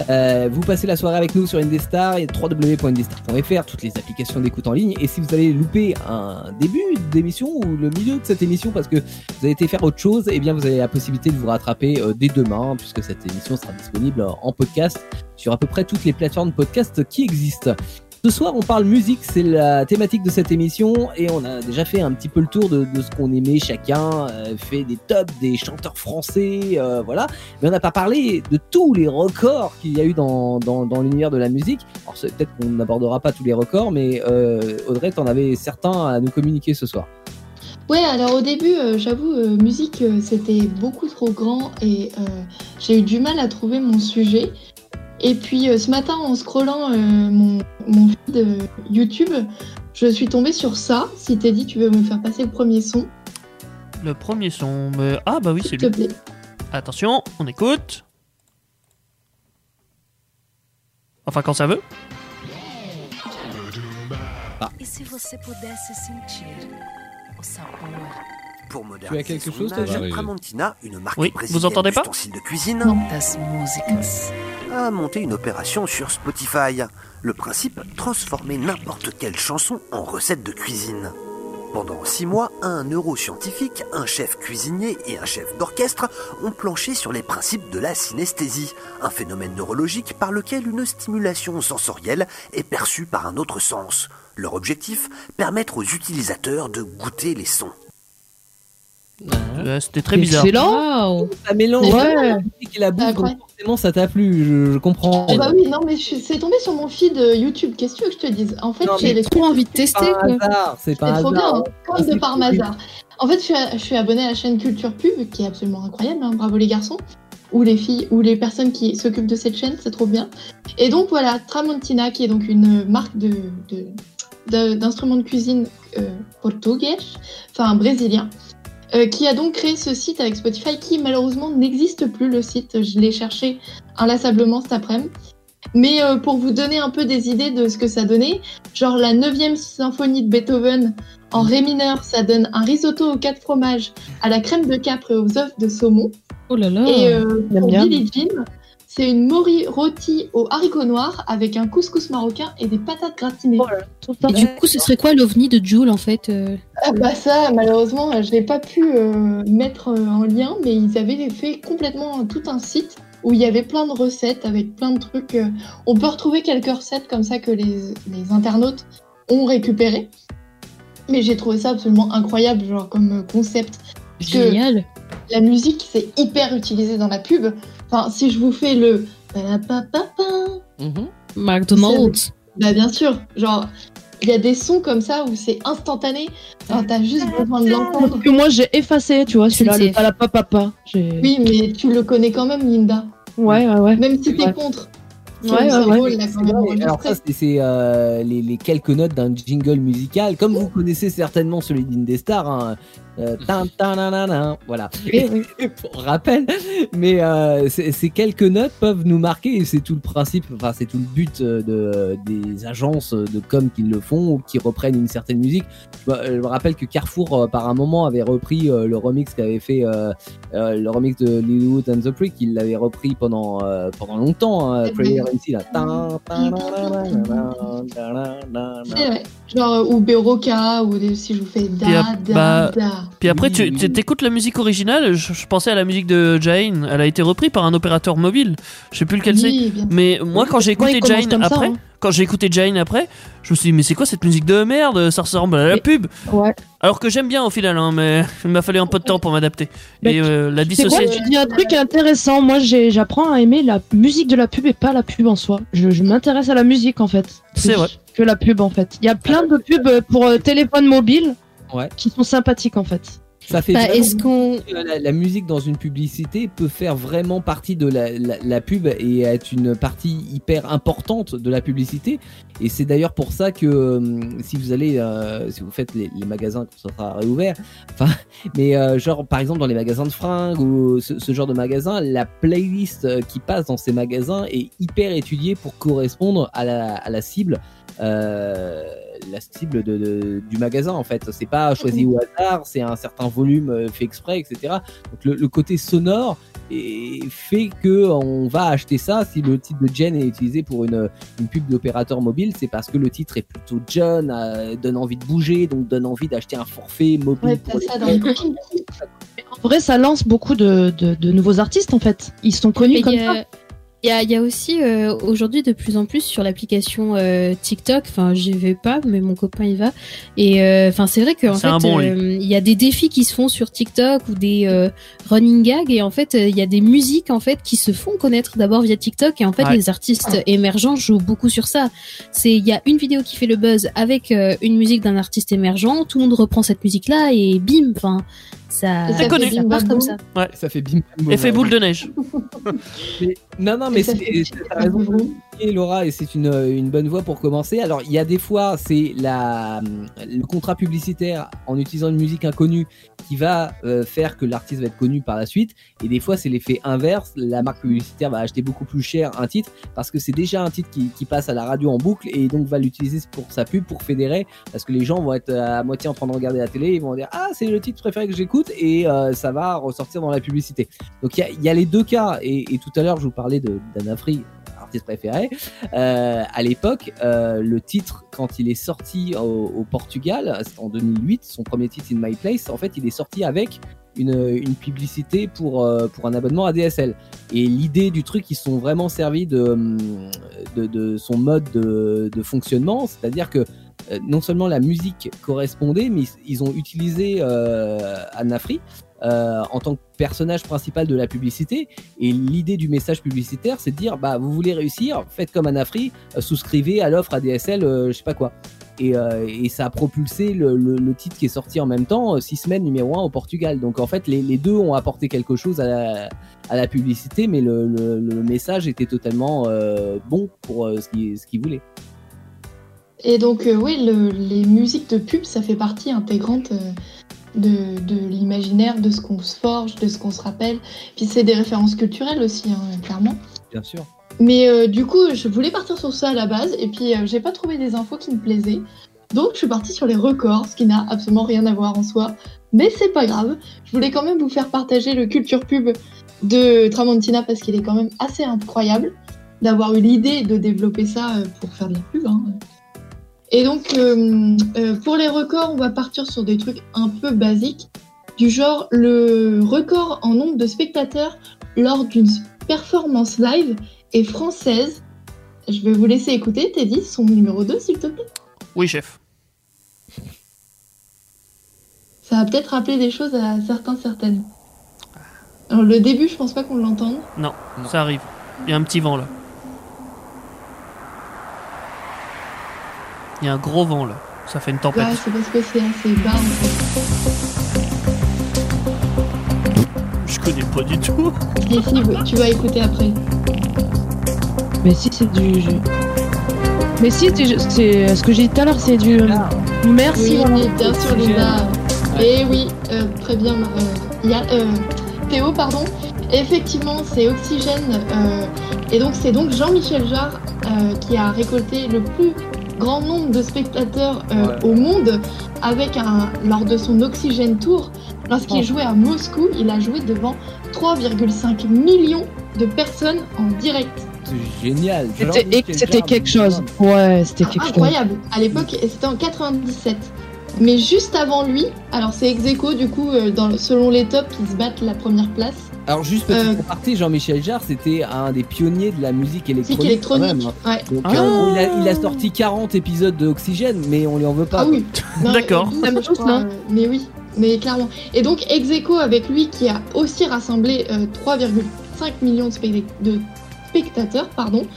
Speaker 2: Euh, vous passez la soirée avec nous sur Indestar et www.indestar.fr, toutes les applications d'écoute en ligne. Et si vous avez loupé un début d'émission ou le milieu de cette émission parce que vous avez été faire autre chose, eh bien vous avez la possibilité de vous rattraper euh, dès demain, puisque cette émission sera disponible en podcast sur à peu près toutes les plateformes podcast qui existent. Ce soir, on parle musique, c'est la thématique de cette émission et on a déjà fait un petit peu le tour de, de ce qu'on aimait chacun, euh, fait des tops des chanteurs français, euh, voilà. Mais on n'a pas parlé de tous les records qu'il y a eu dans, dans, dans l'univers de la musique. Alors c'est- peut-être qu'on n'abordera pas tous les records, mais euh, Audrey, t'en avais certains à nous communiquer ce soir.
Speaker 4: Ouais, alors au début, euh, j'avoue, euh, musique, euh, c'était beaucoup trop grand et euh, j'ai eu du mal à trouver mon sujet. Et puis euh, ce matin, en scrollant euh, mon, mon feed euh, YouTube, je suis tombée sur ça. Si t'es dit, tu veux me faire passer le premier son,
Speaker 3: Le premier son. mais- Ah bah oui, c'est
Speaker 4: s'il te
Speaker 3: lui.
Speaker 4: plaît.
Speaker 3: Attention, on écoute. Enfin, quand ça veut.
Speaker 2: Ah.
Speaker 10: E se você pudesse sentir o sabor?
Speaker 11: Pour moderniser
Speaker 2: Tu as quelque
Speaker 11: son
Speaker 2: chose, toi,
Speaker 11: image,
Speaker 5: Gérard
Speaker 11: Tramontina, une marque
Speaker 3: Oui, vous
Speaker 11: brésilienne
Speaker 3: entendez pas
Speaker 11: d'ustensiles de cuisine,
Speaker 10: das músicas.
Speaker 11: a monté une opération sur Spotify. Le principe, transformer n'importe quelle chanson en recette de cuisine. Pendant six mois, un neuroscientifique, un chef cuisinier et un chef d'orchestre ont planché sur les principes de la synesthésie, un phénomène neurologique par lequel une stimulation sensorielle est perçue par un autre sens. Leur objectif, permettre aux utilisateurs de goûter les sons.
Speaker 3: Euh, C'était très bizarre.
Speaker 7: Excellent.
Speaker 6: Waouh.
Speaker 2: Ça mélange
Speaker 7: Ouais.
Speaker 2: la musique et la bouffe, donc
Speaker 4: Incroyable.
Speaker 2: forcément ça t'a plu, je, je comprends.
Speaker 7: Eh ben
Speaker 4: Ah bah oui, non, mais je suis- c'est tombé sur mon feed euh, YouTube. Qu'est-ce que tu veux que je te dise En fait,
Speaker 2: Non, mais
Speaker 4: j'ai
Speaker 6: J'ai trop envie de tester
Speaker 2: C'est pas un
Speaker 6: quoi.
Speaker 2: hasard, c'est Ah, pas un
Speaker 4: C'est trop bien,
Speaker 2: hasard.
Speaker 4: hein, comme de par hasard. En fait, je suis, je suis abonnée à la chaîne Culture Pub, qui est absolument incroyable, hein, bravo les garçons, ou les filles, ou les personnes qui s'occupent de cette chaîne, c'est trop bien. Et donc voilà, Tramontina, qui est donc une marque de, de- de- d'instruments de cuisine euh, portugais, enfin brésilien, euh, qui a donc créé ce site avec Spotify, qui malheureusement n'existe plus, le site, je l'ai cherché inlassablement cet après-midi. Mais euh, pour vous donner un peu des idées de ce que ça donnait, genre la 9e symphonie de Beethoven en ré mineur, ça donne un risotto aux quatre fromages, à la crème de capre et aux œufs de saumon.
Speaker 6: Oh là là.
Speaker 4: Et euh,
Speaker 7: j'aime
Speaker 4: pour
Speaker 7: bien.
Speaker 4: Billie Jean, C'est une mori rôtie au haricot noir avec un couscous marocain et des patates gratinées.
Speaker 6: Oh Et du coup, ce serait quoi l'ovni de Jules en fait euh
Speaker 4: Ah bah ça, malheureusement, je n'ai pas pu euh, mettre euh, en lien, mais ils avaient fait complètement tout un site où il y avait plein de recettes avec plein de trucs. euh, On peut retrouver quelques recettes comme ça que les, les internautes ont récupérées. Mais j'ai trouvé ça absolument incroyable, genre comme euh, concept. Parce que
Speaker 6: Génial.
Speaker 4: La musique, c'est hyper utilisé dans la pub. Enfin, si je vous fais le...
Speaker 6: McDonald's.
Speaker 4: Bah bien sûr, genre il y a des sons comme ça où c'est instantané, Enfin, t'as juste besoin de l'entendre.
Speaker 7: que moi j'ai effacé, tu vois, celui-là, le
Speaker 4: SNCF.
Speaker 7: palapa papa. J'ai-
Speaker 4: Oui, mais tu le connais quand même, Linda.
Speaker 7: Ouais, ouais, ouais.
Speaker 4: Même si t'es
Speaker 7: Ouais.
Speaker 4: contre.
Speaker 7: Ouais,
Speaker 4: Ton
Speaker 7: ouais,
Speaker 4: cerveau,
Speaker 7: ouais.
Speaker 4: il a quand
Speaker 2: C'est
Speaker 4: même
Speaker 2: vrai, mais Alors ça,
Speaker 4: enregistré.
Speaker 2: c'est- c'est euh, les, les quelques notes d'un jingle musical, comme vous connaissez certainement celui d'Indestar. Hein. Euh, tin, tin, nan, nan, nan. voilà. Pour rappel, mais euh, ces ces quelques notes peuvent nous marquer et c'est tout le principe, enfin c'est tout le but euh, de, des agences de com qui le font ou qui reprennent une certaine musique. Je me, je me rappelle que Carrefour euh, par un moment avait repris euh, le remix qu'avait fait euh, euh, le remix de Lilywood and the Prick, il l'avait repris pendant euh, pendant longtemps. hein, Prayer MC là. Tin, tin, nan, nan, nan, nan, nan, nan, nan, nan.
Speaker 4: C'est vrai. Genre euh, ou Beroka ou des- si je vous fais
Speaker 3: Puis,
Speaker 4: da
Speaker 3: ap-
Speaker 4: da
Speaker 3: bah,
Speaker 4: da.
Speaker 3: puis après, tu tu- t'écoutes la musique originale. Je, je pensais à la musique de Jain. Elle a été reprise par un opérateur mobile. Je sais plus lequel
Speaker 4: Oui, bien
Speaker 3: c'est. Mais moi, quand j'ai
Speaker 7: Moi,
Speaker 3: écouté
Speaker 7: il commence
Speaker 3: Jain
Speaker 7: comme ça,
Speaker 3: après,
Speaker 7: hein.
Speaker 3: quand j'ai écouté Jain après, je me suis dit mais c'est quoi cette musique de merde Ça ressemble à la pub.
Speaker 7: Ouais.
Speaker 3: Alors que j'aime bien au final, hein, mais il m'a fallu un peu de temps pour m'adapter
Speaker 7: Mais
Speaker 3: et euh, la
Speaker 7: C'est quoi
Speaker 3: dissocier.
Speaker 7: Tu dis un truc intéressant. Moi, j'ai- j'apprends à aimer la musique de la pub et pas la pub en soi. Je, je m'intéresse à la musique en fait.
Speaker 3: C'est vrai.
Speaker 7: Que la pub en fait. Il y a plein de pubs pour euh, téléphone mobile
Speaker 2: Ouais.
Speaker 7: qui sont sympathiques en fait.
Speaker 2: Ça fait
Speaker 6: Bah,
Speaker 2: vraiment-
Speaker 6: Est-ce qu'on
Speaker 2: que la, la musique dans une publicité peut faire vraiment partie de la, la- la pub et être une partie hyper importante de la publicité. Et c'est d'ailleurs pour ça que hum, si vous allez, euh, si vous faites les, les magasins quand ça sera réouvert, enfin, mais euh, genre par exemple dans les magasins de fringues ou ce, ce genre de magasins, la playlist euh, qui passe dans ces magasins est hyper étudiée pour correspondre à la, à la cible. euh, la cible de, de- du magasin en fait c'est pas choisi au hasard c'est un certain volume euh, fait exprès etc donc le, le côté sonore est- fait que on va acheter ça si le titre de Jen est utilisé pour une, une pub d'opérateur mobile c'est parce que le titre est plutôt jeune euh, donne envie de bouger donc donne envie d'acheter un forfait mobile
Speaker 4: Ouais,
Speaker 2: pour
Speaker 4: t'as
Speaker 2: les-
Speaker 4: ça dans le cooking.
Speaker 7: En vrai, ça lance beaucoup de, de- de nouveaux artistes en fait. Ils sont connus
Speaker 6: Mais
Speaker 7: comme
Speaker 6: il y a-
Speaker 7: ça.
Speaker 6: Il y a, il y a aussi euh, aujourd'hui de plus en plus sur l'application euh, TikTok. Enfin, j'y vais pas, mais mon copain y va. Et euh, enfin, c'est vrai qu'en
Speaker 3: C'est
Speaker 6: fait,
Speaker 3: un bon, lui.
Speaker 6: euh, il y a des défis qui se font sur TikTok ou des euh, running gags. Et en fait, euh, il y a des musiques en fait qui se font connaître d'abord via TikTok. Et en fait,
Speaker 3: Ouais.
Speaker 6: les artistes émergents jouent beaucoup sur ça. C'est il y a une vidéo qui fait le buzz avec euh, une musique d'un artiste émergent. Tout le monde reprend cette musique là et bim. Enfin, ça,
Speaker 4: Et
Speaker 6: ça
Speaker 4: ça fait bim,
Speaker 6: part
Speaker 4: bam,
Speaker 6: comme
Speaker 4: boum.
Speaker 6: ça.
Speaker 2: ça fait bim bam, boum.
Speaker 3: Effet boule de neige.
Speaker 2: Mais- non non mais
Speaker 4: Et ça
Speaker 2: c'est
Speaker 4: fait-
Speaker 2: c'est- t'as raison Et Laura, et c'est une, euh, une bonne voie pour commencer. Alors, il y a des fois, c'est la, euh, le contrat publicitaire en utilisant une musique inconnue qui va euh, faire que l'artiste va être connu par la suite. Et des fois, c'est l'effet inverse. La marque publicitaire va acheter beaucoup plus cher un titre parce que c'est déjà un titre qui, qui passe à la radio en boucle et donc va l'utiliser pour sa pub, pour fédérer. Parce que les gens vont être à moitié en train de regarder la télé, ils vont dire Ah, c'est le titre préféré que j'écoute et euh, ça va ressortir dans la publicité. Donc, il y a, il y a les deux cas. Et, et tout à l'heure, je vous parlais de- d'Anna Free, artiste préférée. Euh, à l'époque, euh, le titre, quand il est sorti au, au Portugal, c'est en 2008, son premier titre In My Place, en fait, il est sorti avec une, une publicité pour, euh, pour un abonnement ADSL. Et l'idée du truc, ils se sont vraiment servis de, hum, de, de son mode de, de fonctionnement, c'est-à-dire que euh, non seulement la musique correspondait, mais ils, ils ont utilisé euh, Anafri euh, en tant que personnage principal de la publicité. Et l'idée du message publicitaire, c'est de dire bah vous voulez réussir, faites comme Anafri, euh, souscrivez à l'offre ADSL, euh, je sais pas quoi. Et, euh, et ça a propulsé le, le- le titre qui est sorti en même temps, 6 semaines numéro 1 au Portugal. Donc en fait, les, les deux ont apporté quelque chose à la, à la publicité, mais le, le- le message était totalement euh, bon pour euh, ce qu'ils ce qu'ils voulaient.
Speaker 4: Et donc euh, oui, le- les musiques de pub, ça fait partie intégrante euh, de, de l'imaginaire, de ce qu'on se forge, de ce qu'on se rappelle. Puis c'est des références culturelles aussi, hein, clairement.
Speaker 2: Bien sûr.
Speaker 4: Mais euh, du coup, je voulais partir sur ça à la base, et puis euh, j'ai pas trouvé des infos qui me plaisaient. Donc je suis partie sur les records, ce qui n'a absolument rien à voir en soi. Mais c'est pas grave, je voulais quand même vous faire partager le culture pub de Tramontina parce qu'il est quand même assez incroyable d'avoir eu l'idée de développer ça euh, pour faire de la pub. hein. Et donc, euh, euh, pour les records, on va partir sur des trucs un peu basiques, du genre le record en nombre de spectateurs lors d'une performance live est française. Je vais vous laisser écouter, Teddy, son numéro 2, s'il te plaît.
Speaker 3: Oui, chef.
Speaker 4: Ça va peut-être rappeler des choses à certains, certaines. Alors, le début, je pense pas qu'on l'entende.
Speaker 3: Non, ça arrive. Il y a un petit vent là. Il y a un gros vent là. Ça fait une tempête.
Speaker 4: Ouais, c'est parce que c'est assez bas. en fait.
Speaker 3: Je connais pas du tout.
Speaker 4: Les filles, tu vas écouter après.
Speaker 7: Mais si c'est du. je- Mais si c'est ju- c'est euh, ce que j'ai dit tout à l'heure, c'est du. euh,
Speaker 2: Ah.
Speaker 7: Merci.
Speaker 4: Oui,
Speaker 7: Valentin.
Speaker 4: et bien sûr, Luna. Et oui, euh, très bien. euh, il y a- euh, Théo, pardon. Effectivement, c'est Oxygène. euh, et donc, c'est donc Jean-Michel Jarre euh, qui a récolté le plus grand nombre de spectateurs euh,
Speaker 12: Ouais.
Speaker 4: au monde avec un, lors de son Oxygène Tour. Lorsqu'il
Speaker 12: Oh.
Speaker 4: jouait à Moscou, il a joué devant 3,5 millions de personnes en direct.
Speaker 2: C'est génial.
Speaker 7: C'était- et C'était quelque chose. Ouais, c'était quelque chose.
Speaker 4: Incroyable. À l'époque, et c'était en 97. Mais juste avant lui, alors c'est ex aequo, du coup, euh, dans, le- selon les tops, ils se battent la première place.
Speaker 2: Alors juste petite
Speaker 4: Euh.
Speaker 2: aparté, Jean-Michel Jarre, c'était un des pionniers de la musique électronique.
Speaker 4: électronique,
Speaker 2: quand même, hein.
Speaker 4: ouais.
Speaker 2: Donc,
Speaker 4: Ah.
Speaker 2: euh, il, a, il a sorti 40 épisodes de Oxygène, mais on lui en veut pas.
Speaker 4: Ah oui. Non,
Speaker 7: Ah,
Speaker 2: D'accord.
Speaker 4: euh, je crois,
Speaker 7: hein.
Speaker 4: euh, mais oui, mais clairement. Et donc ex aequo avec lui qui a aussi rassemblé euh, 3,5 millions de, spec- de spectateurs, pardon.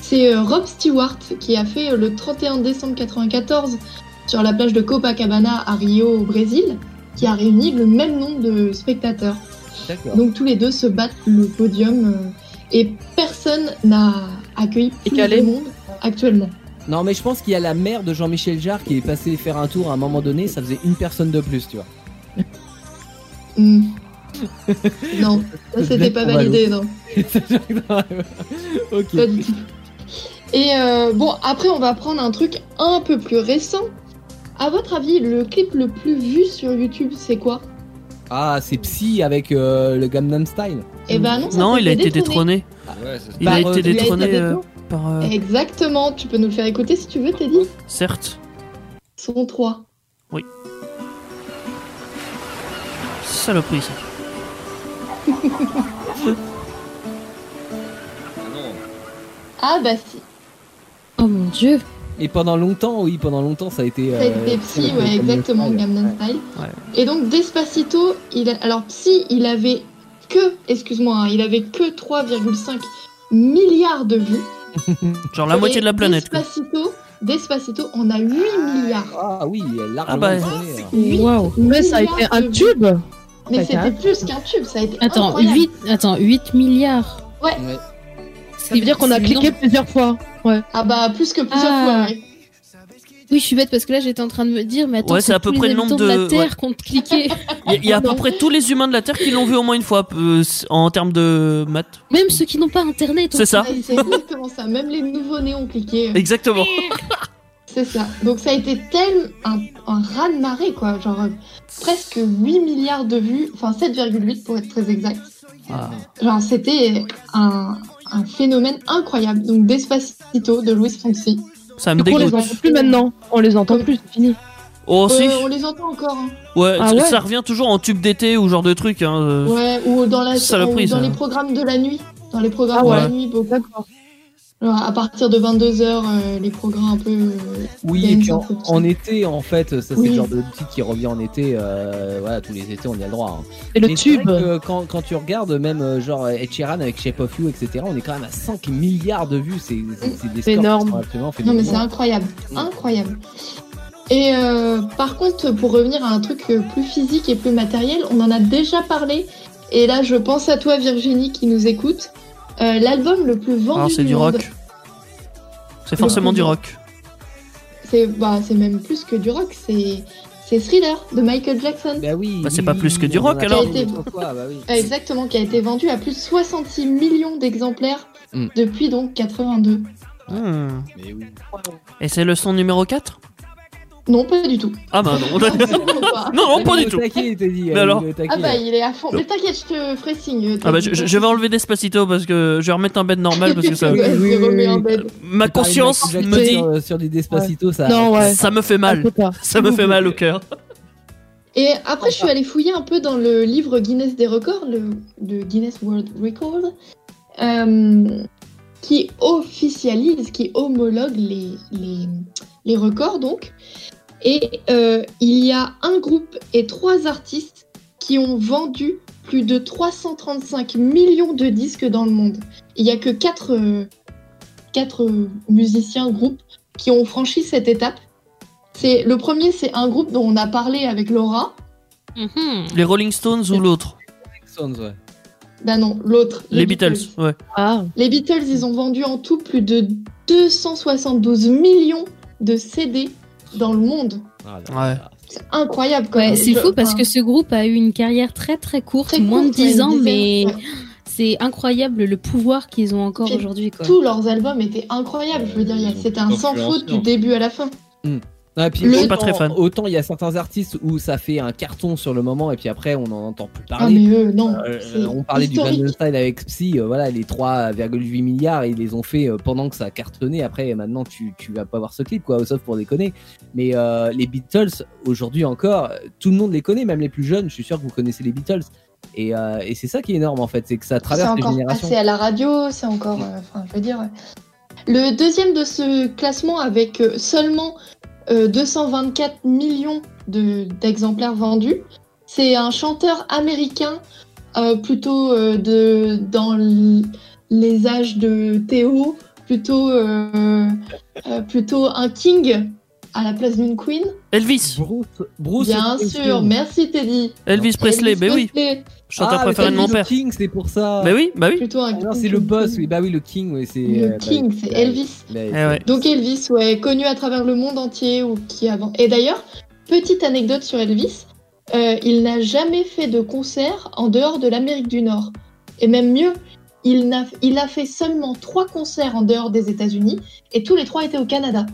Speaker 4: C'est euh, Rob Stewart qui a fait euh, le 31 décembre 94 sur la plage de Copacabana à Rio au Brésil, qui a réuni le même nombre de spectateurs.
Speaker 2: D'accord.
Speaker 4: Donc tous les deux se battent le podium euh, et personne n'a accueilli plus de monde actuellement.
Speaker 2: Non, mais je pense qu'il y a la mère de Jean-Michel Jarre qui est passée faire un tour à un moment donné, ça faisait une personne de plus, tu vois.
Speaker 4: Hmm. non, ça
Speaker 2: Je
Speaker 4: c'était
Speaker 2: blague
Speaker 4: pas
Speaker 2: pour Valou.
Speaker 4: validé, non.
Speaker 2: ok.
Speaker 4: Pas du tout. Et euh, bon, après on va prendre un truc un peu plus récent. À votre avis, le clip le plus vu sur YouTube, c'est quoi
Speaker 2: Ah, c'est Psy avec euh, le Gangnam Style.
Speaker 4: Eh ben non, ça
Speaker 3: Non,
Speaker 4: s'appelait
Speaker 3: il a été
Speaker 4: Détrôné.
Speaker 3: détrôné. il,
Speaker 2: Par,
Speaker 3: a
Speaker 2: euh,
Speaker 3: été détrôné
Speaker 2: David
Speaker 3: euh,
Speaker 2: Guetta.
Speaker 3: par. euh,
Speaker 4: Exactement, tu peux nous le faire écouter si tu veux, Teddy.
Speaker 3: certes.
Speaker 4: Sont trois.
Speaker 3: Oui. Saloperie ça.
Speaker 4: Ah bah si,
Speaker 2: Oh mon dieu. Et pendant longtemps, oui, pendant longtemps, ça a été.
Speaker 4: ça a été Psy, ouais, exactement, Gamden Style. Et donc Despacito, il a- alors Psy, il avait que, excuse-moi, hein, il avait que 3,5 milliards de vues.
Speaker 3: Genre la moitié de la planète. quoi.
Speaker 4: Despacito, Despacito, on a 8 milliards.
Speaker 2: Ah oui, largement. hein.
Speaker 3: Ah bah.
Speaker 4: Huit
Speaker 6: Waouh. Mais ça a
Speaker 4: milliards
Speaker 6: été un
Speaker 4: de vues.
Speaker 6: tube.
Speaker 4: Mais
Speaker 6: Ça a
Speaker 4: c'était
Speaker 6: été
Speaker 4: plus qu'un tube, ça a été
Speaker 6: un- Attends,
Speaker 4: incroyable.
Speaker 6: 8, attends, 8 milliards.
Speaker 4: Ouais.
Speaker 6: Ça veut dire qu'on a cliqué
Speaker 7: plusieurs fois. Ouais.
Speaker 4: Ah bah plus que plusieurs fois. ouais.
Speaker 6: Ah. Oui, je suis bête parce que là j'étais en train de me dire, mais attends,
Speaker 3: Ouais,
Speaker 6: c'est à peu près le nombre de la
Speaker 3: de-
Speaker 6: Terre
Speaker 3: ouais.
Speaker 6: qu'on te cliquait.
Speaker 3: Il y a- il y, a à peu près tous les humains de la Terre qui l'ont vu au moins une fois euh, c- en termes de maths.
Speaker 6: Même ceux qui n'ont pas internet. ont
Speaker 3: C'est ça.
Speaker 6: cliqué.
Speaker 4: Ouais, C'est exactement ça, même les nouveaux-nés ont cliqué.
Speaker 3: Exactement.
Speaker 4: C'est ça. Donc ça a été tel un, un raz-de-marée, quoi. Genre euh, presque 8 milliards de vues, enfin 7,8 pour être très exact. Ah. Genre c'était un, un phénomène incroyable. Donc Despacito de Louis Fonsi.
Speaker 3: Ça me
Speaker 7: Du coup, on les
Speaker 3: dégoûte.
Speaker 7: entend plus maintenant. On les entend plus, c'est fini.
Speaker 3: Oh si.
Speaker 4: Euh, on les entend encore. hein.
Speaker 3: Ouais,
Speaker 7: Ah
Speaker 3: ça-
Speaker 7: ouais.
Speaker 3: ça revient toujours en tube d'été ou genre de truc. Hein. euh.
Speaker 4: Ouais, ou dans, la,
Speaker 3: Saloperie,
Speaker 4: ou dans
Speaker 3: ça.
Speaker 4: les programmes de la nuit. Dans les programmes
Speaker 3: Ah
Speaker 4: de
Speaker 3: ouais.
Speaker 4: la nuit, beaucoup. Alors, à partir de 22h, les programmes un peu. euh,
Speaker 2: Oui, et
Speaker 4: dance,
Speaker 2: puis en,
Speaker 4: un peu tout ça.
Speaker 2: en été, en fait, ça c'est
Speaker 4: Oui.
Speaker 2: le genre de musique qui revient en été. euh, voilà, tous les étés, on y a le droit. hein.
Speaker 7: Et le
Speaker 2: Mais c'est vrai
Speaker 7: tube.
Speaker 2: que quand, quand tu regardes, même euh, genre Ed Sheeran avec Shape of You, etc., on est quand même à 5 milliards de vues. C'est c'est- c'est des
Speaker 7: C'est
Speaker 2: scores qui
Speaker 7: énorme.
Speaker 2: sont absolument
Speaker 4: Non mais
Speaker 2: phénoménaux.
Speaker 4: c'est incroyable, incroyable. Et euh, par contre, pour revenir à un truc euh, plus physique et plus matériel, on en a déjà parlé. Et là, je pense à toi, Virginie, qui nous écoute. Euh, L'album le plus vendu
Speaker 3: Alors Ah, c'est
Speaker 4: du,
Speaker 3: du
Speaker 4: monde.
Speaker 3: rock. C'est forcément du rock.
Speaker 4: C'est bah, c'est même plus que du rock. C'est c'est Thriller de Michael Jackson. Ah,
Speaker 2: Bah oui.
Speaker 3: Bah, c'est pas plus que du
Speaker 2: on en a
Speaker 3: rock alors.
Speaker 2: parlé l'autre fois, bah oui.
Speaker 4: Exactement, qui a été vendu à plus de 66 millions d'exemplaires
Speaker 3: Mm.
Speaker 4: depuis donc 82.
Speaker 3: Hmm. Et c'est le son numéro 4
Speaker 4: Non, pas du tout.
Speaker 3: Ah bah non, non, non, pas du tout.
Speaker 2: euh,
Speaker 3: Mais alors
Speaker 4: Ah bah il est à fond. Mais t'inquiète, je te ferai signe. euh,
Speaker 3: Ah bah, je, je- je vais enlever Despacito parce que je vais remettre un bed normal parce que ça.
Speaker 4: Ouais, je vais remettre un bed.
Speaker 3: Ma
Speaker 2: Pareil,
Speaker 3: conscience
Speaker 2: Michael
Speaker 3: me
Speaker 2: Jackson,
Speaker 3: dit.
Speaker 2: euh, sur du Despacito, ça.
Speaker 3: ça me fait mal. Ça me fait mal au cœur.
Speaker 4: Et après, je suis allée fouiller un peu dans le livre Guinness des records, le, le Guinness World Record, euh, qui officialise, qui homologue les, les, les records, donc. Et euh, il y a un groupe et trois artistes qui ont vendu plus de 335 millions de disques dans le monde. Il n'y a que quatre, euh, quatre euh, musiciens, groupes, qui ont franchi cette étape. C'est Le premier, c'est un groupe dont on a parlé avec Laura.
Speaker 6: Mhm.
Speaker 3: Les Rolling Stones ou l'autre
Speaker 4: Bah non, l'autre.
Speaker 3: Les Beatles, ouais.
Speaker 6: Ah.
Speaker 4: Les Beatles, ils ont vendu en tout plus de 272 millions de CD dans le monde.
Speaker 3: Ouais.
Speaker 4: C'est incroyable quand
Speaker 6: Ouais,
Speaker 4: même.
Speaker 6: c'est
Speaker 4: Je-
Speaker 6: fou parce
Speaker 4: enfin,
Speaker 6: que ce groupe a eu une carrière très très courte, moins
Speaker 4: courte,
Speaker 6: de 10
Speaker 4: ouais,
Speaker 6: ans,
Speaker 4: dix ans,
Speaker 6: mais
Speaker 4: ouais.
Speaker 6: c'est incroyable le pouvoir qu'ils ont encore
Speaker 4: puis
Speaker 6: aujourd'hui. quoi.
Speaker 4: Tous leurs albums étaient incroyables. Je veux dire, il y a- c'était un sans
Speaker 2: influenceurs.
Speaker 4: faute du début à la fin.
Speaker 2: Non, et puis,
Speaker 4: Le-
Speaker 2: autant-
Speaker 4: Je suis pas très fan.
Speaker 2: Autant il y a certains artistes où ça fait un carton sur le moment et puis après on n'en entend plus
Speaker 4: Ah,
Speaker 2: parler.
Speaker 4: mais eux, non.
Speaker 2: Euh,
Speaker 4: c'est
Speaker 2: on parlait
Speaker 4: historique.
Speaker 2: du Gangnam Style avec Psy, euh, voilà, les 3,8 milliards, ils les ont fait euh, pendant que ça cartonnait. Après, maintenant, tu, tu vas pas voir ce clip, quoi, sauf pour déconner. Mais euh, les Beatles, aujourd'hui encore, euh, tout le monde les connaît, même les plus jeunes. Je suis sûr que vous connaissez les Beatles. Et, euh, et c'est ça qui est énorme, en fait, c'est que ça
Speaker 4: C'est
Speaker 2: traverse les
Speaker 4: encore
Speaker 2: générations.
Speaker 4: passé à la radio, c'est encore. euh, Enfin, je veux dire. ouais. Le deuxième de ce classement, avec euh, seulement euh, 224 millions de- d'exemplaires vendus, c'est un chanteur américain, euh, plutôt euh, de, dans l- les âges de Théo, plutôt, euh, euh, plutôt un king à la place d'une queen.
Speaker 3: Elvis.
Speaker 2: Bruce
Speaker 4: Bien
Speaker 2: Springsteen.
Speaker 4: sûr, merci Teddy.
Speaker 3: Elvis Presley, ben oui.
Speaker 4: Presley.
Speaker 3: Chanteur
Speaker 2: Ah, mais
Speaker 3: préféré de
Speaker 2: Elvis
Speaker 3: mon père.
Speaker 2: King, c'est pour ça.
Speaker 3: Bah oui, bah oui.
Speaker 4: Plutôt un
Speaker 2: Ah non, c'est le boss, oui, bah oui, le King, oui, c'est.
Speaker 4: Le
Speaker 2: euh, bah,
Speaker 4: King,
Speaker 2: oui,
Speaker 4: c'est
Speaker 2: bah,
Speaker 4: Elvis.
Speaker 2: bah,
Speaker 3: Eh
Speaker 2: c'est-
Speaker 3: ouais.
Speaker 4: Donc Elvis, ouais, connu à travers le monde entier ou qui avant. Et d'ailleurs, petite anecdote sur Elvis, euh, il n'a jamais fait de concert en dehors de l'Amérique du Nord. Et même mieux, il, n'a, il a fait seulement trois concerts en dehors des États-Unis et tous les trois étaient au Canada.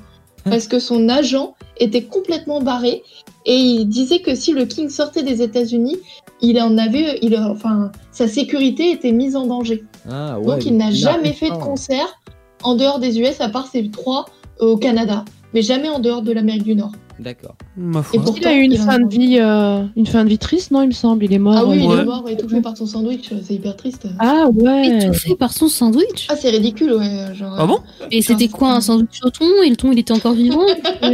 Speaker 4: Parce que son agent était complètement barré et il disait que si le King sortait des États-Unis, il en avait, il, enfin, sa sécurité était mise en danger.
Speaker 2: Ah, ouais,
Speaker 4: Donc il n'a
Speaker 2: mais-
Speaker 4: jamais fait de
Speaker 5: hein.
Speaker 4: concert en dehors des US, à part ces trois euh, au Canada, mais jamais en dehors de l'Amérique du Nord.
Speaker 2: D'accord.
Speaker 3: Mm.
Speaker 4: Et
Speaker 7: Il
Speaker 4: pourtant,
Speaker 7: a eu une
Speaker 4: il en a
Speaker 7: fin de
Speaker 4: vendu.
Speaker 7: vie, euh, une fin de vie triste, non Il me semble, il est mort.
Speaker 4: Ah oui, il
Speaker 7: euh,
Speaker 4: est mort étouffé par son sandwich, c'est hyper triste.
Speaker 7: Ah ouais.
Speaker 6: Étouffé par son sandwich.
Speaker 4: Ah, c'est ridicule, ouais. Genre,
Speaker 3: Ah bon
Speaker 6: Et c'était quoi un sandwich au thon Et le thon, il était encore vivant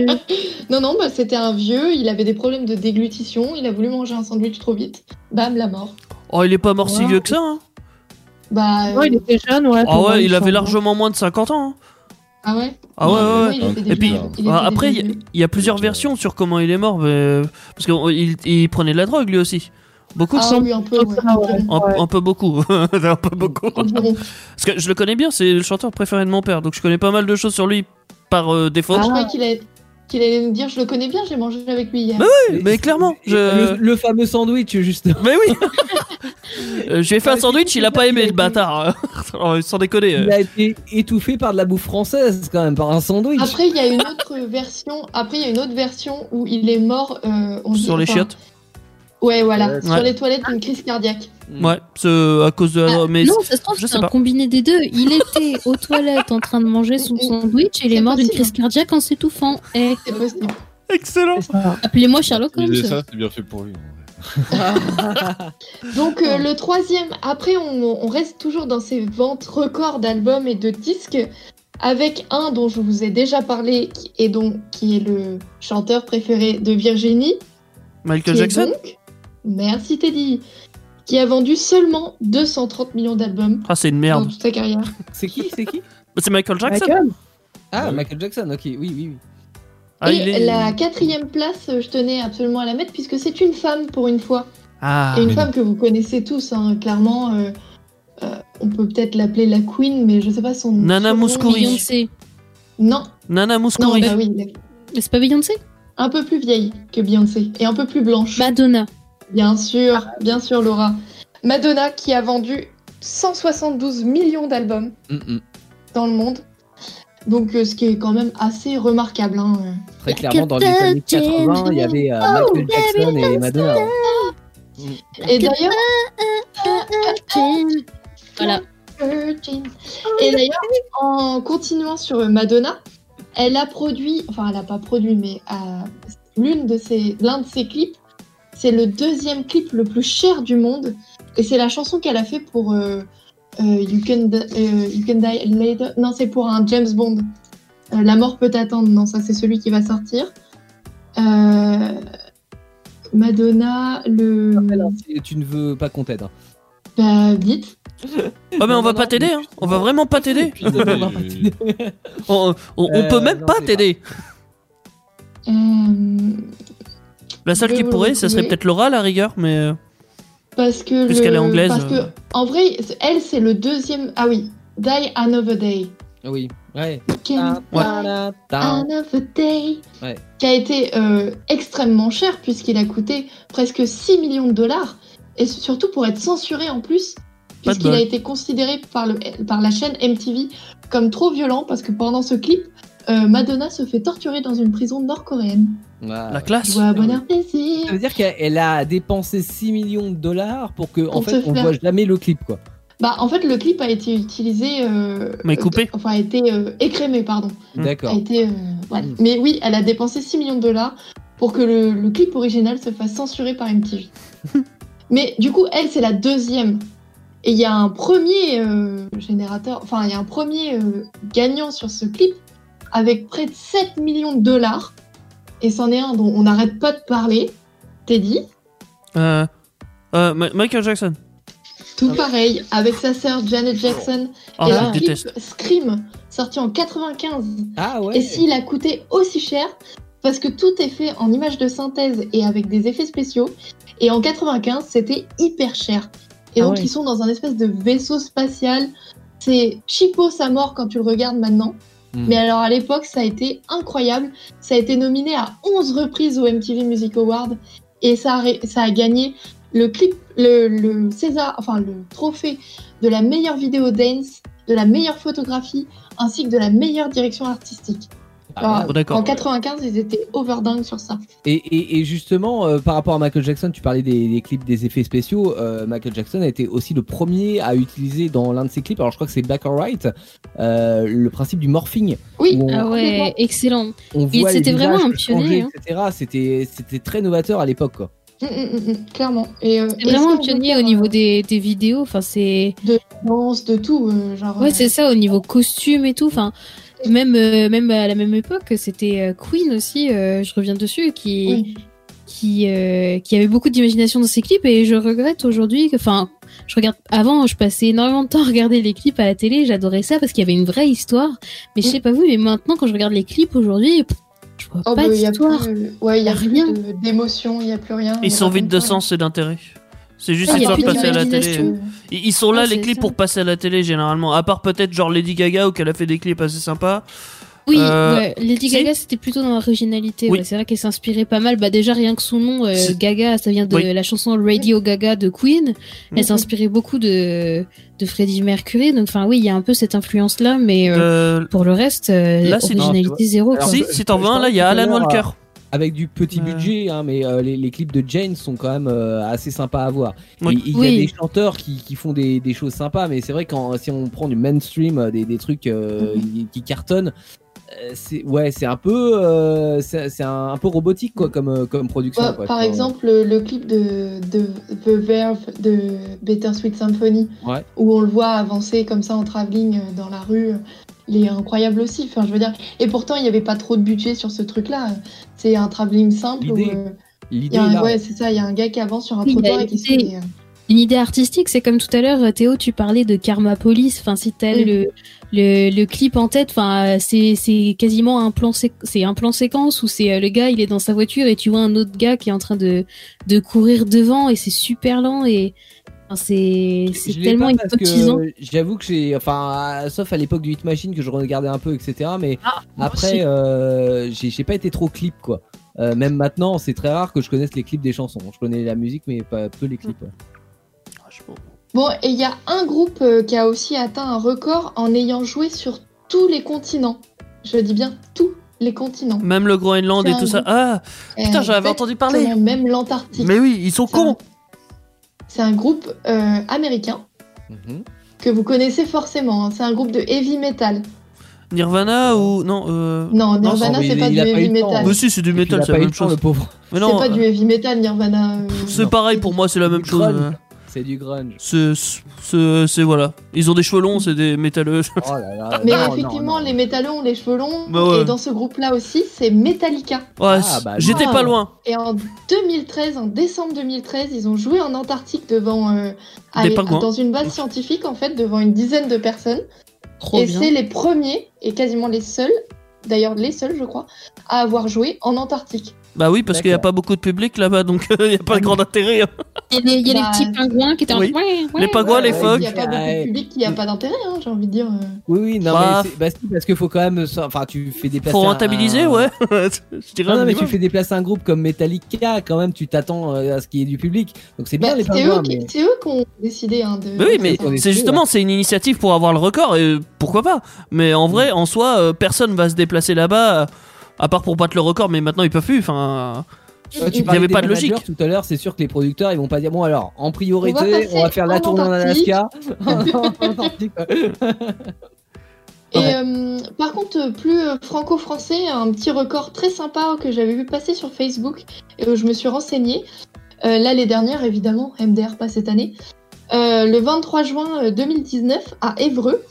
Speaker 4: Non, non, bah, c'était un vieux, il avait des problèmes de déglutition, il a voulu manger un sandwich trop vite, bam, la mort.
Speaker 3: Oh, il est pas mort si
Speaker 4: Wow.
Speaker 3: vieux que ça. hein.
Speaker 4: Bah,
Speaker 7: Non,
Speaker 4: euh,
Speaker 7: Oh, il était jeune, ouais.
Speaker 3: Ah
Speaker 7: pour moi,
Speaker 3: ouais, il avait
Speaker 7: semble.
Speaker 3: largement moins de 50 ans. hein.
Speaker 4: Ah ouais
Speaker 3: Ah
Speaker 4: Non,
Speaker 3: ouais, ouais,
Speaker 4: il
Speaker 3: ouais.
Speaker 4: était
Speaker 3: Et
Speaker 4: débile.
Speaker 3: puis
Speaker 4: Il était
Speaker 3: ah, après, il y a-
Speaker 4: débile.
Speaker 3: il y, a plusieurs versions sur comment il est mort, mais, euh, parce qu'il il prenait de la drogue lui aussi. Beaucoup de
Speaker 4: Ah
Speaker 3: sang.
Speaker 4: oui, un peu, ouais.
Speaker 3: Un, un peu beaucoup. un peu beaucoup.
Speaker 4: Environ.
Speaker 3: Parce que je le connais bien, c'est le chanteur préféré de mon père, donc je connais pas mal de choses sur lui par euh, défaut.
Speaker 4: Je croyais qu'il allait, qu'il allait nous dire, je le connais bien, j'ai mangé avec lui hier.
Speaker 3: Mais Bah oui, mais clairement. Je...
Speaker 2: Le, le fameux sandwich, justement.
Speaker 3: Mais oui Euh, Je lui ai fait un sandwich, il a pas aimé le bâtard. hein. Alors, Sans déconner. euh.
Speaker 2: Il a été étouffé par de la bouffe française, quand même, par un sandwich.
Speaker 4: Après, il y a une autre version. Après, il y a une autre version où il est mort. euh, on dit-
Speaker 3: Sur les
Speaker 4: enfin,
Speaker 3: chiottes
Speaker 4: Ouais, voilà.
Speaker 3: Ouais.
Speaker 4: Sur les toilettes d'une crise cardiaque.
Speaker 2: Mm.
Speaker 3: Ouais, c'est euh, à cause de la
Speaker 4: Ah,
Speaker 3: drogue. Mais
Speaker 6: Ah, Non, ça se trouve,
Speaker 3: je
Speaker 6: c'est
Speaker 3: sais
Speaker 6: un
Speaker 3: pas.
Speaker 6: combiné des deux. Il était aux toilettes en train de manger son sandwich et il est
Speaker 4: C'est
Speaker 6: mort d'une
Speaker 4: possible.
Speaker 6: crise cardiaque en s'étouffant. Eh,
Speaker 4: C'est possible.
Speaker 3: Excellent
Speaker 6: appelez-moi Sherlock
Speaker 5: Il faisait
Speaker 6: Holmes.
Speaker 5: ça, c'est bien fait pour lui.
Speaker 4: Ah. Donc, euh, le troisième. Après, on, on reste toujours dans ces ventes records d'albums et de disques. Avec un dont je vous ai déjà parlé qui- et dont, qui est le chanteur préféré de Virginie.
Speaker 3: Michael
Speaker 4: qui est
Speaker 3: Jackson
Speaker 4: donc- merci Teddy. Qui a vendu seulement 230 millions d'albums
Speaker 3: Ah, c'est une
Speaker 4: dans
Speaker 3: merde.
Speaker 4: toute sa carrière.
Speaker 2: C'est qui C'est qui
Speaker 3: Bah, C'est Michael Jackson
Speaker 7: Michael
Speaker 2: Ah, Michael Jackson, ok, oui, oui, oui.
Speaker 3: Ah,
Speaker 4: et
Speaker 3: il est-
Speaker 4: la quatrième place, euh, je tenais absolument à la mettre puisque c'est une femme pour une fois.
Speaker 3: Ah,
Speaker 4: et une
Speaker 5: mais
Speaker 4: femme que vous connaissez tous, hein, clairement. euh, euh, on peut peut-être l'appeler la queen, mais je sais pas son
Speaker 3: Nana
Speaker 4: surnom.
Speaker 3: Mouskouri.
Speaker 4: Beyoncé.
Speaker 6: Beyoncé.
Speaker 4: Non,
Speaker 3: Nana
Speaker 4: non,
Speaker 3: Mouskouri.
Speaker 4: bah oui, elle est
Speaker 6: Mais C'est pas Beyoncé
Speaker 4: un peu plus vieille que Beyoncé et un peu plus blanche.
Speaker 6: Madonna.
Speaker 4: Bien sûr, bien sûr, Laura. Madonna qui a vendu 172 millions d'albums
Speaker 2: Mm, mm.
Speaker 4: dans le monde. Donc, euh, ce qui est quand même assez remarquable. hein, euh.
Speaker 2: Très clairement, dans les années 80, il y avait euh, Michael Jackson et Madonna.
Speaker 4: Et d'ailleurs.
Speaker 6: Voilà.
Speaker 4: Et d'ailleurs, en continuant sur Madonna, elle a produit, enfin, elle a pas produit, mais euh, l'une de ses, l'un de ses clips, c'est le deuxième clip le plus cher du monde, et c'est la chanson qu'elle a fait pour euh, euh, you, can, Di- euh, You Can Die Later. Non, c'est pour un James Bond. Euh, la mort peut attendre. Non, ça c'est celui qui va sortir. Euh, Madonna, le.
Speaker 2: Et tu ne veux pas qu'on t'aide. hein.
Speaker 4: Bah, vite.
Speaker 3: Ah mais on va pas t'aider, hein. on va vraiment pas t'aider. on, on- on
Speaker 2: Euh,
Speaker 3: peut même
Speaker 2: non,
Speaker 3: pas
Speaker 2: c'est
Speaker 3: t'aider.
Speaker 4: Euh,
Speaker 3: La seule
Speaker 4: Je
Speaker 3: qui
Speaker 4: vais
Speaker 3: pourrait,
Speaker 4: vous
Speaker 3: ça serait
Speaker 4: trouver.
Speaker 3: peut-être Laura à la rigueur, mais euh,
Speaker 4: Parce que
Speaker 3: Puisqu'elle est anglaise,
Speaker 4: Parce
Speaker 3: euh.
Speaker 4: que, en vrai, c'est- elle, c'est le deuxième. Ah oui, Die Another Day.
Speaker 2: Oui, ouais.
Speaker 4: Qui a,
Speaker 2: Ta- ta-
Speaker 4: Another Day.
Speaker 2: Ouais.
Speaker 4: Qui a été euh, extrêmement cher, puisqu'il a coûté presque 6 millions de dollars. Et surtout pour être censuré en plus,
Speaker 3: Pas de
Speaker 4: puisqu'il
Speaker 3: bol.
Speaker 4: a été considéré par, le, par la chaîne MTV comme trop violent, parce que pendant ce clip, euh, Madonna se fait torturer dans une prison nord-coréenne.
Speaker 2: Ah,
Speaker 3: la classe.
Speaker 4: Tu vois, bonheur, plaisir.
Speaker 2: Ça veut dire qu'elle a dépensé 6 millions de dollars pour que, en
Speaker 4: Pour
Speaker 2: fait,
Speaker 4: te
Speaker 2: on
Speaker 4: faire-
Speaker 2: voit jamais le clip, quoi.
Speaker 4: Bah, en fait, le clip a été utilisé. euh,
Speaker 3: Mais Hmm. coupé.
Speaker 4: Enfin, a été euh, écrémé, pardon. A
Speaker 2: D'accord.
Speaker 4: été, euh, voilà. Mais oui, elle a dépensé 6 millions de dollars pour que le, le clip original se fasse censurer par MTV. Mais du coup, elle, c'est la deuxième. Et il y a un premier euh, générateur, enfin, il y a un premier euh, gagnant sur ce clip avec près de 7 millions de dollars. Et c'en est un dont on n'arrête pas de parler. Teddy,
Speaker 3: Euh, euh, Ma- Michael Jackson.
Speaker 4: Ah, tout pareil, avec sa sœur Janet Jackson.
Speaker 3: Oh,
Speaker 4: et
Speaker 3: je
Speaker 4: leur
Speaker 3: le
Speaker 4: clip
Speaker 3: déteste.
Speaker 4: Scream, sorti en 95.
Speaker 2: Ah ouais.
Speaker 4: Et s'il a coûté aussi cher, parce que tout est fait en images de synthèse et avec des effets spéciaux, et en 95, c'était hyper cher. Et
Speaker 7: Ah
Speaker 4: donc,
Speaker 7: ouais.
Speaker 4: ils sont dans un espèce de vaisseau spatial. C'est chipo sa mort quand tu le regardes maintenant.
Speaker 2: Hmm.
Speaker 4: Mais alors, à l'époque, ça a été incroyable. Ça a été nominé à 11 reprises au MTV Music Award. Et ça a, ré- ça a gagné le clip, le, le César, enfin, le trophée de la meilleure vidéo dance, de la meilleure photographie, ainsi que de la meilleure direction artistique.
Speaker 2: Ah,
Speaker 4: Alors,
Speaker 3: bon, d'accord.
Speaker 4: en 95, ils étaient overdingue sur ça.
Speaker 2: Et, et- et justement, euh, par rapport à Michael Jackson, tu parlais des, des clips, des effets spéciaux. euh, Michael Jackson a été aussi le premier à utiliser dans l'un de ses clips, alors je crois que c'est Black or Right, euh, le principe du morphing.
Speaker 4: Oui,
Speaker 2: Où on-
Speaker 6: Ah ouais, excellent.
Speaker 2: On
Speaker 6: Et
Speaker 2: voit les
Speaker 6: c'était
Speaker 2: visages
Speaker 6: vraiment un
Speaker 2: changer,
Speaker 6: pionnier, hein.
Speaker 2: etc. C'était, c'était très novateur à l'époque. Quoi.
Speaker 4: Mm, mm, mm, mm, clairement. Et, euh,
Speaker 6: C'est
Speaker 4: et
Speaker 6: vraiment
Speaker 4: ça,
Speaker 6: un pionnier au niveau des, des vidéos. Enfin, c'est.
Speaker 4: on danse de tout, euh, genre.
Speaker 6: Ouais,
Speaker 4: euh,
Speaker 6: c'est ça, au niveau costume et tout. Enfin, même, euh, même à la même époque, c'était euh, Queen aussi, euh, je reviens dessus, qui,
Speaker 4: oui.
Speaker 6: qui, euh, qui avait beaucoup d'imagination dans ses clips. Et je regrette aujourd'hui que. Enfin, je regarde. Avant, je passais énormément de temps à regarder les clips à la télé. J'adorais ça parce qu'il y avait une vraie histoire. Mais
Speaker 4: Mm.
Speaker 6: je sais pas vous, mais maintenant, quand je regarde les clips aujourd'hui, pff, je vois
Speaker 4: Oh,
Speaker 6: pas
Speaker 4: bah, y a
Speaker 6: d'histoire.
Speaker 4: plus, euh, ouais, il y a
Speaker 6: Y a
Speaker 4: plus
Speaker 6: rien.
Speaker 4: de- d'émotion, il y a plus rien.
Speaker 3: Ils
Speaker 4: On
Speaker 3: sont vides
Speaker 4: raconte
Speaker 3: de
Speaker 4: pas.
Speaker 3: sens et d'intérêt. C'est juste
Speaker 6: Ah, y a
Speaker 3: histoire de
Speaker 6: plus
Speaker 3: passer à la télé.
Speaker 6: d'imagination.
Speaker 3: Ils ils sont là
Speaker 4: Ah,
Speaker 6: Ouais,
Speaker 3: les
Speaker 6: c'est
Speaker 3: clips
Speaker 6: ça.
Speaker 3: pour passer à la télé généralement. À part peut-être genre Lady Gaga ou qu'elle a fait des clips assez sympas.
Speaker 6: Oui,
Speaker 3: Euh,
Speaker 6: ouais, Lady
Speaker 3: si.
Speaker 6: Gaga, c'était plutôt dans l'originalité.
Speaker 3: Oui.
Speaker 6: ouais, c'est vrai qu'elle s'inspirait pas mal. Bah, déjà, rien que son nom, euh,
Speaker 3: C'est-
Speaker 6: Gaga, ça vient de
Speaker 3: Oui.
Speaker 6: la chanson Radio Gaga de Queen.
Speaker 3: Mhm.
Speaker 6: Elle s'inspirait beaucoup de, de Freddie Mercury. Donc, enfin, oui, il y a un peu cette influence-là, mais euh,
Speaker 3: Euh,
Speaker 6: pour le reste, euh,
Speaker 3: là, c'est-
Speaker 2: Non, tu
Speaker 6: originalité zéro.
Speaker 2: Alors,
Speaker 6: quoi.
Speaker 3: si,
Speaker 2: je-
Speaker 3: si t'en
Speaker 2: je
Speaker 3: veux un,
Speaker 2: parlais
Speaker 3: là, il y a
Speaker 2: tout à
Speaker 3: Alan
Speaker 2: l'heure,
Speaker 3: Walker.
Speaker 2: Avec du petit
Speaker 3: Ouais.
Speaker 2: budget, hein, mais euh, les, les clips de Jane sont quand même euh, assez sympas à voir.
Speaker 3: Oui.
Speaker 2: Et- et Il y a
Speaker 6: Oui.
Speaker 2: des chanteurs qui, qui font des, des choses sympas, mais c'est vrai quand si on prend du mainstream, euh, des, des trucs euh,
Speaker 6: Mhm.
Speaker 2: qui- qui cartonnent, euh, c'est ouais, c'est un peu euh, c'est c'est un, un peu robotique quoi comme euh, comme production.
Speaker 4: Ouais,
Speaker 2: quoi.
Speaker 4: Bah, par
Speaker 2: Faut-
Speaker 4: exemple, le, le clip de, de The Verve de Better Sweet Symphony,
Speaker 2: Ouais.
Speaker 4: où on le voit avancer comme ça en travelling euh, dans la rue, euh, il est incroyable aussi. Enfin, je veux dire, et pourtant, il n'y avait pas trop de budget sur ce truc-là. C'est un travelling simple. où,
Speaker 2: L'idée-
Speaker 4: euh, il y
Speaker 2: l'idée
Speaker 4: a un-
Speaker 2: est là.
Speaker 4: ouais, c'est ça. Il y a un gars qui avance sur un
Speaker 6: Oui,
Speaker 4: trottoir
Speaker 6: il y a
Speaker 4: et qui se
Speaker 6: l'idée.
Speaker 4: fait, euh,
Speaker 6: Une idée artistique, c'est comme tout à l'heure, euh, Théo, tu parlais de Karma Police. Enfin, si t'as
Speaker 4: Oui.
Speaker 6: le, le, le clip en tête, enfin, euh, c'est, c'est quasiment un plan, sé- c'est un plan séquence où c'est euh, le gars, il est dans sa voiture et tu vois un autre gars qui est en train de, de courir devant et c'est super lent et enfin, c'est, c'est
Speaker 2: Je l'ai
Speaker 6: tellement
Speaker 2: pas parce que
Speaker 6: hypnotisant.
Speaker 2: J'avoue que j'ai, enfin, à- sauf à l'époque du Hit Machine que je regardais un peu, etc. Mais
Speaker 6: Ah, moi
Speaker 2: après,
Speaker 6: aussi.
Speaker 2: euh, j'ai j'ai pas été trop clip quoi. Euh, même maintenant, c'est très rare que je connaisse les clips des chansons. Je connais la musique, mais pas peu les clips. ouais.
Speaker 4: Bon, et il y a un groupe euh, qui a aussi atteint un record en ayant joué sur tous les continents. Je dis bien tous les continents.
Speaker 3: Même le Groenland
Speaker 4: C'est
Speaker 3: et
Speaker 4: un
Speaker 3: tout ça.
Speaker 4: groupe.
Speaker 3: Ah, putain,
Speaker 4: Euh,
Speaker 3: j'en avais
Speaker 4: exactement,
Speaker 3: entendu parler.
Speaker 4: Même l'Antarctique.
Speaker 3: Mais oui, ils sont cons.
Speaker 4: C'est un groupe euh, américain Mhm. que vous connaissez forcément. hein. C'est un groupe de heavy metal.
Speaker 3: Nirvana ou non euh...
Speaker 4: Non, Nirvana, c'est pas du heavy metal.
Speaker 3: Mais si, c'est du metal, c'est la même chose. Mais
Speaker 4: C'est
Speaker 3: non, euh,
Speaker 4: pas du heavy metal, Nirvana. euh,
Speaker 3: c'est pareil pour moi, c'est la même chose. euh.
Speaker 2: C'est du grunge.
Speaker 3: C'est- C'est c'est- voilà. Ils ont des cheveux longs, c'est des métalleux.
Speaker 2: Oh là là.
Speaker 4: Mais effectivement, les métallos ont les cheveux longs.
Speaker 3: Bah ouais.
Speaker 4: Et dans ce groupe-là aussi, c'est Metallica.
Speaker 3: Ouais, c-
Speaker 2: bah,
Speaker 3: j'étais
Speaker 4: Ah.
Speaker 3: pas loin.
Speaker 4: Et en 2013, en décembre 2013, ils ont joué en Antarctique devant euh, allez,
Speaker 3: pingouins.
Speaker 4: dans une base scientifique en fait devant une dizaine de personnes.
Speaker 6: Trop
Speaker 4: et
Speaker 6: bien.
Speaker 4: c'est les premiers et quasiment les seuls, d'ailleurs les seuls je crois, à avoir joué en Antarctique.
Speaker 3: Bah oui, parce qu'il y a pas beaucoup de public là-bas, donc euh, il y a
Speaker 2: Ah,
Speaker 3: pas grand intérêt. hein.
Speaker 6: Il y a les, il y a les
Speaker 4: Bah,
Speaker 6: petits pingouins qui étaient en.
Speaker 3: oui.
Speaker 6: Ouais, ouais,
Speaker 3: Les pingouins, les
Speaker 4: Il n'y a
Speaker 3: phoques.
Speaker 4: pas beaucoup de
Speaker 2: Ouais.
Speaker 4: public, il n'y a pas d'intérêt, hein, j'ai envie de dire. euh.
Speaker 2: Oui, oui, non,
Speaker 3: Bah.
Speaker 2: mais c'est- bah, si, parce qu'il faut quand même. ça- Enfin, tu fais déplacer.
Speaker 3: Faut
Speaker 2: un-
Speaker 3: rentabiliser, ouais. Je dirais. un
Speaker 2: Non, non, mais tu
Speaker 3: minimum.
Speaker 2: fais déplacer un groupe comme Metallica, quand même, tu t'attends euh, à ce qu'il y ait du public. Donc c'est bien
Speaker 4: Bah,
Speaker 2: les
Speaker 4: c'est eux,
Speaker 2: pingouins,
Speaker 4: qui-
Speaker 2: mais.
Speaker 4: c'est eux qui ont décidé hein, de.
Speaker 3: Bah oui, mais
Speaker 2: c'est-
Speaker 3: c'est
Speaker 4: hein.
Speaker 3: justement, c'est une initiative pour avoir le record, et pourquoi pas. Mais en vrai, en soi, euh, personne va se déplacer là-bas, euh, à part pour battre le record, mais maintenant ils peuvent plus. Enfin,
Speaker 2: Ouais, tu
Speaker 3: il y
Speaker 2: parlais
Speaker 3: avait
Speaker 2: des
Speaker 3: pas de
Speaker 2: managers
Speaker 3: logique.
Speaker 2: Tout à l'heure, c'est sûr que les producteurs, ils vont pas dire bon alors en priorité,
Speaker 4: On va
Speaker 2: on va,
Speaker 4: passer
Speaker 2: faire la
Speaker 4: en
Speaker 2: tournée en
Speaker 4: Antarctique.
Speaker 2: Alaska. En Antarctique, ouais.
Speaker 4: Et euh, par contre, euh, plus euh, franco-français, un petit record très sympa que j'avais vu passer sur Facebook et où je me suis renseignée. Euh, L'année dernière, évidemment, MDR pas cette année. Euh, le 23 juin euh, 2019 à Évreux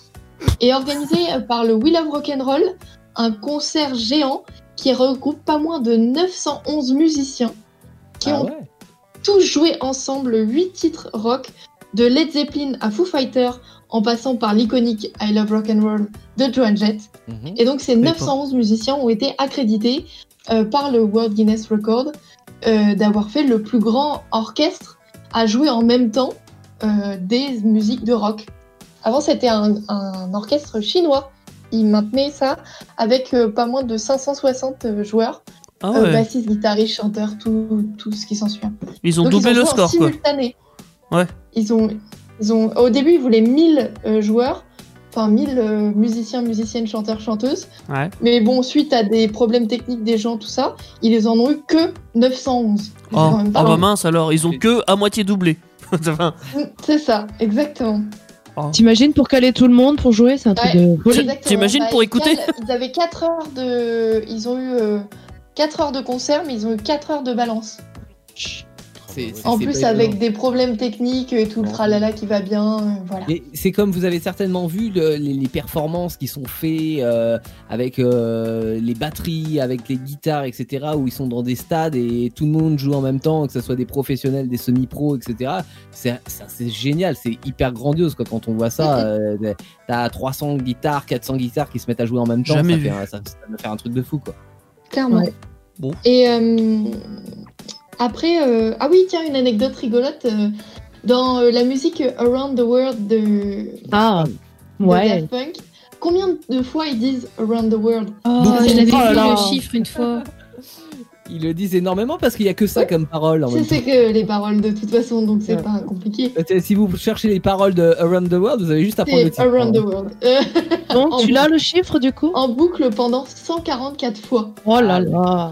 Speaker 4: est organisé euh, par le We Love Rock'n'Roll un concert géant qui regroupe pas moins de 911 musiciens qui
Speaker 2: Ah
Speaker 4: ont
Speaker 2: ouais.
Speaker 4: tous joué ensemble 8 titres rock, de Led Zeppelin à Foo Fighters, en passant par l'iconique I Love Rock and Roll de Joan Jett.
Speaker 2: Mhm.
Speaker 4: Et donc ces
Speaker 3: D'accord.
Speaker 4: 911 musiciens ont été accrédités euh, par le World Guinness Record euh, d'avoir fait le plus grand orchestre à jouer en même temps euh, des musiques de rock. Avant c'était un, un orchestre chinois. Il maintenait ça avec euh, pas moins de 560 euh, joueurs,
Speaker 3: ah
Speaker 4: euh,
Speaker 3: ouais,
Speaker 4: bassistes, guitaristes, chanteurs, tout, tout ce qui s'ensuit.
Speaker 3: ils ont
Speaker 4: Donc,
Speaker 3: doublé
Speaker 4: ils ont
Speaker 3: le
Speaker 4: joué en
Speaker 3: score, quoi.
Speaker 4: simultané.
Speaker 3: Ouais.
Speaker 4: Ils ont, ils ont, au début, ils voulaient 1000 euh, joueurs, enfin 1000 euh, musiciens, musiciennes, chanteurs, chanteuses.
Speaker 3: Ouais.
Speaker 4: Mais bon, suite à des problèmes techniques des gens, tout ça, ils les en ont eu que 911. C'est
Speaker 3: Oh,
Speaker 4: quand même pas
Speaker 3: ah bah
Speaker 4: mal.
Speaker 3: mince alors, ils ont que à moitié doublé. Enfin,
Speaker 4: C'est ça, exactement.
Speaker 3: Ah.
Speaker 7: T'imagines pour caler tout le monde pour jouer, c'est un truc
Speaker 4: Ouais,
Speaker 7: de folie.
Speaker 4: exactement. Bah,
Speaker 3: t'imagines pour
Speaker 4: ils
Speaker 3: écouter
Speaker 4: calent- Ils avaient 4 heures de. Ils ont eu 4 heures de concert, mais ils ont eu 4 heures de balance.
Speaker 2: C'est- c'est-
Speaker 4: En
Speaker 2: c'est
Speaker 4: plus,
Speaker 2: pas
Speaker 4: avec
Speaker 2: étonnant.
Speaker 4: des problèmes techniques et tout le
Speaker 2: Ouais.
Speaker 4: tralala qui va bien, euh, voilà.
Speaker 2: Mais c'est comme vous avez certainement vu le- les, les performances qui sont faites euh, avec euh, les batteries, avec les guitares, etc. Où ils sont dans des stades et tout le monde joue en même temps, que ce soit des professionnels, des semi-pros, etc. C'est ça, c'est génial, c'est hyper grandiose quoi, quand on voit ça. euh, T'as 300 guitares, 400 guitares qui se mettent à jouer en même temps.
Speaker 3: Jamais
Speaker 2: ça,
Speaker 3: vu.
Speaker 2: Fait un, ça, ça doit faire un truc de fou quoi.
Speaker 4: Clairement.
Speaker 7: Ouais.
Speaker 3: Bon.
Speaker 4: Et euh, après, euh, ah oui, tiens, une anecdote rigolote. euh, dans euh, la musique Around the World de,
Speaker 7: Ah,
Speaker 6: Oh,
Speaker 4: de
Speaker 7: ouais.
Speaker 4: Daft Punk, combien de fois ils disent Around the World
Speaker 3: Ah.
Speaker 6: Oh,
Speaker 7: Beaucoup.
Speaker 6: je l'avais
Speaker 7: Oh là
Speaker 6: vu
Speaker 7: là.
Speaker 6: le chiffre une fois.
Speaker 2: Ils le disent énormément parce qu'il y a que ça
Speaker 4: Ouais.
Speaker 2: comme parole. En
Speaker 4: C'est
Speaker 2: même temps.
Speaker 4: c'est que les paroles de toute façon, donc c'est
Speaker 2: Ouais.
Speaker 4: pas compliqué.
Speaker 2: Euh, Si vous cherchez les paroles de Around the World, vous avez juste à prendre le
Speaker 4: C'est
Speaker 2: titre.
Speaker 4: Around the World. Euh,
Speaker 7: Donc, tu
Speaker 4: En-
Speaker 7: l'as le chiffre du coup
Speaker 4: en boucle pendant 144 fois.
Speaker 7: Oh là là.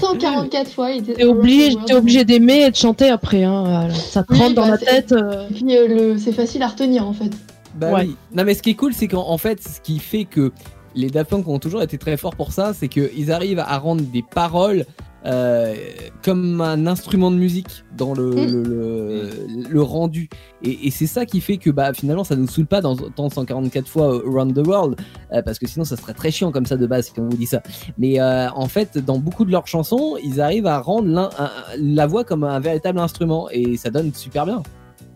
Speaker 4: 144 fois, ils disent.
Speaker 7: T'es
Speaker 4: Around the
Speaker 7: obligé,
Speaker 4: World.
Speaker 7: t'es obligé d'aimer et de chanter après. Hein. voilà. Ça te
Speaker 4: Oui,
Speaker 7: rentre dans
Speaker 4: bah,
Speaker 7: la
Speaker 4: c'est-
Speaker 7: tête. euh,
Speaker 4: Et puis euh, le- c'est facile à retenir en fait.
Speaker 2: Bah
Speaker 7: Ouais.
Speaker 2: oui. Non mais ce qui est cool, c'est qu'en en fait, ce qui fait que les Daft Punk ont toujours été très forts pour ça, c'est qu'ils arrivent à rendre des paroles euh, comme un instrument de musique dans le,
Speaker 4: Mm.
Speaker 2: le, le- le rendu. Et, et c'est ça qui fait que bah, finalement, ça nous saoule pas dans, dans 144 fois euh, Around the World, euh, parce que sinon, ça serait très chiant comme ça de base si on vous dit ça. Mais euh, en fait, dans beaucoup de leurs chansons, ils arrivent à rendre l'un- un- la voix comme un véritable instrument, et ça donne super bien.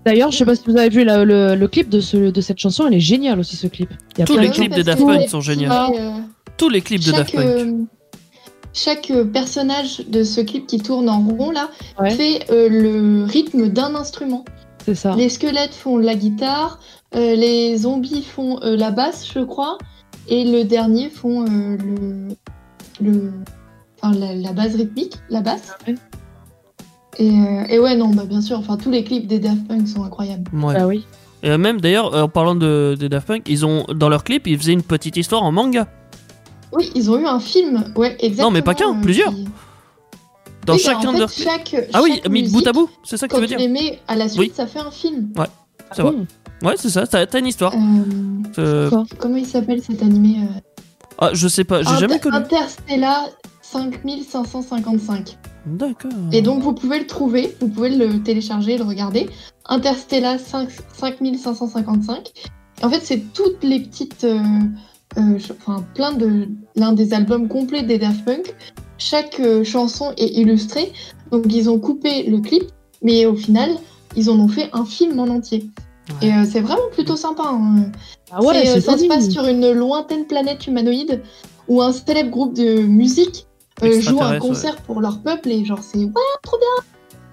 Speaker 7: D'ailleurs, je sais pas si vous avez vu la- le, le clip de, ce- de cette chanson, elle est géniale aussi ce clip. Il y a
Speaker 3: Tous
Speaker 7: plein
Speaker 3: les
Speaker 7: de-
Speaker 3: clips de
Speaker 4: Parce
Speaker 3: Daft
Speaker 4: que-
Speaker 3: Punk sont géniaux.
Speaker 4: Et, euh,
Speaker 3: Tous les clips de Daft
Speaker 4: chaque,
Speaker 3: Punk.
Speaker 4: euh, chaque euh, personnage de ce clip qui tourne en rond là
Speaker 7: Ouais.
Speaker 4: fait euh, le rythme d'un instrument.
Speaker 7: C'est ça.
Speaker 4: Les squelettes font la guitare, euh, les zombies font euh, la basse, je crois, et le dernier font euh, le, le enfin, la, la base rythmique, la basse.
Speaker 7: Ah Ouais.
Speaker 4: Et, euh, et ouais non bah bien sûr enfin tous les clips des Daft Punk sont incroyables.
Speaker 3: Ouais.
Speaker 7: Ah oui.
Speaker 3: Et euh, même d'ailleurs, en parlant de, de Daft Punk, ils ont dans leur clip, ils faisaient une petite histoire en manga.
Speaker 4: Oui, ils ont eu un film. Ouais, exactement.
Speaker 3: Non, mais pas qu'un,
Speaker 4: euh,
Speaker 3: plusieurs.
Speaker 4: qui-
Speaker 3: Dans
Speaker 4: Oui, bah,
Speaker 3: chacun
Speaker 4: en fait,
Speaker 3: de leurs.
Speaker 4: chaque,
Speaker 3: Ah oui,
Speaker 4: chaque
Speaker 3: mis de bout à
Speaker 4: musique,
Speaker 3: bout, c'est ça que
Speaker 4: quand
Speaker 3: tu veux
Speaker 4: tu
Speaker 3: dire
Speaker 4: les mets Ah à la suite,
Speaker 3: Oui.
Speaker 4: ça fait un film.
Speaker 3: Ouais, ça va. Ouais, c'est ça, t'as t'as une histoire. Euh,
Speaker 4: Quoi Comment il s'appelle cet animé euh,
Speaker 3: ah, je sais pas, j'ai
Speaker 4: Inter-
Speaker 3: jamais connu.
Speaker 4: Interstellar 5555.
Speaker 3: D'accord.
Speaker 4: Et donc vous pouvez le trouver, vous pouvez le télécharger, le regarder. Interstellar 5- 5555. Et en fait, c'est toutes les petites. euh, euh, ch- enfin, plein de. L'un des albums complets des Daft Punk. Chaque euh, chanson est illustrée. Donc ils ont coupé le clip, mais au final, ils en ont fait un film en entier. Et euh, c'est vraiment plutôt sympa. hein.
Speaker 7: Ah ouais,
Speaker 4: C'est, euh,
Speaker 7: c'est
Speaker 4: ça se
Speaker 7: joli.
Speaker 4: passe sur une lointaine planète humanoïde où un célèbre groupe de musique euh, joue un
Speaker 7: Extraterrestre,
Speaker 4: concert pour leur peuple et genre c'est ouais, trop bien.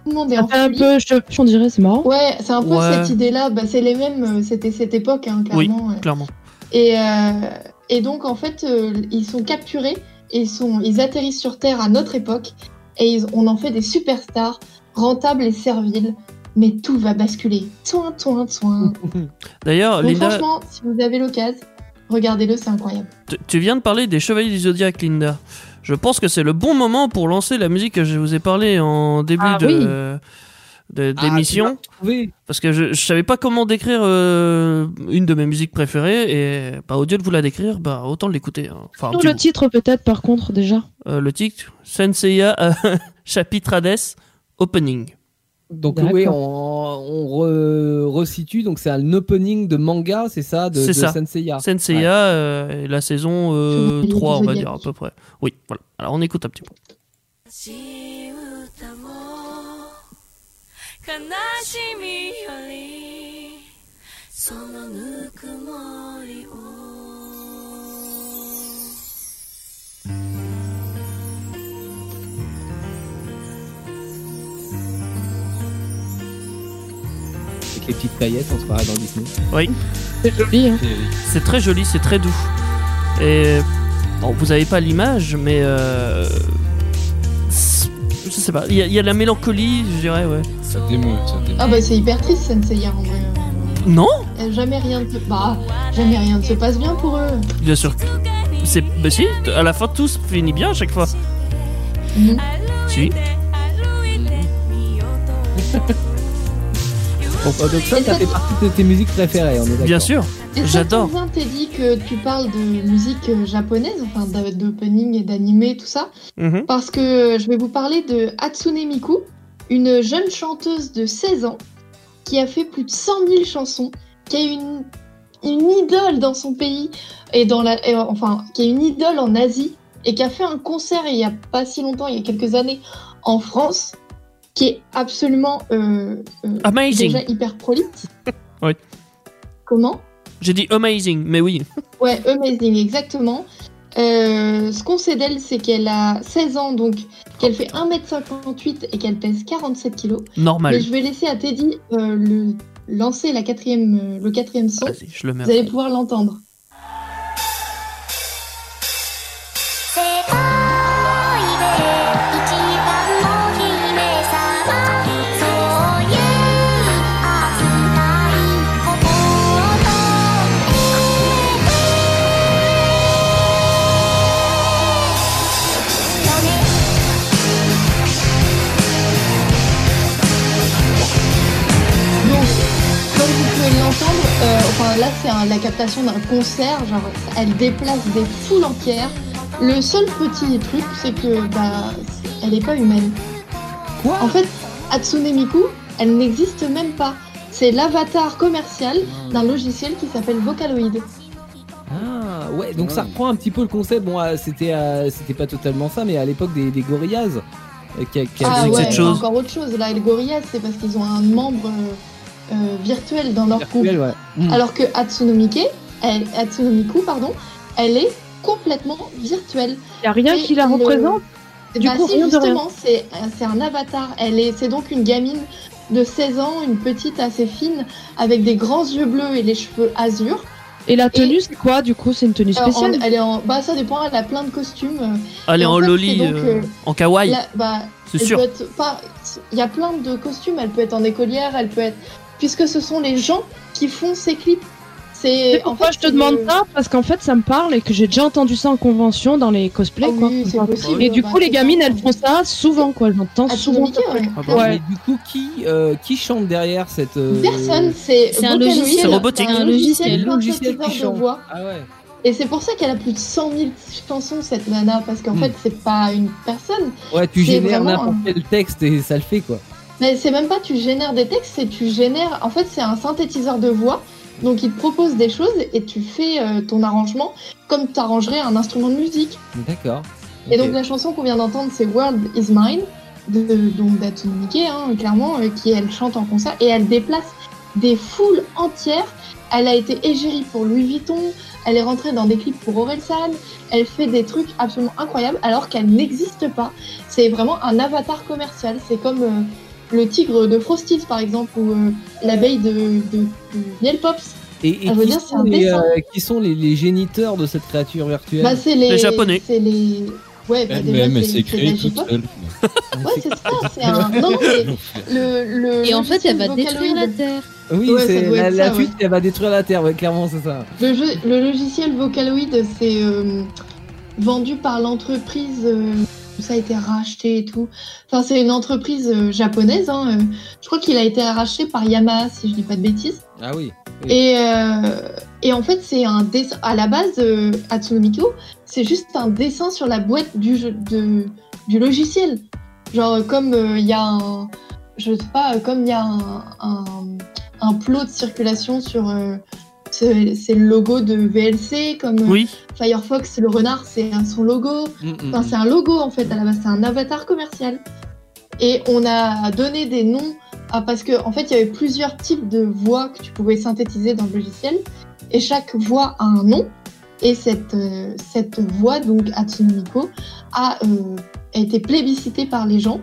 Speaker 4: Tout le monde est en
Speaker 7: Un peu, je on dirait, c'est marrant.
Speaker 4: Ouais, c'est un peu
Speaker 7: Ouais.
Speaker 4: cette idée-là. Bah, c'est les mêmes. euh, C'était cette époque, hein, clairement. euh.
Speaker 3: clairement.
Speaker 4: Et, euh, et donc, en fait, euh, ils sont capturés et ils, sont, ils atterrissent sur Terre à notre époque. Et ils- on en fait des superstars, rentables et serviles. Mais tout va basculer. Toin, toin, toin.
Speaker 3: D'ailleurs,
Speaker 4: donc,
Speaker 3: Oh, Linda,
Speaker 4: franchement, si vous avez l'occasion, regardez-le, c'est incroyable.
Speaker 3: tu- tu viens de parler des Chevaliers du Zodiac, Linda. Je pense que c'est le bon moment pour lancer la musique que je vous ai parlé en début
Speaker 2: Ah
Speaker 3: de,
Speaker 2: oui.
Speaker 3: de-
Speaker 2: Ah,
Speaker 3: d'émission.
Speaker 2: tu l'as retrouvé.
Speaker 3: Parce que je, je savais pas comment décrire euh, une de mes musiques préférées et bah, au lieu de vous la décrire, bah autant l'écouter. hein. Enfin,
Speaker 7: Sur
Speaker 3: du
Speaker 7: le titre, peut-être, par contre, déjà.
Speaker 3: Euh, le titre Senseiya euh, chapitre Hades opening.
Speaker 2: Donc oui, on, on re- resitue. Donc c'est un opening de manga, c'est ça, de, de
Speaker 3: c'est ça.
Speaker 2: Senseiya.
Speaker 3: Senseiya,
Speaker 2: Ouais.
Speaker 3: euh, et la saison euh,
Speaker 2: Chevalier du
Speaker 3: 3 on va
Speaker 2: Zodiac.
Speaker 3: dire à peu près. Oui, voilà. Alors on écoute un petit peu.
Speaker 10: 自由だも悲しみよりそのぬくもりを
Speaker 2: Avec les petites paillettes, on se croirait dans Disney.
Speaker 3: Oui.
Speaker 7: C'est joli.
Speaker 4: hein.
Speaker 3: C'est très joli, c'est très doux. Et bon, vous avez pas l'image, mais euh, c'est- je sais pas. Il y, a- il y a de la mélancolie, je dirais, ouais. Ça démo, ça
Speaker 4: Ah bah c'est hyper triste Senseiya en vrai.
Speaker 3: Non,
Speaker 4: Euh, Jamais rien ne se... Bah, jamais rien ne se passe bien pour eux.
Speaker 3: bien sûr. que- C'est, bah si, à la fin tout se finit bien à chaque fois.
Speaker 4: Mhm.
Speaker 3: Si.
Speaker 2: Bon, bah, donc ça, ça fait partie de tes musiques préférées, on est d'accord.
Speaker 3: Bien sûr,
Speaker 4: Et ça tombe bien, t'es dit que tu parles de musique euh, japonaise, enfin d'a- d'opening et d'animé, tout ça,
Speaker 3: Mhm.
Speaker 4: parce que je vais vous parler de Hatsune Miku, une jeune chanteuse de 16 ans qui a fait plus de 100 000 chansons, qui est une, une idole dans son pays, et dans la, et, euh, enfin, qui est une idole en Asie, et qui a fait un concert il y a pas si longtemps, il y a quelques années, en France, qui est absolument euh, euh,
Speaker 3: Amazing.
Speaker 4: déjà hyper prolixe.
Speaker 3: Ouais.
Speaker 4: Comment
Speaker 3: J'ai dit amazing, mais oui.
Speaker 4: Ouais, amazing, exactement. Euh, ce qu'on sait d'elle, c'est qu'elle a 16 ans, donc qu'elle fait 1m58 et qu'elle pèse 47 kilos.
Speaker 3: Normal.
Speaker 4: Mais je vais laisser à Teddy euh, le, lancer la quatrième, euh, le quatrième son.
Speaker 3: je le mets.
Speaker 4: Vous allez pouvoir l'entendre. Donc, comme vous pouvez l'entendre, euh, enfin là c'est un- la captation d'un concert, genre elle déplace des foules entières. Le seul petit truc, c'est que bah, elle n'est pas humaine.
Speaker 2: Quoi
Speaker 4: En fait, Hatsune Miku, elle n'existe même pas. C'est l'avatar commercial d'un logiciel qui s'appelle Vocaloid.
Speaker 2: Ah ouais, donc ça reprend un petit peu le concept. Bon, euh, c'était euh, c'était pas totalement ça, mais à l'époque des, des Gorillaz, euh, qui, a- qui a
Speaker 4: Ah
Speaker 2: joué
Speaker 4: ouais,
Speaker 2: cette
Speaker 4: c'est
Speaker 2: chose.
Speaker 4: encore autre chose. Là, les gorillas, c'est parce qu'ils ont un membre euh, euh, virtuel dans leur
Speaker 2: Virtuel,
Speaker 4: groupe.
Speaker 2: ouais. Mm.
Speaker 4: Alors que Hatsune Miku, elle, Hatsune Miku, pardon, elle est complètement virtuelle.
Speaker 7: Il a rien qui la représente Du
Speaker 4: bah
Speaker 7: coup,
Speaker 4: si,
Speaker 7: rien de rien.
Speaker 4: justement, c'est c'est un avatar. Elle est, c'est donc une gamine de 16 ans, une petite assez fine, avec des grands yeux bleus et les cheveux azur.
Speaker 7: Et la tenue, c'est quoi Du coup, c'est une tenue
Speaker 4: Euh, en-
Speaker 7: spéciale.
Speaker 4: elle est en, bah ça dépend, elle a plein de costumes. euh,
Speaker 3: Allez,
Speaker 4: et
Speaker 3: en,
Speaker 4: fait,
Speaker 3: loli,
Speaker 4: c'est donc,
Speaker 3: euh,
Speaker 4: euh,
Speaker 3: en kawaii.
Speaker 4: la- bah,
Speaker 3: C'est
Speaker 4: elle
Speaker 3: sûr.
Speaker 4: peut être pas- Il y a plein de costumes. Elle peut être en euh, écolière, elle peut être. Puisque ce sont les gens qui font ces clips. C'est
Speaker 7: C'est pourquoi je te demande ça parce qu'en fait ça me parle et que j'ai déjà entendu ça en convention dans les cosplays
Speaker 4: Ah
Speaker 7: quoi.
Speaker 4: oui, c'est
Speaker 7: Enfin,
Speaker 4: possible,
Speaker 7: et du
Speaker 4: bah,
Speaker 7: coup les
Speaker 4: c'est
Speaker 7: gamines elles font ça souvent quoi, j'entends
Speaker 4: À
Speaker 7: souvent.
Speaker 4: Kinomica, ouais.
Speaker 2: Ah bah,
Speaker 7: Ouais.
Speaker 2: Mais du coup, qui, euh, qui chante derrière cette. euh,
Speaker 4: Personne, c'est
Speaker 6: C'est un
Speaker 4: Vocaloid,
Speaker 6: logiciel.
Speaker 2: C'est robotique.
Speaker 4: un
Speaker 6: Un
Speaker 4: logiciel,
Speaker 6: logiciel,
Speaker 4: un
Speaker 2: logiciel qui
Speaker 4: de
Speaker 2: chante.
Speaker 4: voix.
Speaker 2: Ah ouais.
Speaker 4: Et c'est pour ça qu'elle a plus de 100 000 chansons cette nana parce qu'en
Speaker 2: Hmm.
Speaker 4: fait c'est pas une personne,
Speaker 2: Ouais, tu
Speaker 4: C'est
Speaker 2: génères
Speaker 4: vraiment
Speaker 2: n'importe
Speaker 4: un-
Speaker 2: quel texte et ça le fait quoi.
Speaker 4: mais c'est même pas tu génères des textes, c'est tu génères. En fait c'est un synthétiseur de voix, donc il te propose des choses et tu fais euh, ton arrangement comme t'arrangerais un instrument de musique.
Speaker 2: D'accord.
Speaker 4: Et
Speaker 2: Ok.
Speaker 4: donc la chanson qu'on vient d'entendre, c'est World Is Mine, de, donc d'Atsumi Miike, hein, clairement, euh, qui elle chante en concert et elle déplace des foules entières. Elle a été égérie pour Louis Vuitton, elle est rentrée dans des clips pour Orelsan, elle fait des trucs absolument incroyables alors qu'elle n'existe pas. C'est vraiment un avatar commercial, c'est comme euh, le tigre de Frosties par exemple ou euh, l'abeille de, de, de Miel Pops.
Speaker 2: Et, et
Speaker 4: Ah, je veux
Speaker 2: qui,
Speaker 4: dire, c'est
Speaker 2: sont
Speaker 4: un
Speaker 2: les,
Speaker 4: dessin.
Speaker 2: euh, qui sont les, les géniteurs de cette créature virtuelle
Speaker 4: Bah, c'est les,
Speaker 3: Les Japonais.
Speaker 4: C'est les... Ouais, bah, déjà,
Speaker 5: Elle-même, elle s'est créée
Speaker 4: la
Speaker 5: toute
Speaker 4: J-pop.
Speaker 5: seule.
Speaker 4: Ouais, c'est ça, c'est un. Non, non, mais le, le.
Speaker 6: Et en fait, elle va
Speaker 4: logiciel
Speaker 6: détruire la
Speaker 4: Vocaloid-
Speaker 6: Terre.
Speaker 2: Oui,
Speaker 4: Ouais, ça
Speaker 2: c'est
Speaker 4: doit
Speaker 2: la,
Speaker 4: être
Speaker 2: la
Speaker 4: ça, ouais.
Speaker 2: fuite, elle va détruire la Terre, ouais, clairement, c'est ça.
Speaker 4: Le, jeu- le logiciel Vocaloid, c'est euh, vendu par l'entreprise. euh, ça a été racheté et tout. Enfin, c'est une entreprise euh, japonaise. hein, euh, je crois qu'il a été racheté par Yamaha, si je dis pas de bêtises.
Speaker 2: Ah oui. Oui.
Speaker 4: Et, euh, et en fait, c'est un dessin. À la base, euh, Atsunomiko, c'est juste un dessin sur la boîte du, jeu, de, du logiciel. Genre, euh, comme euh, il y a un. Je sais pas, euh, comme il y a un, un, un plot de circulation sur. euh, c'est c'est le logo de VLC, comme euh,
Speaker 3: Oui.
Speaker 4: Firefox, le renard, c'est un- son logo.
Speaker 2: Mm, mm,
Speaker 4: Enfin, c'est un logo en fait, à la base, c'est un avatar commercial. Et on a donné des noms à- parce que en fait, il y avait plusieurs types de voix que tu pouvais synthétiser dans le logiciel. Et chaque voix a un nom. Et cette, euh, cette voix, donc Atsunomiko, a, euh, a été plébiscitée par les gens.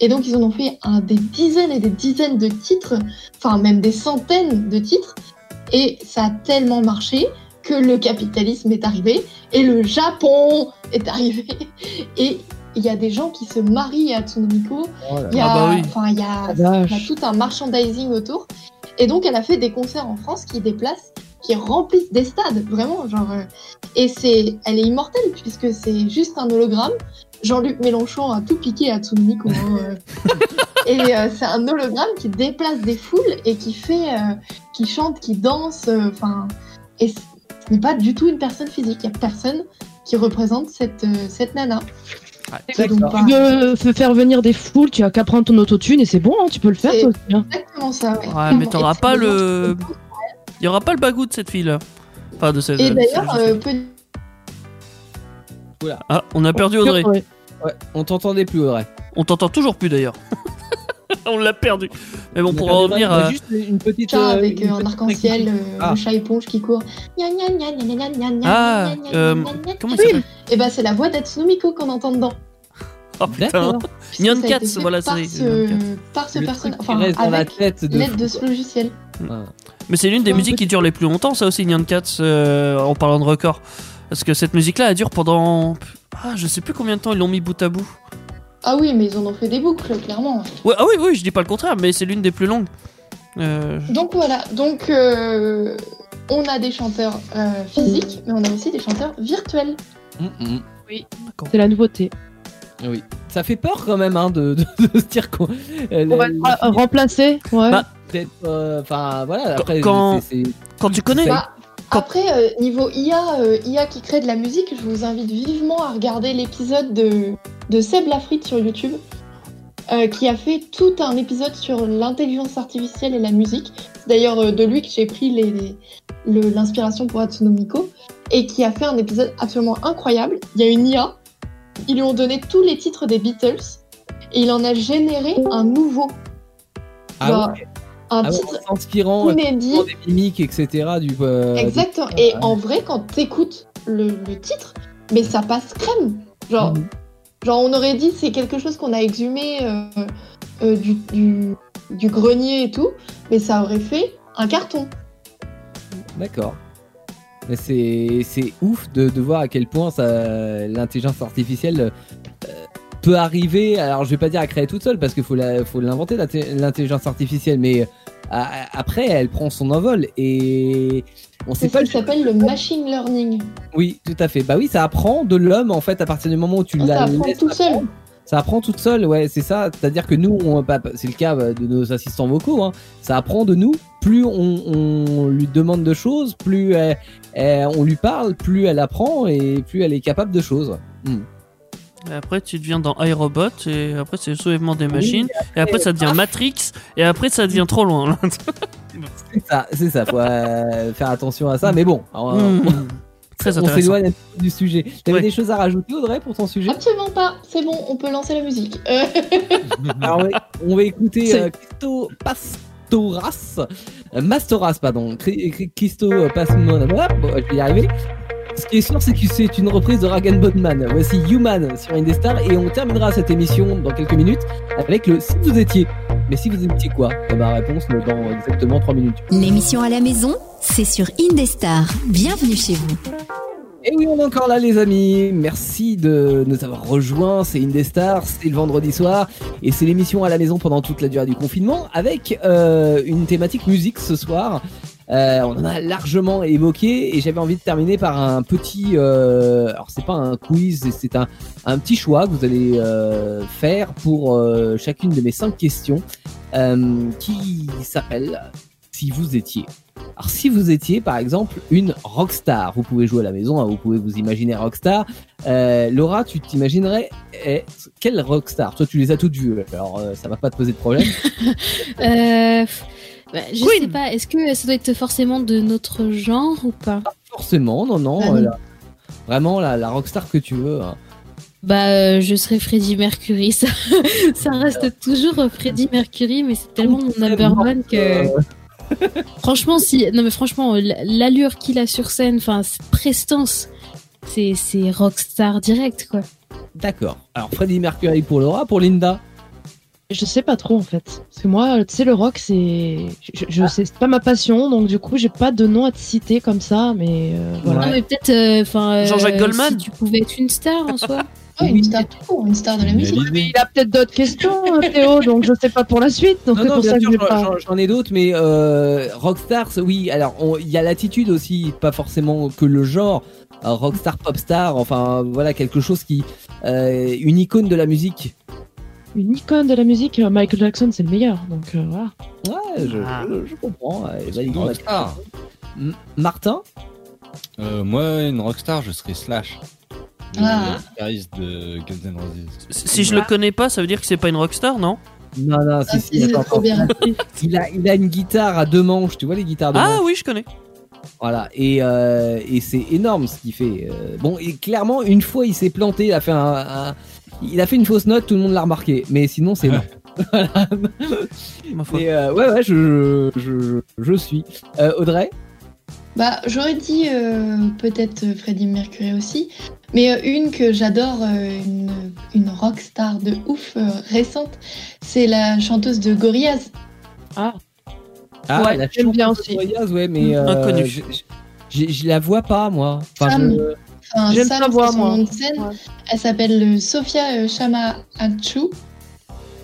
Speaker 4: Et donc, ils en ont fait un, des dizaines et des dizaines de titres, enfin, même des centaines de titres. Et ça a tellement marché que le capitalisme est arrivé et le Japon est arrivé. Et il y a des gens qui se marient à Tsunomiko.
Speaker 2: Oh là
Speaker 4: Il y a,
Speaker 3: Ah bah oui.
Speaker 4: enfin, il y a,
Speaker 7: Ah, vache.
Speaker 4: il y a tout un merchandising autour. Et donc, elle a fait des concerts en France qui déplacent, qui remplissent des stades, vraiment. Genre, euh, et c'est, elle est immortelle puisque c'est juste un hologramme. Jean-Luc Mélenchon a tout piqué à Tsunomiko. hein, euh. et euh, c'est un hologramme qui déplace des foules et qui fait, euh, qui chante, qui danse. euh, Enfin, et c- ce n'est pas du tout une personne physique. Il n'y a personne qui représente cette, euh, cette nana.
Speaker 2: Ah,
Speaker 4: C'est donc pas
Speaker 7: Tu veux f- faire venir des foules, tu as qu'à prendre ton autotune et c'est bon, hein, tu peux le faire
Speaker 4: C'est-
Speaker 7: toi aussi. hein.
Speaker 4: exactement ça. Ouais,
Speaker 3: Ouais, mais t'auras
Speaker 4: Et
Speaker 3: pas
Speaker 4: c'est des gens
Speaker 3: le-
Speaker 4: qui-
Speaker 3: Il y aura pas le bagou de cette fille là. Enfin, de cette.
Speaker 4: Et
Speaker 3: euh,
Speaker 4: d'ailleurs,
Speaker 3: cette-
Speaker 4: euh, petit-
Speaker 3: Ah, on a
Speaker 4: Oh,
Speaker 3: perdu Audrey.
Speaker 7: Ouais.
Speaker 2: Ouais, on t'entendait plus, Audrey.
Speaker 3: On t'entend toujours plus d'ailleurs. on l'a perdu. Mais bon,
Speaker 2: On
Speaker 3: pour
Speaker 2: a
Speaker 3: en
Speaker 2: perdu
Speaker 3: revenir euh,
Speaker 2: Marie, on a
Speaker 3: à.
Speaker 2: Juste une petite.
Speaker 4: chat
Speaker 2: euh,
Speaker 4: avec
Speaker 2: une
Speaker 4: euh, un
Speaker 2: petite
Speaker 4: arc-en-ciel, euh,
Speaker 2: Ah.
Speaker 4: le chat éponge qui court. Gna, gna, gna, gna, gna, gna, gna,
Speaker 3: Ah,
Speaker 4: gna, gna,
Speaker 3: euh,
Speaker 4: gna, gna,
Speaker 3: Comment
Speaker 4: gna.
Speaker 3: ça s'appelle
Speaker 4: Et bah, c'est la voix d'Atsunomiko qu'on entend dedans.
Speaker 3: Oh
Speaker 2: technique.
Speaker 3: putain.
Speaker 2: D'accord.
Speaker 4: puisque
Speaker 3: Nyan
Speaker 4: ça a
Speaker 3: Cats,
Speaker 4: été fait
Speaker 3: voilà,
Speaker 4: par
Speaker 3: c'est-
Speaker 4: ce, par ce
Speaker 2: Le
Speaker 4: personnage.
Speaker 2: truc qui
Speaker 4: Enfin,
Speaker 2: reste dans la
Speaker 4: avec
Speaker 2: tête de.
Speaker 4: l'aide
Speaker 2: fou,
Speaker 4: de ce
Speaker 2: quoi.
Speaker 4: logiciel.
Speaker 3: Mais c'est l'une des
Speaker 4: Ouais,
Speaker 3: musiques qui dure les plus longtemps, ça aussi, Nyan Cats, euh, en parlant de record. Parce que cette musique-là, elle dure pendant. Ah, je sais plus combien de temps ils l'ont mis bout à bout.
Speaker 4: Ah oui, mais ils en ont fait des boucles, clairement.
Speaker 3: Ouais, ah oui, oui, je dis pas le contraire, mais c'est l'une des plus longues. Euh,
Speaker 4: Donc voilà, donc euh, on a des chanteurs euh, physiques, mais on a aussi des chanteurs virtuels.
Speaker 2: Mm, mm.
Speaker 7: C'est la nouveauté.
Speaker 2: Oui. Ça fait peur quand même hein, de, de- de se dire qu'on. euh,
Speaker 7: On va
Speaker 2: la-
Speaker 7: être ra- remplacé, ouais.
Speaker 3: Bah,
Speaker 2: peut-être, euh, Enfin voilà. Après,
Speaker 3: quand-
Speaker 2: c'est- c'est-
Speaker 3: Quand tu connais.
Speaker 2: Ça-
Speaker 4: Bah, après, euh, niveau IA, euh, IA qui crée de la musique, je vous invite vivement à regarder l'épisode de, de Seb Lafrite sur YouTube, euh, qui a fait tout un épisode sur l'intelligence artificielle et la musique. C'est d'ailleurs euh, de lui que j'ai pris les- les- le- l'inspiration pour Atsunomiko, et qui a fait un épisode absolument incroyable. Il y a une IA, ils lui ont donné tous les titres des Beatles, et il en a généré un nouveau.
Speaker 2: Ah
Speaker 4: Genre,
Speaker 2: ouais,
Speaker 4: Un
Speaker 2: ah ouais,
Speaker 4: titre
Speaker 2: en s'inspirant euh,
Speaker 4: inédit.
Speaker 2: des mimiques, etc. Du, euh, des-
Speaker 4: Exactement. Et en vrai, quand t'écoutes le, le titre, mais ça passe crème. Genre,
Speaker 2: Mhm.
Speaker 4: genre on aurait dit c'est quelque chose qu'on a exhumé euh, euh, du, du- du grenier et tout, mais ça aurait fait un carton.
Speaker 2: D'accord. Mais c'est c'est ouf de, de voir à quel point ça- l'intelligence artificielle euh, peut arriver. Alors je vais pas dire à créer toute seule parce qu'il faut la- faut l'inventer l'inté- l'intelligence artificielle, mais euh, a- a- après elle prend son envol et On
Speaker 4: C'est
Speaker 2: sait
Speaker 4: ce
Speaker 2: pas
Speaker 4: qui s'appelle le machine learning.
Speaker 2: Oui, tout à fait. Bah oui, ça apprend de l'homme en fait à partir du moment où tu
Speaker 4: Ça
Speaker 2: l'as.
Speaker 4: apprend tout seul.
Speaker 2: Ça apprend toute seule, ouais, c'est ça. C'est-à-dire que nous, on, bah, c'est le cas bah, de nos assistants vocaux, hein. ça apprend de nous. Plus on, on lui demande de choses, plus elle- elle- on lui parle, plus elle apprend et plus elle est capable de choses. Hmm.
Speaker 3: Et Après, tu deviens dans iRobot, et après, c'est le soulèvement des machines, et après, ça devient Matrix, et après, ça devient trop loin.
Speaker 2: C'est ça, c'est ça. Faut euh, faire attention à ça. Mais bon, alors,
Speaker 3: Hmm.
Speaker 2: on-
Speaker 3: Très
Speaker 2: on
Speaker 3: intéressant.
Speaker 2: s'éloigne un petit peu du sujet. T'avais des choses à rajouter, Audrey, pour ton sujet
Speaker 4: Absolument pas. C'est bon, on peut lancer la musique. Euh,
Speaker 2: Alors, on va- on va écouter
Speaker 4: C'est-
Speaker 2: euh, Christo Pastoras, euh, Mastoras, pardon, Cri- Cri- Christo Pasmon. Voilà, bon, je vais y arriver. Ce qui est sûr, c'est que c'est une reprise de Ragan Botman. Voici Human sur Indestar et on terminera cette émission dans quelques minutes avec le si vous étiez. Mais si vous étiez quoi Eh ben, réponse dans exactement 3 minutes.
Speaker 1: L'émission à la maison, c'est sur Indestar. Bienvenue chez vous.
Speaker 2: Et oui, on est encore là, les amis. Merci de nous avoir rejoints. C'est Indestar, c'est le vendredi soir. Et c'est l'émission à la maison pendant toute la durée du confinement avec euh, une thématique musique ce soir. Euh, on en a largement évoqué et j'avais envie de terminer par un petit. euh, alors, c'est pas un quiz, c'est un, un petit choix que vous allez euh, faire pour euh, chacune de mes cinq questions euh, qui s'appelle Si vous étiez. Alors, si vous étiez, par exemple, une rockstar, vous pouvez jouer à la maison, hein, vous pouvez vous imaginer rockstar. Euh, Laura, tu t'imaginerais être quelle rockstar Toi, tu les as toutes vues, alors euh, ça va pas te poser de problème.
Speaker 6: Euh, pff, bah, je sais pas, est-ce que ça doit être forcément de notre genre ou pas
Speaker 2: Forcément, non, non.
Speaker 6: Ah,
Speaker 2: euh,
Speaker 6: non.
Speaker 2: la- vraiment, la, la rockstar que tu veux. hein.
Speaker 6: Bah, euh, je serais Freddie Mercury. Ça, ça reste toujours euh, Freddie Mercury, mais c'est tellement mon number one que. Franchement, si. Non, mais franchement, euh, l- l'allure qu'il a sur scène, enfin, cette prestance, c'est c'est rockstar direct, quoi.
Speaker 2: D'accord. Alors, Freddie Mercury pour Laura, pour Linda.
Speaker 7: Je sais pas trop en fait. Parce que moi, tu sais, le rock, c'est. Je, je sais, c'est pas ma passion, donc du coup, j'ai pas de nom à te citer comme ça, mais euh, voilà.
Speaker 6: Non, mais peut-être. euh, Enfin. euh,
Speaker 7: Jean-Jacques Goldman
Speaker 6: Si tu pouvais être une star en soi.
Speaker 4: Ouais, une star tout court, une star de la musique.
Speaker 7: Mais il a peut-être d'autres questions, hein, Théo, donc je sais pas pour la suite. Donc
Speaker 2: Non,
Speaker 7: c'est
Speaker 2: non,
Speaker 7: pour
Speaker 2: bien
Speaker 7: ça que
Speaker 2: sûr,
Speaker 7: je vais
Speaker 2: j'en-
Speaker 7: pas.
Speaker 2: j'en- j'en ai d'autres, mais euh, rockstar, c'est- oui. Alors, on- il y a l'attitude aussi, pas forcément que le genre. euh, rockstar, popstar, enfin voilà quelque chose qui, euh, une icône de la musique.
Speaker 7: Une icône de la musique, euh, Michael Jackson, c'est le meilleur. Donc euh, voilà.
Speaker 2: Ouais, je, je- je comprends.
Speaker 5: Ah,
Speaker 2: ouais, validons la
Speaker 5: rockstar.
Speaker 2: M- Martin,
Speaker 5: Euh, moi, une rockstar, je serais Slash. Le
Speaker 3: Ah.
Speaker 5: guitariste de Guns N' Roses.
Speaker 3: Si
Speaker 4: Ah.
Speaker 3: je le connais pas, ça veut dire que c'est pas une rockstar, non
Speaker 2: Non, non, si,
Speaker 7: Ah,
Speaker 2: si, attends, attends. il, a, il a une guitare à deux manches, tu vois les guitares de
Speaker 3: Ah oui, je connais.
Speaker 2: Voilà, et, euh, et c'est énorme ce qu'il fait. Euh, bon, et clairement, une fois il s'est planté, il a fait un, un- Il a fait une fausse note, tout le monde l'a remarqué. Mais sinon, c'est énorme. Voilà. Mais, euh, ouais, ouais, je, je, je, je suis. Euh, Audrey
Speaker 4: Bah, j'aurais dit euh, peut-être euh, Freddie Mercury aussi, mais euh, une que j'adore, euh, une, une rock star de ouf euh, récente, c'est la chanteuse de Gorillaz.
Speaker 7: Ah,
Speaker 4: Ouais,
Speaker 2: la
Speaker 4: j'aime bien
Speaker 2: chanteuse
Speaker 4: aussi.
Speaker 2: Gorillaz, ouais, mais. euh,
Speaker 3: Inconnue.
Speaker 2: je- Je, je- je la vois pas, moi. Enfin,
Speaker 4: Sam.
Speaker 2: je-
Speaker 4: Enfin,
Speaker 7: J'aime
Speaker 4: Sam,
Speaker 7: pas voir,
Speaker 4: c'est son
Speaker 7: moi.
Speaker 4: nom de scène. Elle s'appelle euh, Sofia euh, Shama Achu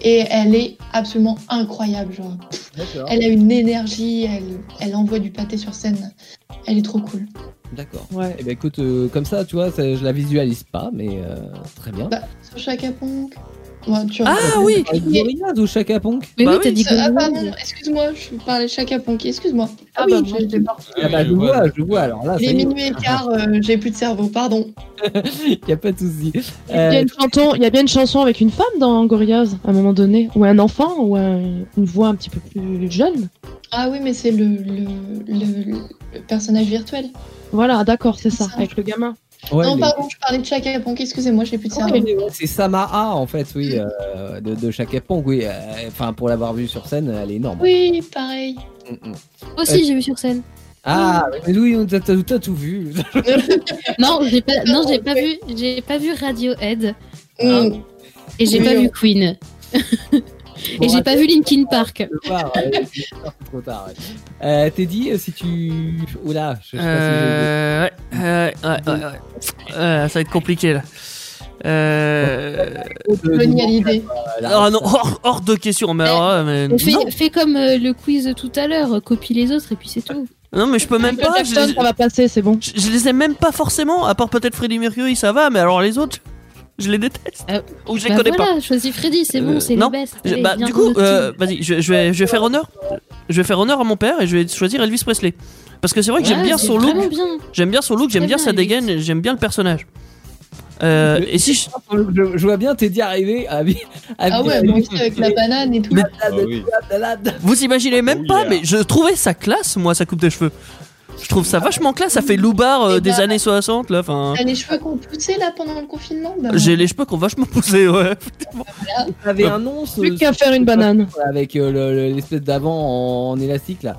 Speaker 4: et elle est absolument incroyable. Genre. Pff,
Speaker 2: D'accord.
Speaker 4: Elle a une énergie, elle, elle envoie du pâté sur scène. Elle est trop cool.
Speaker 2: D'accord. Ouais. Eh ben, écoute, euh, comme ça, tu vois, ça- je la visualise pas, mais euh, très bien.
Speaker 4: Bah, sur Chaka Ponk. Ouais, tu
Speaker 3: Ah
Speaker 4: vois.
Speaker 3: oui.
Speaker 2: Ah, Gorillaz ou Chaka Ponk
Speaker 6: Mais oui, t'as dit
Speaker 4: Ah
Speaker 6: Gorillaz.
Speaker 4: pardon, excuse-moi, je parlais de Chaka Ponk, excuse-moi. Ah, oui, je- je-
Speaker 2: Ah bah, je vois, je vois. Alors là,
Speaker 4: il
Speaker 2: Ah, ça
Speaker 4: est
Speaker 2: y est.
Speaker 4: minuit et quart, euh, j'ai plus de cerveau, pardon.
Speaker 2: y a pas de souci.
Speaker 7: Il y, a
Speaker 2: Euh,
Speaker 7: une chanson, il y a bien une chanson avec une femme dans Gorillaz, à un moment donné, ou un enfant, ou un- une voix un petit peu plus jeune.
Speaker 4: Ah oui, mais c'est le, le, le- le personnage virtuel.
Speaker 7: Voilà, d'accord, c'est ça, avec le gamin.
Speaker 2: Ouais,
Speaker 4: non,
Speaker 2: mais-
Speaker 4: pardon, je parlais de Chaka Ponk, excusez-moi, j'ai plus de cerveau.
Speaker 2: Ouais, C'est Samaa en fait, oui, euh, de, de Shaka Pong, oui. euh, Enfin, pour l'avoir vue sur scène, elle est énorme.
Speaker 4: Oui, pareil.
Speaker 2: Mm, mm.
Speaker 6: Moi aussi, j'ai vu sur scène.
Speaker 2: Ah, mais Louis, on t'a- t'as t'as tout vu.
Speaker 6: Non, j'ai pas, non, j'ai pas vu, j'ai pas vu Radiohead.
Speaker 4: Mm.
Speaker 6: Et j'ai
Speaker 4: Oui,
Speaker 6: pas
Speaker 4: on-
Speaker 6: vu Queen. Et j'ai pas vu Linkin Park.
Speaker 2: Trop tard, ouais, c'est trop tard. ouais. Euh, Teddy, si tu. Oula, je sais pas
Speaker 3: Euh, ouais, euh, ouais, ouais, ouais. Euh, ça va être compliqué là. Euh...
Speaker 6: Oh,
Speaker 2: si j'ai-
Speaker 4: Johnny Hallyday.
Speaker 3: Ah non, hors, hors de question, mais, alors, ouais, mais...
Speaker 6: Fais, fais comme euh, le quiz de tout à l'heure, copie les autres et puis c'est tout.
Speaker 3: Non, mais je peux même
Speaker 7: Michael
Speaker 3: pas.
Speaker 7: Jackson,
Speaker 3: je-
Speaker 7: ça va passer, c'est bon.
Speaker 3: Je, je les aime même pas forcément, à part peut-être Freddie Mercury, ça va, mais alors les autres, je je les déteste. Ou je les
Speaker 6: Bah
Speaker 3: connais
Speaker 6: voilà,
Speaker 3: pas.
Speaker 6: choisis Freddy, c'est
Speaker 3: Euh,
Speaker 6: bon, c'est
Speaker 3: non.
Speaker 6: le best.
Speaker 3: Je-
Speaker 6: Allez,
Speaker 3: bah,
Speaker 6: viens
Speaker 3: du coup,
Speaker 6: dans notre
Speaker 3: euh, vas-y, je, je vais, je vais faire honneur. Je vais faire honneur à mon père et je vais choisir Elvis Presley. Parce que c'est vrai que
Speaker 6: Ouais,
Speaker 3: j'aime bien
Speaker 6: c'est
Speaker 3: son look.
Speaker 6: vraiment bien.
Speaker 3: J'aime bien son look, j'aime
Speaker 6: Très
Speaker 3: bien
Speaker 6: bien,
Speaker 3: sa
Speaker 6: Elvis.
Speaker 3: dégaine, j'aime bien le personnage. Euh, et si je...
Speaker 2: je, je vois bien Teddy arriver à, vi- à
Speaker 4: Ah ouais,
Speaker 2: vi-
Speaker 4: moi aussi avec la banane et tout.
Speaker 3: Vous imaginez même pas, mais je trouvais ça classe, moi, sa coupe de cheveux. Je trouve ça vachement classe, ça fait loupard euh, des
Speaker 4: bah,
Speaker 3: années 60, là, enfin...
Speaker 4: T'as les cheveux qu'on poussait là pendant le confinement bah,
Speaker 3: J'ai les cheveux qui ont vachement poussé, ouais.
Speaker 4: voilà.
Speaker 2: avait un nom ce-
Speaker 7: Plus qu'à
Speaker 2: ce-
Speaker 7: faire une banane.
Speaker 2: avec euh, le- le- l'espèce d'avant en, élastique là.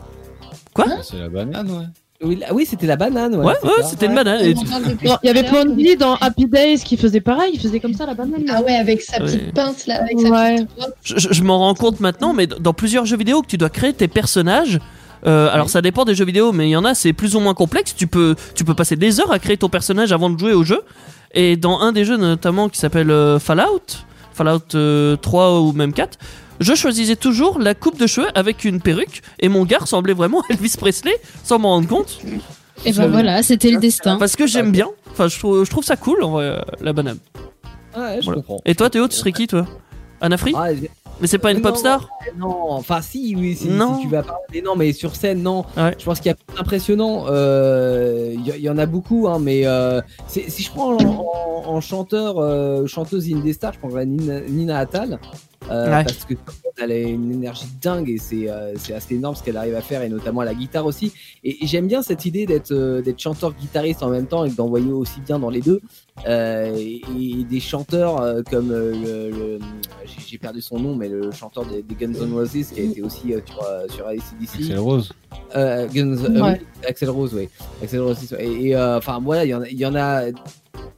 Speaker 5: Ah, C'est la banane, ouais.
Speaker 2: Oui, la- oui, c'était la banane.
Speaker 3: Ouais,
Speaker 2: c'est
Speaker 3: ouais,
Speaker 2: ça.
Speaker 3: c'était une banane. et-
Speaker 4: On en parle depuis
Speaker 7: Non, Il y avait
Speaker 4: tout à l'heure.
Speaker 7: Blondie dans Happy Days qui faisait pareil, il faisait comme ça la banane.
Speaker 4: Ah ouais, avec sa petite
Speaker 3: Ouais.
Speaker 4: pince là, avec sa
Speaker 7: Ouais.
Speaker 4: petite robe.
Speaker 3: Je, je- je m'en rends compte maintenant, mais d- dans plusieurs jeux vidéo que tu dois créer tes personnages. euh, alors ça dépend des jeux vidéo, mais il y en a c'est plus ou moins complexe. Tu peux tu peux passer des heures à créer ton personnage avant de jouer au jeu. Et dans un des jeux notamment qui s'appelle euh, Fallout, Fallout euh, 3 ou même 4, je choisissais toujours la coupe de cheveux avec une perruque et mon gars ressemblait vraiment à Elvis Presley sans m'en rendre compte
Speaker 6: team. Et bah voilà, c'était
Speaker 3: Ah,
Speaker 6: le destin.
Speaker 3: parce que
Speaker 2: Ah,
Speaker 3: j'aime bien. Enfin je trouve je trouve ça cool en vrai, euh, la banane.
Speaker 2: Ouais, je
Speaker 3: Voilà.
Speaker 2: comprends.
Speaker 3: Et toi Théo tu serais qui toi Anna Free
Speaker 2: Ah, j'ai-
Speaker 3: Mais c'est pas une
Speaker 2: Non.
Speaker 3: pop star
Speaker 2: non, enfin si, oui, si,
Speaker 3: Non.
Speaker 2: si tu vas parler, mais non, mais sur scène, non.
Speaker 3: Ouais.
Speaker 2: Je pense qu'il y a plus impressionnant. euh, Il y, il y en a beaucoup, hein, mais euh, c'est- si je prends en, en- en chanteur, euh, chanteuse Indestar, je prendrais Nina, Nina Attal. euh,
Speaker 3: Ouais.
Speaker 2: Parce que elle a une énergie dingue et c'est euh, c'est assez énorme ce qu'elle arrive à faire et notamment à la guitare aussi. Et, et j'aime bien cette idée d'être euh, d'être chanteur guitariste en même temps et d'envoyer aussi bien dans les deux. Euh, et, et des chanteurs euh, comme euh, le, le- j'ai- j'ai perdu son nom mais le chanteur des, des Guns N' Roses qui a été aussi euh, sur euh, sur
Speaker 5: C'est
Speaker 2: ACDC
Speaker 5: la rose.
Speaker 2: euh, Guns, euh,
Speaker 7: Ouais.
Speaker 2: oui, Axel Rose oui Axel Rose c'est- et et, euh, enfin voilà il y en a- il y en a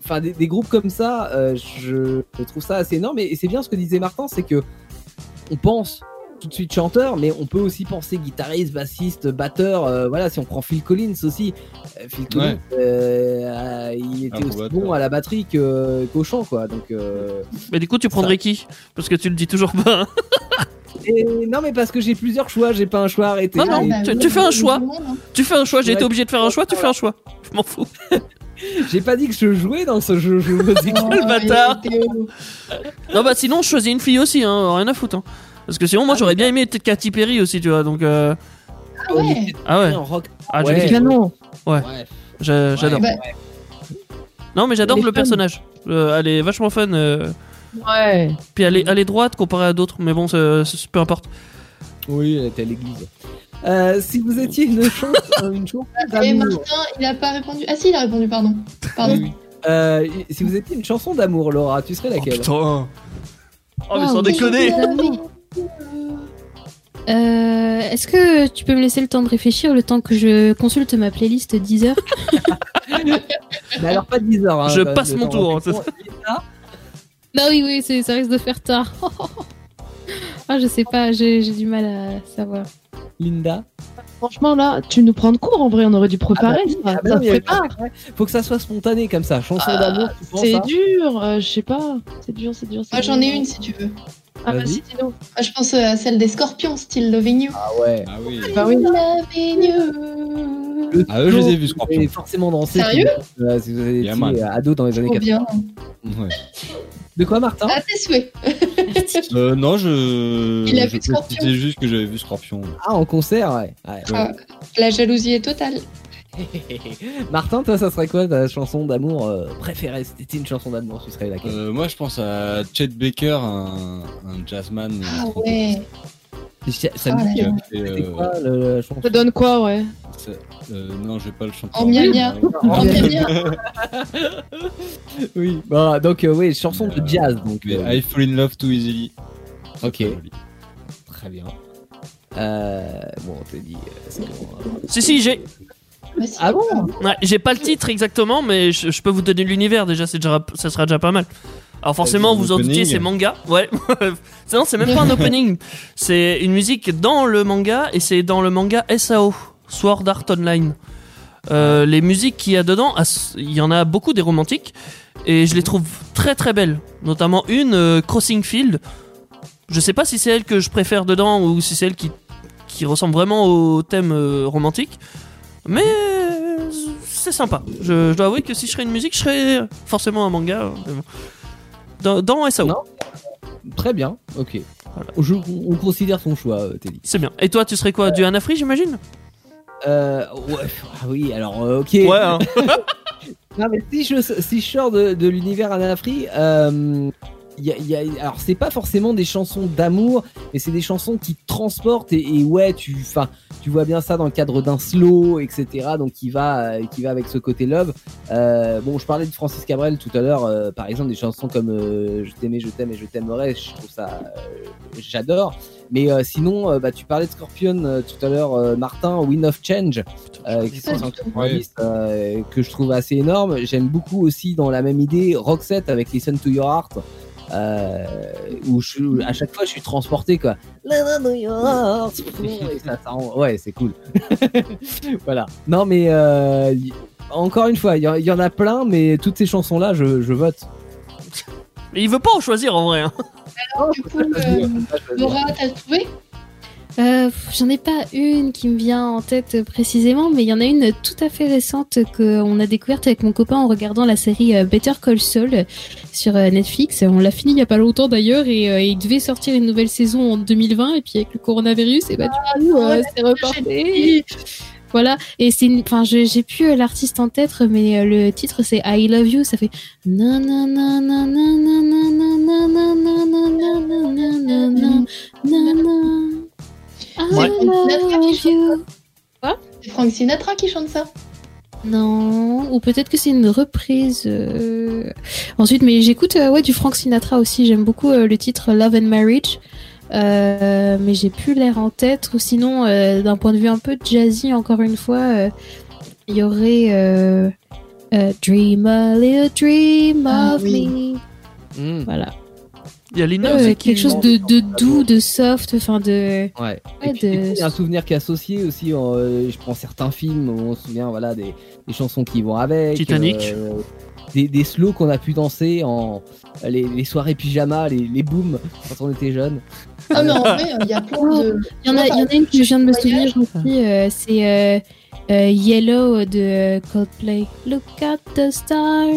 Speaker 2: enfin des, des groupes comme ça euh, je, je trouve ça assez énorme et, et c'est bien ce que disait Martin c'est que on pense tout de suite chanteur mais on peut aussi penser guitariste bassiste batteur euh, voilà si on prend Phil Collins aussi euh, Phil Collins euh, euh, il était
Speaker 5: bon
Speaker 2: aussi
Speaker 5: batteur.
Speaker 2: bon à la batterie que- qu'au chant quoi donc euh,
Speaker 3: Mais du coup, tu prendrais qui Parce que tu le dis toujours pas. hein.
Speaker 2: et- non mais parce que j'ai plusieurs choix j'ai pas un choix arrêté
Speaker 3: Non, non,
Speaker 2: Et-
Speaker 4: bah
Speaker 3: tu-
Speaker 4: oui,
Speaker 3: tu fais un
Speaker 4: tout le
Speaker 3: choix.
Speaker 4: monde, hein.
Speaker 3: tu fais un choix, j'ai
Speaker 2: Ouais.
Speaker 3: été obligé de faire un choix, tu fais un choix. Je m'en fous.
Speaker 2: J'ai pas dit que je jouais dans ce jeu. Je vous ai-
Speaker 4: Oh,
Speaker 3: Quel bâtard.
Speaker 4: il est Théo.
Speaker 3: Non, bah sinon, je choisis une fille aussi, hein, rien à foutre. hein. Parce que
Speaker 2: Ah,
Speaker 3: sinon, moi, j'aurais bien aimé être Katy Perry aussi, tu vois. Donc, euh,
Speaker 4: Ah ouais.
Speaker 3: ah ouais,
Speaker 2: En rock.
Speaker 3: Ah,
Speaker 2: Ouais.
Speaker 7: Les
Speaker 3: j'ai-
Speaker 7: canons.
Speaker 2: Ouais.
Speaker 3: j'a- Euh,
Speaker 9: Eh
Speaker 3: j'adore.
Speaker 9: ben,
Speaker 4: Ouais.
Speaker 3: Non, mais j'adore
Speaker 7: Elle est
Speaker 3: le
Speaker 7: fun.
Speaker 3: personnage. Euh, elle est vachement fun. euh,
Speaker 7: Ouais.
Speaker 3: Puis elle est, elle est droite comparée à d'autres, mais bon, c'est- c'est- peu importe.
Speaker 2: Oui, elle était à l'église. Euh, si vous étiez une chance, euh, une chanteuse
Speaker 4: Ah, Et
Speaker 2: d'amour,
Speaker 4: Martin, il a pas répondu. Ah si, il a répondu, pardon. Pardon.
Speaker 2: euh, si vous étiez une chanson d'amour, Laura, tu serais laquelle
Speaker 3: putain Oh, mais
Speaker 6: Wow.
Speaker 3: sans déconner
Speaker 6: Euh, Est-ce que tu peux me laisser le temps de réfléchir, le temps que je consulte ma playlist Deezer
Speaker 2: Mais alors pas 10 heures. hein,
Speaker 3: Je
Speaker 2: quand même,
Speaker 3: passe
Speaker 2: le
Speaker 3: mon
Speaker 2: temps
Speaker 3: tour,
Speaker 2: en
Speaker 3: hein,
Speaker 2: question. Lisa,
Speaker 6: Bah oui, oui, c'est- ça risque de faire tard. ah, je sais pas, j'ai j'ai du mal à savoir.
Speaker 2: Linda.
Speaker 7: Franchement, là, tu nous prends de court en vrai, on aurait dû préparer ça.
Speaker 2: Ah bah
Speaker 7: ça
Speaker 2: non,
Speaker 7: se
Speaker 2: il y a-
Speaker 7: prépare.
Speaker 2: Faut que ça soit spontané comme ça. Chanson
Speaker 7: Ah,
Speaker 2: d'amour, tu penses hein.
Speaker 7: C'est
Speaker 2: à-
Speaker 7: dur, euh, je sais pas. C'est dur, c'est dur. c'est
Speaker 4: Moi j'en
Speaker 7: dur.
Speaker 4: ai une si tu veux. Moi,
Speaker 7: Ah,
Speaker 2: Vas-y.
Speaker 7: vas-y, dis-nous.
Speaker 4: je pense à celle des scorpions, style Loving You.
Speaker 2: Ah ouais.
Speaker 5: Ah oui.
Speaker 7: Bah oui.
Speaker 4: Loving You.
Speaker 2: Le
Speaker 5: Ah, eux, je les ai vus,
Speaker 2: vous
Speaker 5: Scorpion.
Speaker 2: avez forcément dansé.
Speaker 4: Sérieux
Speaker 2: euh, Si vous avez
Speaker 5: Yeah, man.
Speaker 2: été ado dans les années
Speaker 4: Trop
Speaker 2: 80.
Speaker 4: bien.
Speaker 5: Ouais.
Speaker 2: De quoi, Martin
Speaker 4: À tes souhaits.
Speaker 5: Euh, non, je.
Speaker 4: Il a
Speaker 5: je
Speaker 4: vu Scorpion.
Speaker 5: précisais juste que j'avais vu Scorpion.
Speaker 2: Ah, en concert, ouais. ouais.
Speaker 4: Ah, la jalousie est totale.
Speaker 2: Martin, toi, ça serait quoi ta chanson d'amour euh, préférée Si t'étais une chanson d'amour, tu serais laquelle
Speaker 5: Euh, moi, je pense à Chet Baker, un, un jazzman.
Speaker 4: Ah ouais.
Speaker 2: Ça
Speaker 4: me Ah dit,
Speaker 5: qui a fait,
Speaker 2: C'était
Speaker 5: euh,
Speaker 2: quoi le- la chanson
Speaker 7: Ça donne quoi, ouais
Speaker 5: ça- euh, non, je vais pas le chanter.
Speaker 4: Oh, mia, mia. Oh, bien, bien.
Speaker 2: Oui. Bah, donc, euh, oui, chanson
Speaker 5: Euh,
Speaker 2: de jazz. Donc,
Speaker 5: Mais
Speaker 2: euh,
Speaker 5: I Fall in Love Too Easily. C'est
Speaker 2: Ok.
Speaker 5: pas joli.
Speaker 2: très bien. Euh, bon, on t'a dit. euh, c'est bon, hein.
Speaker 3: Si, si, j'ai
Speaker 4: Bah, si.
Speaker 2: Ah bon
Speaker 3: ouais, j'ai pas le titre exactement, mais je, je peux vous donner l'univers déjà, c'est déjà- ça sera déjà pas mal. Alors forcément,
Speaker 2: Bah,
Speaker 5: c'est un
Speaker 3: vous en doutez,
Speaker 5: opening.
Speaker 3: c'est manga. Ouais. non, c'est même pas un opening. C'est une musique dans le manga et c'est dans le manga SAO, Sword Art Online. Euh, les musiques qu'il y a dedans, ah, c- il y en a beaucoup des romantiques et je les trouve très très belles. Notamment une euh, Crossing Field. Je sais pas si c'est elle que je préfère dedans ou si c'est elle qui qui ressemble vraiment au thème euh, romantique. Mais euh, c'est sympa. Je, je dois avouer que si je serais une musique, je serais forcément un manga. euh, mais bon. Dans, dans SAO.
Speaker 2: Très bien, ok. Je- on on considère son choix, euh, Teddy.
Speaker 3: C'est bien. Et toi, tu serais quoi Du Hanafri, j'imagine
Speaker 2: Euh, ouais, ah oui, alors, euh, ok.
Speaker 3: Ouais, hein.
Speaker 2: non, mais si je, si je sors de, de l'univers Anafri, euh, il y a- il y a- alors c'est pas forcément des chansons d'amour, mais c'est des chansons qui te transportent et, et ouais, tu, 'fin, tu vois bien ça dans le cadre d'un slow, etc. Donc qui va, euh, qui va avec ce côté love. Euh, bon, je parlais de Francis Cabrel tout à l'heure, euh, par exemple des chansons comme euh, Je t'aimais, je t'aime et je t'aimerai. Je trouve ça, euh, j'adore. Mais euh, sinon, euh, bah, tu parlais de Scorpion euh, tout à l'heure, euh, Martin, Win of Change, euh, qui
Speaker 5: pas
Speaker 2: sont
Speaker 5: du
Speaker 2: en
Speaker 5: tout.
Speaker 2: 90, euh, que je trouve assez énorme. J'aime beaucoup aussi dans la même idée Roxette avec Listen to Your Heart, euh, où je- à chaque fois je suis transporté quoi. Et ça, ça rend- ouais, c'est cool. voilà. Non, mais euh, y- encore une fois, il y, en- il y en a plein, mais toutes ces chansons là, je, je vote.
Speaker 3: Mais il veut pas en choisir en vrai. hein.
Speaker 4: Alors, du coup, euh, Nora, t'as trouvé
Speaker 6: Euh, pff, J'en ai pas une qui me vient en tête euh, précisément, mais il y en a une tout à fait récente qu'on a découverte avec mon copain en regardant la série euh, Better Call Saul euh, sur euh, Netflix. On l'a fini il y a pas longtemps d'ailleurs et, euh, et il devait sortir une nouvelle saison en 2020 et puis avec le coronavirus, et bah du coup, euh, c'est reporté. Voilà, et c'est une. Enfin, je- j'ai plus euh, l'artiste en tête, mais euh, le titre c'est I Love You, ça fait. Ah,
Speaker 4: C'est Frank Sinatra qui chante ça. C'est Frank Sinatra qui chante ça.
Speaker 6: Non, ou peut-être que c'est une reprise. euh. Ensuite, mais j'écoute euh, ouais, du Frank Sinatra aussi. J'aime beaucoup euh, le titre Love and Marriage. Euh, mais j'ai plus l'air en tête. Ou sinon, euh, d'un point de vue un peu jazzy, encore une fois, euh, il y aurait euh, euh, Dream a little dream
Speaker 4: Ah
Speaker 6: of
Speaker 4: oui.
Speaker 6: me.
Speaker 2: Hmm,
Speaker 6: Voilà.
Speaker 3: Il y a Lina
Speaker 6: Euh,
Speaker 3: aussi qui-
Speaker 6: quelque chose de, de doux, de soft, enfin de.
Speaker 2: Ouais.
Speaker 6: Ouais,
Speaker 2: Et puis, du
Speaker 6: de-
Speaker 2: coup, il y a un souvenir qui est associé aussi. en, euh, je prends certains films où on se souvient voilà, des, des chansons qui vont avec.
Speaker 3: Titanic.
Speaker 2: euh, des, des slows qu'on a pu danser en les, les soirées pyjama, les, les booms quand on était jeune.
Speaker 4: Ah, mais en vrai, il y a plein de.
Speaker 6: Oh, Il y en a, il y en a une que je viens de me souvenir aussi, euh, c'est euh, euh, Yellow de euh, Coldplay. Look at the stars,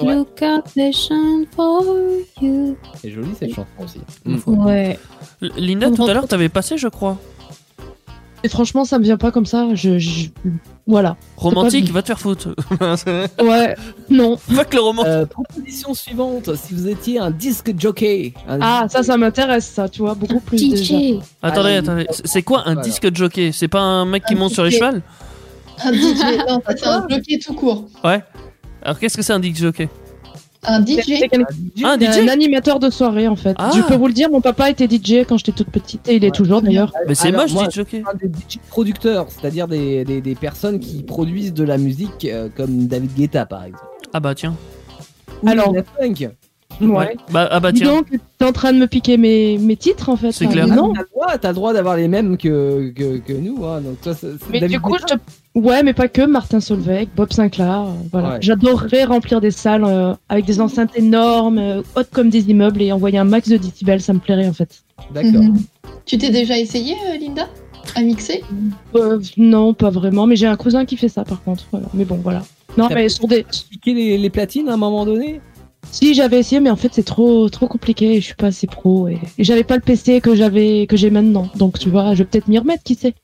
Speaker 2: Ouais.
Speaker 6: look at the shine for you.
Speaker 2: C'est joli cette chanson aussi. Hmm.
Speaker 6: Ouais.
Speaker 3: L- Linda, tout à l'heure, t'avais passé, je crois.
Speaker 7: Et franchement, ça me vient pas comme ça. Je, je- voilà.
Speaker 3: Romantique, va te faire foutre.
Speaker 7: Ouais. Non.
Speaker 3: Fuck le roman.
Speaker 2: Euh, proposition suivante si vous étiez un disque jockey. un-
Speaker 7: Ah, ça, ça m'intéresse, ça. Tu vois, beaucoup plus déjà.
Speaker 3: Attendez,
Speaker 2: Allez.
Speaker 3: attendez. C'est- C'est quoi un
Speaker 2: Voilà.
Speaker 3: disque de jockey C'est pas un mec qui
Speaker 4: Un
Speaker 3: monte sur les
Speaker 4: jockey.
Speaker 3: chevals
Speaker 4: Un DJ, non, ça, c'est un jockey tout court.
Speaker 3: Ouais. Alors qu'est-ce que c'est un disque jockey
Speaker 4: Un DJ.
Speaker 7: C'est quelqu'un-
Speaker 3: Ah, Un
Speaker 7: Il y a
Speaker 3: DJ
Speaker 6: Euh,
Speaker 7: un animateur de soirée en fait.
Speaker 3: Ah.
Speaker 7: Je peux vous le dire, mon papa était DJ quand j'étais toute petite et il est toujours d'ailleurs.
Speaker 3: Mais c'est
Speaker 2: Alors,
Speaker 3: moche,
Speaker 2: moi,
Speaker 3: disque jockey.
Speaker 2: un des DJ producteurs, c'est-à-dire des, des, des personnes qui produisent de la musique euh, comme David Guetta par exemple.
Speaker 3: Ah bah tiens.
Speaker 2: Ou
Speaker 7: Alors.
Speaker 2: Daft Punk.
Speaker 7: Ouais.
Speaker 3: Bah, ah bah
Speaker 7: Dis
Speaker 3: tiens.
Speaker 7: donc, t'es en train de me piquer mes, mes titres en fait.
Speaker 3: C'est
Speaker 7: là.
Speaker 3: clair.
Speaker 7: Mais Non.
Speaker 2: Ah, T'as le droit, t'as le droit d'avoir les mêmes que, que, que nous. Hein. Donc toi, c'est- c'est
Speaker 7: Mais
Speaker 2: David
Speaker 7: du coup,
Speaker 2: Guetta.
Speaker 7: je te... ouais, mais pas que Martin Solveig, Bob Sinclair. euh, voilà.
Speaker 2: Ouais.
Speaker 7: J'adorerais remplir des salles euh, avec des enceintes énormes, euh, hautes comme des immeubles et envoyer un max de décibels, ça me plairait en fait.
Speaker 2: D'accord.
Speaker 4: Mhm. Tu t'es déjà essayé, euh, Linda À mixer
Speaker 6: Mm.
Speaker 7: Euh, non, pas vraiment, mais j'ai un cousin qui fait ça par contre. voilà. Mais bon, voilà. Non,
Speaker 2: T'as
Speaker 7: mais sur des.
Speaker 2: Piquer les, les platines à un moment donné
Speaker 7: Si j'avais essayé, mais en fait c'est trop trop compliqué. et Je suis pas assez pro et, et j'avais pas le PC que j'avais que j'ai maintenant. Donc tu vois, je vais peut-être m'y remettre, qui sait.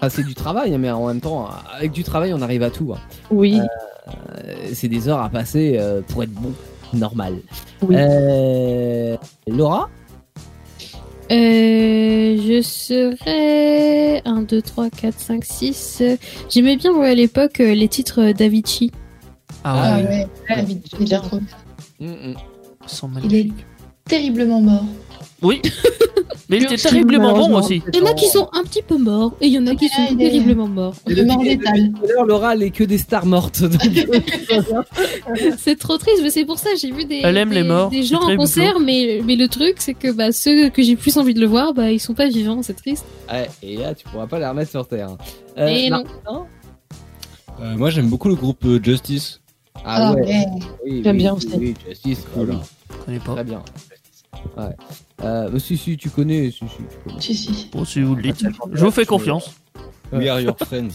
Speaker 2: Ah, c'est du travail, mais en même temps, avec du travail, on arrive à tout. hein.
Speaker 7: Oui.
Speaker 2: Euh, c'est des heures à passer euh, pour être bon, normal.
Speaker 7: Oui.
Speaker 2: Euh, Laura
Speaker 6: Euh, je serais 1, 2, 3, 4, 5, 6. J'aimais bien ouais, à l'époque euh, les titres euh, d'Avicii.
Speaker 3: Ah ouais.
Speaker 4: ouais, David, j'ai déjà trouvé.
Speaker 2: Hmm,
Speaker 3: Ils sont
Speaker 4: Il est
Speaker 3: magnifiques.
Speaker 4: terriblement mort.
Speaker 3: Oui. Mais il était
Speaker 7: Merci,
Speaker 3: terriblement bon
Speaker 7: malheureusement.
Speaker 3: aussi.
Speaker 6: Il y en a qui sont un petit peu morts et il y en a qui
Speaker 4: Ah,
Speaker 6: sont
Speaker 4: il est-
Speaker 6: terriblement morts.
Speaker 4: De mort létale.
Speaker 2: Tout à l'heure, Laura, elle est que des stars mortes. donc-
Speaker 6: C'est trop triste, mais c'est pour ça j'ai vu des,
Speaker 3: Elle aime
Speaker 6: des-
Speaker 3: les morts,
Speaker 6: des
Speaker 3: c'est
Speaker 6: gens
Speaker 3: très
Speaker 6: en concert, mais, mais le truc c'est que bah, ceux que j'ai plus envie de le voir, bah, ils sont pas vivants, c'est triste.
Speaker 2: Ouais, et là, tu pourras pas la remettre sur terre. Euh,
Speaker 6: Et non.
Speaker 2: Martin
Speaker 5: Euh, moi, j'aime beaucoup le groupe euh, Justice.
Speaker 2: Ah ouais. Oui,
Speaker 7: J'aime
Speaker 2: oui,
Speaker 7: bien
Speaker 2: oui,
Speaker 7: aussi.
Speaker 2: Oui, Justice,
Speaker 5: C'est cool.
Speaker 2: Ah oui,
Speaker 3: Je connais pas.
Speaker 2: Très bien. Ouais. Euh, mais si, si, tu connais. Si, si, tu connais.
Speaker 4: Si, si.
Speaker 3: Bon, si vous le dites. Je vous fais confiance.
Speaker 5: We are your friends.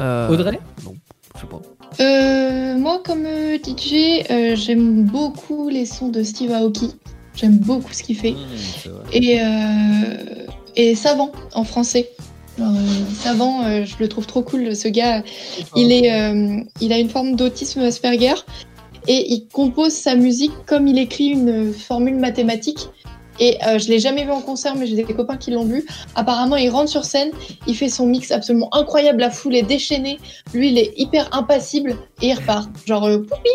Speaker 3: Euh,
Speaker 2: Audrey
Speaker 3: Non, je sais pas.
Speaker 4: Euh, moi, comme euh, DJ, euh, j'aime beaucoup les sons de Steve Aoki. J'aime beaucoup ce
Speaker 3: Mmh,
Speaker 4: qu'il fait. Et, euh, et Savant, en français. Alors, euh, Savant, euh, je le trouve trop cool, ce gars. Il, est, euh, il a une forme d'autisme Asperger et il compose sa musique comme il écrit une formule mathématique. Et euh, je l'ai jamais vu en concert, mais j'ai des copains qui l'ont vu. Apparemment, il rentre sur scène, il fait son mix absolument incroyable, la foule est déchaînée. Lui, il est hyper impassible et il repart. Genre, euh, poupi,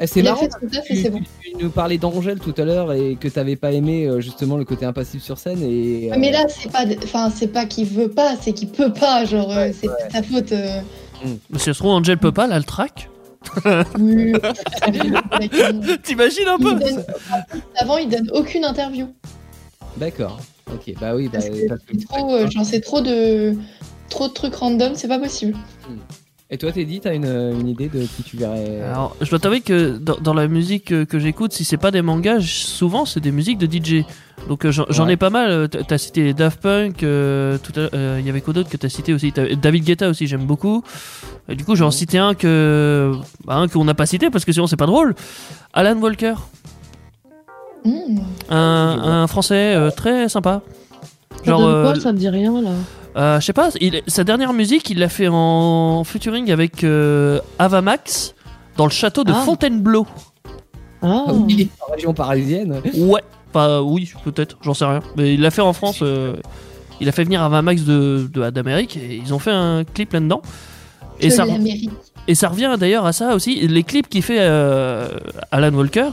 Speaker 2: Eh, c'est
Speaker 4: il a
Speaker 2: marrant.
Speaker 4: fait son taf et
Speaker 2: Tu,
Speaker 4: c'est bon.
Speaker 2: tu nous parlais d'Angèle tout à l'heure et que t'avais pas aimé euh, justement le côté impassible sur scène et. euh,
Speaker 4: Ah, Mais là, c'est pas, enfin, c'est pas qu'il veut pas, c'est qu'il peut pas. Genre, euh, c'est pas sa faute. euh.
Speaker 3: Monsieur Sro, Angel peut pas, là, le track
Speaker 4: Oui.
Speaker 6: Hmm.
Speaker 3: T'imagines un
Speaker 4: Il
Speaker 3: peu
Speaker 4: donne- Avant, il donne aucune interview.
Speaker 2: D'accord. Ok. Bah oui. Bah, parce que-
Speaker 4: Trop, euh, genre, c'est trop de, trop de trucs random, c'est pas possible.
Speaker 2: Et toi, t'es dit, t'as une, euh, une idée de qui tu verrais euh,
Speaker 3: Alors, je dois t'avouer que dans, dans la musique euh, que j'écoute, si c'est pas des mangas, j- souvent c'est des musiques de DJ. Donc euh, j'en j'en ai pas mal. euh, t- T'as cité les Daft Punk, euh, tout à- euh, il y avait quoi d'autre que t'as cité aussi T'as- David Guetta aussi, j'aime beaucoup. Et du coup, j'en cité un que bah, un qu'on n'a pas cité parce que sinon c'est pas drôle. Alan Walker,
Speaker 2: Mm-hmm.
Speaker 4: Mmh.
Speaker 3: un, un français euh, très sympa.
Speaker 7: Ça
Speaker 3: Genre,
Speaker 7: donne quoi
Speaker 3: euh,
Speaker 7: Ça me dit rien là.
Speaker 3: euh, je sais pas, il- sa dernière musique, il l'a fait en featuring avec euh, Avamax dans le château de
Speaker 7: Ah.
Speaker 3: Fontainebleau.
Speaker 7: Ah,
Speaker 2: Ah oui, en région parisienne.
Speaker 3: Ouais, enfin oui, peut-être, j'en sais rien. Mais il l'a fait en France, euh, il a fait venir Avamax de, de, d'Amérique et ils ont fait un clip là-dedans. Et
Speaker 4: De
Speaker 3: ça,
Speaker 4: l'Amérique.
Speaker 3: et ça revient d'ailleurs à ça aussi, les clips qu'il fait euh, Alan Walker,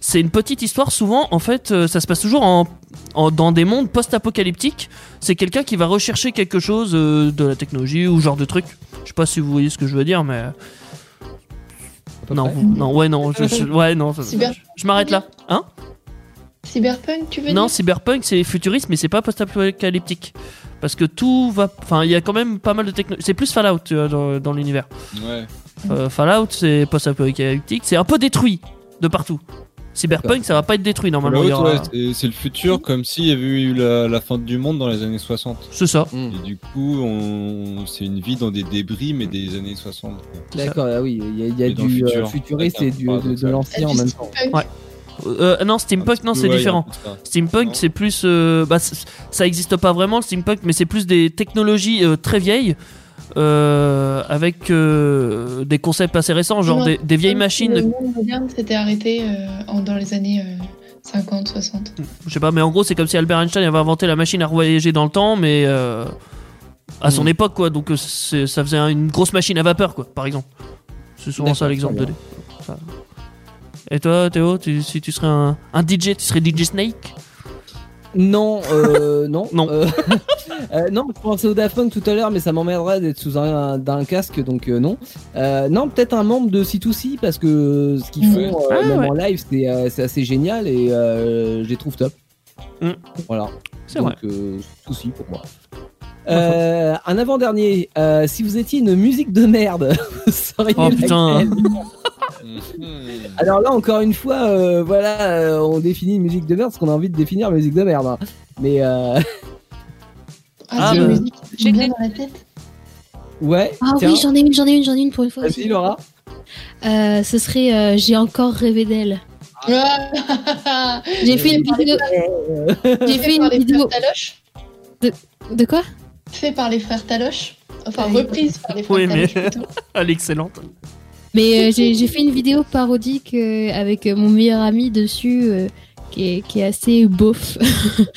Speaker 3: c'est une petite histoire souvent, en fait, euh, ça se passe toujours en, en- dans des mondes post-apocalyptiques. C'est quelqu'un qui va rechercher quelque chose euh, de la technologie ou genre de truc. Je sais pas si vous voyez ce que je veux dire, mais...
Speaker 2: peu
Speaker 3: Non,
Speaker 2: près.
Speaker 3: vous- non, ouais, non, je, je- ouais, non, ça-
Speaker 4: Cyber-
Speaker 3: je m'arrête là. Hein
Speaker 4: Cyberpunk, tu veux
Speaker 3: non,
Speaker 4: dire
Speaker 3: cyberpunk, c'est futuriste, mais c'est pas post-apocalyptique. Parce que tout va. Enfin, il y a quand même pas mal de technologie. C'est plus Fallout tu vois, dans, dans l'univers.
Speaker 5: Ouais.
Speaker 3: Euh, Fallout, c'est post-apocalyptique, c'est un peu détruit de partout. Cyberpunk, ça va pas être détruit normalement. il y
Speaker 5: Fallout,
Speaker 3: aura-
Speaker 5: ouais, c'est- c'est le futur, comme s'il y avait eu la, la fin du monde dans les années 60.
Speaker 3: C'est ça.
Speaker 5: Et du coup, on... c'est une vie dans des débris, mais des années 60. quoi.
Speaker 2: D'accord. Ah oui, il y a, il y a
Speaker 5: Et dans le
Speaker 2: du euh,
Speaker 5: futur.
Speaker 2: futuriste
Speaker 5: Avec
Speaker 2: et
Speaker 5: un
Speaker 2: du, de, de
Speaker 5: paradoxal.
Speaker 2: l'ancien en même temps.
Speaker 4: Cyberpunk.
Speaker 3: Ouais. Euh, non, steampunk, non,
Speaker 5: petit
Speaker 3: c'est
Speaker 5: peu, ouais,
Speaker 3: différent.
Speaker 5: il y a un peu de ça.
Speaker 3: Steampunk,
Speaker 5: Non.
Speaker 3: c'est plus. euh, bah, c- ça n'existe pas vraiment le steampunk, mais c'est plus des technologies euh, très vieilles. euh, avec euh, des concepts assez récents, genre
Speaker 4: Non, Euh,
Speaker 3: des, des vieilles
Speaker 4: Comme si
Speaker 3: machines
Speaker 4: Le monde moderne s'était arrêté euh, en- dans les années euh, 50, 60.
Speaker 3: Je sais pas, mais en gros, c'est comme si Albert Einstein avait inventé la machine à voyager dans le temps, mais euh, à
Speaker 2: Mm.
Speaker 3: son époque, quoi. Donc, euh, c'est- ça faisait une grosse machine à vapeur, quoi, par exemple. C'est souvent ça
Speaker 2: D'accord,
Speaker 3: l'exemple
Speaker 2: très
Speaker 3: donné. Ça. Et toi, Théo, tu- si tu serais un, un DJ, tu serais DJ Snake
Speaker 2: Non, euh, non,
Speaker 3: Non.
Speaker 2: euh, euh, non, je pensais au Daft Punk tout à l'heure, mais ça m'emmerderait d'être sous un, d'un casque, donc euh, non. Euh, non, peut-être un membre de C2C, parce que ce qu'ils
Speaker 5: Ouais.
Speaker 2: font, euh,
Speaker 3: Ah,
Speaker 2: même
Speaker 3: ouais.
Speaker 2: en live, c'est, euh, c'est assez génial et euh, je les trouve top.
Speaker 3: Mm.
Speaker 2: Voilà.
Speaker 3: C'est
Speaker 2: donc,
Speaker 3: vrai.
Speaker 2: euh, C2C pour moi. Euh, un avant-dernier, euh, si vous étiez une musique de merde, seriez
Speaker 3: Oh, putain.
Speaker 2: laquelle
Speaker 5: Mhm.
Speaker 2: alors là, encore une fois, euh, voilà, euh, on définit musique de merde, ce qu'on a envie de définir musique de merde. hein. Mais euh,
Speaker 3: Ah,
Speaker 4: Ah, c'est une
Speaker 3: bah.
Speaker 4: musique qui me vient dans la tête.
Speaker 2: ouais.
Speaker 6: Ah
Speaker 2: tiens,
Speaker 6: oui, j'en ai une, j'en ai une, j'en ai une pour une fois.
Speaker 2: Vas-y, Laura.
Speaker 6: Euh, ce serait euh, J'ai encore rêvé d'elle.
Speaker 4: Ah.
Speaker 6: J'ai fait une vidéo. J'ai fait
Speaker 4: fait
Speaker 6: une
Speaker 4: par les
Speaker 6: vidéo.
Speaker 4: frères Taloche.
Speaker 6: De quoi Ah,
Speaker 4: Fait par les frères Taloche. Enfin,
Speaker 6: Oui.
Speaker 4: reprise par les frères
Speaker 3: Oui, mais-
Speaker 4: Taloche plutôt.
Speaker 3: Ah, l'excellente.
Speaker 6: Mais euh, j'ai j'ai fait une vidéo parodique euh, avec euh, mon meilleur ami dessus, euh, qui, est, qui est assez beauf.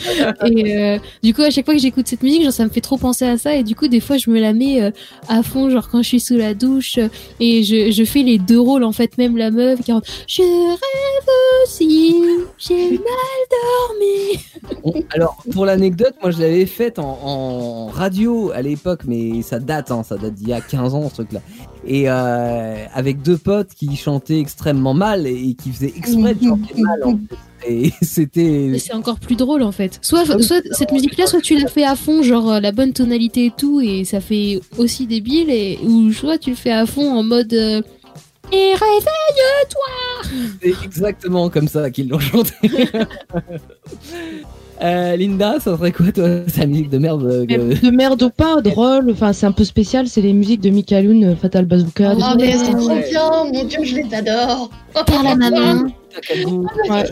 Speaker 6: et euh, du coup, à chaque fois que j'écoute cette musique, genre, ça me fait trop penser à ça. Et du coup, des fois, je me la mets euh, à fond, genre quand je suis sous la douche. euh, Et je, je fais les deux rôles, en fait, même la meuf qui rentre. Je rêve aussi, j'ai mal
Speaker 2: On- alors, pour l'anecdote, moi je l'avais faite en, en radio à l'époque, mais ça date, hein, ça date d'il y a 15 ans ce truc-là. Et euh, avec deux potes qui chantaient extrêmement mal et qui faisaient exprès de chanter mal. en fait. Et c'était.
Speaker 6: dormi. C'est encore plus drôle, en fait. Soit, soit cette musique-là, soit tu la fais à fond, genre euh, la bonne tonalité et tout, et ça fait aussi débile, et, ou soit tu le fais à fond en mode. euh, et rêve
Speaker 2: C'est exactement comme ça qu'ils l'ont chanté. Euh, Linda, ça serait quoi, toi, sa musique de merde euh,
Speaker 7: Mais
Speaker 2: que-
Speaker 7: de merde ou pas, drôle, enfin c'est un peu spécial, c'est les musiques de Mika Loon, Fatal
Speaker 6: Ah,
Speaker 7: Bazooka.
Speaker 4: Oh,
Speaker 7: des-
Speaker 4: mais c'est trop bien, mon dieu, je les adore.
Speaker 1: Par la maman.
Speaker 7: Ouais.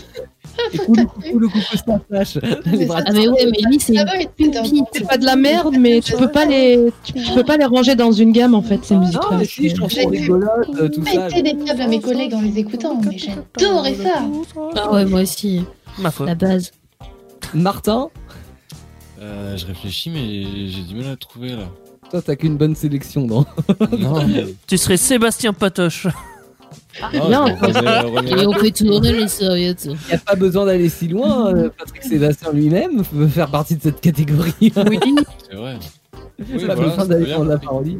Speaker 2: Et coulou, coulou, coulou, coulou, ça flash. Les bras-
Speaker 6: Ah, mais ouais, mais lui, c'est une pépite.
Speaker 7: C'est pas de la merde, mais tu peux pas les, tu, tu peux pas les ranger dans une gamme en fait ces musiques.
Speaker 2: Non, mais si, je trouve
Speaker 4: J'ai fait
Speaker 2: rigolote, euh, tout ça.
Speaker 4: péter des câbles à mes collègues en les écoutant, mais j'adorais ça.
Speaker 6: Ah ouais, moi aussi,
Speaker 3: Ma foi.
Speaker 6: la base.
Speaker 2: Martin,
Speaker 5: Euh, je réfléchis, mais j'ai du mal à trouver là.
Speaker 2: toi, t'as qu'une bonne sélection, non
Speaker 3: Ah
Speaker 5: Non, mais-
Speaker 3: Tu serais Sébastien Patoche.
Speaker 5: Ah,
Speaker 6: non.
Speaker 5: je vais proposer, euh, René.
Speaker 6: Et on peut tourner les serviettes.
Speaker 2: Il a pas besoin d'aller si loin. euh, Patrick Sébastien lui-même peut faire partie de cette catégorie. Oui,
Speaker 5: C'est vrai.
Speaker 2: pas
Speaker 5: voilà,
Speaker 2: besoin
Speaker 5: c'est
Speaker 2: d'aller
Speaker 5: bien.
Speaker 2: prendre la parodie.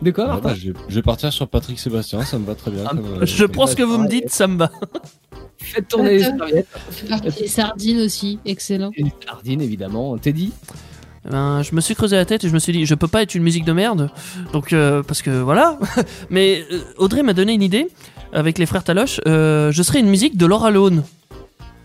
Speaker 2: De quoi,
Speaker 5: Ah, bah,
Speaker 2: Martin
Speaker 5: je, vais, je vais partir sur Patrick Sébastien, ça me va très bien.
Speaker 2: Ah,
Speaker 5: comme, euh,
Speaker 3: Je
Speaker 5: comme-
Speaker 3: prends ce que vous me dites, ça me va.
Speaker 2: Faites tourner les
Speaker 6: euh,
Speaker 4: Attends.
Speaker 2: serviettes.
Speaker 4: C'est parti.
Speaker 6: Les sardines aussi, excellent.
Speaker 2: Et les sardines, évidemment. Teddy
Speaker 3: Ben, je me suis creusé la tête et je me suis dit, je peux pas être une musique de merde. Donc, euh, parce que voilà. Mais euh, Audrey m'a donné une idée avec les frères Taloche. euh, je serais une musique de Laura Lone.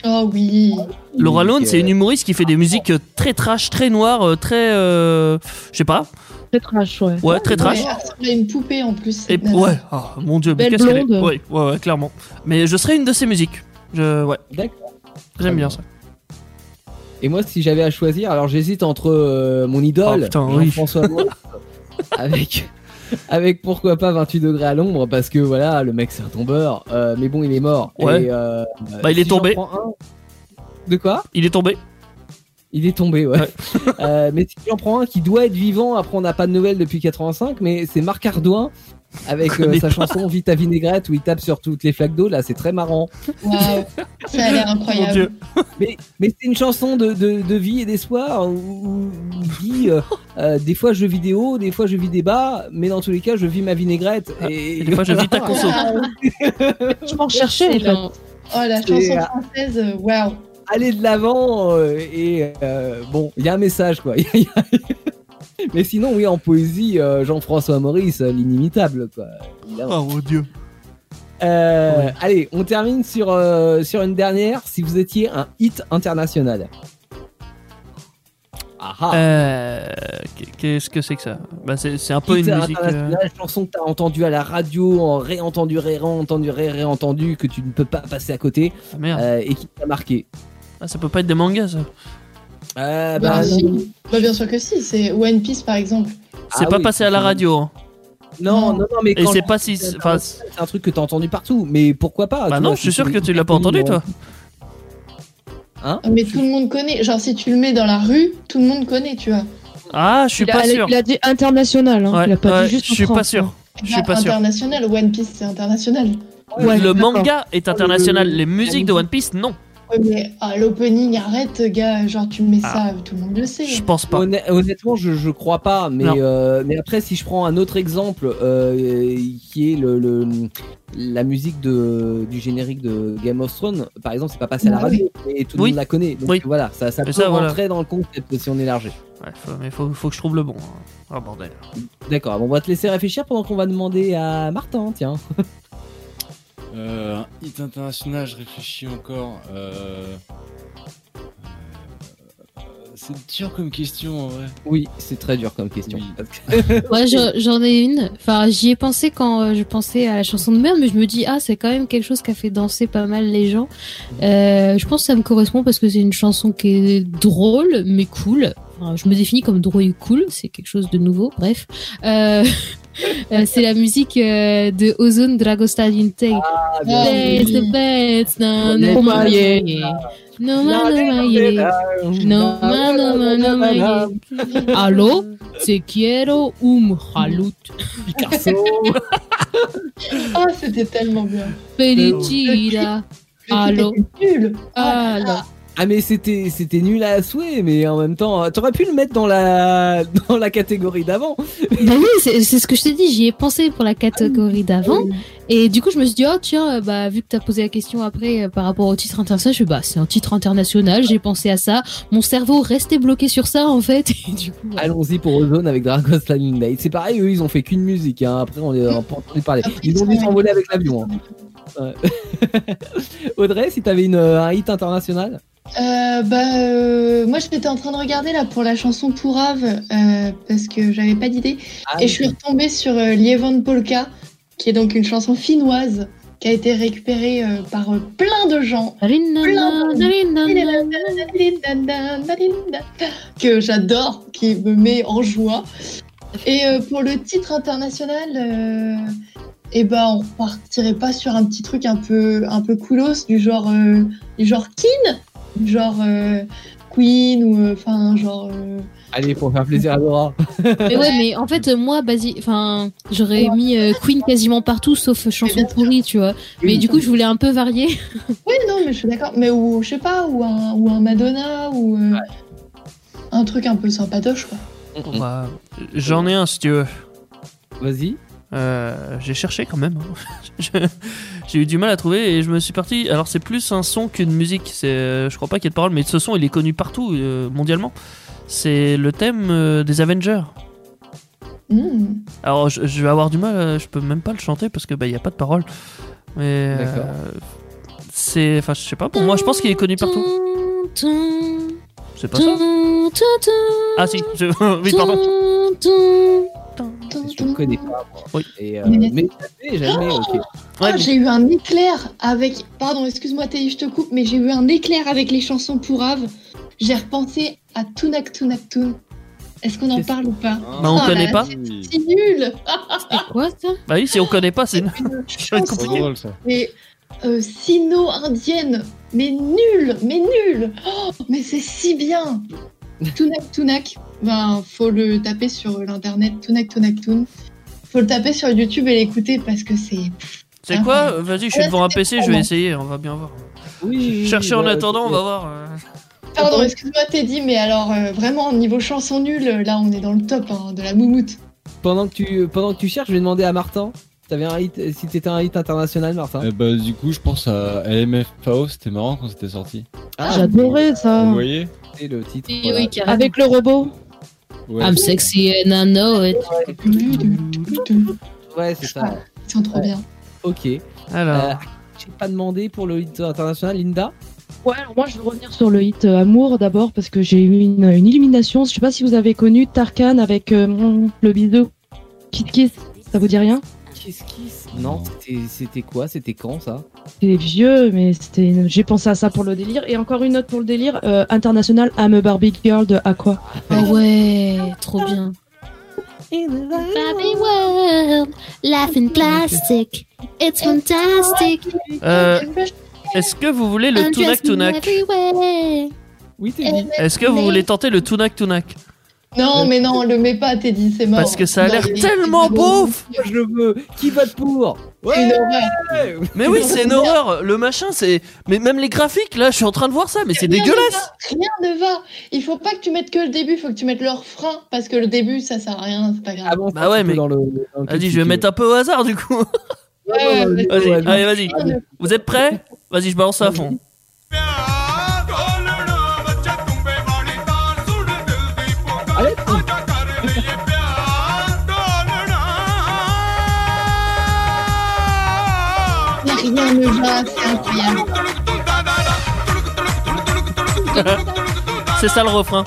Speaker 4: Oh oui.
Speaker 3: Laura Lone,
Speaker 2: Nickel.
Speaker 3: c'est une humoriste qui fait des musiques euh, très trash, très noires, euh, très. euh, je sais pas.
Speaker 7: C'est trash, ouais.
Speaker 3: Ouais, très trash.
Speaker 4: Ouais, elle ressemble à une poupée en plus.
Speaker 3: Et
Speaker 4: cette nana.
Speaker 3: ouais, Ah, mon dieu, mais
Speaker 7: Belle
Speaker 3: qu'est-ce qu'elle est.
Speaker 7: blonde.
Speaker 3: Ouais, ouais, ouais, clairement. Mais je serais une de ses musiques. Je, ouais.
Speaker 2: D'accord.
Speaker 3: J'aime bien ça.
Speaker 2: Et moi, si j'avais à choisir, alors j'hésite entre euh, mon idole,
Speaker 3: Oh, putain, oui.
Speaker 2: Jean-François Moreau, avec, avec pourquoi pas 28 degrés à l'ombre, parce que voilà, le mec c'est un tombeur, euh, mais bon, il est mort.
Speaker 3: Ouais.
Speaker 2: Et, euh,
Speaker 3: Bah, il est
Speaker 2: si j'en
Speaker 3: tombé.
Speaker 2: prends un- De quoi
Speaker 3: Il est tombé.
Speaker 2: Il est tombé, ouais. Euh, mais si j'en prends un qui doit être vivant, après on n'a pas de nouvelles depuis 85, mais c'est Marc Ardouin avec
Speaker 3: Je connais
Speaker 2: euh, sa chanson Vite à vinaigrette où il tape sur toutes les flaques d'eau, là c'est très marrant.
Speaker 4: Waouh, ça a l'air
Speaker 3: Mon
Speaker 4: incroyable.
Speaker 3: dieu.
Speaker 2: Mais, mais c'est une chanson de, de, de vie et d'espoir où où il dit euh, euh, des fois je vis des hauts, des fois je vis des bas, mais dans tous les cas je vis ma vinaigrette. Et,
Speaker 3: Ah, Et des fois, je vis ta conso.
Speaker 7: Je m'en cherchais en fait.
Speaker 6: Excellent.
Speaker 4: Oh, la
Speaker 2: C'est-
Speaker 4: chanson française, euh, waouh.
Speaker 2: aller de l'avant euh, et euh, bon, il y a un message quoi. mais sinon oui, en poésie, euh, Jean-François Maurice, euh, l'inimitable quoi. évidemment.
Speaker 3: Oh mon dieu.
Speaker 2: Euh, Allez, on termine sur, euh, sur une dernière. Si vous étiez un hit international. Ah ah.
Speaker 3: Euh, Qu'est-ce que c'est que ça bah, C'est c'est un peu
Speaker 2: Hit
Speaker 3: une musique. euh,
Speaker 2: international, chanson que t'as entendue à la radio, en réentendu, ré-entendu, ré-réentendu, que tu ne peux pas passer à côté
Speaker 3: ah, merde.
Speaker 2: euh, et qui t'a marqué.
Speaker 3: Ah, ça peut pas être des mangas, ça.
Speaker 2: Euh,
Speaker 4: Bah,
Speaker 2: bah,
Speaker 4: si.
Speaker 2: non,
Speaker 4: Bah, bien sûr que si, c'est One Piece par exemple.
Speaker 3: C'est
Speaker 2: Ah
Speaker 3: pas
Speaker 2: oui,
Speaker 3: passé à la
Speaker 2: c'est-
Speaker 3: radio. hein.
Speaker 2: non, non, mais
Speaker 3: Et
Speaker 2: quand
Speaker 3: c'est pas si.
Speaker 2: c'est
Speaker 3: Enfin,
Speaker 2: c'est un truc que t'as entendu partout, mais pourquoi pas
Speaker 3: bah
Speaker 2: tu
Speaker 3: non,
Speaker 2: vois,
Speaker 3: je suis
Speaker 2: si
Speaker 3: sûr
Speaker 2: c'est
Speaker 3: que tu l'as pas
Speaker 2: une-
Speaker 3: entendu, toi.
Speaker 2: Hein
Speaker 4: Mais tout le monde connaît. Genre, si tu le mets dans la rue, tout le monde connaît, tu vois.
Speaker 3: Ah, je suis
Speaker 7: Il
Speaker 3: pas
Speaker 7: a,
Speaker 3: sûr.
Speaker 7: il a dit international, hein.
Speaker 3: Ouais,
Speaker 7: il a pas
Speaker 3: ouais,
Speaker 7: dit juste hein.
Speaker 3: je suis pas sûr. Je suis
Speaker 4: Là,
Speaker 3: pas sûr.
Speaker 4: Bah, international, One Piece c'est international.
Speaker 7: Ouais,
Speaker 3: le
Speaker 7: d'accord.
Speaker 3: manga est international. Les musiques de One Piece, non.
Speaker 4: Ouais, mais ah, l'opening, arrête, gars. Genre, tu mets ça, tout le monde le sait.
Speaker 3: Ah. Je pense pas.
Speaker 2: Honn- honnêtement, je, je crois pas, mais,
Speaker 3: Non.
Speaker 2: euh, mais après, si je prends un autre exemple euh, qui est le, le- la musique de, du générique de Game of Thrones, par exemple, c'est pas passé à la
Speaker 4: Ah oui.
Speaker 2: radio, et tout le
Speaker 3: Oui.
Speaker 2: monde la connaît. Donc
Speaker 3: Oui.
Speaker 2: voilà, ça, ça
Speaker 3: Mais
Speaker 2: peut
Speaker 3: ça, voilà.
Speaker 2: rentrer dans le concept si on élargit.
Speaker 3: Ouais, faut- mais faut, faut que je trouve le bon. hein. Ah, bordel.
Speaker 2: D'accord, bon, on va te laisser réfléchir pendant qu'on va demander à Martin, tiens.
Speaker 5: Euh, un hit international, je réfléchis encore. Euh... euh, C'est dur comme question en vrai.
Speaker 2: Oui, c'est très dur comme question.
Speaker 5: Oui.
Speaker 2: Parce que-
Speaker 6: Moi, je- j'en ai une. Enfin, j'y ai pensé quand euh, je pensais à la chanson de merde, mais je me dis, ah, c'est quand même quelque chose qui a fait danser pas mal les gens. Euh, je pense que ça me correspond parce que c'est une chanson qui est drôle, mais cool. Enfin, je me définis comme drôle et cool, c'est quelque chose de nouveau, bref. Euh, euh, c'est la musique euh, de Ozone Dragostadin Take.
Speaker 2: Ah, bien
Speaker 4: Ah,
Speaker 2: sûr.
Speaker 4: oui.
Speaker 6: Taste the best, no, no,
Speaker 2: Oh,
Speaker 6: no,
Speaker 2: my
Speaker 6: yeah. No, no, no, yeah. No, no, no, no, no, yeah.
Speaker 2: Picasso.
Speaker 6: Allô? C'est quiero un halut.
Speaker 4: Ah, c'était tellement bien.
Speaker 6: Felicida. Allô
Speaker 4: Nul.
Speaker 6: Allô
Speaker 2: Ah mais c'était c'était nul à souhait mais en même temps t'aurais pu le mettre dans la dans la catégorie d'avant
Speaker 6: Bah oui, c'est c'est ce que je t'ai dit, j'y ai pensé pour la catégorie d'avant. Et du coup, je me suis dit, oh tiens, euh, bah, vu que t'as posé la question après euh, par rapport au titre international, je suis bah, c'est un titre international, j'ai pensé à ça. Mon cerveau restait bloqué sur ça, en fait. Et du coup, voilà.
Speaker 2: allons-y pour Ozone avec Dragon's Landing Night c'est pareil eux ils ont fait qu'une musique hein. après on les a pas entendu parler
Speaker 6: Ah,
Speaker 4: Après,
Speaker 2: ils ont dû s'envoler avec l'avion hein. Audrey si t'avais une euh, un hit international
Speaker 4: Euh, bah, euh, moi j'étais en train de regarder là pour la chanson Pourrave euh, parce que j'avais pas d'idée
Speaker 2: Ah,
Speaker 4: et je suis retombée sur euh, Lievan Polka qui est donc une chanson finnoise qui a été récupérée euh, par euh, plein de gens que j'adore qui me met en joie et euh, pour le titre international euh, eh ben on partirait pas sur un petit truc un peu un peu coolos du genre euh, du genre Kin genre euh, Queen ou enfin genre euh,
Speaker 2: Allez, pour faire plaisir à Dora.
Speaker 6: Mais ouais, mais en fait, euh, moi, basi... enfin, j'aurais mis euh, Queen quasiment partout, sauf chanson pourrie, tu vois. Mais du coup, je voulais un peu varier.
Speaker 4: oui non mais je suis d'accord mais ou je sais pas ou un ou un Madonna ou euh, un truc un peu sympatoche quoi
Speaker 3: Bah, J'en ai un si tu veux. Euh,
Speaker 2: Vas-y.
Speaker 3: J'ai cherché quand même. hein. Je- J'ai eu du mal à trouver et je me suis parti. Alors c'est plus un son qu'une musique. C'est, euh, je crois pas qu'il y ait de parole, mais ce son il est connu partout euh, mondialement. C'est le thème euh, des Avengers.
Speaker 4: Hmm.
Speaker 3: Alors je, je vais avoir du mal. euh, Je peux même pas le chanter parce que bah il y a pas de parole. Mais euh,
Speaker 2: D'accord.
Speaker 3: c'est, enfin je sais pas. Pour moi je pense qu'il est connu partout. C'est pas ça. Ah si. je- oui pardon.
Speaker 2: Je ne connais pas. moi.
Speaker 3: Oui.
Speaker 2: Et, euh,
Speaker 4: Mais-
Speaker 2: mais jamais, jamais, ok.
Speaker 4: Ah, j'ai eu un éclair avec. Pardon, excuse-moi Teddy, je te coupe, mais j'ai eu un éclair avec les chansons pourraves. J'ai repensé à Tunak Tunak Tun. Est-ce qu'on en
Speaker 2: Qu'est-ce-
Speaker 4: parle ou pas
Speaker 3: Bah, on
Speaker 4: Oh
Speaker 3: connaît
Speaker 4: là,
Speaker 3: pas.
Speaker 4: C'est nul
Speaker 6: C'est quoi ça
Speaker 3: Bah oui si on connaît pas c'est. Ça va être
Speaker 5: C'est
Speaker 3: compliqué.
Speaker 5: drôle ça.
Speaker 4: Mais euh, sino-indienne, mais nul, mais nul Oh, Mais c'est si bien Tunak Tunak, ben, faut le taper sur l'internet, Tunak Tunak Tun. Faut le taper sur YouTube et l'écouter parce que c'est.
Speaker 3: C'est quoi Euh, Vas-y je suis devant un PC. Je vais essayer. On va bien voir.
Speaker 2: Oui,
Speaker 3: Chercher en
Speaker 2: bah,
Speaker 3: attendant. On
Speaker 2: ok.
Speaker 3: va voir. euh.
Speaker 4: Pardon, excuse-moi Teddy, mais alors euh, vraiment, niveau chanson nulle, là on est dans le top hein, de la moumoute.
Speaker 2: Pendant que tu, pendant que tu cherches, je vais demander à Martin. T'avais un hit, si t'étais un hit international, Martin.
Speaker 5: Eh bah, du coup, je pense à LMFAO, c'était marrant quand c'était sorti.
Speaker 7: J'adorais ça.
Speaker 5: Vous voyez
Speaker 2: C'est le titre.
Speaker 6: Oui,
Speaker 2: voilà.
Speaker 6: oui, carrément.
Speaker 7: Avec le robot.
Speaker 5: Ouais.
Speaker 6: I'm sexy and I know it.
Speaker 2: Ouais, c'est ça.
Speaker 4: Ils sont trop
Speaker 2: Ouais.
Speaker 4: bien.
Speaker 2: Ok. Euh,
Speaker 3: Alors.
Speaker 2: J'ai pas demandé pour le hit international, Linda.
Speaker 7: Ouais, alors moi je vais revenir sur le hit euh, Amour d'abord parce que j'ai eu une, une illumination. Je sais pas si vous avez connu Tarkan avec euh, mm, le bisou. Kiss Kiss, ça vous dit rien
Speaker 2: Kiss Kiss. Non, c'était- c'était quoi C'était quand ça
Speaker 7: C'est vieux, mais c'était. une- J'ai pensé à ça pour le délire. Et encore une autre pour le délire euh, international I'm a Barbie Girl de Aqua.
Speaker 6: Ah ouais, trop bien.
Speaker 9: Bobby World, life in plastic, it's fantastic.
Speaker 3: Euh, Est-ce que vous voulez le
Speaker 9: I'm
Speaker 3: Tunak
Speaker 9: just
Speaker 3: Tunak
Speaker 9: everywhere.
Speaker 2: Oui, t'es dit.
Speaker 3: Est-ce que vous voulez tenter le Tunak Tunak
Speaker 4: Eh, Non, mais non, le mets pas Teddy, c'est mort.
Speaker 3: Parce que ça a
Speaker 4: Non,
Speaker 3: l'air
Speaker 4: mais-
Speaker 3: tellement
Speaker 4: c'est
Speaker 3: beau
Speaker 2: Moi, je le veux. Qui vote pour
Speaker 4: C'est une
Speaker 2: Ouais.
Speaker 4: horreur.
Speaker 3: Mais oui, c'est une horreur Le machin, c'est. Mais même les graphiques, là, je suis en train de voir ça, mais c'est
Speaker 4: Rien ne
Speaker 3: dégueulasse
Speaker 4: va, Rien ne va. Il faut pas que tu mettes que le début, faut que tu mettes leur frein parce que le début ça sert à rien, c'est pas grave.
Speaker 2: Avance
Speaker 3: Bah
Speaker 2: Ah un
Speaker 3: ouais,
Speaker 2: petit peu
Speaker 3: mais-
Speaker 2: Dans le, dans le
Speaker 3: Vas-y,
Speaker 2: clip,
Speaker 3: je vais
Speaker 2: si
Speaker 3: mettre un peu au hasard du coup bah
Speaker 2: tu veux.
Speaker 4: Ouais, ouais,
Speaker 3: Vas-y,
Speaker 2: Ouais, ouais,
Speaker 3: allez, vas-y
Speaker 4: rien ne-
Speaker 3: Vous êtes prêts Vas-y, je balance ça à fond.
Speaker 2: Allez,
Speaker 4: mais Rien ne va, c'est incroyable.
Speaker 3: C'est ça le refrain.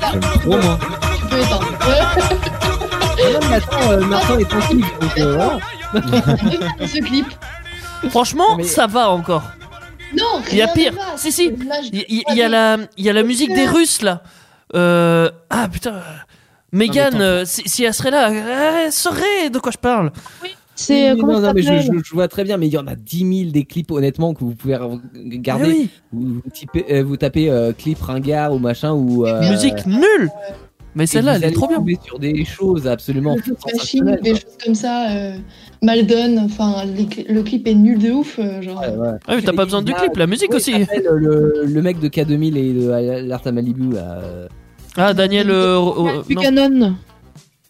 Speaker 5: J'aime trop, moi.
Speaker 4: Tu peux éteindre.
Speaker 2: Ouais, mais attends, euh, Martin est tranquille. donc, euh, voilà.
Speaker 4: Regarde ce clip.
Speaker 3: Franchement,
Speaker 2: Mais-
Speaker 3: ça va encore.
Speaker 4: Non,
Speaker 3: Il y a
Speaker 4: rien ne
Speaker 3: pire.
Speaker 4: va,
Speaker 3: Si,
Speaker 4: c'est
Speaker 3: si.
Speaker 4: de l'âge
Speaker 3: Il
Speaker 4: de
Speaker 3: y, il y a la, il y a la musique des Russes là. Euh, ah putain. Megan,
Speaker 5: t'en-
Speaker 3: euh, si, si elle serait là, elle saurait de quoi je parle.
Speaker 7: C'est. euh,
Speaker 2: Oui,
Speaker 7: comment
Speaker 2: non,
Speaker 7: ça
Speaker 2: non, mais je,
Speaker 7: s'appelle
Speaker 2: je- je vois très bien, mais il y en a 10 000 des clips, honnêtement, que vous pouvez re- garder.
Speaker 7: Ah
Speaker 3: Mais oui.
Speaker 2: Vous, vous typez- euh, vous tapez euh, clip ringard ou machin ou. euh,
Speaker 3: Musique nulle. Mais
Speaker 2: et
Speaker 3: celle-là,
Speaker 2: vous
Speaker 3: elle est
Speaker 2: allez
Speaker 3: trop bien.
Speaker 2: tomber sur des choses absolument.
Speaker 4: Blue Machine,
Speaker 2: sensationnelles,
Speaker 4: des choses comme ça, euh, Maldon, enfin les cl- le clip est nul de ouf, euh, genre.
Speaker 2: quoi. Ouais, ouais.
Speaker 3: Ah mais t'as pas besoin du
Speaker 2: Là,
Speaker 3: clip, la musique
Speaker 2: oui,
Speaker 3: aussi.
Speaker 2: t'appelles, euh, Le, le mec de K2000 et de l'Art à Malibu. là, euh,
Speaker 3: Ah Daniel, euh, ro- euh, non.
Speaker 7: Buchanan.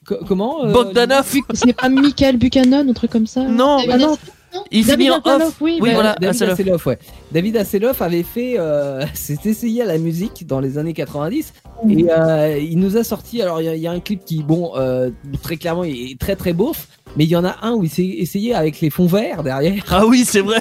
Speaker 2: co- comment euh,
Speaker 3: Bogdanov.
Speaker 7: C'est pas Michael Buchanan, un truc comme ça
Speaker 3: Non,
Speaker 6: Ah
Speaker 4: David
Speaker 7: non.
Speaker 3: il finit en
Speaker 7: Hasselhoff,
Speaker 3: off.
Speaker 7: Oui,
Speaker 3: Oui,
Speaker 7: bah,
Speaker 3: voilà,
Speaker 2: David
Speaker 3: Hasselhoff.
Speaker 2: Hasselhoff, ouais. David Hasselhoff avait fait, euh, s'est essayé à la musique dans les années 90 et euh, il nous a sorti. Alors il y, a- il y a un clip qui, bon, euh, très clairement, il est très très beauf, mais il y en a un où il s'est essayé avec les fonds verts derrière.
Speaker 3: Ah oui, c'est vrai.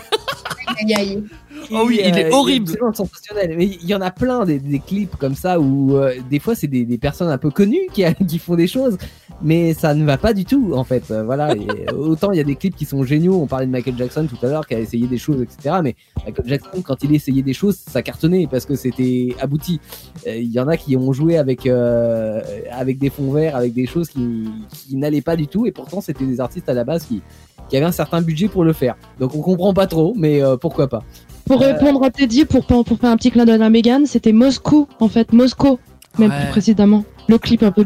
Speaker 4: Aïe, aïe.
Speaker 3: Oh oui, il est
Speaker 2: euh,
Speaker 3: horrible.
Speaker 2: C'est vraiment sensationnel. Mais il y en a plein des, des clips comme ça où euh, des fois c'est des, des personnes un peu connues qui, qui font des choses, mais ça ne va pas du tout en fait. Euh, voilà. Et autant il y a des clips qui sont géniaux. On parlait de Michael Jackson tout à l'heure qui a essayé des choses, etc. Mais Michael Jackson, quand il essayait des choses, ça cartonnait parce que c'était abouti. Euh, Il y en a qui ont joué avec euh, avec des fonds verts, avec des choses qui, qui n'allaient pas du tout, et pourtant c'était des artistes à la base qui qui avaient un certain budget pour le faire. Donc on comprend pas trop, mais euh, pourquoi pas.
Speaker 7: Pour répondre à Teddy, pour, pour pour faire un petit clin d'œil à Megan, c'était Moscou, en fait, Moscou, même
Speaker 3: Ouais.
Speaker 7: plus précédemment. Le clip un peu.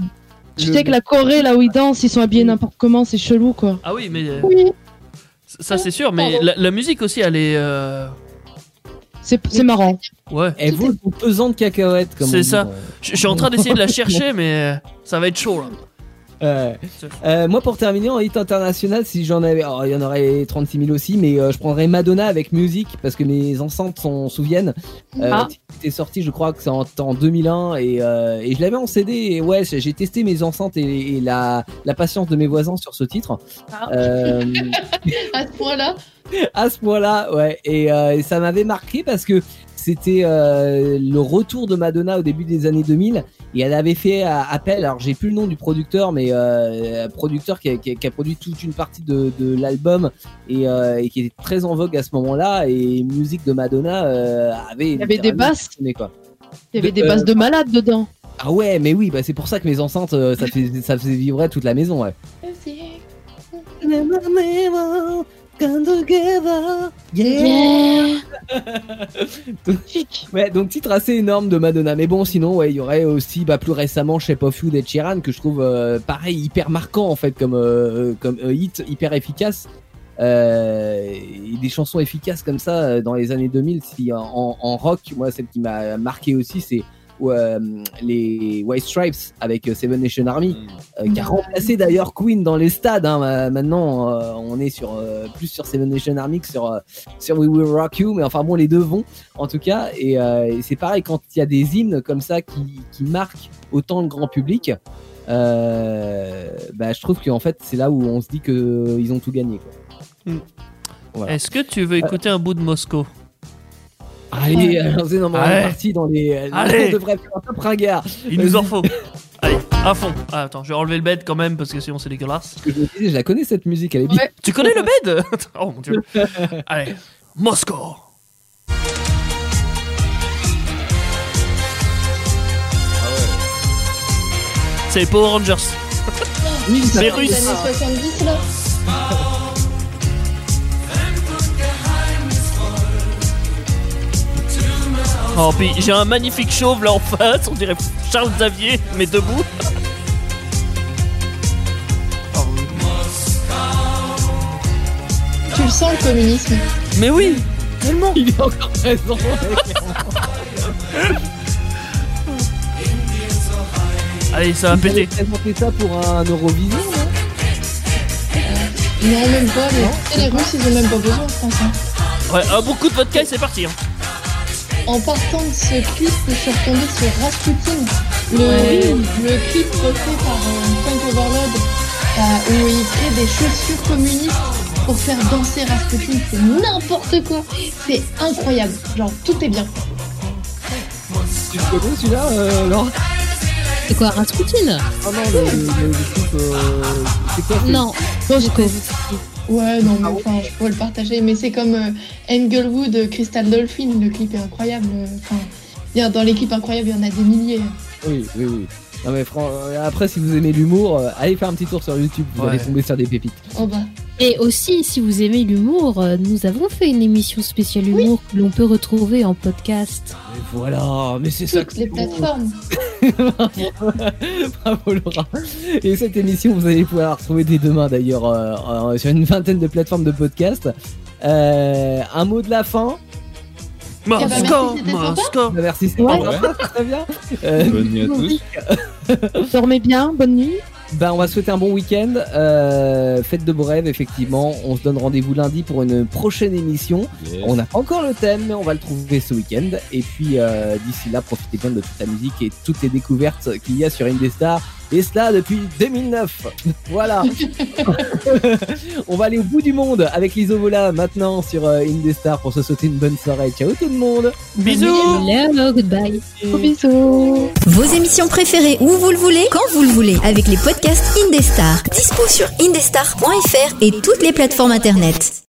Speaker 7: Tu
Speaker 3: Le-
Speaker 7: sais que la Corée, là où ils dansent, ils sont habillés n'importe comment, c'est chelou quoi.
Speaker 3: Ah oui, mais. euh,
Speaker 7: Oui.
Speaker 3: Ça, c'est sûr, mais la, la musique aussi, elle est. euh,
Speaker 7: C'est c'est marrant.
Speaker 3: Ouais.
Speaker 2: Elle vaut son pesant de cacahuètes, comme on
Speaker 3: C'est
Speaker 2: dit,
Speaker 3: ça.
Speaker 2: ouais.
Speaker 3: Je je suis en train d'essayer de la chercher, mais euh, ça va être chaud là.
Speaker 2: Euh, euh, moi, pour terminer en hit international, si j'en avais, alors, il y en aurait 36 000 aussi, mais euh, je prendrais Madonna avec musique parce que mes enceintes s'en souviennent. Euh,
Speaker 7: Ah.
Speaker 2: C'était sorti, je crois que c'est en, en 2001 et, euh, et je l'avais en CD. Et ouais, j'ai j'ai testé mes enceintes et, et la, la patience de mes voisins sur ce titre.
Speaker 4: Ah.
Speaker 2: Euh,
Speaker 4: À ce point-là,
Speaker 2: à ce point-là, ouais. Et, euh, et ça m'avait marqué parce que c'était euh, le retour de Madonna au début des années 2000 et elle avait fait euh, appel. Alors j'ai plus le nom du producteur, mais euh, un producteur qui a, qui a- qui a produit toute une partie de, de l'album et, euh, et qui était très en vogue à ce moment-là. Et musique de Madonna euh, avait
Speaker 7: Il y avait des
Speaker 2: littéralement
Speaker 7: basses.
Speaker 2: cartonné, quoi.
Speaker 7: Il y avait
Speaker 2: De-
Speaker 7: des bases
Speaker 2: euh,
Speaker 7: de malades dedans.
Speaker 2: Ah ouais, mais oui, bah, c'est pour ça que mes enceintes euh, ça faisait, ça faisait vibrer toute la maison. Ouais. Ouais, donc titre assez énorme de Madonna. Mais bon, sinon, ouais, il y aurait aussi bah, plus récemment Shape of You d'Ed Sheeran que je trouve euh, pareil hyper marquant en fait comme euh, comme euh, hit hyper efficace. Euh, et des chansons efficaces comme ça euh, dans les années 2000 si en, en- en rock moi celle qui m'a marqué aussi c'est euh, les White Stripes avec euh, Seven Nation Army euh, qui a remplacé d'ailleurs Queen dans les stades hein. Ma- maintenant euh, on est sur euh, plus sur Seven Nation Army que sur euh, sur We Will Rock You mais enfin bon les deux vont en tout cas. Et, euh, et c'est pareil quand il y a des hymnes comme ça qui, qui marquent autant le grand public. euh, bah, je trouve qu'en fait, c'est là où on se dit que euh, ils ont tout gagné. Quoi.
Speaker 3: Hmm.
Speaker 2: Voilà. Euh,
Speaker 3: Est-ce que tu veux écouter un bout de Moscou
Speaker 2: Allez, euh, alors, c'est normalement
Speaker 3: Allez.
Speaker 2: parti dans les. euh,
Speaker 3: Allez.
Speaker 2: On devrait faire un top ringard. Euh,
Speaker 3: Il nous en faut. Allez, à fond. Ah, attends, je vais enlever le bed quand même parce que sinon c'est dégueulasse.
Speaker 2: Je me disais, je la connais cette musique, elle est bien.
Speaker 3: Tu connais le bed Oh mon dieu. Allez, Moscou. C'est les Power Rangers. Les
Speaker 4: les années
Speaker 3: Russes.
Speaker 4: 70 là.
Speaker 3: Oh, puis j'ai un magnifique chauve là en face, on dirait Charles Xavier, mais debout.
Speaker 4: Tu le sens le communisme.
Speaker 3: Mais oui, tellement.
Speaker 2: Il est encore présent.
Speaker 3: Allez, ça va
Speaker 2: Vous allez
Speaker 3: péter.
Speaker 2: présenter ça pour un Eurovision. hein. non
Speaker 4: Non, même pas, mais tu sais, les Russes ils ont même pas besoin, je pense. hein.
Speaker 3: Ouais, un bon coup de vodka et c'est parti. hein.
Speaker 4: En partant de ce clip, je suis retombée sur Rasputin, le, le clip refait par euh, Punk Overload, euh, où il crée des chaussures communistes pour faire danser Rasputin. C'est n'importe quoi, c'est incroyable. Genre, tout est bien.
Speaker 2: Tu le connais celui-là, euh, Laura
Speaker 6: C'est quoi, Rasputin
Speaker 2: Ah non, le, le- le clip, euh, c'est quoi c'est-
Speaker 6: Non,
Speaker 7: Moscou.
Speaker 4: Ouais, non, mais
Speaker 2: Ah
Speaker 4: enfin, je pourrais le partager, mais c'est comme euh, Englewood, euh, Crystal Dolphin, le clip est incroyable. euh, Enfin, il y a- dans les clips incroyables, il y en a des milliers.
Speaker 2: Oui, oui, oui. Non mais fran- euh, après, si vous aimez l'humour, euh, allez faire un petit tour sur YouTube, vous
Speaker 3: Ouais.
Speaker 2: allez tomber sur des pépites.
Speaker 4: Oh bah.
Speaker 6: Et aussi, si vous aimez l'humour, euh, nous avons fait une émission spéciale humour que l'on peut retrouver en podcast.
Speaker 2: Mais voilà, mais c'est ça
Speaker 4: toutes
Speaker 2: que
Speaker 4: les plateformes.
Speaker 2: Bravo Laura. Et cette émission, vous allez pouvoir la retrouver dès demain d'ailleurs euh, euh, sur une vingtaine de plateformes de podcast. Euh, un mot de la fin.
Speaker 4: bah, merci,
Speaker 3: Moscou,
Speaker 4: c'était sympa.
Speaker 2: Bah,
Speaker 3: Moscou.
Speaker 2: Merci, c'était
Speaker 3: Ah
Speaker 7: Ouais.
Speaker 2: sympa, c'est très bien. Euh,
Speaker 5: Bonne nuit à tous.
Speaker 7: Dormez bien, bonne nuit.
Speaker 2: Bah, on va souhaiter un bon week-end. Euh, faites de beaux rêves, effectivement. On se donne rendez-vous lundi pour une prochaine émission.
Speaker 5: Yes.
Speaker 2: On n'a pas encore le thème, mais on va le trouver ce week-end. Et puis euh, d'ici là, profitez bien de toute la musique et toutes les découvertes qu'il y a sur Indestar. Et cela depuis 2009. Voilà. On va aller au bout du monde avec l'Isovola maintenant sur euh, Indestar pour se sauter une bonne soirée. Ciao tout le monde.
Speaker 6: Hello, goodbye.
Speaker 4: bisous.
Speaker 1: Vos émissions préférées où vous le voulez, quand vous le voulez, avec les podcasts Indestar. Dispo sur indestar.fr et toutes les plateformes internet.